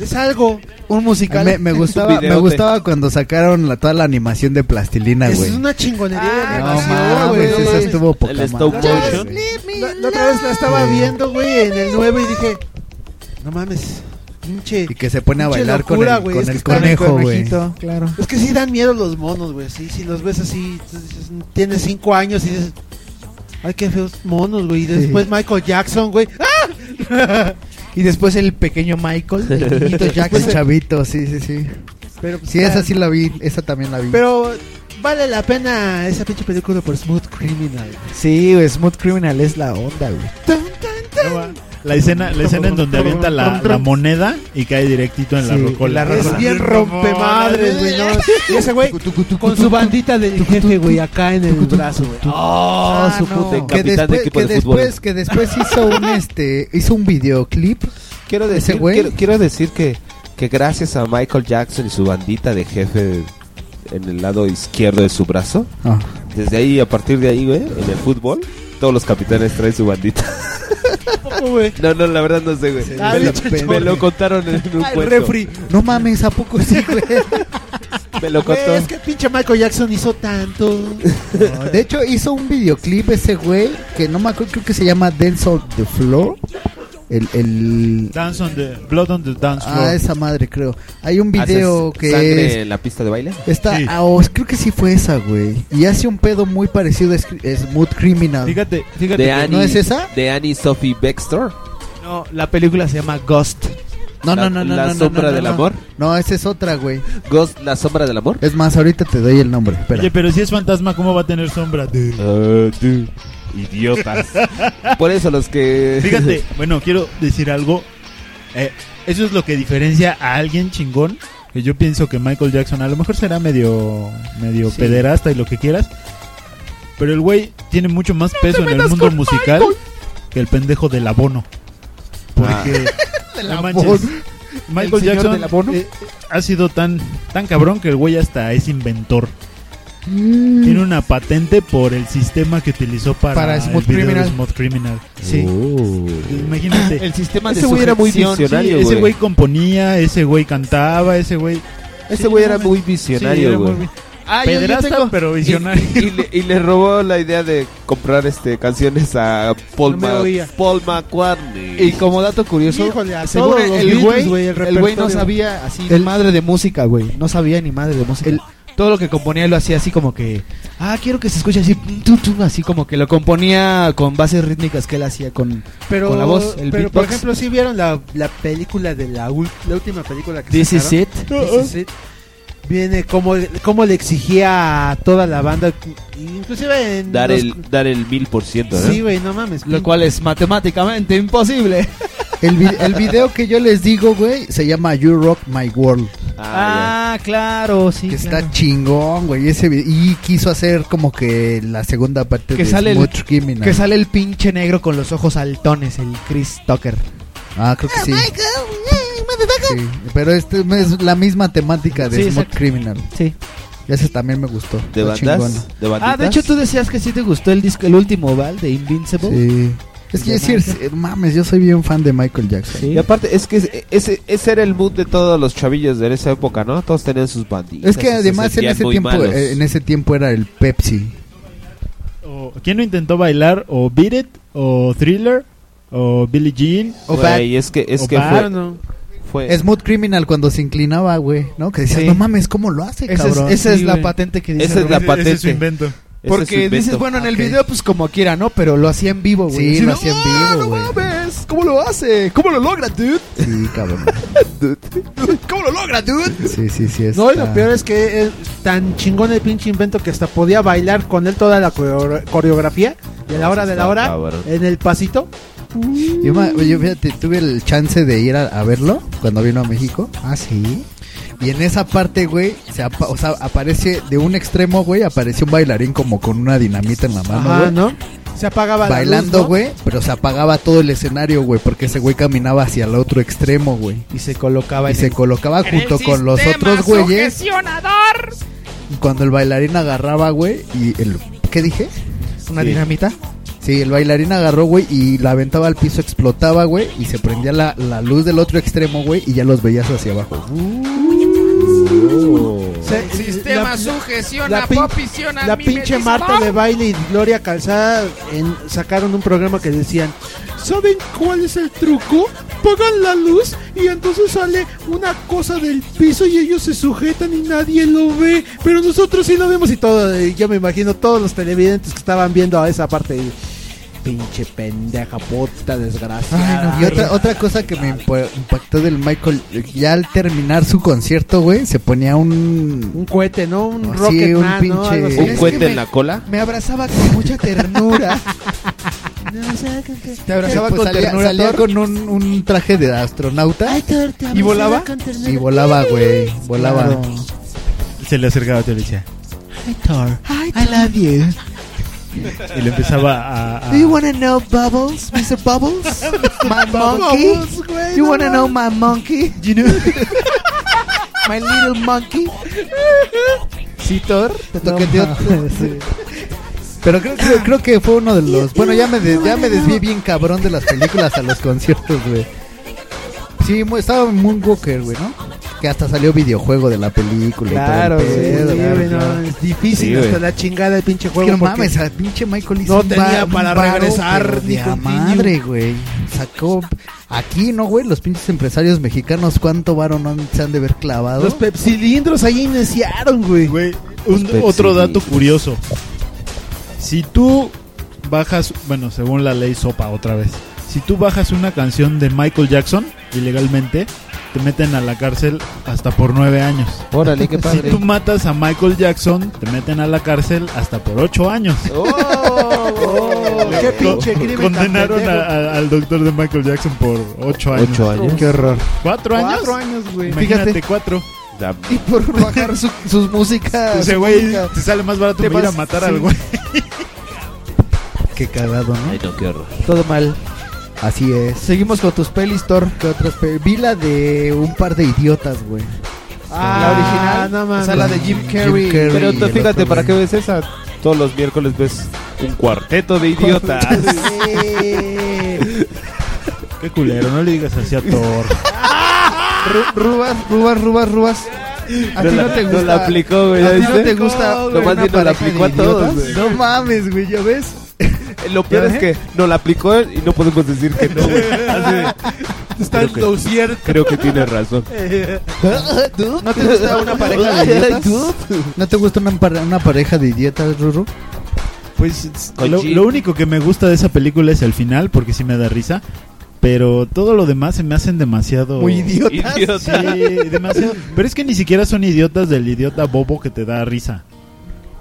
Speaker 4: es algo.
Speaker 11: Un musical.
Speaker 7: Me, me gustaba, me
Speaker 4: videote.
Speaker 7: gustaba cuando sacaron la, toda la animación de plastilina,
Speaker 4: Es
Speaker 7: güey.
Speaker 4: una chingonería de
Speaker 7: No
Speaker 4: animación,
Speaker 7: mames,
Speaker 4: güey, no
Speaker 7: esa
Speaker 4: Ah, mames.
Speaker 7: estuvo poca
Speaker 3: El
Speaker 7: madre.
Speaker 3: stop motion.
Speaker 4: La, la otra vez la estaba viendo, güey, en el 9 y dije, no mames, pinche.
Speaker 7: Y que se pone a
Speaker 4: pinche
Speaker 7: bailar con
Speaker 4: locura,
Speaker 7: el,
Speaker 4: güey,
Speaker 7: con
Speaker 4: es que
Speaker 7: el
Speaker 4: está en el
Speaker 7: conejo, güey.
Speaker 4: conejito.
Speaker 11: Claro.
Speaker 4: Es que sí dan miedo los monos, güey, sí, si los ves así, tú dices, tienes 5 años y dices, ay, qué feos monos, güey, y después Michael Jackson, güey, ¡ah!
Speaker 11: Y después el pequeño Michael, el
Speaker 4: *laughs*
Speaker 11: niñito Jackson.
Speaker 7: *laughs* El chavito, sí, sí, sí.
Speaker 4: Pues, eh, Pero, pues,
Speaker 7: Sí,
Speaker 4: está-
Speaker 7: esa sí la vi, esa también la vi.
Speaker 4: Pero vale la pena esa pinche película por Smooth Criminal.
Speaker 11: Sí, güey, Smooth Criminal es la onda, güey.
Speaker 6: La escena, la escena en donde avienta la, la moneda y cae directito en la
Speaker 11: Sí, la
Speaker 6: rocola.
Speaker 11: rocola.
Speaker 4: Es bien rompe madres, güey. ¿no? Y ese güey con su bandita del *laughs* jefe, güey, acá en el brazo, güey.
Speaker 7: Ah,
Speaker 4: su puta-
Speaker 7: no. que
Speaker 3: capitán de
Speaker 7: después,
Speaker 3: equipo
Speaker 7: que
Speaker 3: de fútbol.
Speaker 7: después, que después
Speaker 3: *laughs*
Speaker 7: hizo un este, hizo un videoclip.
Speaker 3: Quiero
Speaker 7: Ese
Speaker 3: decir,
Speaker 7: güey.
Speaker 3: quiero, quiero decir que, que gracias a Michael Jackson y su bandita de jefe en el lado izquierdo de su brazo,
Speaker 7: Ah.
Speaker 3: desde ahí, a partir de ahí, güey, en el fútbol, todos los capitanes traen su bandita. *laughs* No, no, la verdad no sé, güey.
Speaker 4: Ah,
Speaker 3: me, lo,
Speaker 4: pinche
Speaker 3: me lo contaron en un
Speaker 7: Ah, el
Speaker 3: cuento.
Speaker 4: *laughs*
Speaker 7: refri. No mames, ¿a poco sí, güey?
Speaker 3: Melocotón.
Speaker 4: Es que pinche Michael Jackson hizo tanto.
Speaker 7: Pues, No, de hecho, hizo un videoclip ese güey que no me acuerdo, creo que se llama Dance on the Floor. El, el...
Speaker 6: Dance on the, blood on the dance floor.
Speaker 7: Ah, esa madre, creo. Hay un video
Speaker 3: ¿Haces
Speaker 7: que
Speaker 3: sangre
Speaker 7: es-
Speaker 3: en la pista de baile?
Speaker 7: Está, ah, oh, creo que sí fue esa, güey. Y hace un pedo muy parecido a Sc- Smooth Criminal.
Speaker 3: Fíjate,
Speaker 7: fíjate
Speaker 3: De
Speaker 7: que-
Speaker 3: Annie,
Speaker 7: ¿No es esa?
Speaker 3: De Annie Sophie Baxter.
Speaker 7: No, la película se llama Ghost. No,
Speaker 3: La-
Speaker 7: no, no, no.
Speaker 3: La
Speaker 7: no, no,
Speaker 3: sombra
Speaker 7: no,
Speaker 3: del
Speaker 7: no.
Speaker 3: amor.
Speaker 7: No, esa es otra, güey.
Speaker 3: Ghost, la sombra del amor.
Speaker 7: Es más, ahorita te doy el nombre. Espera.
Speaker 6: Oye, pero si es fantasma, ¿cómo va a tener sombra?
Speaker 3: idiotas. Por eso los que.
Speaker 6: Fíjate, bueno, quiero decir algo. Eh, eso es lo que diferencia a alguien chingón. Que yo pienso que Michael Jackson a lo mejor será medio, medio
Speaker 29: Sí.
Speaker 6: pederasta y lo que quieras. Pero el güey tiene mucho más peso en el mundo musical que el pendejo del abono. Porque
Speaker 3: Ah.
Speaker 29: Del
Speaker 6: no
Speaker 29: abono.
Speaker 6: manches,
Speaker 29: El
Speaker 6: Michael
Speaker 29: señor del
Speaker 6: Jackson
Speaker 29: abono.
Speaker 6: eh, ha sido tan, tan cabrón que el güey hasta es inventor.
Speaker 3: Mm.
Speaker 6: Tiene una patente por el sistema que utilizó para,
Speaker 29: Para
Speaker 6: el
Speaker 29: Smooth
Speaker 6: video de
Speaker 29: Criminal.
Speaker 6: Smooth Criminal.
Speaker 3: Sí.
Speaker 6: Imagínate.
Speaker 29: El sistema de
Speaker 6: Ese güey era muy
Speaker 29: sujeción,
Speaker 6: visionario.
Speaker 29: sí,
Speaker 6: ese güey componía, ese güey cantaba, ese güey.
Speaker 3: Ese güey era muy visionario, güey.
Speaker 6: Ah,
Speaker 3: yo- yo
Speaker 6: Pedrasta,
Speaker 3: tengo-
Speaker 6: pero visionario.
Speaker 3: Y le, y le robó la idea de comprar este canciones a Paul,
Speaker 6: me
Speaker 3: Ma-
Speaker 6: oía.
Speaker 3: Paul McCartney.
Speaker 11: Y como dato curioso,
Speaker 3: Híjole, a
Speaker 11: según
Speaker 3: todos
Speaker 11: el-
Speaker 3: los
Speaker 11: el
Speaker 3: Beatles,
Speaker 11: güey,
Speaker 3: güey, el
Speaker 11: el güey no
Speaker 3: repertorio.
Speaker 11: sabía así
Speaker 30: El-
Speaker 11: madre de música, güey. No sabía ni madre de música. todo lo que componía lo hacía así como que, ah, quiero que se escuche así, tum, tum", así como que lo componía con bases rítmicas que él hacía con,
Speaker 4: *laughs* Pero,
Speaker 11: con la voz, el
Speaker 4: pero por
Speaker 11: beatbox.
Speaker 4: ejemplo, si vieron la, la película de la, ul- la última película que
Speaker 11: This is
Speaker 4: sacaron? *laughs*
Speaker 11: it.
Speaker 4: This is it. Viene como, como le exigía a toda la banda, inclusive en
Speaker 3: Dar
Speaker 4: los-
Speaker 3: el, dar el mil por ciento, ¿no?
Speaker 4: Sí, güey, no mames.
Speaker 11: Lo cual es matemáticamente imposible.
Speaker 7: El,
Speaker 11: *laughs*
Speaker 7: vi- el video que yo les digo, güey, se llama You Rock My World.
Speaker 11: Ah, claro, sí.
Speaker 7: Que está chingón, güey. Ese vi- y quiso hacer como que la segunda parte
Speaker 11: Que
Speaker 7: de
Speaker 11: sale, el,
Speaker 7: Smooth Criminal.
Speaker 11: que sale el pinche negro con los ojos saltones, el Chris Tucker.
Speaker 7: Ah, creo que sí. Sí, Pero este es la misma temática de
Speaker 11: Sí,
Speaker 7: Smooth
Speaker 11: exacto.
Speaker 7: Criminal.
Speaker 11: Sí.
Speaker 7: Ese también me gustó.
Speaker 3: ¿De
Speaker 7: Está
Speaker 3: bandas?
Speaker 7: chingón.
Speaker 3: ¿De banditas?
Speaker 11: Ah, de hecho tú decías que sí te gustó el disco, el último, ¿val? De Invincible.
Speaker 7: Sí. Es que decir, mames, yo soy bien fan de Michael Jackson.
Speaker 3: Y aparte, es que ese- ese, ese era el mood de todos los chavillos de esa época, ¿no? Todos tenían sus banditas.
Speaker 7: Es que
Speaker 3: y se
Speaker 7: además en
Speaker 3: sentían
Speaker 7: ese
Speaker 3: muy
Speaker 7: tiempo
Speaker 3: malos.
Speaker 7: eh, en ese tiempo era el Pepsi.
Speaker 6: O- ¿Quién no intentó bailar? ¿O Beat It? ¿O Thriller? ¿O Billie Jean?
Speaker 3: Güey, es que, es
Speaker 6: o
Speaker 3: que
Speaker 6: Bad,
Speaker 3: fue,
Speaker 6: ¿no?
Speaker 3: fue-
Speaker 7: Smooth Criminal cuando se inclinaba, güey, ¿no? Que decías,
Speaker 11: Pues. Sí.
Speaker 7: no mames, ¿cómo lo hace,
Speaker 11: Esa es-
Speaker 7: cabrón?
Speaker 11: esa es Sí, la güey. patente que dice
Speaker 7: Esa es la
Speaker 11: Roberto.
Speaker 7: patente.
Speaker 11: Ese es su invento. Porque dices, bueno, en el
Speaker 7: Ok.
Speaker 11: video pues como quiera, ¿no? Pero lo hacía en vivo, güey.
Speaker 7: Sí,
Speaker 11: Así,
Speaker 7: lo
Speaker 11: ¿no?
Speaker 7: hacía en
Speaker 11: ¡Ah,
Speaker 7: vivo,
Speaker 11: no
Speaker 7: güey.
Speaker 11: mames! ¿Cómo lo hace? ¿Cómo lo logra, dude?
Speaker 7: Sí,
Speaker 11: *laughs*
Speaker 7: cabrón.
Speaker 11: ¿Cómo lo logra, dude?
Speaker 7: Sí, sí, sí.
Speaker 4: No,
Speaker 7: está-
Speaker 4: y lo peor es que es tan chingón el pinche invento que hasta podía bailar con él toda la coreo- coreografía. Y a la hora de la hora,
Speaker 7: Cabrón.
Speaker 4: en el pasito.
Speaker 7: Yo, me- yo, fíjate, tuve el chance de ir a, a verlo cuando vino a México. Ah, sí. Y en esa parte, güey, se apa- o sea, aparece de un extremo, güey, apareció un bailarín como con una dinamita en la mano,
Speaker 11: Ah,
Speaker 4: Ajá,
Speaker 7: güey.
Speaker 4: ¿no? Se apagaba la luz,
Speaker 7: Bailando,
Speaker 4: ¿no?
Speaker 7: güey, pero se apagaba todo el escenario, güey, porque ese güey caminaba hacia el otro extremo, güey.
Speaker 11: Y se colocaba
Speaker 7: y se colocaba junto con los otros güeyes. Cuando el bailarín agarraba, güey, y el ¿qué dije?
Speaker 11: ¿Una Sí. dinamita?
Speaker 7: Sí, el bailarín agarró, güey, y la aventaba al piso, explotaba, güey, y se prendía la, la luz del otro extremo, güey, y ya los veías hacia abajo.
Speaker 4: Se-
Speaker 31: Sistema
Speaker 4: la-
Speaker 31: sujeción
Speaker 4: la
Speaker 31: a
Speaker 4: pin-
Speaker 31: popición a
Speaker 4: La
Speaker 31: mi
Speaker 4: pinche
Speaker 31: medismo.
Speaker 4: Marta de Baile y Gloria Calzada en- sacaron un programa que decían, ¿saben cuál es el truco? Pagan la luz y entonces sale una cosa del piso y ellos se sujetan y nadie lo ve, pero nosotros sí lo vemos y todo. y yo me imagino todos los televidentes que estaban viendo a esa parte. y, pinche pendeja, puta desgraciada.
Speaker 7: Y otra, otra cosa que me impo- impactó del Michael, ya al terminar su concierto, güey, se ponía un...
Speaker 4: Un cohete, ¿no? Un
Speaker 7: Sí,
Speaker 4: Rocketman,
Speaker 7: un
Speaker 4: ¿no?
Speaker 7: pinche...
Speaker 4: Algo así.
Speaker 3: ¿Un cohete en la cola?
Speaker 11: Me abrazaba con mucha
Speaker 4: *laughs*
Speaker 11: ternura. Te abrazaba
Speaker 7: Pues
Speaker 11: con
Speaker 7: salía,
Speaker 11: ternura,
Speaker 7: salía
Speaker 11: Thor.
Speaker 7: con un, un traje de astronauta.
Speaker 11: ¿Y volaba?
Speaker 7: Y volaba, güey. Volaba.
Speaker 29: Claro.
Speaker 6: Se le acercaba a te decía.
Speaker 11: Hi, Thor. I love you.
Speaker 6: Y le empezaba a. a-
Speaker 11: Do you wanna know Bubbles, Mr.
Speaker 7: *laughs*
Speaker 11: Bubbles? My monkey?
Speaker 31: Bubbles, güey,
Speaker 11: you
Speaker 31: no
Speaker 11: wanna know my
Speaker 31: mames.
Speaker 11: monkey? You know? *laughs* my little monkey? Sí, Thor.
Speaker 7: Te toqueteó. Pero creo, creo, creo que fue uno de los. Bueno, ya me, de- ya me desvié bien cabrón de las películas a los conciertos, güey. Sí, mu- estaba Moonwalker, güey, ¿no? Que hasta salió videojuego de la película. y todo el
Speaker 4: Claro, sí,
Speaker 7: pedo,
Speaker 4: sí,
Speaker 7: claro,
Speaker 4: güey, no,
Speaker 7: claro.
Speaker 4: es difícil
Speaker 7: Sí, güey.
Speaker 4: hasta la chingada el pinche juego.
Speaker 7: Que no
Speaker 4: porque-
Speaker 7: mames, a pinche Michael hizo
Speaker 4: No
Speaker 7: un
Speaker 4: tenía
Speaker 7: un
Speaker 4: para
Speaker 7: varo,
Speaker 4: regresar,
Speaker 7: pero
Speaker 4: ni
Speaker 7: de a
Speaker 4: con
Speaker 7: madre, güey. Sacó aquí, no, güey, los pinches empresarios mexicanos cuánto varo no han- se han de ver clavado.
Speaker 17: Los
Speaker 7: pepsilindros ahí iniciaron, güey.
Speaker 6: Un- otro dato curioso. Si tú bajas, bueno, según la ley SOPA otra vez, si tú bajas una canción de Michael Jackson ilegalmente, te meten a la cárcel hasta por nueve años.
Speaker 3: Órale, qué padre.
Speaker 6: Si tú matas a Michael Jackson, te meten a la cárcel hasta por ocho años.
Speaker 11: Oh,
Speaker 17: Qué pinche crimen. tan
Speaker 6: Condenaron
Speaker 17: pendejo.
Speaker 6: a- a- al doctor de Michael Jackson por ocho años.
Speaker 3: Ocho años. Qué horror.
Speaker 6: ¿Cuatro años?
Speaker 17: Cuatro años, güey.
Speaker 6: Imagínate
Speaker 17: Fíjate.
Speaker 6: cuatro.
Speaker 7: Y por bajar su- sus músicas.
Speaker 6: O sea,
Speaker 7: su
Speaker 6: güey,
Speaker 7: música.
Speaker 6: te sale más barato
Speaker 7: Te
Speaker 6: ir a
Speaker 7: vas-
Speaker 6: matar
Speaker 7: sí.
Speaker 6: al güey.
Speaker 7: Qué cagado, ¿no?
Speaker 23: Todo mal.
Speaker 7: Así es. Seguimos con tus pelis, Thor. ¿Qué otras pelis? Vi la de un par de idiotas, güey.
Speaker 2: Ah,
Speaker 7: la original.
Speaker 2: no mames.
Speaker 7: o sea, la de Jim
Speaker 2: Jim
Speaker 7: Carrey.
Speaker 3: Pero tú
Speaker 7: y el
Speaker 3: fíjate,
Speaker 7: otro,
Speaker 3: ¿para qué
Speaker 7: güey.
Speaker 3: ves esa? Todos los miércoles ves un cuarteto de idiotas. *laughs*
Speaker 7: *laughs*
Speaker 6: Qué culero, no le digas así a Thor.
Speaker 7: Ru- Rubas, rubas, rubas, rubas. A
Speaker 3: No
Speaker 7: ti no
Speaker 3: la-
Speaker 7: te
Speaker 3: no
Speaker 7: gusta.
Speaker 3: la aplicó, güey,
Speaker 7: A
Speaker 3: ¿ya
Speaker 7: ti no
Speaker 3: viste?
Speaker 7: te gusta.
Speaker 3: No,
Speaker 7: güey,
Speaker 3: nomás
Speaker 7: una
Speaker 3: bien no la
Speaker 7: pareja de
Speaker 3: aplicó a todos,
Speaker 7: idiotas?
Speaker 3: güey.
Speaker 7: No mames, güey, ya ves.
Speaker 3: Lo peor es que no la aplicó él y no podemos decir que *laughs* no, güey. Así de,
Speaker 17: Está
Speaker 3: creo que-
Speaker 17: lo cierto.
Speaker 3: Creo que tiene razón.
Speaker 7: ¿No te gusta una pareja de idiotas? ¿No te gusta una, par- una *laughs* pareja de idiotas, Ruru?
Speaker 6: Pues lo, lo único que me gusta de esa película es el final, porque sí me da risa. Pero todo lo demás se me hacen demasiado.
Speaker 7: Muy idiotas.
Speaker 6: Sí, demasiado. Pero es que ni siquiera son idiotas del idiota bobo que te da risa.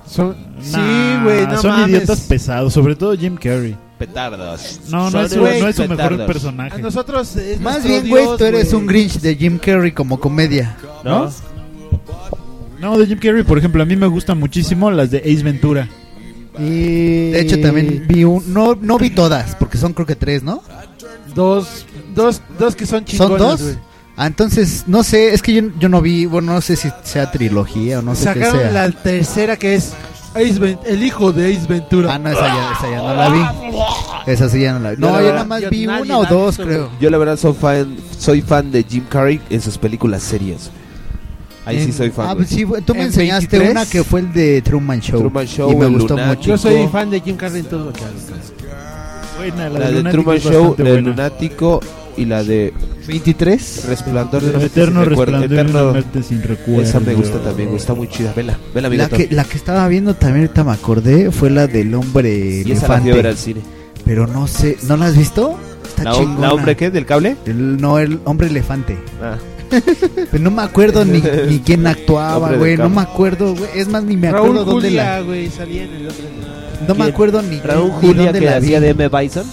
Speaker 4: Son,
Speaker 6: Nah,
Speaker 4: sí, güey, no
Speaker 6: Son
Speaker 4: mames.
Speaker 6: idiotas pesados, sobre todo Jim Carrey.
Speaker 3: *laughs* Petardos.
Speaker 6: No, no es, su- no es su mejor personaje.
Speaker 17: A nosotros es
Speaker 7: Más
Speaker 17: nuestro
Speaker 7: bien, güey,
Speaker 17: Dios,
Speaker 7: tú eres
Speaker 17: güey.
Speaker 7: un Grinch de Jim Carrey como comedia.
Speaker 6: ¿No? No, de Jim Carrey, por ejemplo, a mí me gustan muchísimo las de Ace Ventura.
Speaker 7: De hecho, también vi un. No, no vi todas, porque son creo que tres, ¿no?
Speaker 17: Dos, dos, dos que son
Speaker 7: ¿Son
Speaker 17: chingones.
Speaker 7: dos?
Speaker 17: güey.
Speaker 7: Ah, entonces, no sé, es que yo, yo no vi, bueno, no sé si sea trilogía o no sé qué
Speaker 17: Sacaron
Speaker 7: sea.
Speaker 17: la tercera que es Ace Ven- el hijo de Ace Ventura. Ah,
Speaker 7: no, esa ya, esa ya no la vi. Esa sí ya no la vi.
Speaker 3: Yo la
Speaker 7: No, yo
Speaker 3: verdad-
Speaker 7: nada más
Speaker 17: yo
Speaker 7: vi
Speaker 17: nadie
Speaker 7: una o
Speaker 17: la ha
Speaker 7: dos,
Speaker 17: visto,
Speaker 7: creo.
Speaker 3: Yo la verdad soy fan, soy fan de Jim Carrey en sus películas serias. Ahí sí
Speaker 7: En-
Speaker 3: soy fan.
Speaker 7: Ah,
Speaker 3: güey.
Speaker 7: sí, güey, tú me
Speaker 17: En
Speaker 7: enseñaste
Speaker 17: 23.
Speaker 7: una que fue el de Truman Show.
Speaker 3: Truman Show,
Speaker 7: y me
Speaker 3: el
Speaker 7: gustó
Speaker 3: lunático.
Speaker 7: mucho.
Speaker 17: Yo soy fan de Jim Carrey en todo lo que hago.
Speaker 6: Buena,
Speaker 3: la de
Speaker 6: Lunático
Speaker 3: Truman
Speaker 6: es
Speaker 3: Show,
Speaker 6: bastante
Speaker 3: la de
Speaker 6: buena.
Speaker 3: Lunático y la de
Speaker 7: 23.
Speaker 3: Resplandor de
Speaker 6: El
Speaker 3: una mente
Speaker 6: eterno
Speaker 3: sin recuerdo.
Speaker 6: resplandor de una mente sin recuerdo.
Speaker 3: Esa me gusta también, güey, está muy chida. Vela, vela,
Speaker 7: La que, la que estaba viendo también, ahorita me acordé, fue la del hombre
Speaker 3: Y esa la fui a ver al
Speaker 7: elefante.
Speaker 3: cine.
Speaker 7: Pero no sé, ¿no la has visto? Está
Speaker 3: ¿La,
Speaker 7: chingona.
Speaker 3: la hombre qué? ¿Del cable?
Speaker 7: El- no, el hombre elefante.
Speaker 3: Ah.
Speaker 7: Pero no me acuerdo
Speaker 3: *laughs*
Speaker 7: ni, ni quién actuaba,
Speaker 3: Hombre del
Speaker 7: güey. No
Speaker 3: campo.
Speaker 7: me acuerdo, güey. Es más, ni me acuerdo
Speaker 17: Raúl
Speaker 7: dónde la.
Speaker 17: Julia, güey, salía en el otro.
Speaker 7: No me acuerdo ni,
Speaker 3: Raúl
Speaker 7: ni
Speaker 3: Julia
Speaker 7: dónde
Speaker 3: que
Speaker 7: la vi.
Speaker 3: hacía de M. Bison.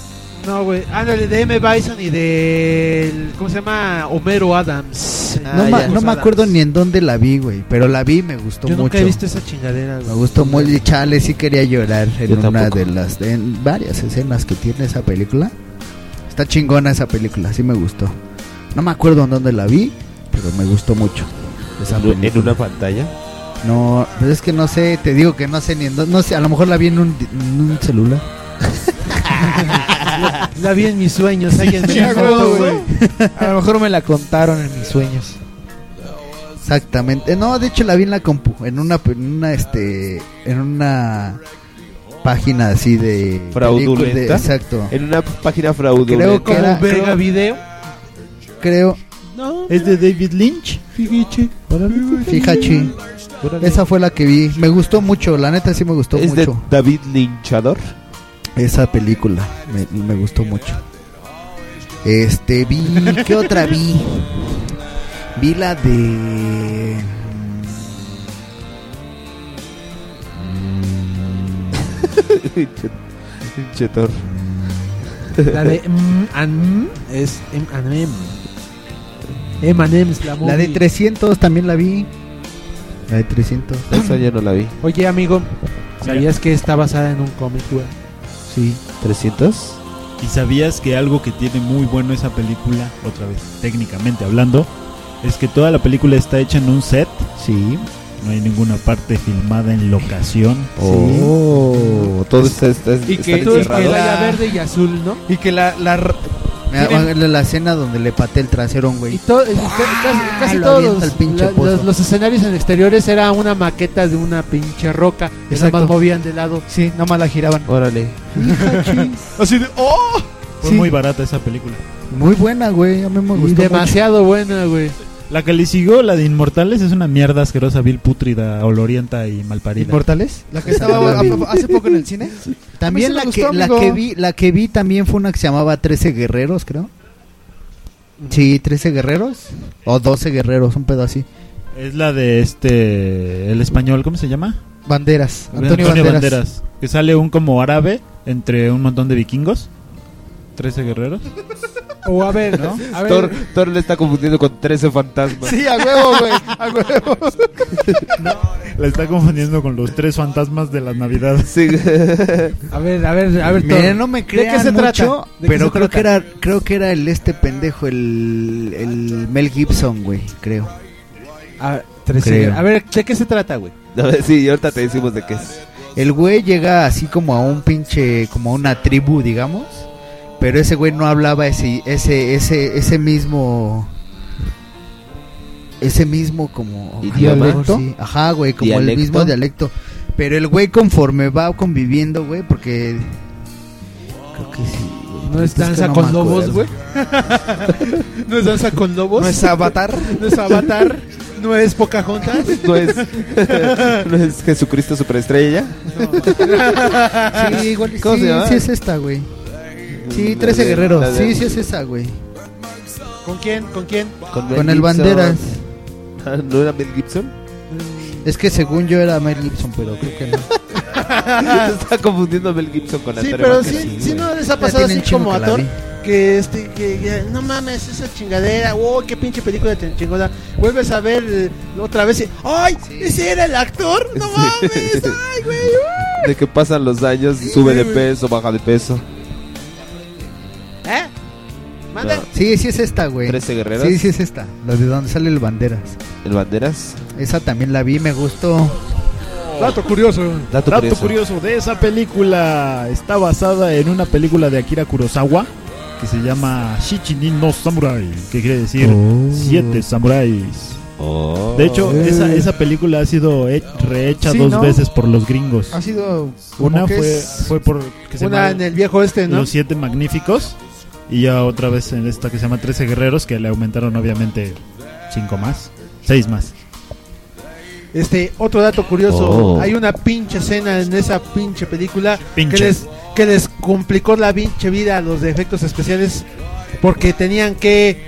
Speaker 17: No, güey. Ándale, de M. Bison y del. ¿Cómo se llama? Homero Adams.
Speaker 7: No,
Speaker 17: Ah,
Speaker 7: ma-
Speaker 17: ya.
Speaker 7: no me
Speaker 17: Adams.
Speaker 7: acuerdo ni en dónde la vi, güey. Pero la vi y me gustó
Speaker 17: Yo
Speaker 7: mucho.
Speaker 17: nunca he visto esa chingadera,
Speaker 7: Me
Speaker 17: güey.
Speaker 7: gustó mucho. Y chale, sí quería llorar en
Speaker 3: Yo
Speaker 7: una
Speaker 3: tampoco.
Speaker 7: de las. En varias escenas que tiene esa película. Está chingona esa película, sí me gustó. No me acuerdo en dónde la vi, pero me gustó mucho. esa
Speaker 3: ¿En
Speaker 7: película.
Speaker 3: una pantalla?
Speaker 7: No, pues es que no sé, te digo que no sé ni en dónde, no sé, a lo mejor la vi en un, di- en un celular.
Speaker 17: La vi en mis sueños. Alguien me
Speaker 4: Sí,
Speaker 17: la
Speaker 4: a huevo,
Speaker 17: contó,
Speaker 4: güey.
Speaker 17: güey.
Speaker 23: A lo mejor me la contaron en mis sueños.
Speaker 7: Exactamente. No, de hecho la vi en la compu, en una en una este en una página así de
Speaker 3: ¿Fraudulenta?
Speaker 7: película de- exacto.
Speaker 3: En una página fraudulenta.
Speaker 7: Creo que era-
Speaker 17: Verga
Speaker 7: creo-
Speaker 17: video.
Speaker 7: Creo,
Speaker 17: No.
Speaker 6: ¿Es de David Lynch?
Speaker 17: Fíjate.
Speaker 7: fíjate. Esa fue la que vi. Me gustó mucho, la neta sí me gustó
Speaker 3: ¿Es de
Speaker 7: mucho
Speaker 3: David Linchador?
Speaker 7: esa película. Me, me gustó mucho. Este vi, ¿qué otra vi? Vi la de
Speaker 3: Chetor. *laughs*
Speaker 4: La de M and M es M and M. M and M's, la
Speaker 7: La
Speaker 4: movie.
Speaker 7: de 300 también la vi. La de 300.
Speaker 3: Esa ya no la vi.
Speaker 4: Oye, amigo, ¿sabías que está basada en un cómic, güey?
Speaker 7: Sí.
Speaker 3: ¿300?
Speaker 6: ¿Y sabías que algo que tiene muy bueno esa película, otra vez técnicamente hablando, es que toda la película está hecha en un set?
Speaker 7: Sí.
Speaker 6: No hay ninguna parte filmada en locación.
Speaker 3: Oh, todo está, está,
Speaker 2: Y
Speaker 7: Pues,
Speaker 3: está
Speaker 2: que-
Speaker 3: encerrado.
Speaker 2: y que la-
Speaker 4: Verde y azul, ¿no?
Speaker 2: Y que la, la r-
Speaker 7: Mira,
Speaker 11: Tienen-
Speaker 7: la- la escena donde le pateé el trasero a un güey.
Speaker 11: To- eh, ca- casi casi
Speaker 7: lo
Speaker 11: todos
Speaker 7: avienta
Speaker 11: los,
Speaker 7: al pinche
Speaker 11: la-
Speaker 7: pozo.
Speaker 11: los- los escenarios en exteriores era una maqueta de una pinche roca que nada
Speaker 32: Exacto.
Speaker 11: más movían de lado.
Speaker 32: Sí, nada más la giraban.
Speaker 3: Órale. *laughs*
Speaker 6: Así de, ¡oh! Fue
Speaker 11: Sí.
Speaker 6: muy barata esa película.
Speaker 7: Muy buena, güey. A mí me gustó.
Speaker 11: Demasiado buena, güey.
Speaker 6: La que le siguió, la de Inmortales, es una mierda asquerosa, vil, pútrida, olorienta y malparida.
Speaker 7: ¿Inmortales?
Speaker 32: La que estaba a- hace poco en el cine.
Speaker 7: También la,
Speaker 32: A mí sí
Speaker 7: que,
Speaker 32: me gustó,
Speaker 7: la
Speaker 32: amigo.
Speaker 7: que vi, la que vi también fue una que se llamaba 13 guerreros, creo. Sí, 13 guerreros o 12 guerreros, un pedo así.
Speaker 6: Es la de este. El español, ¿cómo se llama?
Speaker 7: Banderas, Antonio, Banderas.
Speaker 6: Que sale un como árabe entre un montón de vikingos. 13 guerreros.
Speaker 11: O a ver,
Speaker 6: ¿no?
Speaker 11: *laughs* A ver.
Speaker 3: Thor, Thor le está confundiendo con 13 fantasmas.
Speaker 11: Sí, a huevo,
Speaker 6: *laughs*
Speaker 11: güey. A huevo.
Speaker 6: La está confundiendo con los tres fantasmas de las navidades.
Speaker 3: Sí.
Speaker 11: A ver, a ver, a ver.
Speaker 7: Miren,
Speaker 11: Thor,
Speaker 7: no me
Speaker 11: ¿de
Speaker 7: crean
Speaker 11: qué se trata?
Speaker 7: mucho,
Speaker 11: ¿De qué
Speaker 7: pero
Speaker 11: se
Speaker 7: creo
Speaker 11: trata?
Speaker 7: que era creo que era el este pendejo el, el Mel Gibson, güey, creo.
Speaker 11: A ver, A ver, ¿de qué se trata, güey?
Speaker 3: No, sí, y ahorita te decimos de qué es.
Speaker 7: El güey llega así como a un pinche, como a una tribu, digamos. Pero ese güey no hablaba ese, ese, ese, ese mismo. Ese mismo como.
Speaker 3: ¿Idioma?
Speaker 7: dialecto. Ajá, güey, como el
Speaker 3: ¿Dialecto?
Speaker 7: mismo dialecto. Pero el güey conforme va conviviendo, güey, porque. Creo que sí. güey. pues
Speaker 11: ¿No es
Speaker 7: que
Speaker 11: danza
Speaker 7: no
Speaker 11: con
Speaker 7: me acuerdo.
Speaker 11: lobos, güey?
Speaker 7: *laughs*
Speaker 4: ¿No es danza con lobos?
Speaker 7: ¿No es Avatar?
Speaker 4: ¿No es avatar? ¿No es Pocahontas?
Speaker 3: ¿No
Speaker 4: *laughs*
Speaker 3: es, ¿No es Jesucristo Superestrella?
Speaker 7: Sí, igual y
Speaker 3: ¿Cómo
Speaker 7: sí,
Speaker 3: se llama?
Speaker 7: sí es esta, güey. Sí, 13
Speaker 3: de- la
Speaker 7: guerreros.
Speaker 3: de-
Speaker 7: Sí, sí es esa, güey.
Speaker 4: ¿Con quién? ¿Con quién?
Speaker 3: Mel
Speaker 7: Con
Speaker 3: Gibson.
Speaker 7: el
Speaker 3: Ah,
Speaker 7: Banderas.
Speaker 3: ¿No era Mel Gibson?
Speaker 7: Es que según yo era Mel Gibson, pero creo que no.
Speaker 3: *laughs* está confundiendo a Mel Gibson con
Speaker 4: Sí,
Speaker 3: Antonio
Speaker 4: pero
Speaker 3: Banderas.
Speaker 4: sí,
Speaker 3: güey.
Speaker 4: sí no les ha
Speaker 7: Ya
Speaker 4: pasado
Speaker 7: tiene
Speaker 4: así
Speaker 7: el chingo
Speaker 4: como
Speaker 7: que
Speaker 4: a
Speaker 7: la
Speaker 4: Thor
Speaker 7: vi.
Speaker 4: que este que ya, no mames esa chingadera, oh qué pinche película tan chingona. Vuelves a ver eh, otra vez y ay, ese era el actor, no
Speaker 3: *laughs*
Speaker 4: mames, ay güey. uh".
Speaker 3: De que pasan los años, sube de peso, baja de peso.
Speaker 4: ¿Eh? Manda.
Speaker 3: No.
Speaker 7: Sí, sí es esta, güey.
Speaker 3: ¿Trece guerreros?
Speaker 7: Sí, sí es esta. La de donde sale el Banderas.
Speaker 3: ¿El Banderas?
Speaker 7: Esa también la vi, me gustó.
Speaker 4: Dato curioso.
Speaker 3: Dato
Speaker 6: Dato
Speaker 3: curioso.
Speaker 6: curioso. de esa película está basada en una película de Akira Kurosawa que se llama Shichinin no Samurai, que quiere decir
Speaker 3: Oh.
Speaker 6: siete samuráis. De hecho,
Speaker 33: Eh.
Speaker 6: esa, esa película ha sido he- rehecha
Speaker 33: Sí,
Speaker 6: dos
Speaker 33: ¿no?
Speaker 6: veces por los gringos.
Speaker 4: Ah,
Speaker 33: Ha sido.
Speaker 6: Una fue, fue por que se
Speaker 4: Una
Speaker 6: llama
Speaker 4: en el viejo este, ¿no?
Speaker 6: Los Siete Magníficos y ya otra vez en esta que se llama Trece Guerreros que le aumentaron obviamente cinco más, seis más.
Speaker 4: Este, otro dato curioso,
Speaker 6: Oh.
Speaker 4: hay una pinche escena en esa pinche película
Speaker 6: Pinche.
Speaker 4: que les que les complicó la pinche vida a los de efectos especiales porque tenían que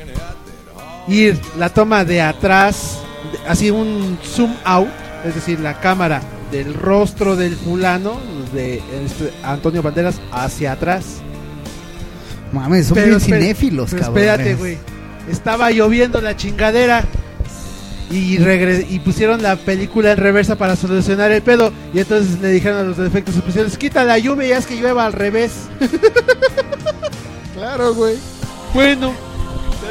Speaker 4: ir la toma de atrás, de- así un zoom out, es decir, la cámara del rostro del fulano de este, Antonio Banderas hacia atrás.
Speaker 7: Mames, Eh, son
Speaker 4: Pero
Speaker 7: bien
Speaker 4: espé-
Speaker 7: cinéfilos,
Speaker 4: pero
Speaker 7: cabrón.
Speaker 4: Espérate, güey. Estaba lloviendo la chingadera. Y, regre- y pusieron la película en reversa para solucionar el pedo. Y entonces le dijeron a los de efectos especiales: quita la lluvia y haz que llueva al revés.
Speaker 7: *laughs* Claro, güey. *laughs*
Speaker 4: Bueno,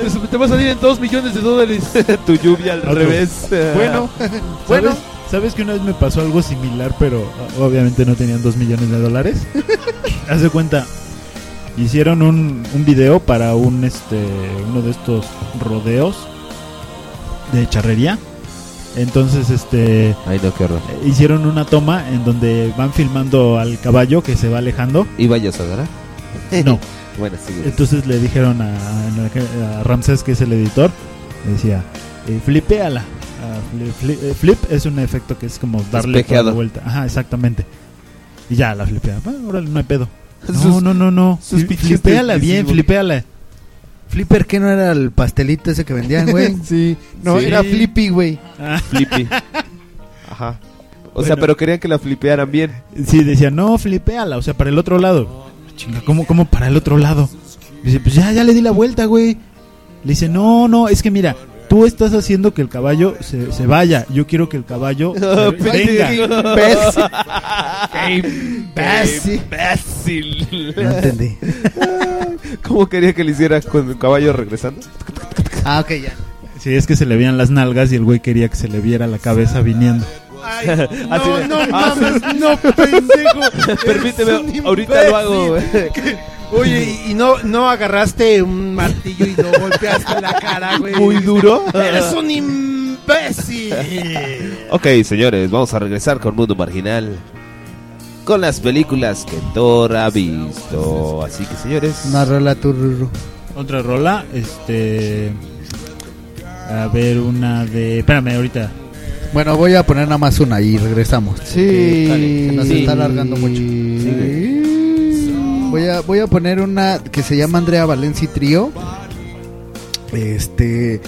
Speaker 4: eso te va a salir en 2 millones de dólares.
Speaker 3: *laughs* tu lluvia al revés.
Speaker 6: Bueno,
Speaker 4: Bueno.
Speaker 6: ¿sabes, sabes que una vez me pasó algo similar, pero ah, obviamente no tenían dos millones de dólares.
Speaker 3: *laughs*
Speaker 6: Haz de cuenta, hicieron un, un video para un este uno de estos rodeos de charrería. Entonces, este
Speaker 3: Ay, no, qué horror.
Speaker 6: hicieron una toma en donde van filmando al caballo que se va alejando.
Speaker 3: ¿Y vayas a dar?
Speaker 6: No.
Speaker 3: *laughs* Bueno, sí. güey.
Speaker 6: Entonces le dijeron a, a- a Ramses, que es el editor, le decía, eh, flipéala. Ah, fli- fli- eh, flip es un efecto que es como darle toda la
Speaker 3: Espejeado.
Speaker 6: vuelta. Ajá, exactamente. Y ya la flipea. Ah, órale, no hay pedo. No,
Speaker 3: *laughs* Sus-
Speaker 6: no, no, no.
Speaker 3: sus
Speaker 6: Fli-
Speaker 3: pinches
Speaker 6: Flipéala bien,
Speaker 3: testículos.
Speaker 6: flipéala.
Speaker 7: Flipper, que no era el pastelito ese que vendían,
Speaker 4: *laughs*
Speaker 7: güey?
Speaker 3: Sí.
Speaker 7: No,
Speaker 3: Sí.
Speaker 7: era Flippy, güey.
Speaker 3: Flippy. Ajá. O sea,
Speaker 6: Bueno.
Speaker 3: pero querían que la flipearan bien.
Speaker 6: Sí, decía, no, flipéala, o sea, para el otro lado. Chinga, ¿cómo, cómo para el otro lado? Dice, pues ya, ya le di la vuelta, güey. Le dice, no, no, es que mira, tú estás haciendo que el caballo se, se vaya. Yo quiero que
Speaker 3: *laughs*
Speaker 6: el caballo se-
Speaker 3: Oh,
Speaker 6: venga.
Speaker 3: Imbécil.
Speaker 7: No entendí.
Speaker 3: ¿Cómo quería que le hiciera con el caballo regresando?
Speaker 7: Ah, ok, ya.
Speaker 6: *laughs* Sí, es que se le veían las nalgas y el güey quería que se le viera la cabeza viniendo.
Speaker 3: *laughs* Así de-
Speaker 4: no, no
Speaker 3: ah,
Speaker 4: mames, no, pendejo.
Speaker 3: *laughs* Permíteme,
Speaker 4: Eres un
Speaker 3: ahorita lo hago.
Speaker 4: *laughs* imbécil.
Speaker 3: güey.
Speaker 17: Oye, ¿y no, no agarraste un martillo y lo golpeaste en la cara, güey?
Speaker 3: Muy duro.
Speaker 17: Eres un imbécil.
Speaker 3: Ok, señores, vamos a regresar con Mundo Marginal. Con las películas que Thor ha visto. Así que, señores.
Speaker 7: Una rola tururú.
Speaker 6: Otra rola, este. A ver, una de. Espérame, ahorita.
Speaker 7: Bueno, voy a poner nada más una y regresamos.
Speaker 6: Sí.
Speaker 7: Dale, se nos
Speaker 6: Sí.
Speaker 7: está alargando mucho. Voy a, voy a poner una que se llama Andrea Valenci Trío. Este.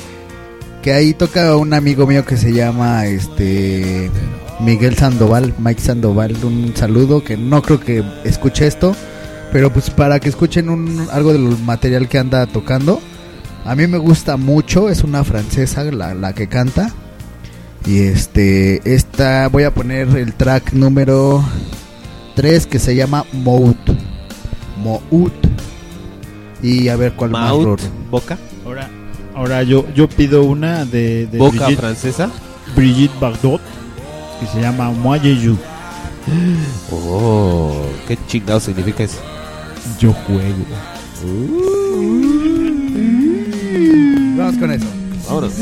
Speaker 7: Que ahí toca un amigo mío que se llama este. Miguel Sandoval, Mike Sandoval, un saludo que no creo que escuche esto, pero pues para que escuchen un, algo del material que anda tocando. A mí me gusta mucho, es una francesa la, la que canta. Y este, esta voy a poner el track número 3 que se llama Mout. Mout. Y a ver cuál más
Speaker 6: Maut,
Speaker 7: Rorro.
Speaker 3: ¿Boca?
Speaker 6: Ahora, ahora yo, yo pido una de, de
Speaker 3: ¿Boca francesa?
Speaker 6: Brigitte Bardot, que se llama Moi et You.
Speaker 3: Oh, qué chingado significa eso. Uh.
Speaker 6: Yo juego.
Speaker 7: Vamos con eso.
Speaker 3: Vámonos.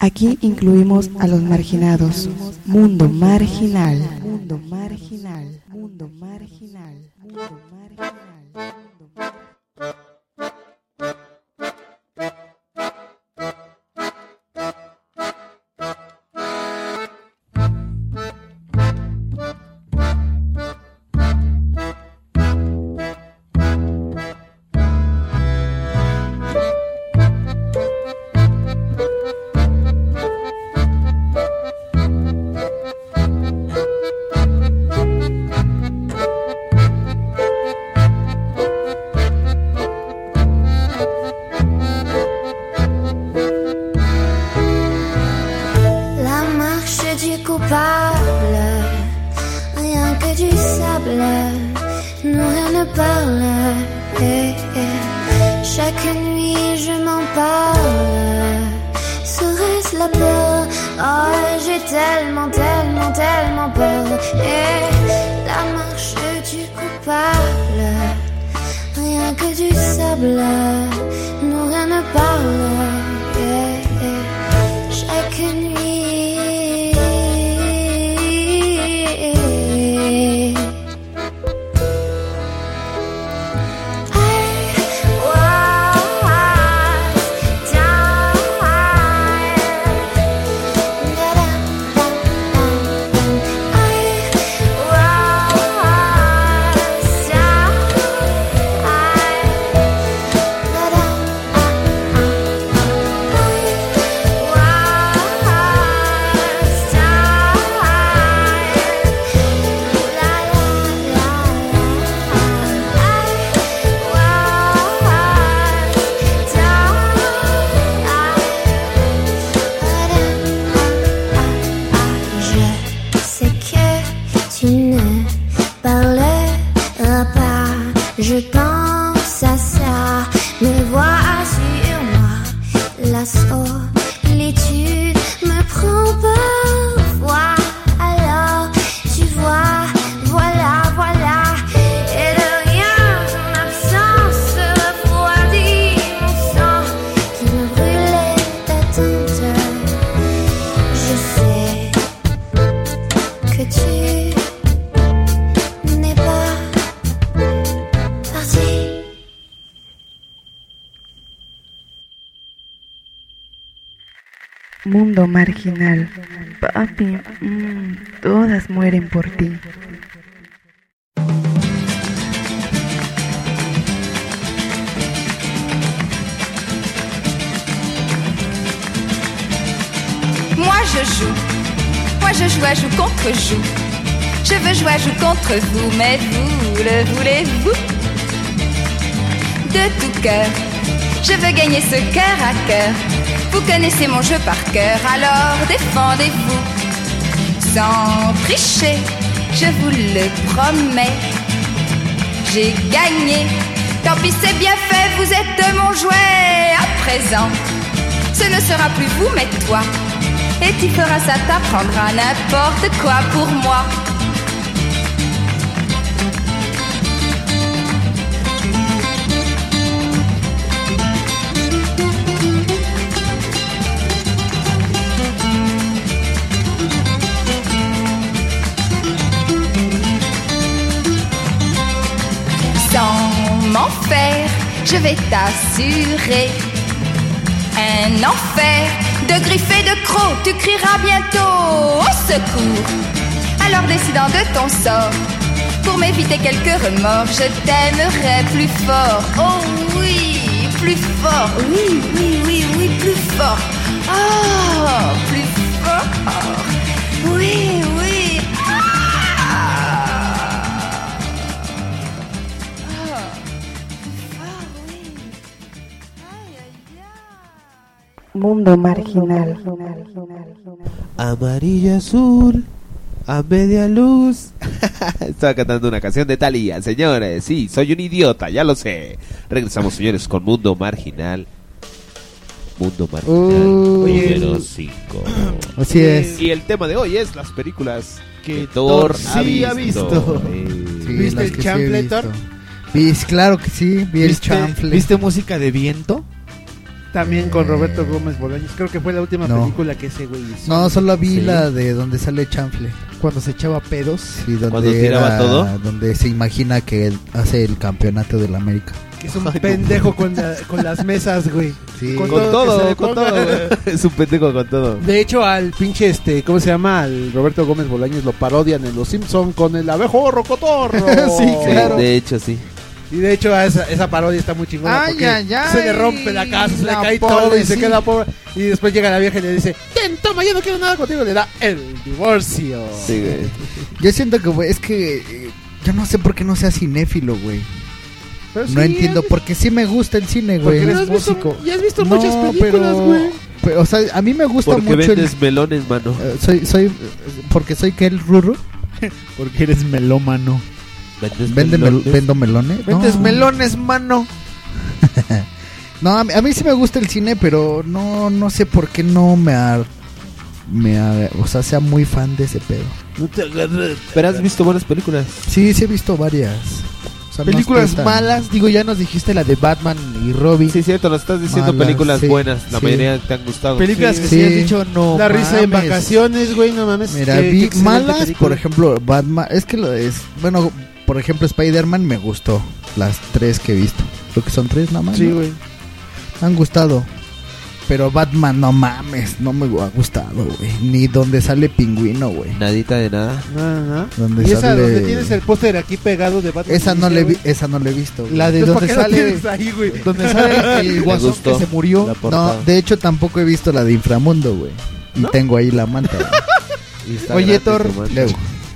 Speaker 1: Aquí incluimos a los marginados. Mundo marginal. Mundo marginal. Mundo marginal. Mundo marginal.
Speaker 34: La marche du coupable, rien que du sable, nous rien ne parle. Eh, eh. Chaque nuit je m'en parle, serait-ce la peur Oh, j'ai tellement, tellement, tellement peur. Et la marche du coupable, rien que du sable, nous rien ne parle. Eh, eh. Chaque nuit. Je sais que tu ne parleras pas. Je pense à ça. Me vois sur moi. La solitude me prend parfois. Alors tu vois, voilà, voilà. Et de rien, ton absence refroidit mon sang qui me brûlait d'attente. Je sais que tu n'es pas parti.
Speaker 1: Mundo marginal. Papi, mm, todas mueren por ti.
Speaker 35: Moi je joue, moi je joue à joue contre joue. Je veux jouer à joue contre vous, mais vous le voulez-vous De tout cœur, je veux gagner ce cœur à cœur. Vous connaissez mon jeu par cœur, alors défendez-vous. Sans tricher, je vous le promets. J'ai gagné, tant pis c'est bien fait, vous êtes mon jouet à présent. Ce ne sera plus vous, mais toi. Et Et tu feras ça, t'apprendras n'importe quoi pour moi. Sans m'en faire, je vais t'assurer un enfer de griffes et de crocs. Tu crieras bientôt au secours. Alors décidant de ton sort, pour m'éviter quelques remords, je t'aimerai plus fort. Oh oui, plus fort. Oui, oui, oui, oui, plus fort. Oh, plus fort. Oui, oui. Ah. Oh.
Speaker 15: Mundo marginal.
Speaker 3: Amarillo azul, a media luz. *laughs* Estaba cantando una canción de Thalía, señores. Sí, soy un idiota, ya lo sé. Regresamos, señores, con Mundo Marginal. Mundo Marginal
Speaker 7: Uh. Oye,
Speaker 3: número
Speaker 7: el-
Speaker 3: 5.
Speaker 7: Así es.
Speaker 3: Y el tema de hoy es las películas que,
Speaker 7: Thor
Speaker 3: Thor
Speaker 7: sí ha visto. Sí,
Speaker 3: ¿Viste
Speaker 7: las
Speaker 3: el
Speaker 7: que sí he
Speaker 3: chample,
Speaker 7: visto.
Speaker 3: Thor?
Speaker 7: Vis- claro que sí, vi el
Speaker 4: ¿Viste-
Speaker 7: chample.
Speaker 4: viste
Speaker 7: música de viento?
Speaker 4: También con Roberto Gómez Bolaños. Creo que fue la última
Speaker 7: Eh. No.
Speaker 4: película que ese güey hizo.
Speaker 7: No, solo vi
Speaker 4: Sí.
Speaker 7: la de donde *gasps* sale Chanfle.
Speaker 4: Cuando se echaba pedos.
Speaker 7: Y donde
Speaker 3: Cuando tiraba
Speaker 7: era-
Speaker 3: todo.
Speaker 7: Donde se imagina que él hace el campeonato del América.
Speaker 4: Que es un pendejo con, la- con las mesas, güey.
Speaker 3: Con,
Speaker 4: que se
Speaker 3: todo,
Speaker 4: le
Speaker 3: con
Speaker 4: ponga.
Speaker 3: todo. *laughs* es un pendejo con todo.
Speaker 4: De hecho, al pinche este, ¿cómo se llama? Al Roberto Gómez Bolaños lo parodian en Los Simpson con el abejorro cotorro.
Speaker 3: Sí, de hecho, sí.
Speaker 4: Y de hecho, a esa, esa parodia está muy chingona.
Speaker 17: Ay,
Speaker 4: porque
Speaker 17: ay, ay,
Speaker 4: se le rompe la casa, se le
Speaker 17: la
Speaker 4: cae
Speaker 17: pobre,
Speaker 4: todo y se
Speaker 17: sí.
Speaker 4: queda pobre. Y después llega la vieja y le dice: Ten, toma, yo no quiero nada contigo. Le da el divorcio.
Speaker 7: Yo siento que, güey, es que eh, yo no sé por qué no sea cinéfilo, güey.
Speaker 4: Pero
Speaker 7: no
Speaker 4: sí,
Speaker 7: entiendo, porque sí me gusta el cine,
Speaker 4: Porque
Speaker 7: güey.
Speaker 4: no has visto- ya has visto muchas películas,
Speaker 7: pero-
Speaker 4: güey.
Speaker 7: pero, o sea, a mí me gusta
Speaker 3: Porque
Speaker 7: mucho el...
Speaker 3: vendes melones, mano.
Speaker 7: eh, Soy, soy, eh, porque soy que el rurro.
Speaker 6: *laughs* Porque eres melómano.
Speaker 7: Vende mel- vendo melones.
Speaker 2: Vendes
Speaker 7: No.
Speaker 2: melones, mano.
Speaker 7: No, a mí, a mí sí me gusta el cine, pero no, no sé por qué no me, ha- me ha- o sea, sea muy fan de ese pedo.
Speaker 3: No te agarres. Pero has visto buenas películas.
Speaker 7: Sí, sí he visto varias. O sea, no
Speaker 23: Películas
Speaker 7: estoy tan-
Speaker 23: malas, digo, ya nos dijiste la de Batman y Robin.
Speaker 3: Sí, cierto, nos estás diciendo
Speaker 23: Malas,
Speaker 3: películas
Speaker 23: sí,
Speaker 3: buenas. La
Speaker 23: sí.
Speaker 3: mayoría te han gustado.
Speaker 23: Películas que sí has dicho, no
Speaker 4: La risa en
Speaker 23: mames.
Speaker 4: vacaciones, güey, no mames.
Speaker 7: Mira,
Speaker 4: Qué- qué
Speaker 7: vi
Speaker 4: excelente
Speaker 7: malas,
Speaker 4: película.
Speaker 7: por ejemplo, Batman. Es que lo es. Bueno, por ejemplo, Spider-Man me gustó. Las tres que he visto. Creo que son tres nada más.
Speaker 4: Sí,
Speaker 7: ¿no?
Speaker 4: güey.
Speaker 7: Me han gustado. Pero Batman, no mames, no me ha gustado, güey. Ni donde sale pingüino, güey.
Speaker 3: Nadita de nada.
Speaker 4: No, no, no.
Speaker 7: Donde
Speaker 4: Y esa
Speaker 7: sale-
Speaker 4: donde tienes el póster aquí pegado de Batman.
Speaker 7: Esa no,
Speaker 4: Inicia,
Speaker 7: le vi-
Speaker 4: güey.
Speaker 7: esa no la he visto. güey.
Speaker 4: La de Entonces, donde ¿para qué la sale- tienes ahí, güey?
Speaker 23: donde
Speaker 4: *laughs*
Speaker 23: sale el
Speaker 7: Me
Speaker 23: guasón
Speaker 7: gustó
Speaker 23: que se murió.
Speaker 7: la portada. No, de hecho tampoco he visto la de Inframundo, güey. Y tengo ahí la manta. güey.
Speaker 23: Oye, Thor.
Speaker 7: Luego.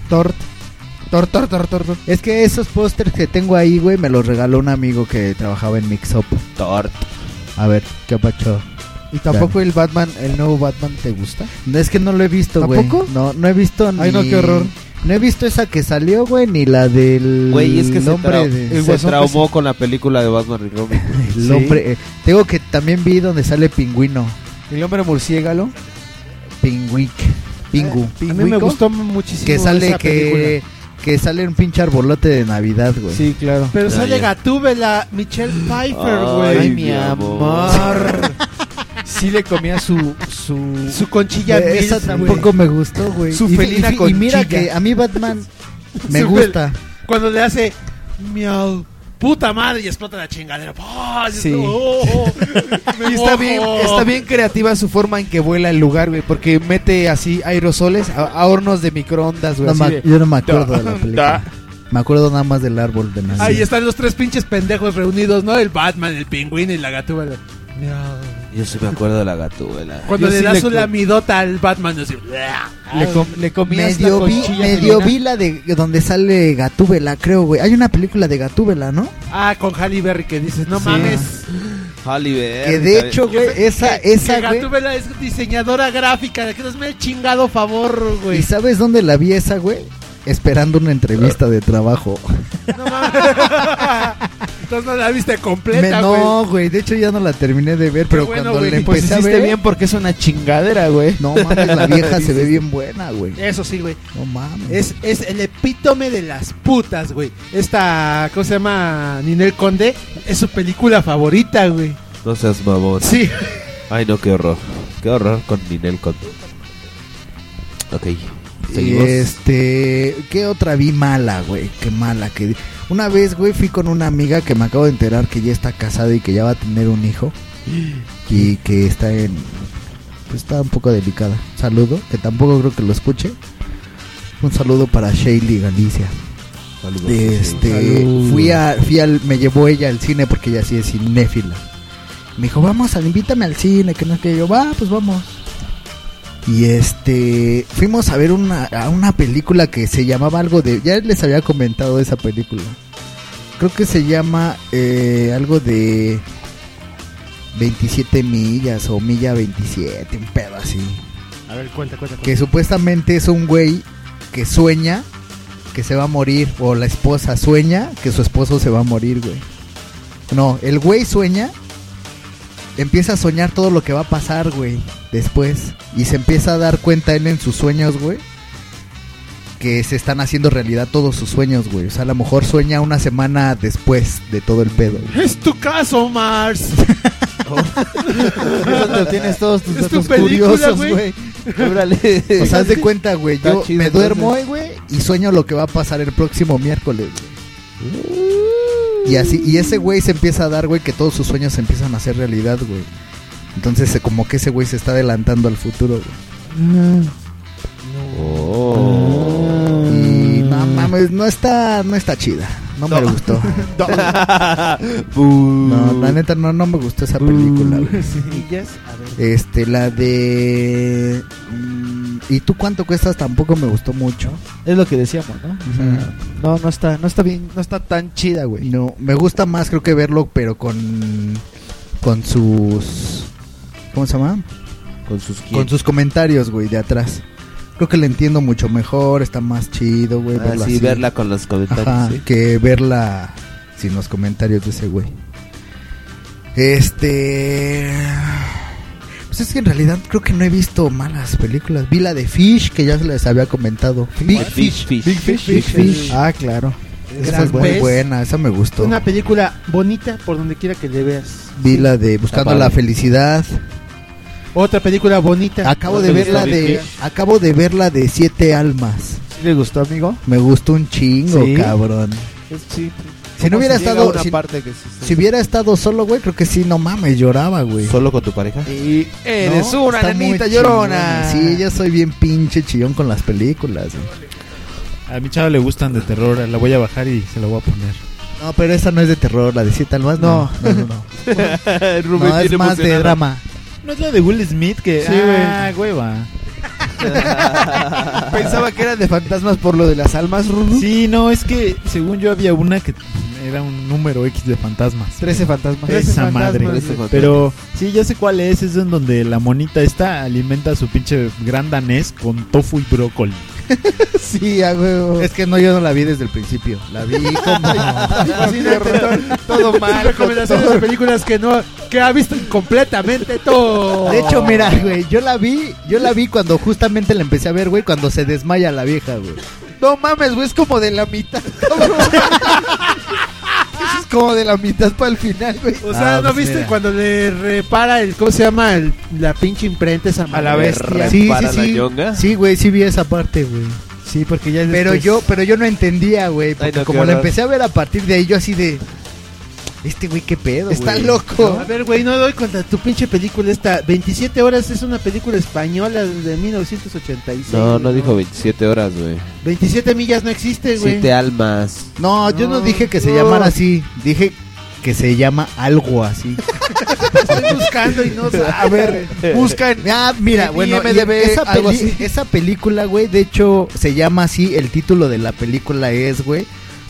Speaker 7: Tort. Tor, tor, tor, tor, tor. Es que esos pósters que tengo ahí, güey, me los regaló un amigo que trabajaba en Mixup.
Speaker 3: Tort.
Speaker 7: A ver, ¿qué pacho?
Speaker 23: Y tampoco el Batman, el nuevo Batman, ¿te gusta?
Speaker 7: No, Es que no lo he visto, güey.
Speaker 23: ¿Tampoco?
Speaker 7: No, no he visto ni...
Speaker 23: Ay, no, qué horror.
Speaker 7: No he visto esa que salió, güey, ni la del...
Speaker 3: Güey, es que se,
Speaker 7: hombre
Speaker 3: trau-
Speaker 7: de-
Speaker 3: se traumó con la película de Batman y Robin.
Speaker 7: El hombre... eh, Tengo que también vi donde sale Pingüino.
Speaker 23: El hombre murciégalo.
Speaker 7: Pingüic.
Speaker 23: Eh,
Speaker 7: Pingu.
Speaker 4: A mí me gustó muchísimo.
Speaker 7: Que sale
Speaker 4: esa película.
Speaker 7: que... Que sale un pinche arbolote de Navidad, güey.
Speaker 23: Sí, claro.
Speaker 4: Pero sale Gatúbela, Michelle Pfeiffer, güey.
Speaker 23: Ay, mi amor. Sí le comía su su
Speaker 4: Su conchilla
Speaker 7: Eh,
Speaker 4: Mills,
Speaker 7: Esa
Speaker 4: güey.
Speaker 7: tampoco me gustó, güey.
Speaker 23: Su
Speaker 7: Y fi-
Speaker 23: felina
Speaker 7: y fi- Y
Speaker 23: conchilla.
Speaker 7: mira que a
Speaker 23: *laughs*
Speaker 7: mí Batman me
Speaker 4: Su
Speaker 7: gusta.
Speaker 4: pel- Cuando le hace miau. Puta madre y explota la chingadera. ¡Ah!
Speaker 23: Sí.
Speaker 4: Dices, "Oh, oh, me
Speaker 23: *laughs* Y está
Speaker 4: mojo".
Speaker 23: bien, está bien creativa su forma en que vuela el lugar, güey, porque mete así aerosoles a, a hornos de microondas, güey.
Speaker 7: No
Speaker 23: así
Speaker 7: ma-
Speaker 23: de-
Speaker 7: yo no me acuerdo
Speaker 23: *laughs*
Speaker 7: de la película. Me acuerdo nada más del árbol de Navidad.
Speaker 4: Ahí están los tres pinches pendejos reunidos, ¿no? El Batman, el pingüino y la gatúbela. Miau.
Speaker 3: Yo sí me acuerdo de la gatúbela.
Speaker 4: Cuando
Speaker 3: Yo
Speaker 4: le
Speaker 3: sí
Speaker 4: da su
Speaker 3: co-
Speaker 4: lamidota al Batman, así.
Speaker 23: Le, com- le comías la
Speaker 7: medio vi,
Speaker 23: conchilla
Speaker 7: medio
Speaker 23: felina.
Speaker 7: vi la de donde sale Gatúbela, creo, güey. Hay una película de Gatúbela, ¿no?
Speaker 4: Ah, con Halle Berry que dices, no mames.
Speaker 3: Halle Berry,
Speaker 7: Que de hecho, güey, esa, esa,
Speaker 4: que
Speaker 7: güey.
Speaker 4: Gatúbela es diseñadora gráfica, de que hazme el chingado favor, güey.
Speaker 7: ¿Y sabes dónde la vi esa, güey? Esperando una entrevista de trabajo.
Speaker 17: Entonces no la viste
Speaker 7: Me-
Speaker 17: completa, güey.
Speaker 7: no, güey, de hecho ya no la terminé de ver, pero
Speaker 17: bueno,
Speaker 7: cuando
Speaker 17: güey.
Speaker 7: le
Speaker 17: Pues
Speaker 7: empecé a
Speaker 17: hiciste
Speaker 7: ver...
Speaker 17: bien
Speaker 7: porque es una chingadera, güey. No mames, la
Speaker 17: *laughs*
Speaker 7: vieja se ve bien buena, güey.
Speaker 17: Eso sí, güey.
Speaker 7: No mames.
Speaker 17: Es, es el epítome de las putas, güey. Esta, ¿cómo se llama? Ninel Conde. Es su película favorita, güey.
Speaker 3: No seas mamón.
Speaker 17: Sí.
Speaker 3: Ay, no, qué horror. Qué horror con Ninel Conde. Ok. *laughs*
Speaker 7: Y
Speaker 3: Seguimos.
Speaker 7: este, ¿qué otra vi mala, güey? Qué mala que una vez, güey, fui con una amiga que me acabo de enterar que ya está casada y que ya va a tener un hijo y que está en pues está un poco delicada. Saludo, que tampoco creo que lo escuche. Un saludo para Shaley Galicia.
Speaker 3: Saludos.
Speaker 7: Este,
Speaker 3: Saludos.
Speaker 7: fui a, fui al, me llevó ella al cine porque ella sí es cinéfila. Me dijo, vamos, al- invítame al cine, que no es que yo, va, pues vamos. Y este, fuimos a ver una, a una película que se llamaba algo de, ya les había comentado esa película. Creo que se llama eh, algo de 27 millas o milla 27, un pedo así.
Speaker 4: A ver, cuenta, cuenta. cuenta.
Speaker 7: Que supuestamente es un güey que sueña que se va a morir. O la esposa sueña que su esposo se va a morir, güey. No, el güey sueña. Empieza a soñar todo lo que va a pasar, güey. Después. Y se empieza a dar cuenta él en sus sueños, güey. Que se están haciendo realidad todos sus sueños, güey. O sea, a lo mejor sueña una semana después de todo el pedo. güey.
Speaker 17: Es tu caso,
Speaker 7: *laughs*
Speaker 17: Mars.
Speaker 7: Oh. Es donde obtienes todos tus
Speaker 17: Es tu
Speaker 7: datos
Speaker 17: película,
Speaker 7: curiosos,
Speaker 17: güey.
Speaker 7: güey. O sea,
Speaker 17: *laughs*
Speaker 7: haz de cuenta, güey.
Speaker 17: Está
Speaker 7: Yo
Speaker 17: chido,
Speaker 7: me duermo
Speaker 17: entonces.
Speaker 7: hoy, güey, y sueño lo que va a pasar el próximo miércoles, güey. Y así, y ese güey se empieza a dar, güey, que todos sus sueños se empiezan a hacer realidad, güey. Entonces, eh, como que ese güey se está adelantando al futuro, güey. Oh. Y no mames, no está, no está chida. *laughs* No, me gustó. no, la neta, no, no me gustó esa película, *laughs* güey.
Speaker 4: Sillas, a ver.
Speaker 7: Este, la de. mm, ¿Y tú cuánto cuestas? Tampoco me gustó mucho.
Speaker 23: Es lo que decíamos, ¿no? O sea, No, no está, no está bien, no está tan chida, güey.
Speaker 7: No, me gusta más, creo que verlo, pero con. Con sus. ¿Cómo se llama?
Speaker 3: Con sus Ah, quién?
Speaker 7: Con sus comentarios, güey, de atrás. Creo que le entiendo mucho mejor, está más chido, güey.
Speaker 3: Ah, sí, verla con los comentarios,
Speaker 7: Ajá,
Speaker 3: sí.
Speaker 7: que verla sin los comentarios de ese güey. Este. Pues es que en realidad creo que no he visto malas películas. Vi la de Fish, que ya se les había comentado.
Speaker 3: Big Fish. Fish.
Speaker 7: Big Fish.
Speaker 3: Big Fish.
Speaker 7: Ah, claro. Esa
Speaker 4: Gran
Speaker 7: es muy
Speaker 4: pez.
Speaker 7: buena, esa me gustó.
Speaker 4: Una película bonita por donde quiera que le veas.
Speaker 7: Vi la de Buscando
Speaker 4: Está
Speaker 7: la
Speaker 4: padre.
Speaker 7: Felicidad.
Speaker 4: Otra película bonita.
Speaker 7: Acabo de ver la de acabo de ver la de Siete Almas.
Speaker 23: ¿Le gustó, amigo?
Speaker 7: Me gustó un chingo,
Speaker 23: Sí.
Speaker 7: cabrón. Si no hubiera estado si, si hubiera estado solo, güey, creo que sí, no mames, lloraba, güey.
Speaker 3: Solo con tu pareja.
Speaker 7: Y eh,
Speaker 23: eres una nenita llorona.
Speaker 7: Sí, yo soy bien pinche chillón con las películas. güey.
Speaker 6: A mi chava le gustan de terror, la voy a bajar y se la voy a poner.
Speaker 7: No, pero esa no es de terror, la de Siete Almas no. No, no, no.
Speaker 6: *laughs* Rubén
Speaker 7: No, es
Speaker 6: viene
Speaker 7: más
Speaker 6: emocionado.
Speaker 7: de drama.
Speaker 6: ¿No es la de Will Smith que
Speaker 7: Sí,
Speaker 6: ah, hueva?
Speaker 23: *laughs* Pensaba que era de fantasmas por lo de las almas, Ruru.
Speaker 6: Sí, no, es que según yo había una que era un número X de fantasmas.
Speaker 23: 13 fantasmas.
Speaker 6: Esa madre.
Speaker 23: güey.
Speaker 6: Pero sí, ya sé cuál es. Es en donde la monita esta alimenta a su pinche gran danés con tofu y brócoli.
Speaker 7: sí, a huevo. Es que no yo no la vi desde el principio. La vi como
Speaker 17: Todo mal. Recomendaciones de películas que no. Que ha visto completamente todo.
Speaker 7: De hecho, mira, güey, yo la vi, yo la vi cuando justamente la empecé a ver, güey, cuando se desmaya la vieja, güey. No mames, güey, es como de la mitad. es como de la mitad para el final, güey.
Speaker 17: O sea, ¿no
Speaker 7: pues
Speaker 17: viste cuando le repara el. ¿Cómo se llama? El- la pinche imprenta esa madre?
Speaker 7: Sí, sí, sí. Sí, güey, sí vi esa parte, güey.
Speaker 23: Sí, porque ya
Speaker 7: Pero
Speaker 23: después-
Speaker 7: yo, pero yo no entendía, güey, porque
Speaker 23: no, qué
Speaker 7: como la
Speaker 23: horror.
Speaker 7: empecé a ver a partir de ahí yo así de este güey qué pedo,
Speaker 4: Está
Speaker 7: güey.
Speaker 4: loco. a ver, güey, no doy contra tu pinche película esta. 27 horas es una película española de 1986.
Speaker 3: No, no dijo 27 horas, güey.
Speaker 4: 27 millas no existe, güey.
Speaker 3: Siete almas.
Speaker 7: No,
Speaker 4: *laughs*
Speaker 7: yo no dije que se
Speaker 4: no.
Speaker 7: llamara así, dije que se llama algo así.
Speaker 4: Estoy buscando y no
Speaker 7: A ver, buscan. Ah, *laughs* mira, bueno, y
Speaker 23: IMDb,
Speaker 7: esa,
Speaker 23: algo
Speaker 7: peli-
Speaker 23: así.
Speaker 7: esa película, güey, de hecho, se llama así. El título de la película es, güey,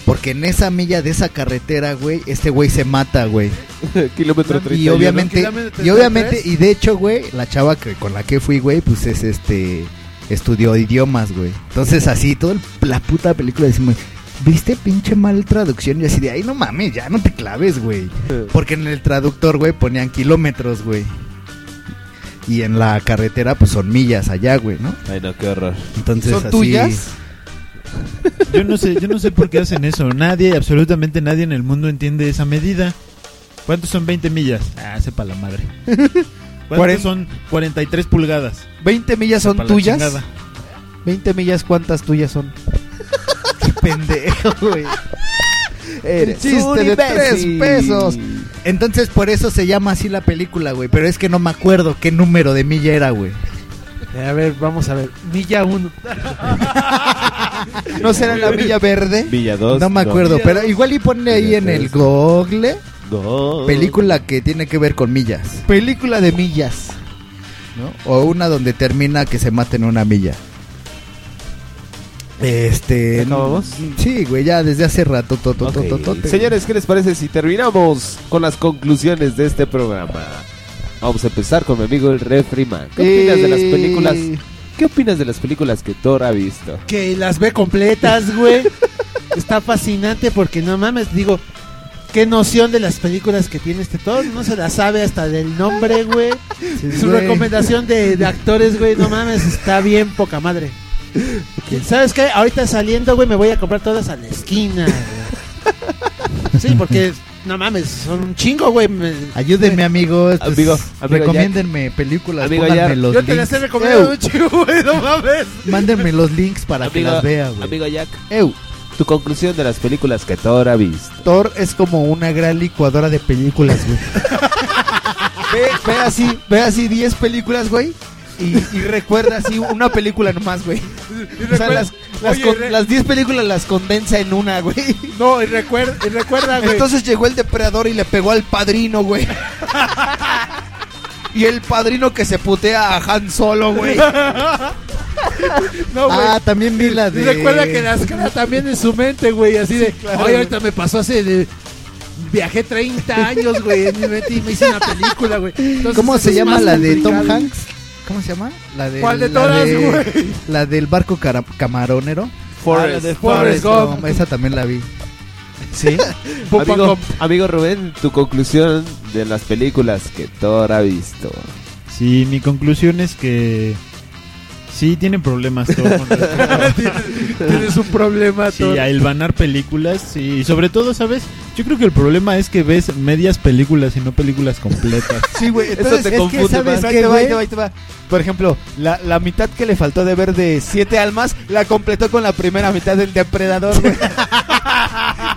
Speaker 7: porque en esa milla de esa carretera, güey, este güey se
Speaker 23: *laughs*
Speaker 7: mata, güey.
Speaker 3: Kilómetro
Speaker 7: Y
Speaker 3: 31.
Speaker 7: obviamente,
Speaker 3: Kilómetro
Speaker 7: y obviamente, y de hecho, güey, la chava que, con la que fui, güey, pues es este. Estudió idiomas, güey. Entonces, así, toda la puta película decimos. viste pinche mal traducción. Y así de, ay, no mames, ya no te claves, güey. Porque en el traductor, güey, ponían kilómetros, güey. Y en la carretera, pues son millas allá, güey, ¿no?
Speaker 3: Ay, no, qué horror.
Speaker 7: Entonces, así-
Speaker 6: Yo no sé, yo no sé por qué hacen eso. Nadie, absolutamente nadie en el mundo entiende esa medida. ¿Cuántos son 20 millas? Ah, sepa
Speaker 2: *laughs*
Speaker 6: la madre. ¿Cuántos
Speaker 2: Cuaren-
Speaker 6: son 43 pulgadas?
Speaker 2: 20 millas son
Speaker 6: Sepa la
Speaker 2: tuyas.
Speaker 6: chingada.
Speaker 2: 20 millas, ¿cuántas tuyas
Speaker 6: *laughs*
Speaker 2: son?
Speaker 4: *laughs*
Speaker 7: pendejo, güey.
Speaker 3: Eres
Speaker 7: chiste
Speaker 3: un
Speaker 7: de tres
Speaker 3: imbécil.
Speaker 7: pesos. Entonces, por eso se llama así la película, güey. Pero es que no me acuerdo qué número de milla era, güey.
Speaker 4: A ver, vamos a ver. Milla 1.
Speaker 7: *laughs* ¿No será la Villa Verde?
Speaker 3: Villa 2.
Speaker 7: No me acuerdo, pero igual y ponle ahí en el google
Speaker 3: No.
Speaker 7: película que tiene que ver con millas. Película de millas. ¿No? O una donde termina que se maten una milla. Este.
Speaker 3: ¿Acabamos?
Speaker 7: Sí, güey, ya desde hace rato. to- to- to- to- to-
Speaker 3: Ok. Señores, ¿qué les parece si terminamos con las conclusiones de este programa? Vamos a empezar con mi amigo el Refriman. ¿Qué opinas de las
Speaker 4: Eh.
Speaker 3: películas? ¿Qué opinas de las películas que Thor ha visto?
Speaker 4: Que las ve completas, güey. Está fascinante porque no mames, digo, qué noción de las películas que tiene este todo. No se la sabe hasta del nombre, güey. Su
Speaker 7: güey.
Speaker 4: recomendación de, de actores, güey, no mames, está bien poca madre. ¿Sabes qué? Ahorita saliendo, güey, me voy a comprar todas a la esquina, güey. Sí, porque, no mames, son un chingo, güey. me-
Speaker 7: Ayúdenme, amigos. pues,
Speaker 4: Amigo, amigo
Speaker 7: recomiéndenme películas.
Speaker 4: Amigo
Speaker 7: pónganme
Speaker 4: Jack.
Speaker 7: los
Speaker 4: Yo te las
Speaker 7: links.
Speaker 4: he recomendado
Speaker 7: Eu.
Speaker 4: un chingo, güey, no mames.
Speaker 7: Mándenme los links para que
Speaker 3: Amigo-
Speaker 7: las vea, güey.
Speaker 3: Amigo Jack,
Speaker 7: Eu.
Speaker 3: tu conclusión de las películas que Thor ha visto.
Speaker 23: Thor es como una gran licuadora de películas, güey. *laughs* ve, ve así, ve así 10 películas, güey. Y, y recuerda así una película nomás, güey. O sea,
Speaker 17: recuerda-
Speaker 23: las, las
Speaker 17: Oye,
Speaker 23: con-
Speaker 17: y re-
Speaker 23: las 10 películas las condensa en una, güey.
Speaker 17: No, y recuerda, y recuerda güey.
Speaker 23: Entonces llegó el depredador y le pegó al padrino, güey. y el padrino que se putea a Han Solo,
Speaker 4: *laughs*
Speaker 23: güey.
Speaker 17: *laughs* No, güey.
Speaker 7: Ah, también vi la de.
Speaker 17: Recuerda que las cara también en su mente, güey. Así de,
Speaker 7: claro,
Speaker 17: ay,
Speaker 7: güey.
Speaker 17: ahorita me pasó hace de. Viajé 30 años, güey, en mi mente y me hice una película, güey. Entonces,
Speaker 7: ¿Cómo
Speaker 17: eso
Speaker 7: se
Speaker 17: es
Speaker 7: llama
Speaker 17: más
Speaker 7: la de Tom
Speaker 17: complicado.
Speaker 7: Hanks? ¿Cómo se llama? La de,
Speaker 17: ¿Cuál de
Speaker 7: la
Speaker 17: todas,
Speaker 7: de-
Speaker 17: güey?
Speaker 7: La del barco cara- camaronero.
Speaker 3: Forrest. Ah, la de Forrest
Speaker 7: Gump.
Speaker 3: Gump.
Speaker 7: Esa también la vi.
Speaker 3: *laughs*
Speaker 23: *laughs*
Speaker 3: ¿Sí? amigo, amigo Rubén, tu conclusión de las películas que Thor ha visto.
Speaker 6: Sí, mi conclusión es que sí tienen problemas Thor
Speaker 2: *laughs*
Speaker 6: con respecto a-
Speaker 17: Tienes un problema,
Speaker 6: Sí,
Speaker 17: Thor.
Speaker 6: a hilvanar películas sí, y sobre todo, ¿sabes? Yo creo que el problema es que ves medias películas y no películas
Speaker 2: *laughs*
Speaker 6: completas.
Speaker 23: Sí, güey. Entonces,
Speaker 6: te
Speaker 23: es que,
Speaker 6: confunde
Speaker 23: ¿sabes
Speaker 6: más.
Speaker 23: qué,
Speaker 6: Ahí te va,
Speaker 23: güey?
Speaker 6: ahí te va, ahí te va.
Speaker 23: Por ejemplo, la, la mitad que le faltó de ver de Siete Almas la completó con la primera mitad del Depredador, güey.
Speaker 6: *laughs*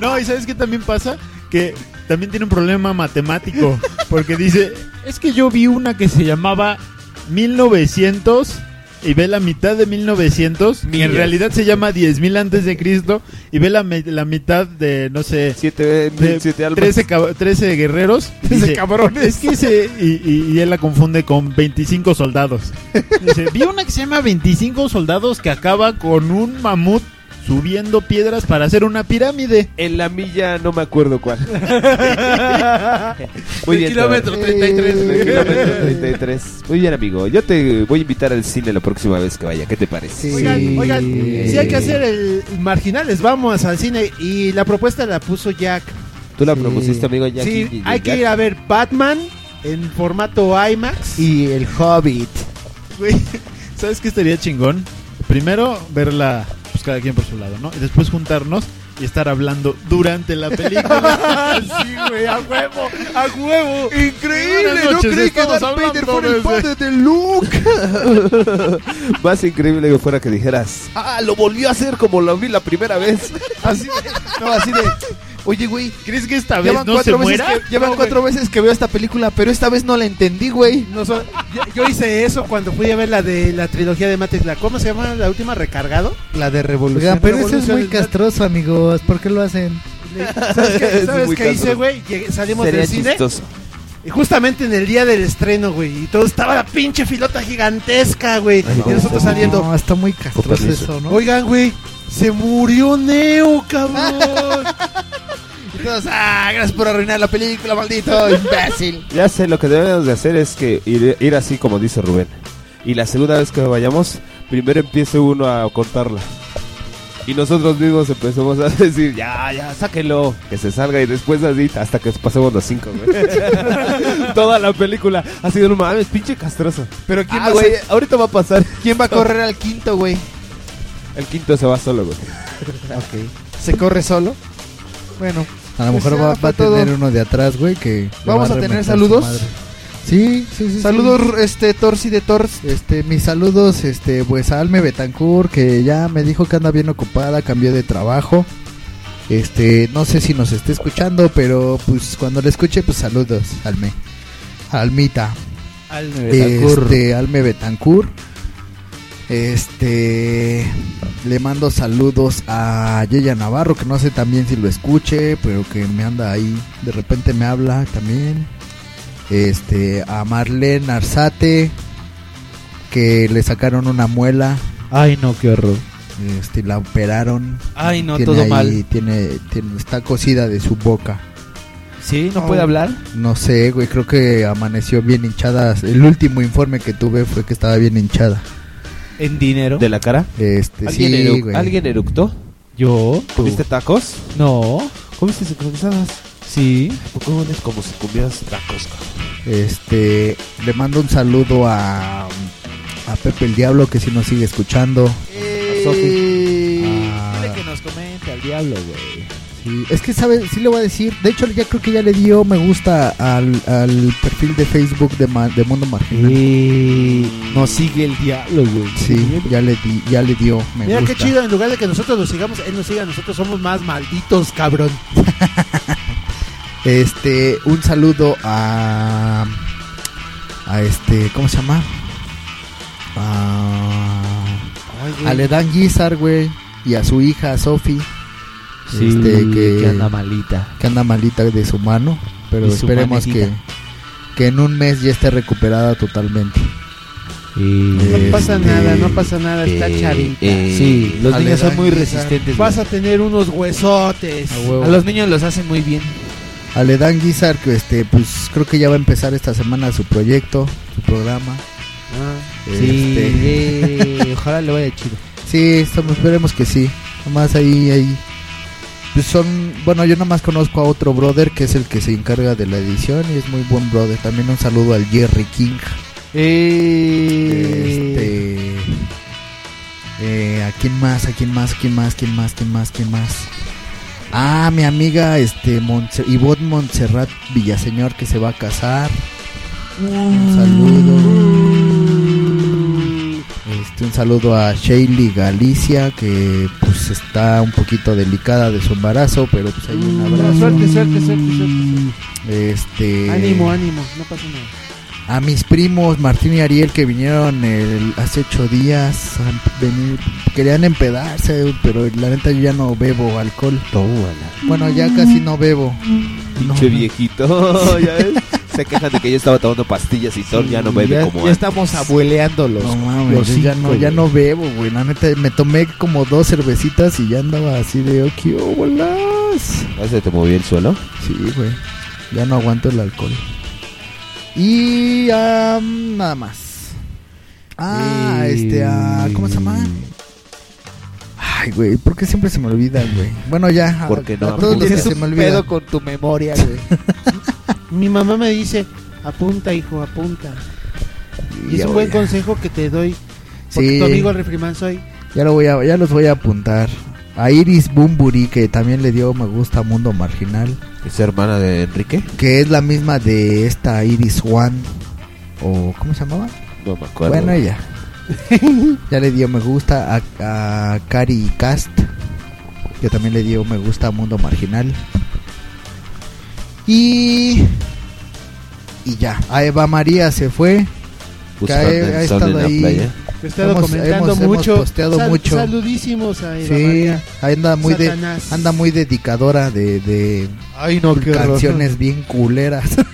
Speaker 6: No, y ¿sabes qué también pasa? Que también tiene un problema matemático. Porque dice, es que yo vi una que se llamaba 1900 y ve la mitad de 1900 y en
Speaker 3: Millas.
Speaker 6: realidad se llama 10.000 antes de Cristo y ve la, me- la mitad de, no sé,
Speaker 3: Siete, eh,
Speaker 6: de
Speaker 3: siete almas.
Speaker 6: 13, cab- 13
Speaker 3: *laughs*
Speaker 6: guerreros. Dice,
Speaker 3: cabrones.
Speaker 6: Es que ese, y, y- y él la confunde con 25 soldados. Dice, vi una que se llama 25 soldados que acaba con un mamut subiendo piedras para hacer una pirámide.
Speaker 3: En la milla no me acuerdo cuál. Muy
Speaker 17: Del
Speaker 3: bien,
Speaker 17: kilómetro
Speaker 3: Thor.
Speaker 17: 33,
Speaker 3: Del
Speaker 17: güey.
Speaker 3: kilómetro 33. Muy bien, amigo. Yo te voy a invitar al cine la próxima vez que vaya. ¿Qué te parece?
Speaker 4: Oigan, oigan, si hay que hacer el marginales, vamos al cine. Y la propuesta la puso Jack.
Speaker 3: Tú la propusiste, amigo. Ya
Speaker 4: sí,
Speaker 3: aquí, ya
Speaker 4: hay que ir a ver Batman en formato IMAX.
Speaker 7: Y el Hobbit.
Speaker 6: Güey, ¿sabes qué estaría chingón? Primero verla, pues cada quien por su lado, ¿no? Y después juntarnos y estar hablando durante la *laughs* película.
Speaker 17: *laughs* sí, güey, a huevo, a huevo.
Speaker 23: Increíble,
Speaker 17: Buenas
Speaker 23: no
Speaker 17: noches,
Speaker 23: creí que
Speaker 17: estamos
Speaker 23: Darth Vader
Speaker 17: hablando
Speaker 23: fuera el
Speaker 17: desde-
Speaker 23: padre de Luke.
Speaker 3: *laughs* Más increíble que fuera que dijeras, ah, lo volvió a hacer como lo vi la primera *laughs* vez.
Speaker 23: Así de, no, así de. Oye, güey.
Speaker 6: ¿Crees que esta
Speaker 23: ya van cuatro veces que- ya van
Speaker 17: No,
Speaker 23: cuatro veces que veo esta película, pero esta vez no la entendí, güey.
Speaker 4: No son- yo, yo hice eso cuando fui a ver la de la trilogía de Matrix. La, ¿Cómo se llama la última? ¿Recargado?
Speaker 23: La de
Speaker 7: Oigan,
Speaker 23: Revolución.
Speaker 7: pero eso es
Speaker 4: Revolución
Speaker 7: muy
Speaker 4: del-
Speaker 7: castroso, amigos. ¿Por qué
Speaker 23: *laughs*
Speaker 7: lo hacen?
Speaker 4: *laughs* ¿Sabes qué,
Speaker 7: Es
Speaker 4: sabes
Speaker 7: muy
Speaker 4: qué hice,
Speaker 7: cabrón.
Speaker 4: güey? Llegué- Salimos
Speaker 7: Sería
Speaker 4: del cine.
Speaker 7: chistoso.
Speaker 4: Y justamente en el día del estreno, güey. Y todo estaba la pinche filota gigantesca, güey.
Speaker 7: Ay,
Speaker 4: y
Speaker 7: no,
Speaker 4: nosotros
Speaker 7: no,
Speaker 4: saliendo.
Speaker 7: No, está muy castroso
Speaker 4: permiso.
Speaker 7: eso, ¿no?
Speaker 4: Oigan, güey, se murió Neo,
Speaker 23: *laughs*
Speaker 4: cabrón.
Speaker 23: Entonces, ah, gracias por arruinar la película, maldito imbécil.
Speaker 3: Ya sé, lo que debemos de hacer es que ir, ir así como dice Rubén. Y la segunda vez que vayamos, primero empiece uno a contarla. Y nosotros mismos empezamos a decir, ya, ya, sáquenlo. Que se salga y después así, hasta que pasemos los cinco, *laughs* güey. Toda la película ha sido, no mames, pinche castroso. Pero
Speaker 23: ¿quién
Speaker 3: ah,
Speaker 23: va a
Speaker 3: güey,
Speaker 23: ser-
Speaker 3: ahorita va a pasar.
Speaker 23: ¿Quién va a
Speaker 3: *laughs*
Speaker 23: correr al quinto, güey?
Speaker 3: El quinto se va solo, güey.
Speaker 23: ok. ¿Se corre solo? Bueno.
Speaker 7: A lo
Speaker 23: pues
Speaker 7: mejor
Speaker 23: ya,
Speaker 7: va, va
Speaker 23: fue
Speaker 7: a
Speaker 23: todo.
Speaker 7: tener uno de atrás, güey, que... le
Speaker 23: Vamos
Speaker 7: va
Speaker 23: a tener
Speaker 7: reventar su
Speaker 23: saludos.
Speaker 7: madre. Sí, sí, sí.
Speaker 23: Saludos,
Speaker 7: este, Torsi de Tors. Este, mis saludos, este, pues a Alme Betancourt, que ya me dijo que anda bien ocupada, cambió de trabajo. Este, no sé si nos esté escuchando, pero pues cuando la escuche, pues saludos, Alme. Almita.
Speaker 23: Alme Betancourt.
Speaker 7: Este, Alme Betancourt. Este, le mando saludos a Yeya Navarro, que no sé también si lo escuche, pero que me anda ahí, de repente me habla también. Este, a Marlene Arzate, que le sacaron una muela,
Speaker 20: Ay, no, qué horror.
Speaker 7: este, la operaron.
Speaker 2: Ay, no,
Speaker 7: Tiene
Speaker 2: todo
Speaker 7: ahí-
Speaker 2: mal.
Speaker 7: Tiene, tiene, está cosida de su boca.
Speaker 2: ¿Sí? ¿No
Speaker 3: Oh.
Speaker 2: puede hablar?
Speaker 7: No sé, güey, creo que amaneció bien hinchada. El último informe que tuve fue que estaba bien hinchada.
Speaker 2: ¿En dinero?
Speaker 3: ¿De la cara?
Speaker 7: Este,
Speaker 3: ¿Alguien,
Speaker 7: sí,
Speaker 3: eru-
Speaker 7: güey.
Speaker 3: ¿Alguien eructó?
Speaker 2: ¿Yo?
Speaker 3: ¿Comiste tacos?
Speaker 2: No.
Speaker 3: ¿Comiste sincronizadas?
Speaker 2: Sí.
Speaker 3: ¿Cómo es como si comieras tacos, cabrón?
Speaker 7: Este, le mando un saludo a, a Pepe el Diablo que si nos sigue escuchando.
Speaker 2: Dile que nos comente al diablo, güey.
Speaker 7: Sí, es que sabe, sí le voy a decir. De hecho, ya creo que ya le dio me gusta al, al perfil de Facebook de, Ma- de Mundo Marginal.
Speaker 2: nos sigue el diablo, güey.
Speaker 7: Sí, ya le di, ya le dio me
Speaker 4: Mira
Speaker 7: gusta.
Speaker 4: qué chido, en lugar de que nosotros lo sigamos, él nos siga, nosotros somos más malditos, cabrón.
Speaker 7: Este, un saludo a a este, ¿cómo se llama? A
Speaker 2: güey.
Speaker 7: a Ledan Guizar, güey, y a su hija Sofi.
Speaker 2: Sí, que anda malita.
Speaker 7: Que anda malita de su mano, pero
Speaker 2: De su
Speaker 7: esperemos que
Speaker 2: manecita.
Speaker 7: que en un mes ya esté recuperada totalmente.
Speaker 4: No pasa nada, no pasa nada, está
Speaker 7: Eh,
Speaker 4: chavita.
Speaker 2: este, eh, sí, los niños son muy resistentes.
Speaker 4: Vas a tener unos huesotes.
Speaker 2: A los niños los hacen muy bien.
Speaker 7: A Ledan Guizar, que este, pues creo que ya va a empezar esta semana su proyecto, su programa. Ah,
Speaker 4: Ah,
Speaker 7: Este,
Speaker 2: Sí, eh, ojalá le vaya chido.
Speaker 7: Sí, estamos, esperemos que sí. Nomás ahí, ahí. Pues son, bueno, yo nomás conozco a otro brother que es el que se encarga de la edición y es muy buen brother. También un saludo al Jerry King. Este. eh, ¿A quién más? ¿A quién más? ¿Quién más? ¿Quién más? ¿Quién más? ¿Quién más? Ah, mi amiga, este, Montse Ivonne Montserrat Villaseñor que se va a casar.
Speaker 4: Mm.
Speaker 7: Un saludo. Este, un saludo a Shaylee Galicia que pues está un poquito delicada de su embarazo, pero pues hay un abrazo.
Speaker 4: Mm. Suerte, suerte, suerte, suerte.
Speaker 7: Este
Speaker 4: Ánimo, ánimo, no pasa nada.
Speaker 7: a mis primos Martín y Ariel que vinieron el- hace ocho días a venir- querían empedarse pero la neta yo ya no bebo alcohol bueno ya casi no bebo
Speaker 3: Pinche viejito, *laughs* ¿ya ves? Se quejan de que yo estaba tomando pastillas y sol, ya no bebe
Speaker 23: ya,
Speaker 3: como
Speaker 23: ya
Speaker 3: antes.
Speaker 23: estamos abueleándolos.
Speaker 7: no mames, yo ya no ya no bebo güey la neta me tomé como dos cervecitas y ya andaba así de oh, qué bolas
Speaker 3: ¿Ya se te movió el suelo?
Speaker 7: Sí, güey. ya no aguanto el alcohol y ah, nada más ah
Speaker 4: Eh,
Speaker 7: este ah, cómo se llama Ay, güey, ¿por qué siempre se me olvidan, güey? Bueno, ya. a-
Speaker 23: Porque no,
Speaker 7: a todos los que
Speaker 23: tienes
Speaker 7: se
Speaker 23: un
Speaker 7: me olvidan.
Speaker 23: pedo con tu memoria, güey.
Speaker 3: *laughs*
Speaker 4: Mi mamá me dice, apunta, hijo, apunta. Y
Speaker 7: Ya
Speaker 4: es un
Speaker 7: voy
Speaker 4: buen
Speaker 7: a-
Speaker 4: consejo que te doy. Porque
Speaker 7: Sí.
Speaker 4: tu amigo el refrimán soy.
Speaker 7: Ya, lo voy a, ya los voy a apuntar. A Iris Bumburi, que también le dio me gusta a Mundo Marginal.
Speaker 3: ¿Es hermana de Enrique?
Speaker 7: Que es la misma de esta Iris One. ¿O cómo se llamaba?
Speaker 3: No me acuerdo.
Speaker 7: Bueno,
Speaker 3: *laughs*
Speaker 7: ella. ya le dio me gusta a, a Cari Cast. Que también le dio me gusta a Mundo Marginal. Y. Y ya. A Eva María se fue. Que ha,
Speaker 3: Buscando el
Speaker 7: ha
Speaker 3: sol en
Speaker 7: estado
Speaker 3: la
Speaker 7: ahí.
Speaker 3: playa.
Speaker 4: Te
Speaker 17: *laughs*
Speaker 4: he estado
Speaker 7: Hemos-
Speaker 4: comentando
Speaker 7: hemos- hemos
Speaker 4: mucho.
Speaker 7: posteado
Speaker 4: Sal-
Speaker 7: mucho.
Speaker 4: Saludísimos a Eva
Speaker 7: Sí,
Speaker 4: María.
Speaker 7: anda muy de,
Speaker 4: Satanás.
Speaker 7: anda muy dedicadora de, de
Speaker 23: Ay, no, qué horror.
Speaker 7: canciones bien *laughs* culeras.
Speaker 4: *laughs*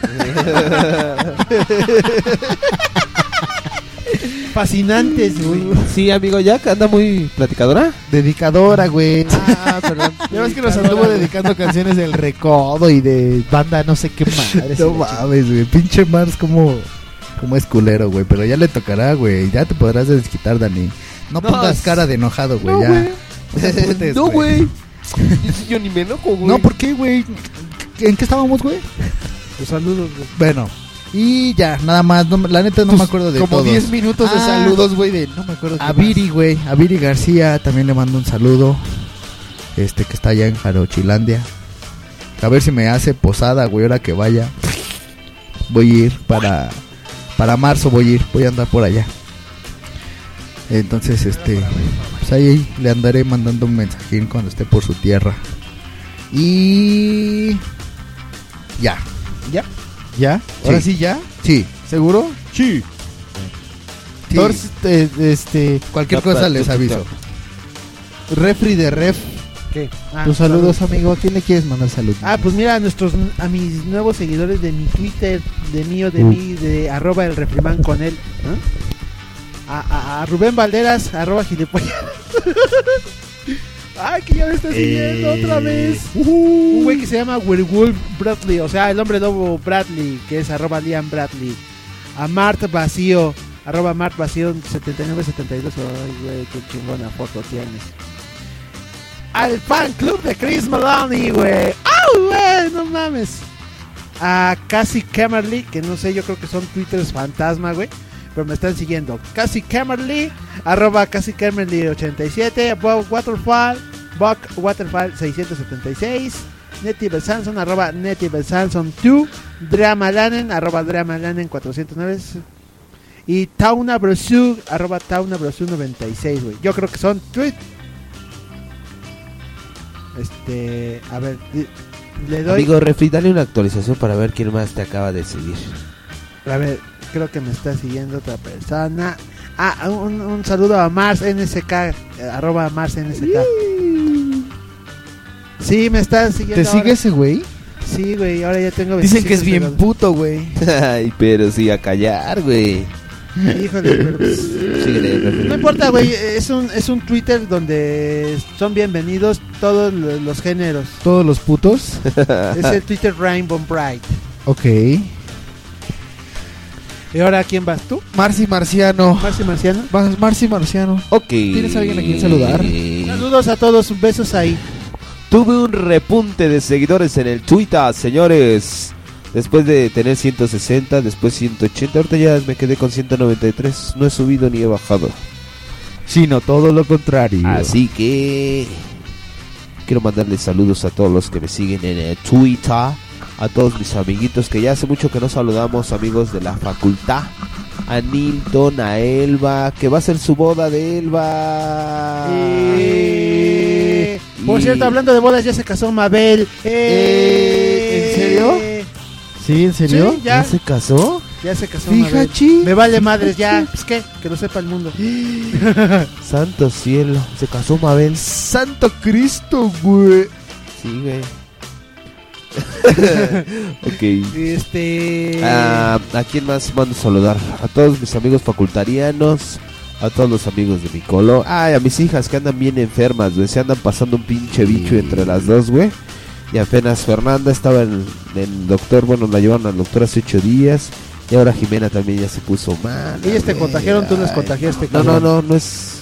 Speaker 4: Fascinantes, güey.
Speaker 3: Sí, amigo Jack, anda muy platicadora.
Speaker 23: *laughs* Dedicadora, güey. *laughs* Ah,
Speaker 7: *laughs*
Speaker 23: perdón. Ya ves que nos anduvo dedicando canciones del recodo y de banda no sé qué madre.
Speaker 7: *laughs* no mames, güey, pinche Mars como como es culero, güey, pero ya le tocará, güey, ya te podrás desquitar, Dani.
Speaker 23: No,
Speaker 7: No, pongas
Speaker 23: es-
Speaker 7: cara de enojado, güey,
Speaker 23: no,
Speaker 7: ya.
Speaker 23: güey.
Speaker 7: Putes,
Speaker 3: no, güey. Yo- Yo ni me enojo, güey.
Speaker 7: No, ¿por qué, güey? ¿En qué estábamos, güey?
Speaker 4: Los saludos, güey.
Speaker 7: Bueno. Y ya, nada más. no me- la neta no me acuerdo de
Speaker 23: Pues, Como
Speaker 7: todos.
Speaker 23: 10 minutos de
Speaker 7: Ah,
Speaker 23: saludos, güey, de no me acuerdo.
Speaker 3: Ah,
Speaker 7: A Viri, güey. A Viri García también le mando un saludo. Este que está allá en Jarochilandia. A ver si me hace posada, güey, ahora que vaya. Voy a ir para para marzo voy a ir, voy a andar por allá. Entonces, este pues ahí le andaré mandando un mensajín cuando esté por su tierra. Y ya.
Speaker 23: ¿Ya? ¿Ya? ¿Ahora sí ya?
Speaker 7: Sí.
Speaker 23: ¿Seguro? Sí. Tor- eh, este,
Speaker 7: Cualquier cosa les aviso.
Speaker 23: Refri de ref.
Speaker 4: ¿Qué?
Speaker 23: Ah, Tus saludos, amigo. ¿A quién le quieres mandar saludos?
Speaker 4: Ah, pues mira, a nuestros, a mis nuevos seguidores de mi Twitter, de mío, de
Speaker 23: Mm.
Speaker 4: mí, de arroba el refrimán con él. ¿no? A, a- a Rubén Valderas, arroba gilipollas. *laughs* Ay, que ya me está siguiendo
Speaker 17: Eh.
Speaker 4: otra vez. Un güey que se llama Werewolf Bradley, o sea, el hombre lobo Bradley, que es arroba Liam Bradley. A Mart Vacío, arroba Mart Vacío 7972. Ay, güey, qué chingona foto tienes. Al fan club de Chris Maloney, güey. ¡Ah, güey! No mames. A Cassie Camerly, que no sé, yo creo que son twitters fantasma, güey. Pero me están siguiendo. Cassie Camerly, arroba Cassie Camerly 87, Bob Waterfall, Buck Waterfall 676, Nettie Sanson, arroba Nettie Sanson 2, Drama Lanen, arroba Drama Lanen 409, y Tauna Brosu, arroba Tauna Brosu 96, güey. Yo creo que son tweet. Este, a ver, di- le doy.
Speaker 3: Amigo, refri, dale una actualización para ver quién más te acaba de seguir. *laughs*
Speaker 4: A ver, creo que me está siguiendo otra persona. Ah, un, un saludo a Mars NSK, eh, arroba Mars NSK. Sí, me están siguiendo.
Speaker 23: ¿Te sigue
Speaker 4: ahora.
Speaker 23: ese güey?
Speaker 4: Sí, güey, ahora ya tengo.
Speaker 23: Dicen que es
Speaker 4: 25
Speaker 23: bien
Speaker 4: seguidores.
Speaker 23: puto, güey.
Speaker 3: Ay, pero sí, a callar, güey.
Speaker 4: Híjole, pero pues-
Speaker 3: Síguele, refri.
Speaker 4: No importa, güey, es un, es un Twitter donde son bienvenidos todos lo- los géneros.
Speaker 23: Todos los putos.
Speaker 4: *laughs*
Speaker 23: *laughs*
Speaker 4: Es el Twitter Rainbow Bright.
Speaker 23: Ok.
Speaker 4: ¿Y ahora quién vas tú?
Speaker 23: Marci Marciano.
Speaker 4: Marci Marciano.
Speaker 23: Marci Marciano.
Speaker 3: Ok.
Speaker 23: ¿Tienes alguien a quien saludar?
Speaker 4: Saludos a todos, besos ahí.
Speaker 3: Tuve un repunte de seguidores en el Twitter, señores. Después de tener 160, después 180, ahorita ya me quedé con 193. No he subido ni he bajado.
Speaker 23: Sino todo lo contrario.
Speaker 3: Así que quiero mandarles saludos a todos los que me siguen en el Twitter, a todos mis amiguitos que ya hace mucho que no saludamos, amigos de la facultad. A Nilton, a Elba, que va a ser su boda de Elba. Y-
Speaker 4: Por
Speaker 3: Eh,
Speaker 4: cierto, hablando de bodas, ya se casó Mabel. Eh, ¿En serio?
Speaker 23: ¿Sí? ¿En serio?
Speaker 4: Sí, ya.
Speaker 23: se casó?
Speaker 4: Ya se casó
Speaker 23: Fija
Speaker 4: Mabel.
Speaker 23: chi.
Speaker 4: Me vale madres, ya. Pues qué, que lo sepa el mundo. *laughs*
Speaker 3: Santo cielo, se casó Mabel.
Speaker 23: Santo Cristo, güey.
Speaker 3: Sí, güey. ok.
Speaker 4: *laughs* Este.
Speaker 3: Ah, ¿A quién más mando saludar? A todos mis amigos facultarianos, a todos los amigos de mi colo. Ay, a mis hijas que andan bien enfermas, güey. Se andan pasando un pinche bicho entre las dos, güey. Y apenas Fernanda estaba en en el doctor, bueno, la llevaron al doctor hace ocho días. Y ahora Jimena también ya se puso mal.
Speaker 4: Ellas te contagiaron, tú les
Speaker 3: ay.
Speaker 4: contagiaste.
Speaker 3: No, no,
Speaker 4: cabrón.
Speaker 3: no, no es.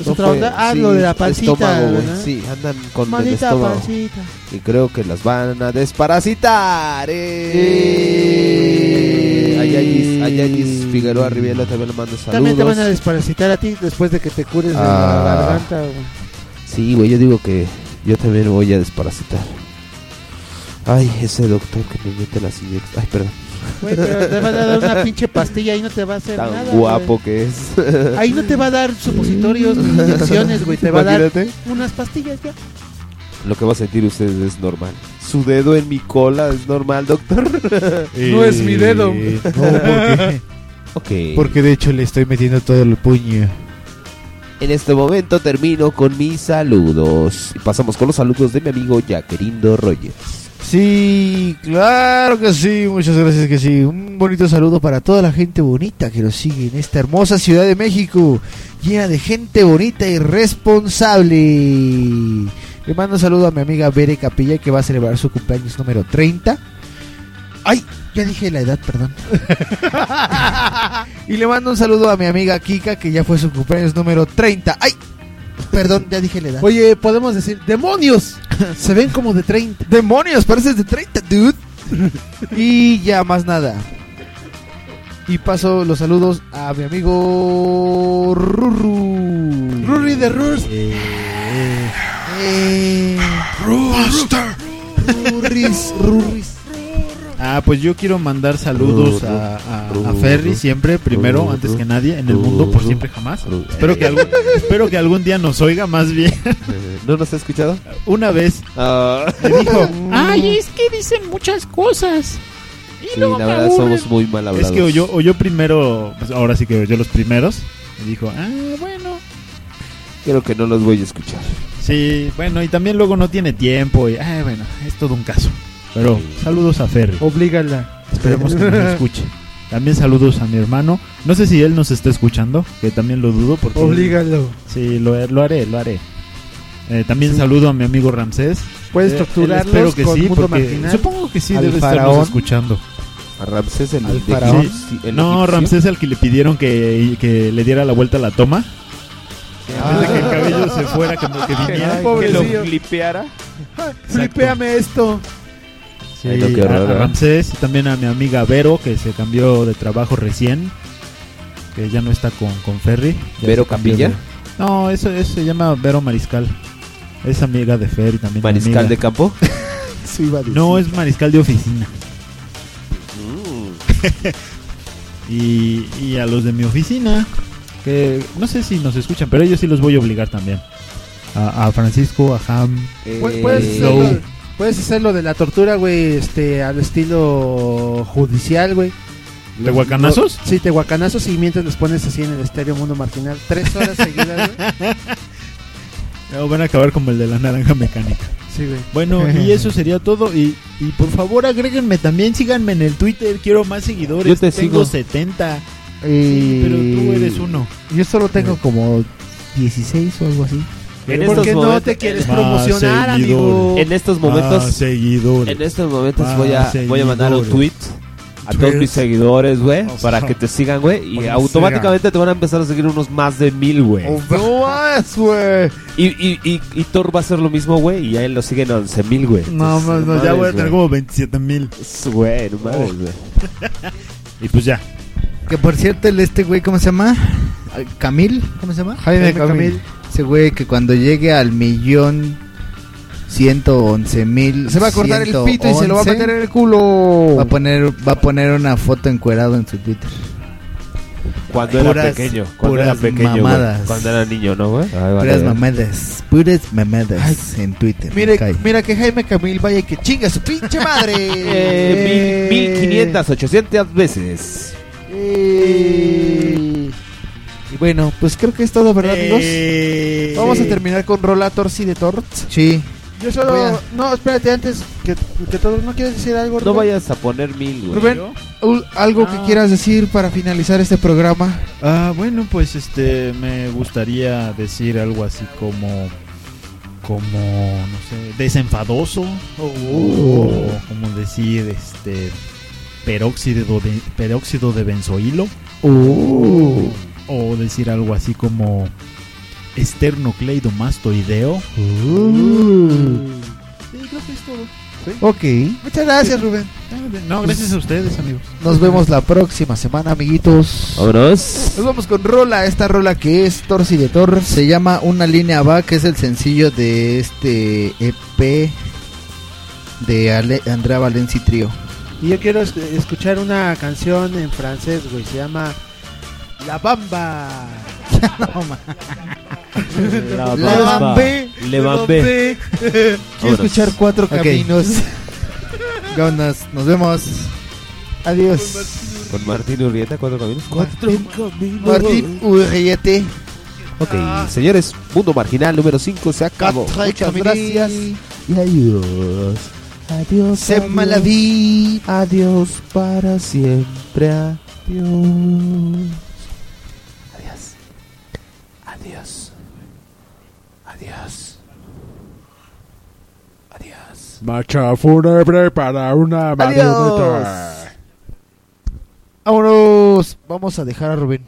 Speaker 4: ¿Es
Speaker 3: no
Speaker 4: otra
Speaker 3: fue-
Speaker 4: onda? Ah,
Speaker 3: sí,
Speaker 4: lo de la
Speaker 3: es
Speaker 4: pancita.
Speaker 3: estómago, güey,
Speaker 4: ¿verdad?
Speaker 3: Sí, andan con el
Speaker 4: Maldita
Speaker 3: estómago.
Speaker 4: pancita.
Speaker 3: Y creo que las van a desparasitar. eh. A Yayis- a Yayis Figueroa Riviela también le mando saludos.
Speaker 4: También te van a desparasitar a ti después de que te cures de la
Speaker 3: Ah.
Speaker 4: garganta. güey.
Speaker 3: Sí, güey, yo digo que yo también voy a desparasitar. Ay, ese doctor que me mete las inyecciones. Ay, perdón.
Speaker 4: Güey, pero te van a dar una pinche pastilla y no te va a hacer
Speaker 3: Tan
Speaker 4: nada.
Speaker 3: guapo
Speaker 4: güey.
Speaker 3: que es.
Speaker 4: Ahí no te va a dar supositorios ni inyecciones, güey. Te va a dar
Speaker 3: Imagínate.
Speaker 4: unas pastillas ya.
Speaker 3: *laughs* Lo que va a sentir usted es normal. Su dedo en mi cola es normal, doctor.
Speaker 23: No es mi dedo.
Speaker 3: Eh,
Speaker 23: No, porque-
Speaker 3: *laughs* Ok.
Speaker 23: Porque de hecho le estoy metiendo todo el puño.
Speaker 3: En este momento termino con mis saludos. Y pasamos con los saludos de mi amigo Jaquerindo Rogers.
Speaker 23: Sí, claro que sí, muchas gracias que sí. Un bonito saludo para toda la gente bonita que nos sigue en esta hermosa Ciudad de México, llena de gente bonita y responsable. Le mando un saludo a mi amiga Bere Capilla que va a celebrar su cumpleaños número 30. Ay, ya dije la edad, perdón. y le mando un saludo a mi amiga Kika que ya fue su cumpleaños número 30. Ay.
Speaker 7: Perdón, ya dije la edad.
Speaker 4: Oye, podemos decir, demonios. *laughs* Se ven como de 30.
Speaker 23: Demonios, pareces de 30, dude. y ya más nada. Y paso los saludos a mi amigo Ruru.
Speaker 4: Ruri de Rurs.
Speaker 7: Eh,
Speaker 23: Rooster.
Speaker 7: Rurris, Rurris.
Speaker 6: Ah, pues yo quiero mandar saludos a, a- a Ferry siempre, primero, antes que nadie, en el mundo, por siempre jamás. Espero que, algún, espero que algún día nos oiga más bien.
Speaker 3: ¿No nos ha escuchado?
Speaker 6: Una vez. Ah.
Speaker 3: Me
Speaker 4: *laughs*
Speaker 6: dijo,
Speaker 10: Ay, es que dicen muchas cosas. Y
Speaker 3: Sí,
Speaker 10: luego
Speaker 3: la
Speaker 10: me
Speaker 3: verdad
Speaker 10: aburren.
Speaker 3: somos muy mal hablados.
Speaker 6: Es que oyó, oyó primero, pues ahora sí que oyó los primeros. Y dijo, ah,
Speaker 10: bueno.
Speaker 3: Creo que no los voy a escuchar.
Speaker 6: sí, bueno, y también luego no tiene tiempo. Y, ah, bueno, es todo un caso. Pero saludos a Ferry.
Speaker 4: Oblígala.
Speaker 6: Esperemos que nos escuche. También saludos a mi hermano. No sé si él nos está escuchando, que también lo dudo porque...
Speaker 4: Oblígalo.
Speaker 6: Sí, lo, lo haré, lo haré. Eh, también saludo a mi amigo Ramsés.
Speaker 4: Puedes
Speaker 6: Eh, él
Speaker 4: torturarlos
Speaker 6: Espero que
Speaker 4: con
Speaker 6: sí,
Speaker 4: mundo
Speaker 6: porque
Speaker 4: marginal.
Speaker 6: supongo que sí
Speaker 4: Al
Speaker 6: debe
Speaker 4: faraón.
Speaker 6: estarnos escuchando.
Speaker 3: A Ramsés el,
Speaker 6: Al
Speaker 3: de-
Speaker 6: faraón.
Speaker 3: sí, el
Speaker 6: No,
Speaker 3: egipcio.
Speaker 6: Ramsés al que le pidieron que, que le diera la vuelta a la toma. En vez Ah. de que el cabello se fuera,
Speaker 3: *laughs*
Speaker 6: como que viniera. Ah, que lo-
Speaker 3: flipeara.
Speaker 17: Flipeame esto.
Speaker 6: Sí,
Speaker 3: Ay, no, qué
Speaker 6: a-
Speaker 3: horror,
Speaker 6: a
Speaker 3: ¿eh?
Speaker 6: Ramsés y también a mi amiga Vero que se cambió de trabajo recién, que ya no está con, con Ferry. ya
Speaker 3: ¿Vero
Speaker 6: se cambió
Speaker 3: Capilla?
Speaker 6: de- No, eso, eso se llama Vero Mariscal. Es amiga de Ferry también.
Speaker 3: ¿Mariscal
Speaker 6: amiga.
Speaker 3: de campo?
Speaker 7: Sí, iba a decir.
Speaker 6: No, es mariscal de oficina. *laughs* y, y a los de mi oficina, que no sé si nos escuchan, pero ellos sí los voy a obligar también. A, a Francisco, a Ham.
Speaker 4: Pu- Puedes
Speaker 3: Eh,
Speaker 4: hacerlo, puedes hacerlo de la tortura, güey, este, al estilo judicial, güey.
Speaker 6: ¿Tehuacanazos?
Speaker 4: Sí, tehuacanazos y mientras los pones así en el estéreo Mundo Marginal. Tres horas seguidas, güey.
Speaker 6: *laughs* No, van a acabar como el de la naranja mecánica.
Speaker 4: Sí, güey.
Speaker 6: Bueno, *laughs* y
Speaker 4: *laughs*
Speaker 6: eso sería todo. Y, y por favor, agréguenme también, síganme en el Twitter. Quiero más seguidores.
Speaker 4: Yo te
Speaker 6: Tengo
Speaker 4: sigo.
Speaker 6: 70.
Speaker 7: Eh,
Speaker 6: pero tú eres uno.
Speaker 7: Yo solo tengo como 16 o algo así.
Speaker 6: En ¿Por qué no te quieres Más promocionar, seguidores. amigo?
Speaker 3: En estos momentos,
Speaker 6: Más Ah, seguidores.
Speaker 3: en
Speaker 4: este
Speaker 3: estos momentos
Speaker 6: Más
Speaker 3: voy a voy a mandar un tweet
Speaker 6: seguidores.
Speaker 3: a todos mis seguidores, güey,
Speaker 6: O
Speaker 3: para
Speaker 6: sea,
Speaker 3: que te sigan, güey, y
Speaker 6: para que
Speaker 3: automáticamente te van a empezar a seguir unos más de mil, güey.
Speaker 6: Oh,
Speaker 23: No más, güey.
Speaker 3: Y, y, y, y Thor va a hacer lo mismo, güey, y a él lo siguen 11 mil, güey.
Speaker 6: No,
Speaker 3: Entonces,
Speaker 6: no, no, ya
Speaker 3: mames,
Speaker 6: voy a tener
Speaker 3: güey.
Speaker 6: como 27 mil.
Speaker 3: Güey, no mames, güey.
Speaker 6: Y pues ya.
Speaker 7: Que por cierto, el este güey, ¿cómo se llama? Ay, Camil, ¿cómo se llama?
Speaker 23: Jaime Camil.
Speaker 7: Ese güey que cuando llegue al millón 111 mil.
Speaker 23: Se va a cortar el pito y se lo va a meter en el culo.
Speaker 7: Va a poner, va a poner una foto encuerado en su Twitter.
Speaker 3: Cuando era
Speaker 7: Puras-
Speaker 3: pequeño, cuando era
Speaker 7: puras
Speaker 3: pequeño, güey.
Speaker 7: mamadas.
Speaker 3: cuando era niño, ¿no, güey? Ay, vale,
Speaker 7: Puras
Speaker 3: güey.
Speaker 7: mamadas, puras mamadas en Twitter.
Speaker 23: Mire,
Speaker 7: Cae.
Speaker 23: mira que Jaime Camil vaya y que chinga su pinche madre.
Speaker 3: *laughs* Eh, mil- 1500, 800 veces.
Speaker 23: eh, Y bueno, pues creo que es todo, ¿verdad,
Speaker 7: Eh.
Speaker 4: eh,
Speaker 6: amigos?
Speaker 23: Vamos a terminar con Rola Torsi de Tort.
Speaker 7: Sí.
Speaker 4: Yo solo. No, espérate, antes que, que todo. ¿No Ah. quieres decir algo,
Speaker 3: No
Speaker 4: Rubén?
Speaker 3: vayas a poner mil, güey.
Speaker 23: Rubén, ul- algo que quieras decir para finalizar este programa.
Speaker 6: Ah, bueno, pues este me gustaría decir algo así como como no sé, desenfadoso
Speaker 3: Uh.
Speaker 6: o como decir este peróxido de peróxido de benzoilo
Speaker 3: Uh.
Speaker 7: Oh.
Speaker 6: o decir algo así como esternocleidomastoideo.
Speaker 3: Uh.
Speaker 7: Mm.
Speaker 4: Sí, creo que es todo.
Speaker 23: Ok.
Speaker 4: Muchas gracias, Rubén.
Speaker 6: No, gracias a ustedes, amigos.
Speaker 23: Nos vemos la próxima semana, amiguitos.
Speaker 3: Vámonos.
Speaker 23: Nos vamos con Rola, esta Rola que es Torsi de Tor.
Speaker 7: Se llama Una línea va, que es el sencillo de este EP de Ale- Andrea Valenci Trío.
Speaker 4: Y yo quiero es- escuchar una canción en francés, güey. Se llama La Bamba.
Speaker 3: La Bamba. Le Bambé.
Speaker 23: *laughs* Quiero
Speaker 3: Vámonos.
Speaker 23: escuchar cuatro
Speaker 7: Ok.
Speaker 23: caminos.
Speaker 7: *laughs* Vámonos, nos vemos. Adiós.
Speaker 3: Con Martín Urrieta, ¿cuánto caminos?
Speaker 7: Martín Urriete.
Speaker 3: Ok, señores, Mundo Marginal número 5 se acabó.
Speaker 23: Quatre
Speaker 3: Muchas
Speaker 23: caminos.
Speaker 3: gracias. Y adiós. Adiós.
Speaker 23: Se
Speaker 3: adiós.
Speaker 23: malaví.
Speaker 3: Adiós para siempre. Adiós. Adiós. Adiós. Adiós. Adiós.
Speaker 20: Marcha fúnebre para una
Speaker 23: Adiós.
Speaker 20: marioneta.
Speaker 23: Vámonos. Vamos a dejar a Rubén.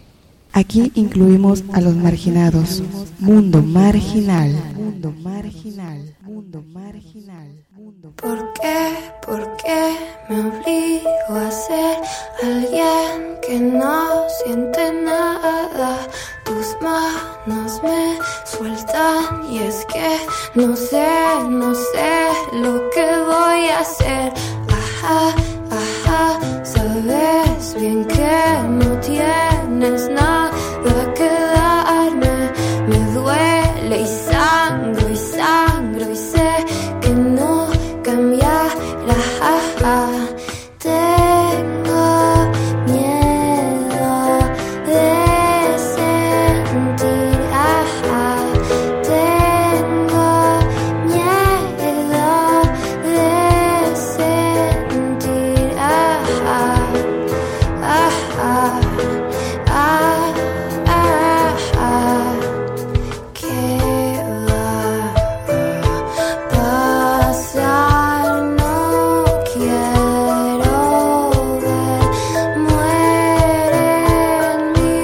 Speaker 15: Aquí incluimos a los marginados. Mundo marginal.
Speaker 1: Mundo marginal. Mundo marginal. Mundo
Speaker 34: ¿Por qué, por qué me obligo a ser alguien que no siente nada? Tus manos me sueltan y es que no sé, no sé lo que voy a hacer. Ajá, ajá, sabes bien que no tienes nada que darme. Me duele y sangro y sangro y sé que no cambiará. Tengo miedo de sentir. ajá. Tengo miedo de sentir. ajá, ajá, ah, ah, ah. ¿Qué va a pasar? No quiero ver. Muere en mi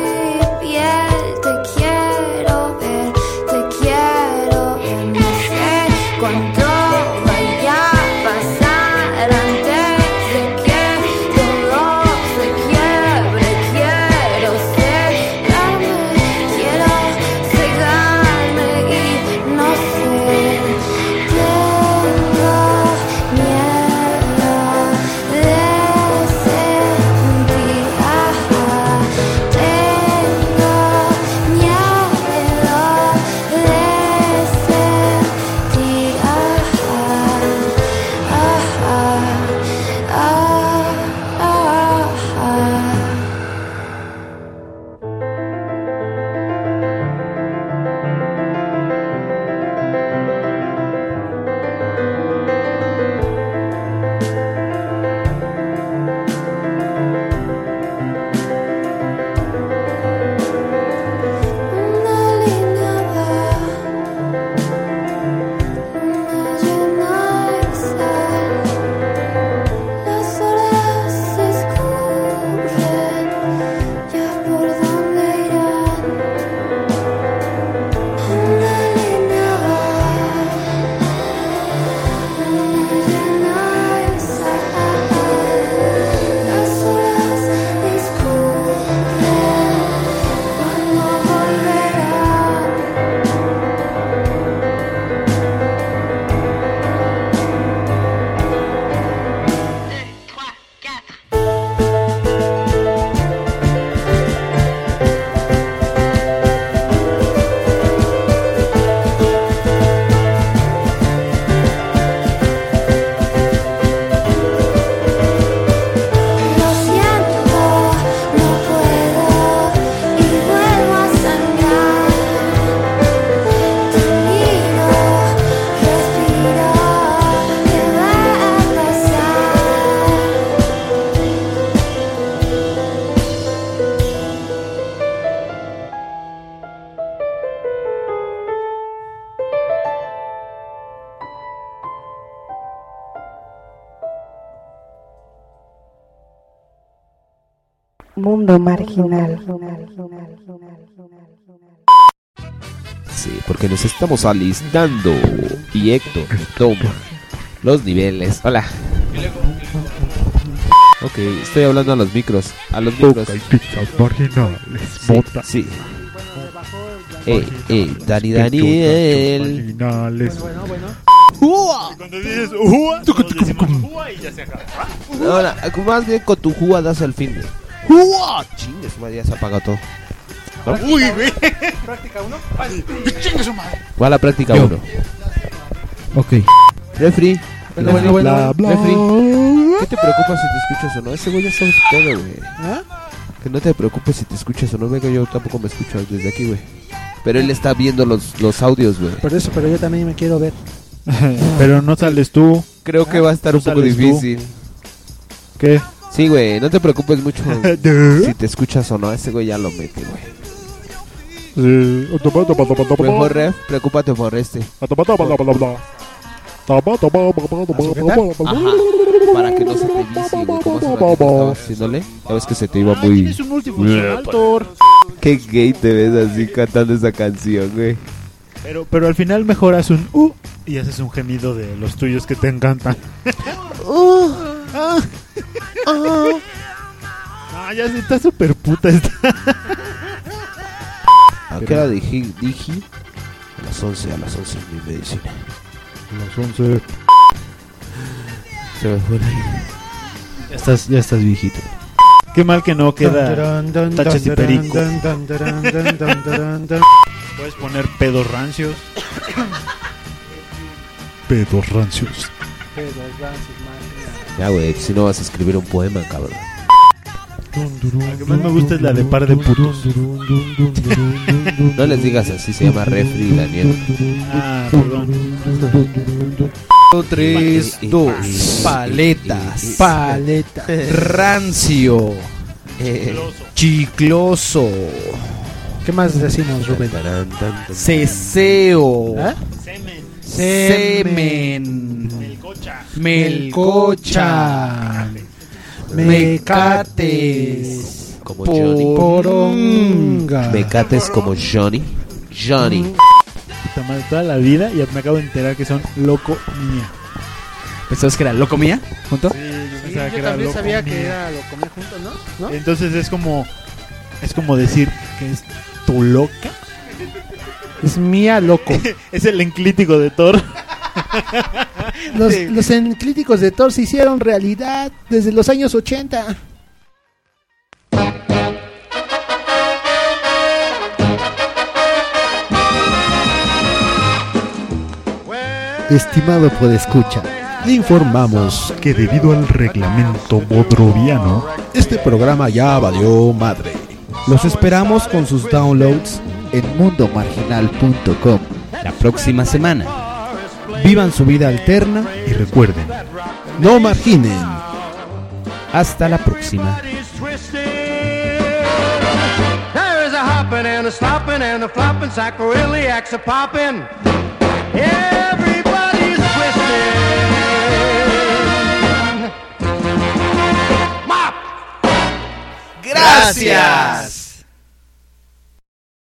Speaker 34: piel. Te quiero ver, te quiero ver. No sé cuánto vaya a pasar antes de que todo se quiebre. Quiero cegarme, quiero cegarme y no sé. Tengo miedo de sentir. Ajá, tengo miedo de sentir. Ajá, ajá, ajá. Una línea va, una llena y sal. Las horas se escurren, ya por dónde irán. Una línea va, una llena y sal. Las horas se escurren. Cuando volverán Lo siento, no puedo y vuelvo a sangrar. Te miro, respiro, ¿qué va a pasar?
Speaker 15: Mundo marginal.
Speaker 3: Sí, porque nos estamos alistando y Héctor toma los niveles. Hola. Ok, estoy hablando a los micros. A los micros.
Speaker 20: marginales,
Speaker 3: Sí, sí. Ey, ey, Dani Daniel.
Speaker 20: Marginales.
Speaker 3: Cuando dices ya se acaba. Ahora, más bien con tu júa das al fin. ¡Júa! Chingue, su madre ya se apaga todo. Uy, güey.
Speaker 17: Práctica uno.
Speaker 3: Va a la práctica uno.
Speaker 9: Ok.
Speaker 3: Refri.
Speaker 9: Bueno, bueno, bueno,
Speaker 3: Bla,
Speaker 9: bueno.
Speaker 3: bla, Refri, ¿qué te preocupa si te escuchas o no? Ese güey ya sabe todo, güey. Que no te preocupes si te escuchas o no. Venga, yo tampoco me escucho desde aquí, güey. Pero él está viendo los, los audios, güey.
Speaker 4: Por eso, pero yo también me quiero ver.
Speaker 6: *laughs* Pero no sales tú.
Speaker 3: Creo que va a estar
Speaker 6: Tú
Speaker 3: un poco
Speaker 6: sales tú.
Speaker 3: difícil.
Speaker 6: ¿Qué?
Speaker 3: Sí, güey, no te preocupes mucho
Speaker 6: ¿De?
Speaker 3: si te escuchas o no. Ese güey ya lo mete, güey.
Speaker 6: Eh, topa, topa, topa, topa,
Speaker 3: Mejor,
Speaker 6: topa.
Speaker 3: Ref, preocúpate por este.
Speaker 6: Topa, topa, topa, topa, topa. Topa, topa, topa, topa, topa, topa.
Speaker 3: Ajá. Para que no se te vicie, güey. ¿Cómo se la que estaba haciéndole? Ya ves que se te iba muy.
Speaker 11: Tienes un Ah, multifuncional, Thor.
Speaker 3: Qué gay te ves así cantando esa canción, güey.
Speaker 6: Pero, pero al final mejoras un uh y haces un gemido de los tuyos que te encantan.
Speaker 11: Uh, ah, ah.
Speaker 6: Ah, ya sí, está súper puta esta.
Speaker 11: *laughs*
Speaker 3: ¿A Ah, qué hora dije? dije? A las 11, a las 11 mi medicina.
Speaker 6: A las 11.
Speaker 3: Se me fue la idea. Ya estás, ya estás viejito.
Speaker 6: Qué mal que no queda
Speaker 4: Dun, dun, dun,
Speaker 6: tachas y
Speaker 4: dun,
Speaker 6: perico.
Speaker 4: dun, dun, dun, dun, dun, dun, dun.
Speaker 6: Puedes poner pedos rancios.
Speaker 36: Pedos rancios.
Speaker 3: Ya, güey, si no vas a escribir un poema, cabrón.
Speaker 6: La que más me gusta es la de par de putos.
Speaker 3: No les digas así, se llama Refri Daniel.
Speaker 6: Ah, perdón.
Speaker 7: 3, 2, paletas, paleta,
Speaker 3: *laughs*
Speaker 7: rancio,
Speaker 3: Eh,
Speaker 7: chicloso,
Speaker 4: ¿Qué más decimos, Rubén?
Speaker 7: ceseo,
Speaker 4: ¿Ah?
Speaker 7: semen, melcocha, mecates,
Speaker 3: Como Johnny.
Speaker 4: Mm.
Speaker 7: poronga.
Speaker 3: Me cates como Johnny. Johnny.
Speaker 6: Puta madre, toda la vida y me acabo de enterar que son loco mía.
Speaker 7: ¿Pensabas que era loco mía? ¿Junto?
Speaker 6: pensaba que
Speaker 4: yo
Speaker 6: era
Speaker 4: también
Speaker 6: loco
Speaker 4: sabía
Speaker 6: mía.
Speaker 4: que era lo comía juntos, ¿no? ¿No?
Speaker 6: Entonces es como es como decir que es tu loca.
Speaker 4: Es mía loco.
Speaker 6: *laughs* es el enclítico de Thor.
Speaker 4: Los, los enclíticos de Thor se hicieron realidad desde los años 80.
Speaker 37: Estimado podescucha, le informamos
Speaker 36: que debido al reglamento bodroviano,
Speaker 37: este programa ya valió madre. Los esperamos con sus downloads en mundomarginal.com
Speaker 7: La próxima semana. Vivan su vida alterna
Speaker 36: y recuerden,
Speaker 37: no marginen.
Speaker 7: Hasta la próxima.
Speaker 1: There is a hopping and a stopping and a flopping, sacroiliacs a popping. Everybody's twisting. Mop!
Speaker 3: Gracias.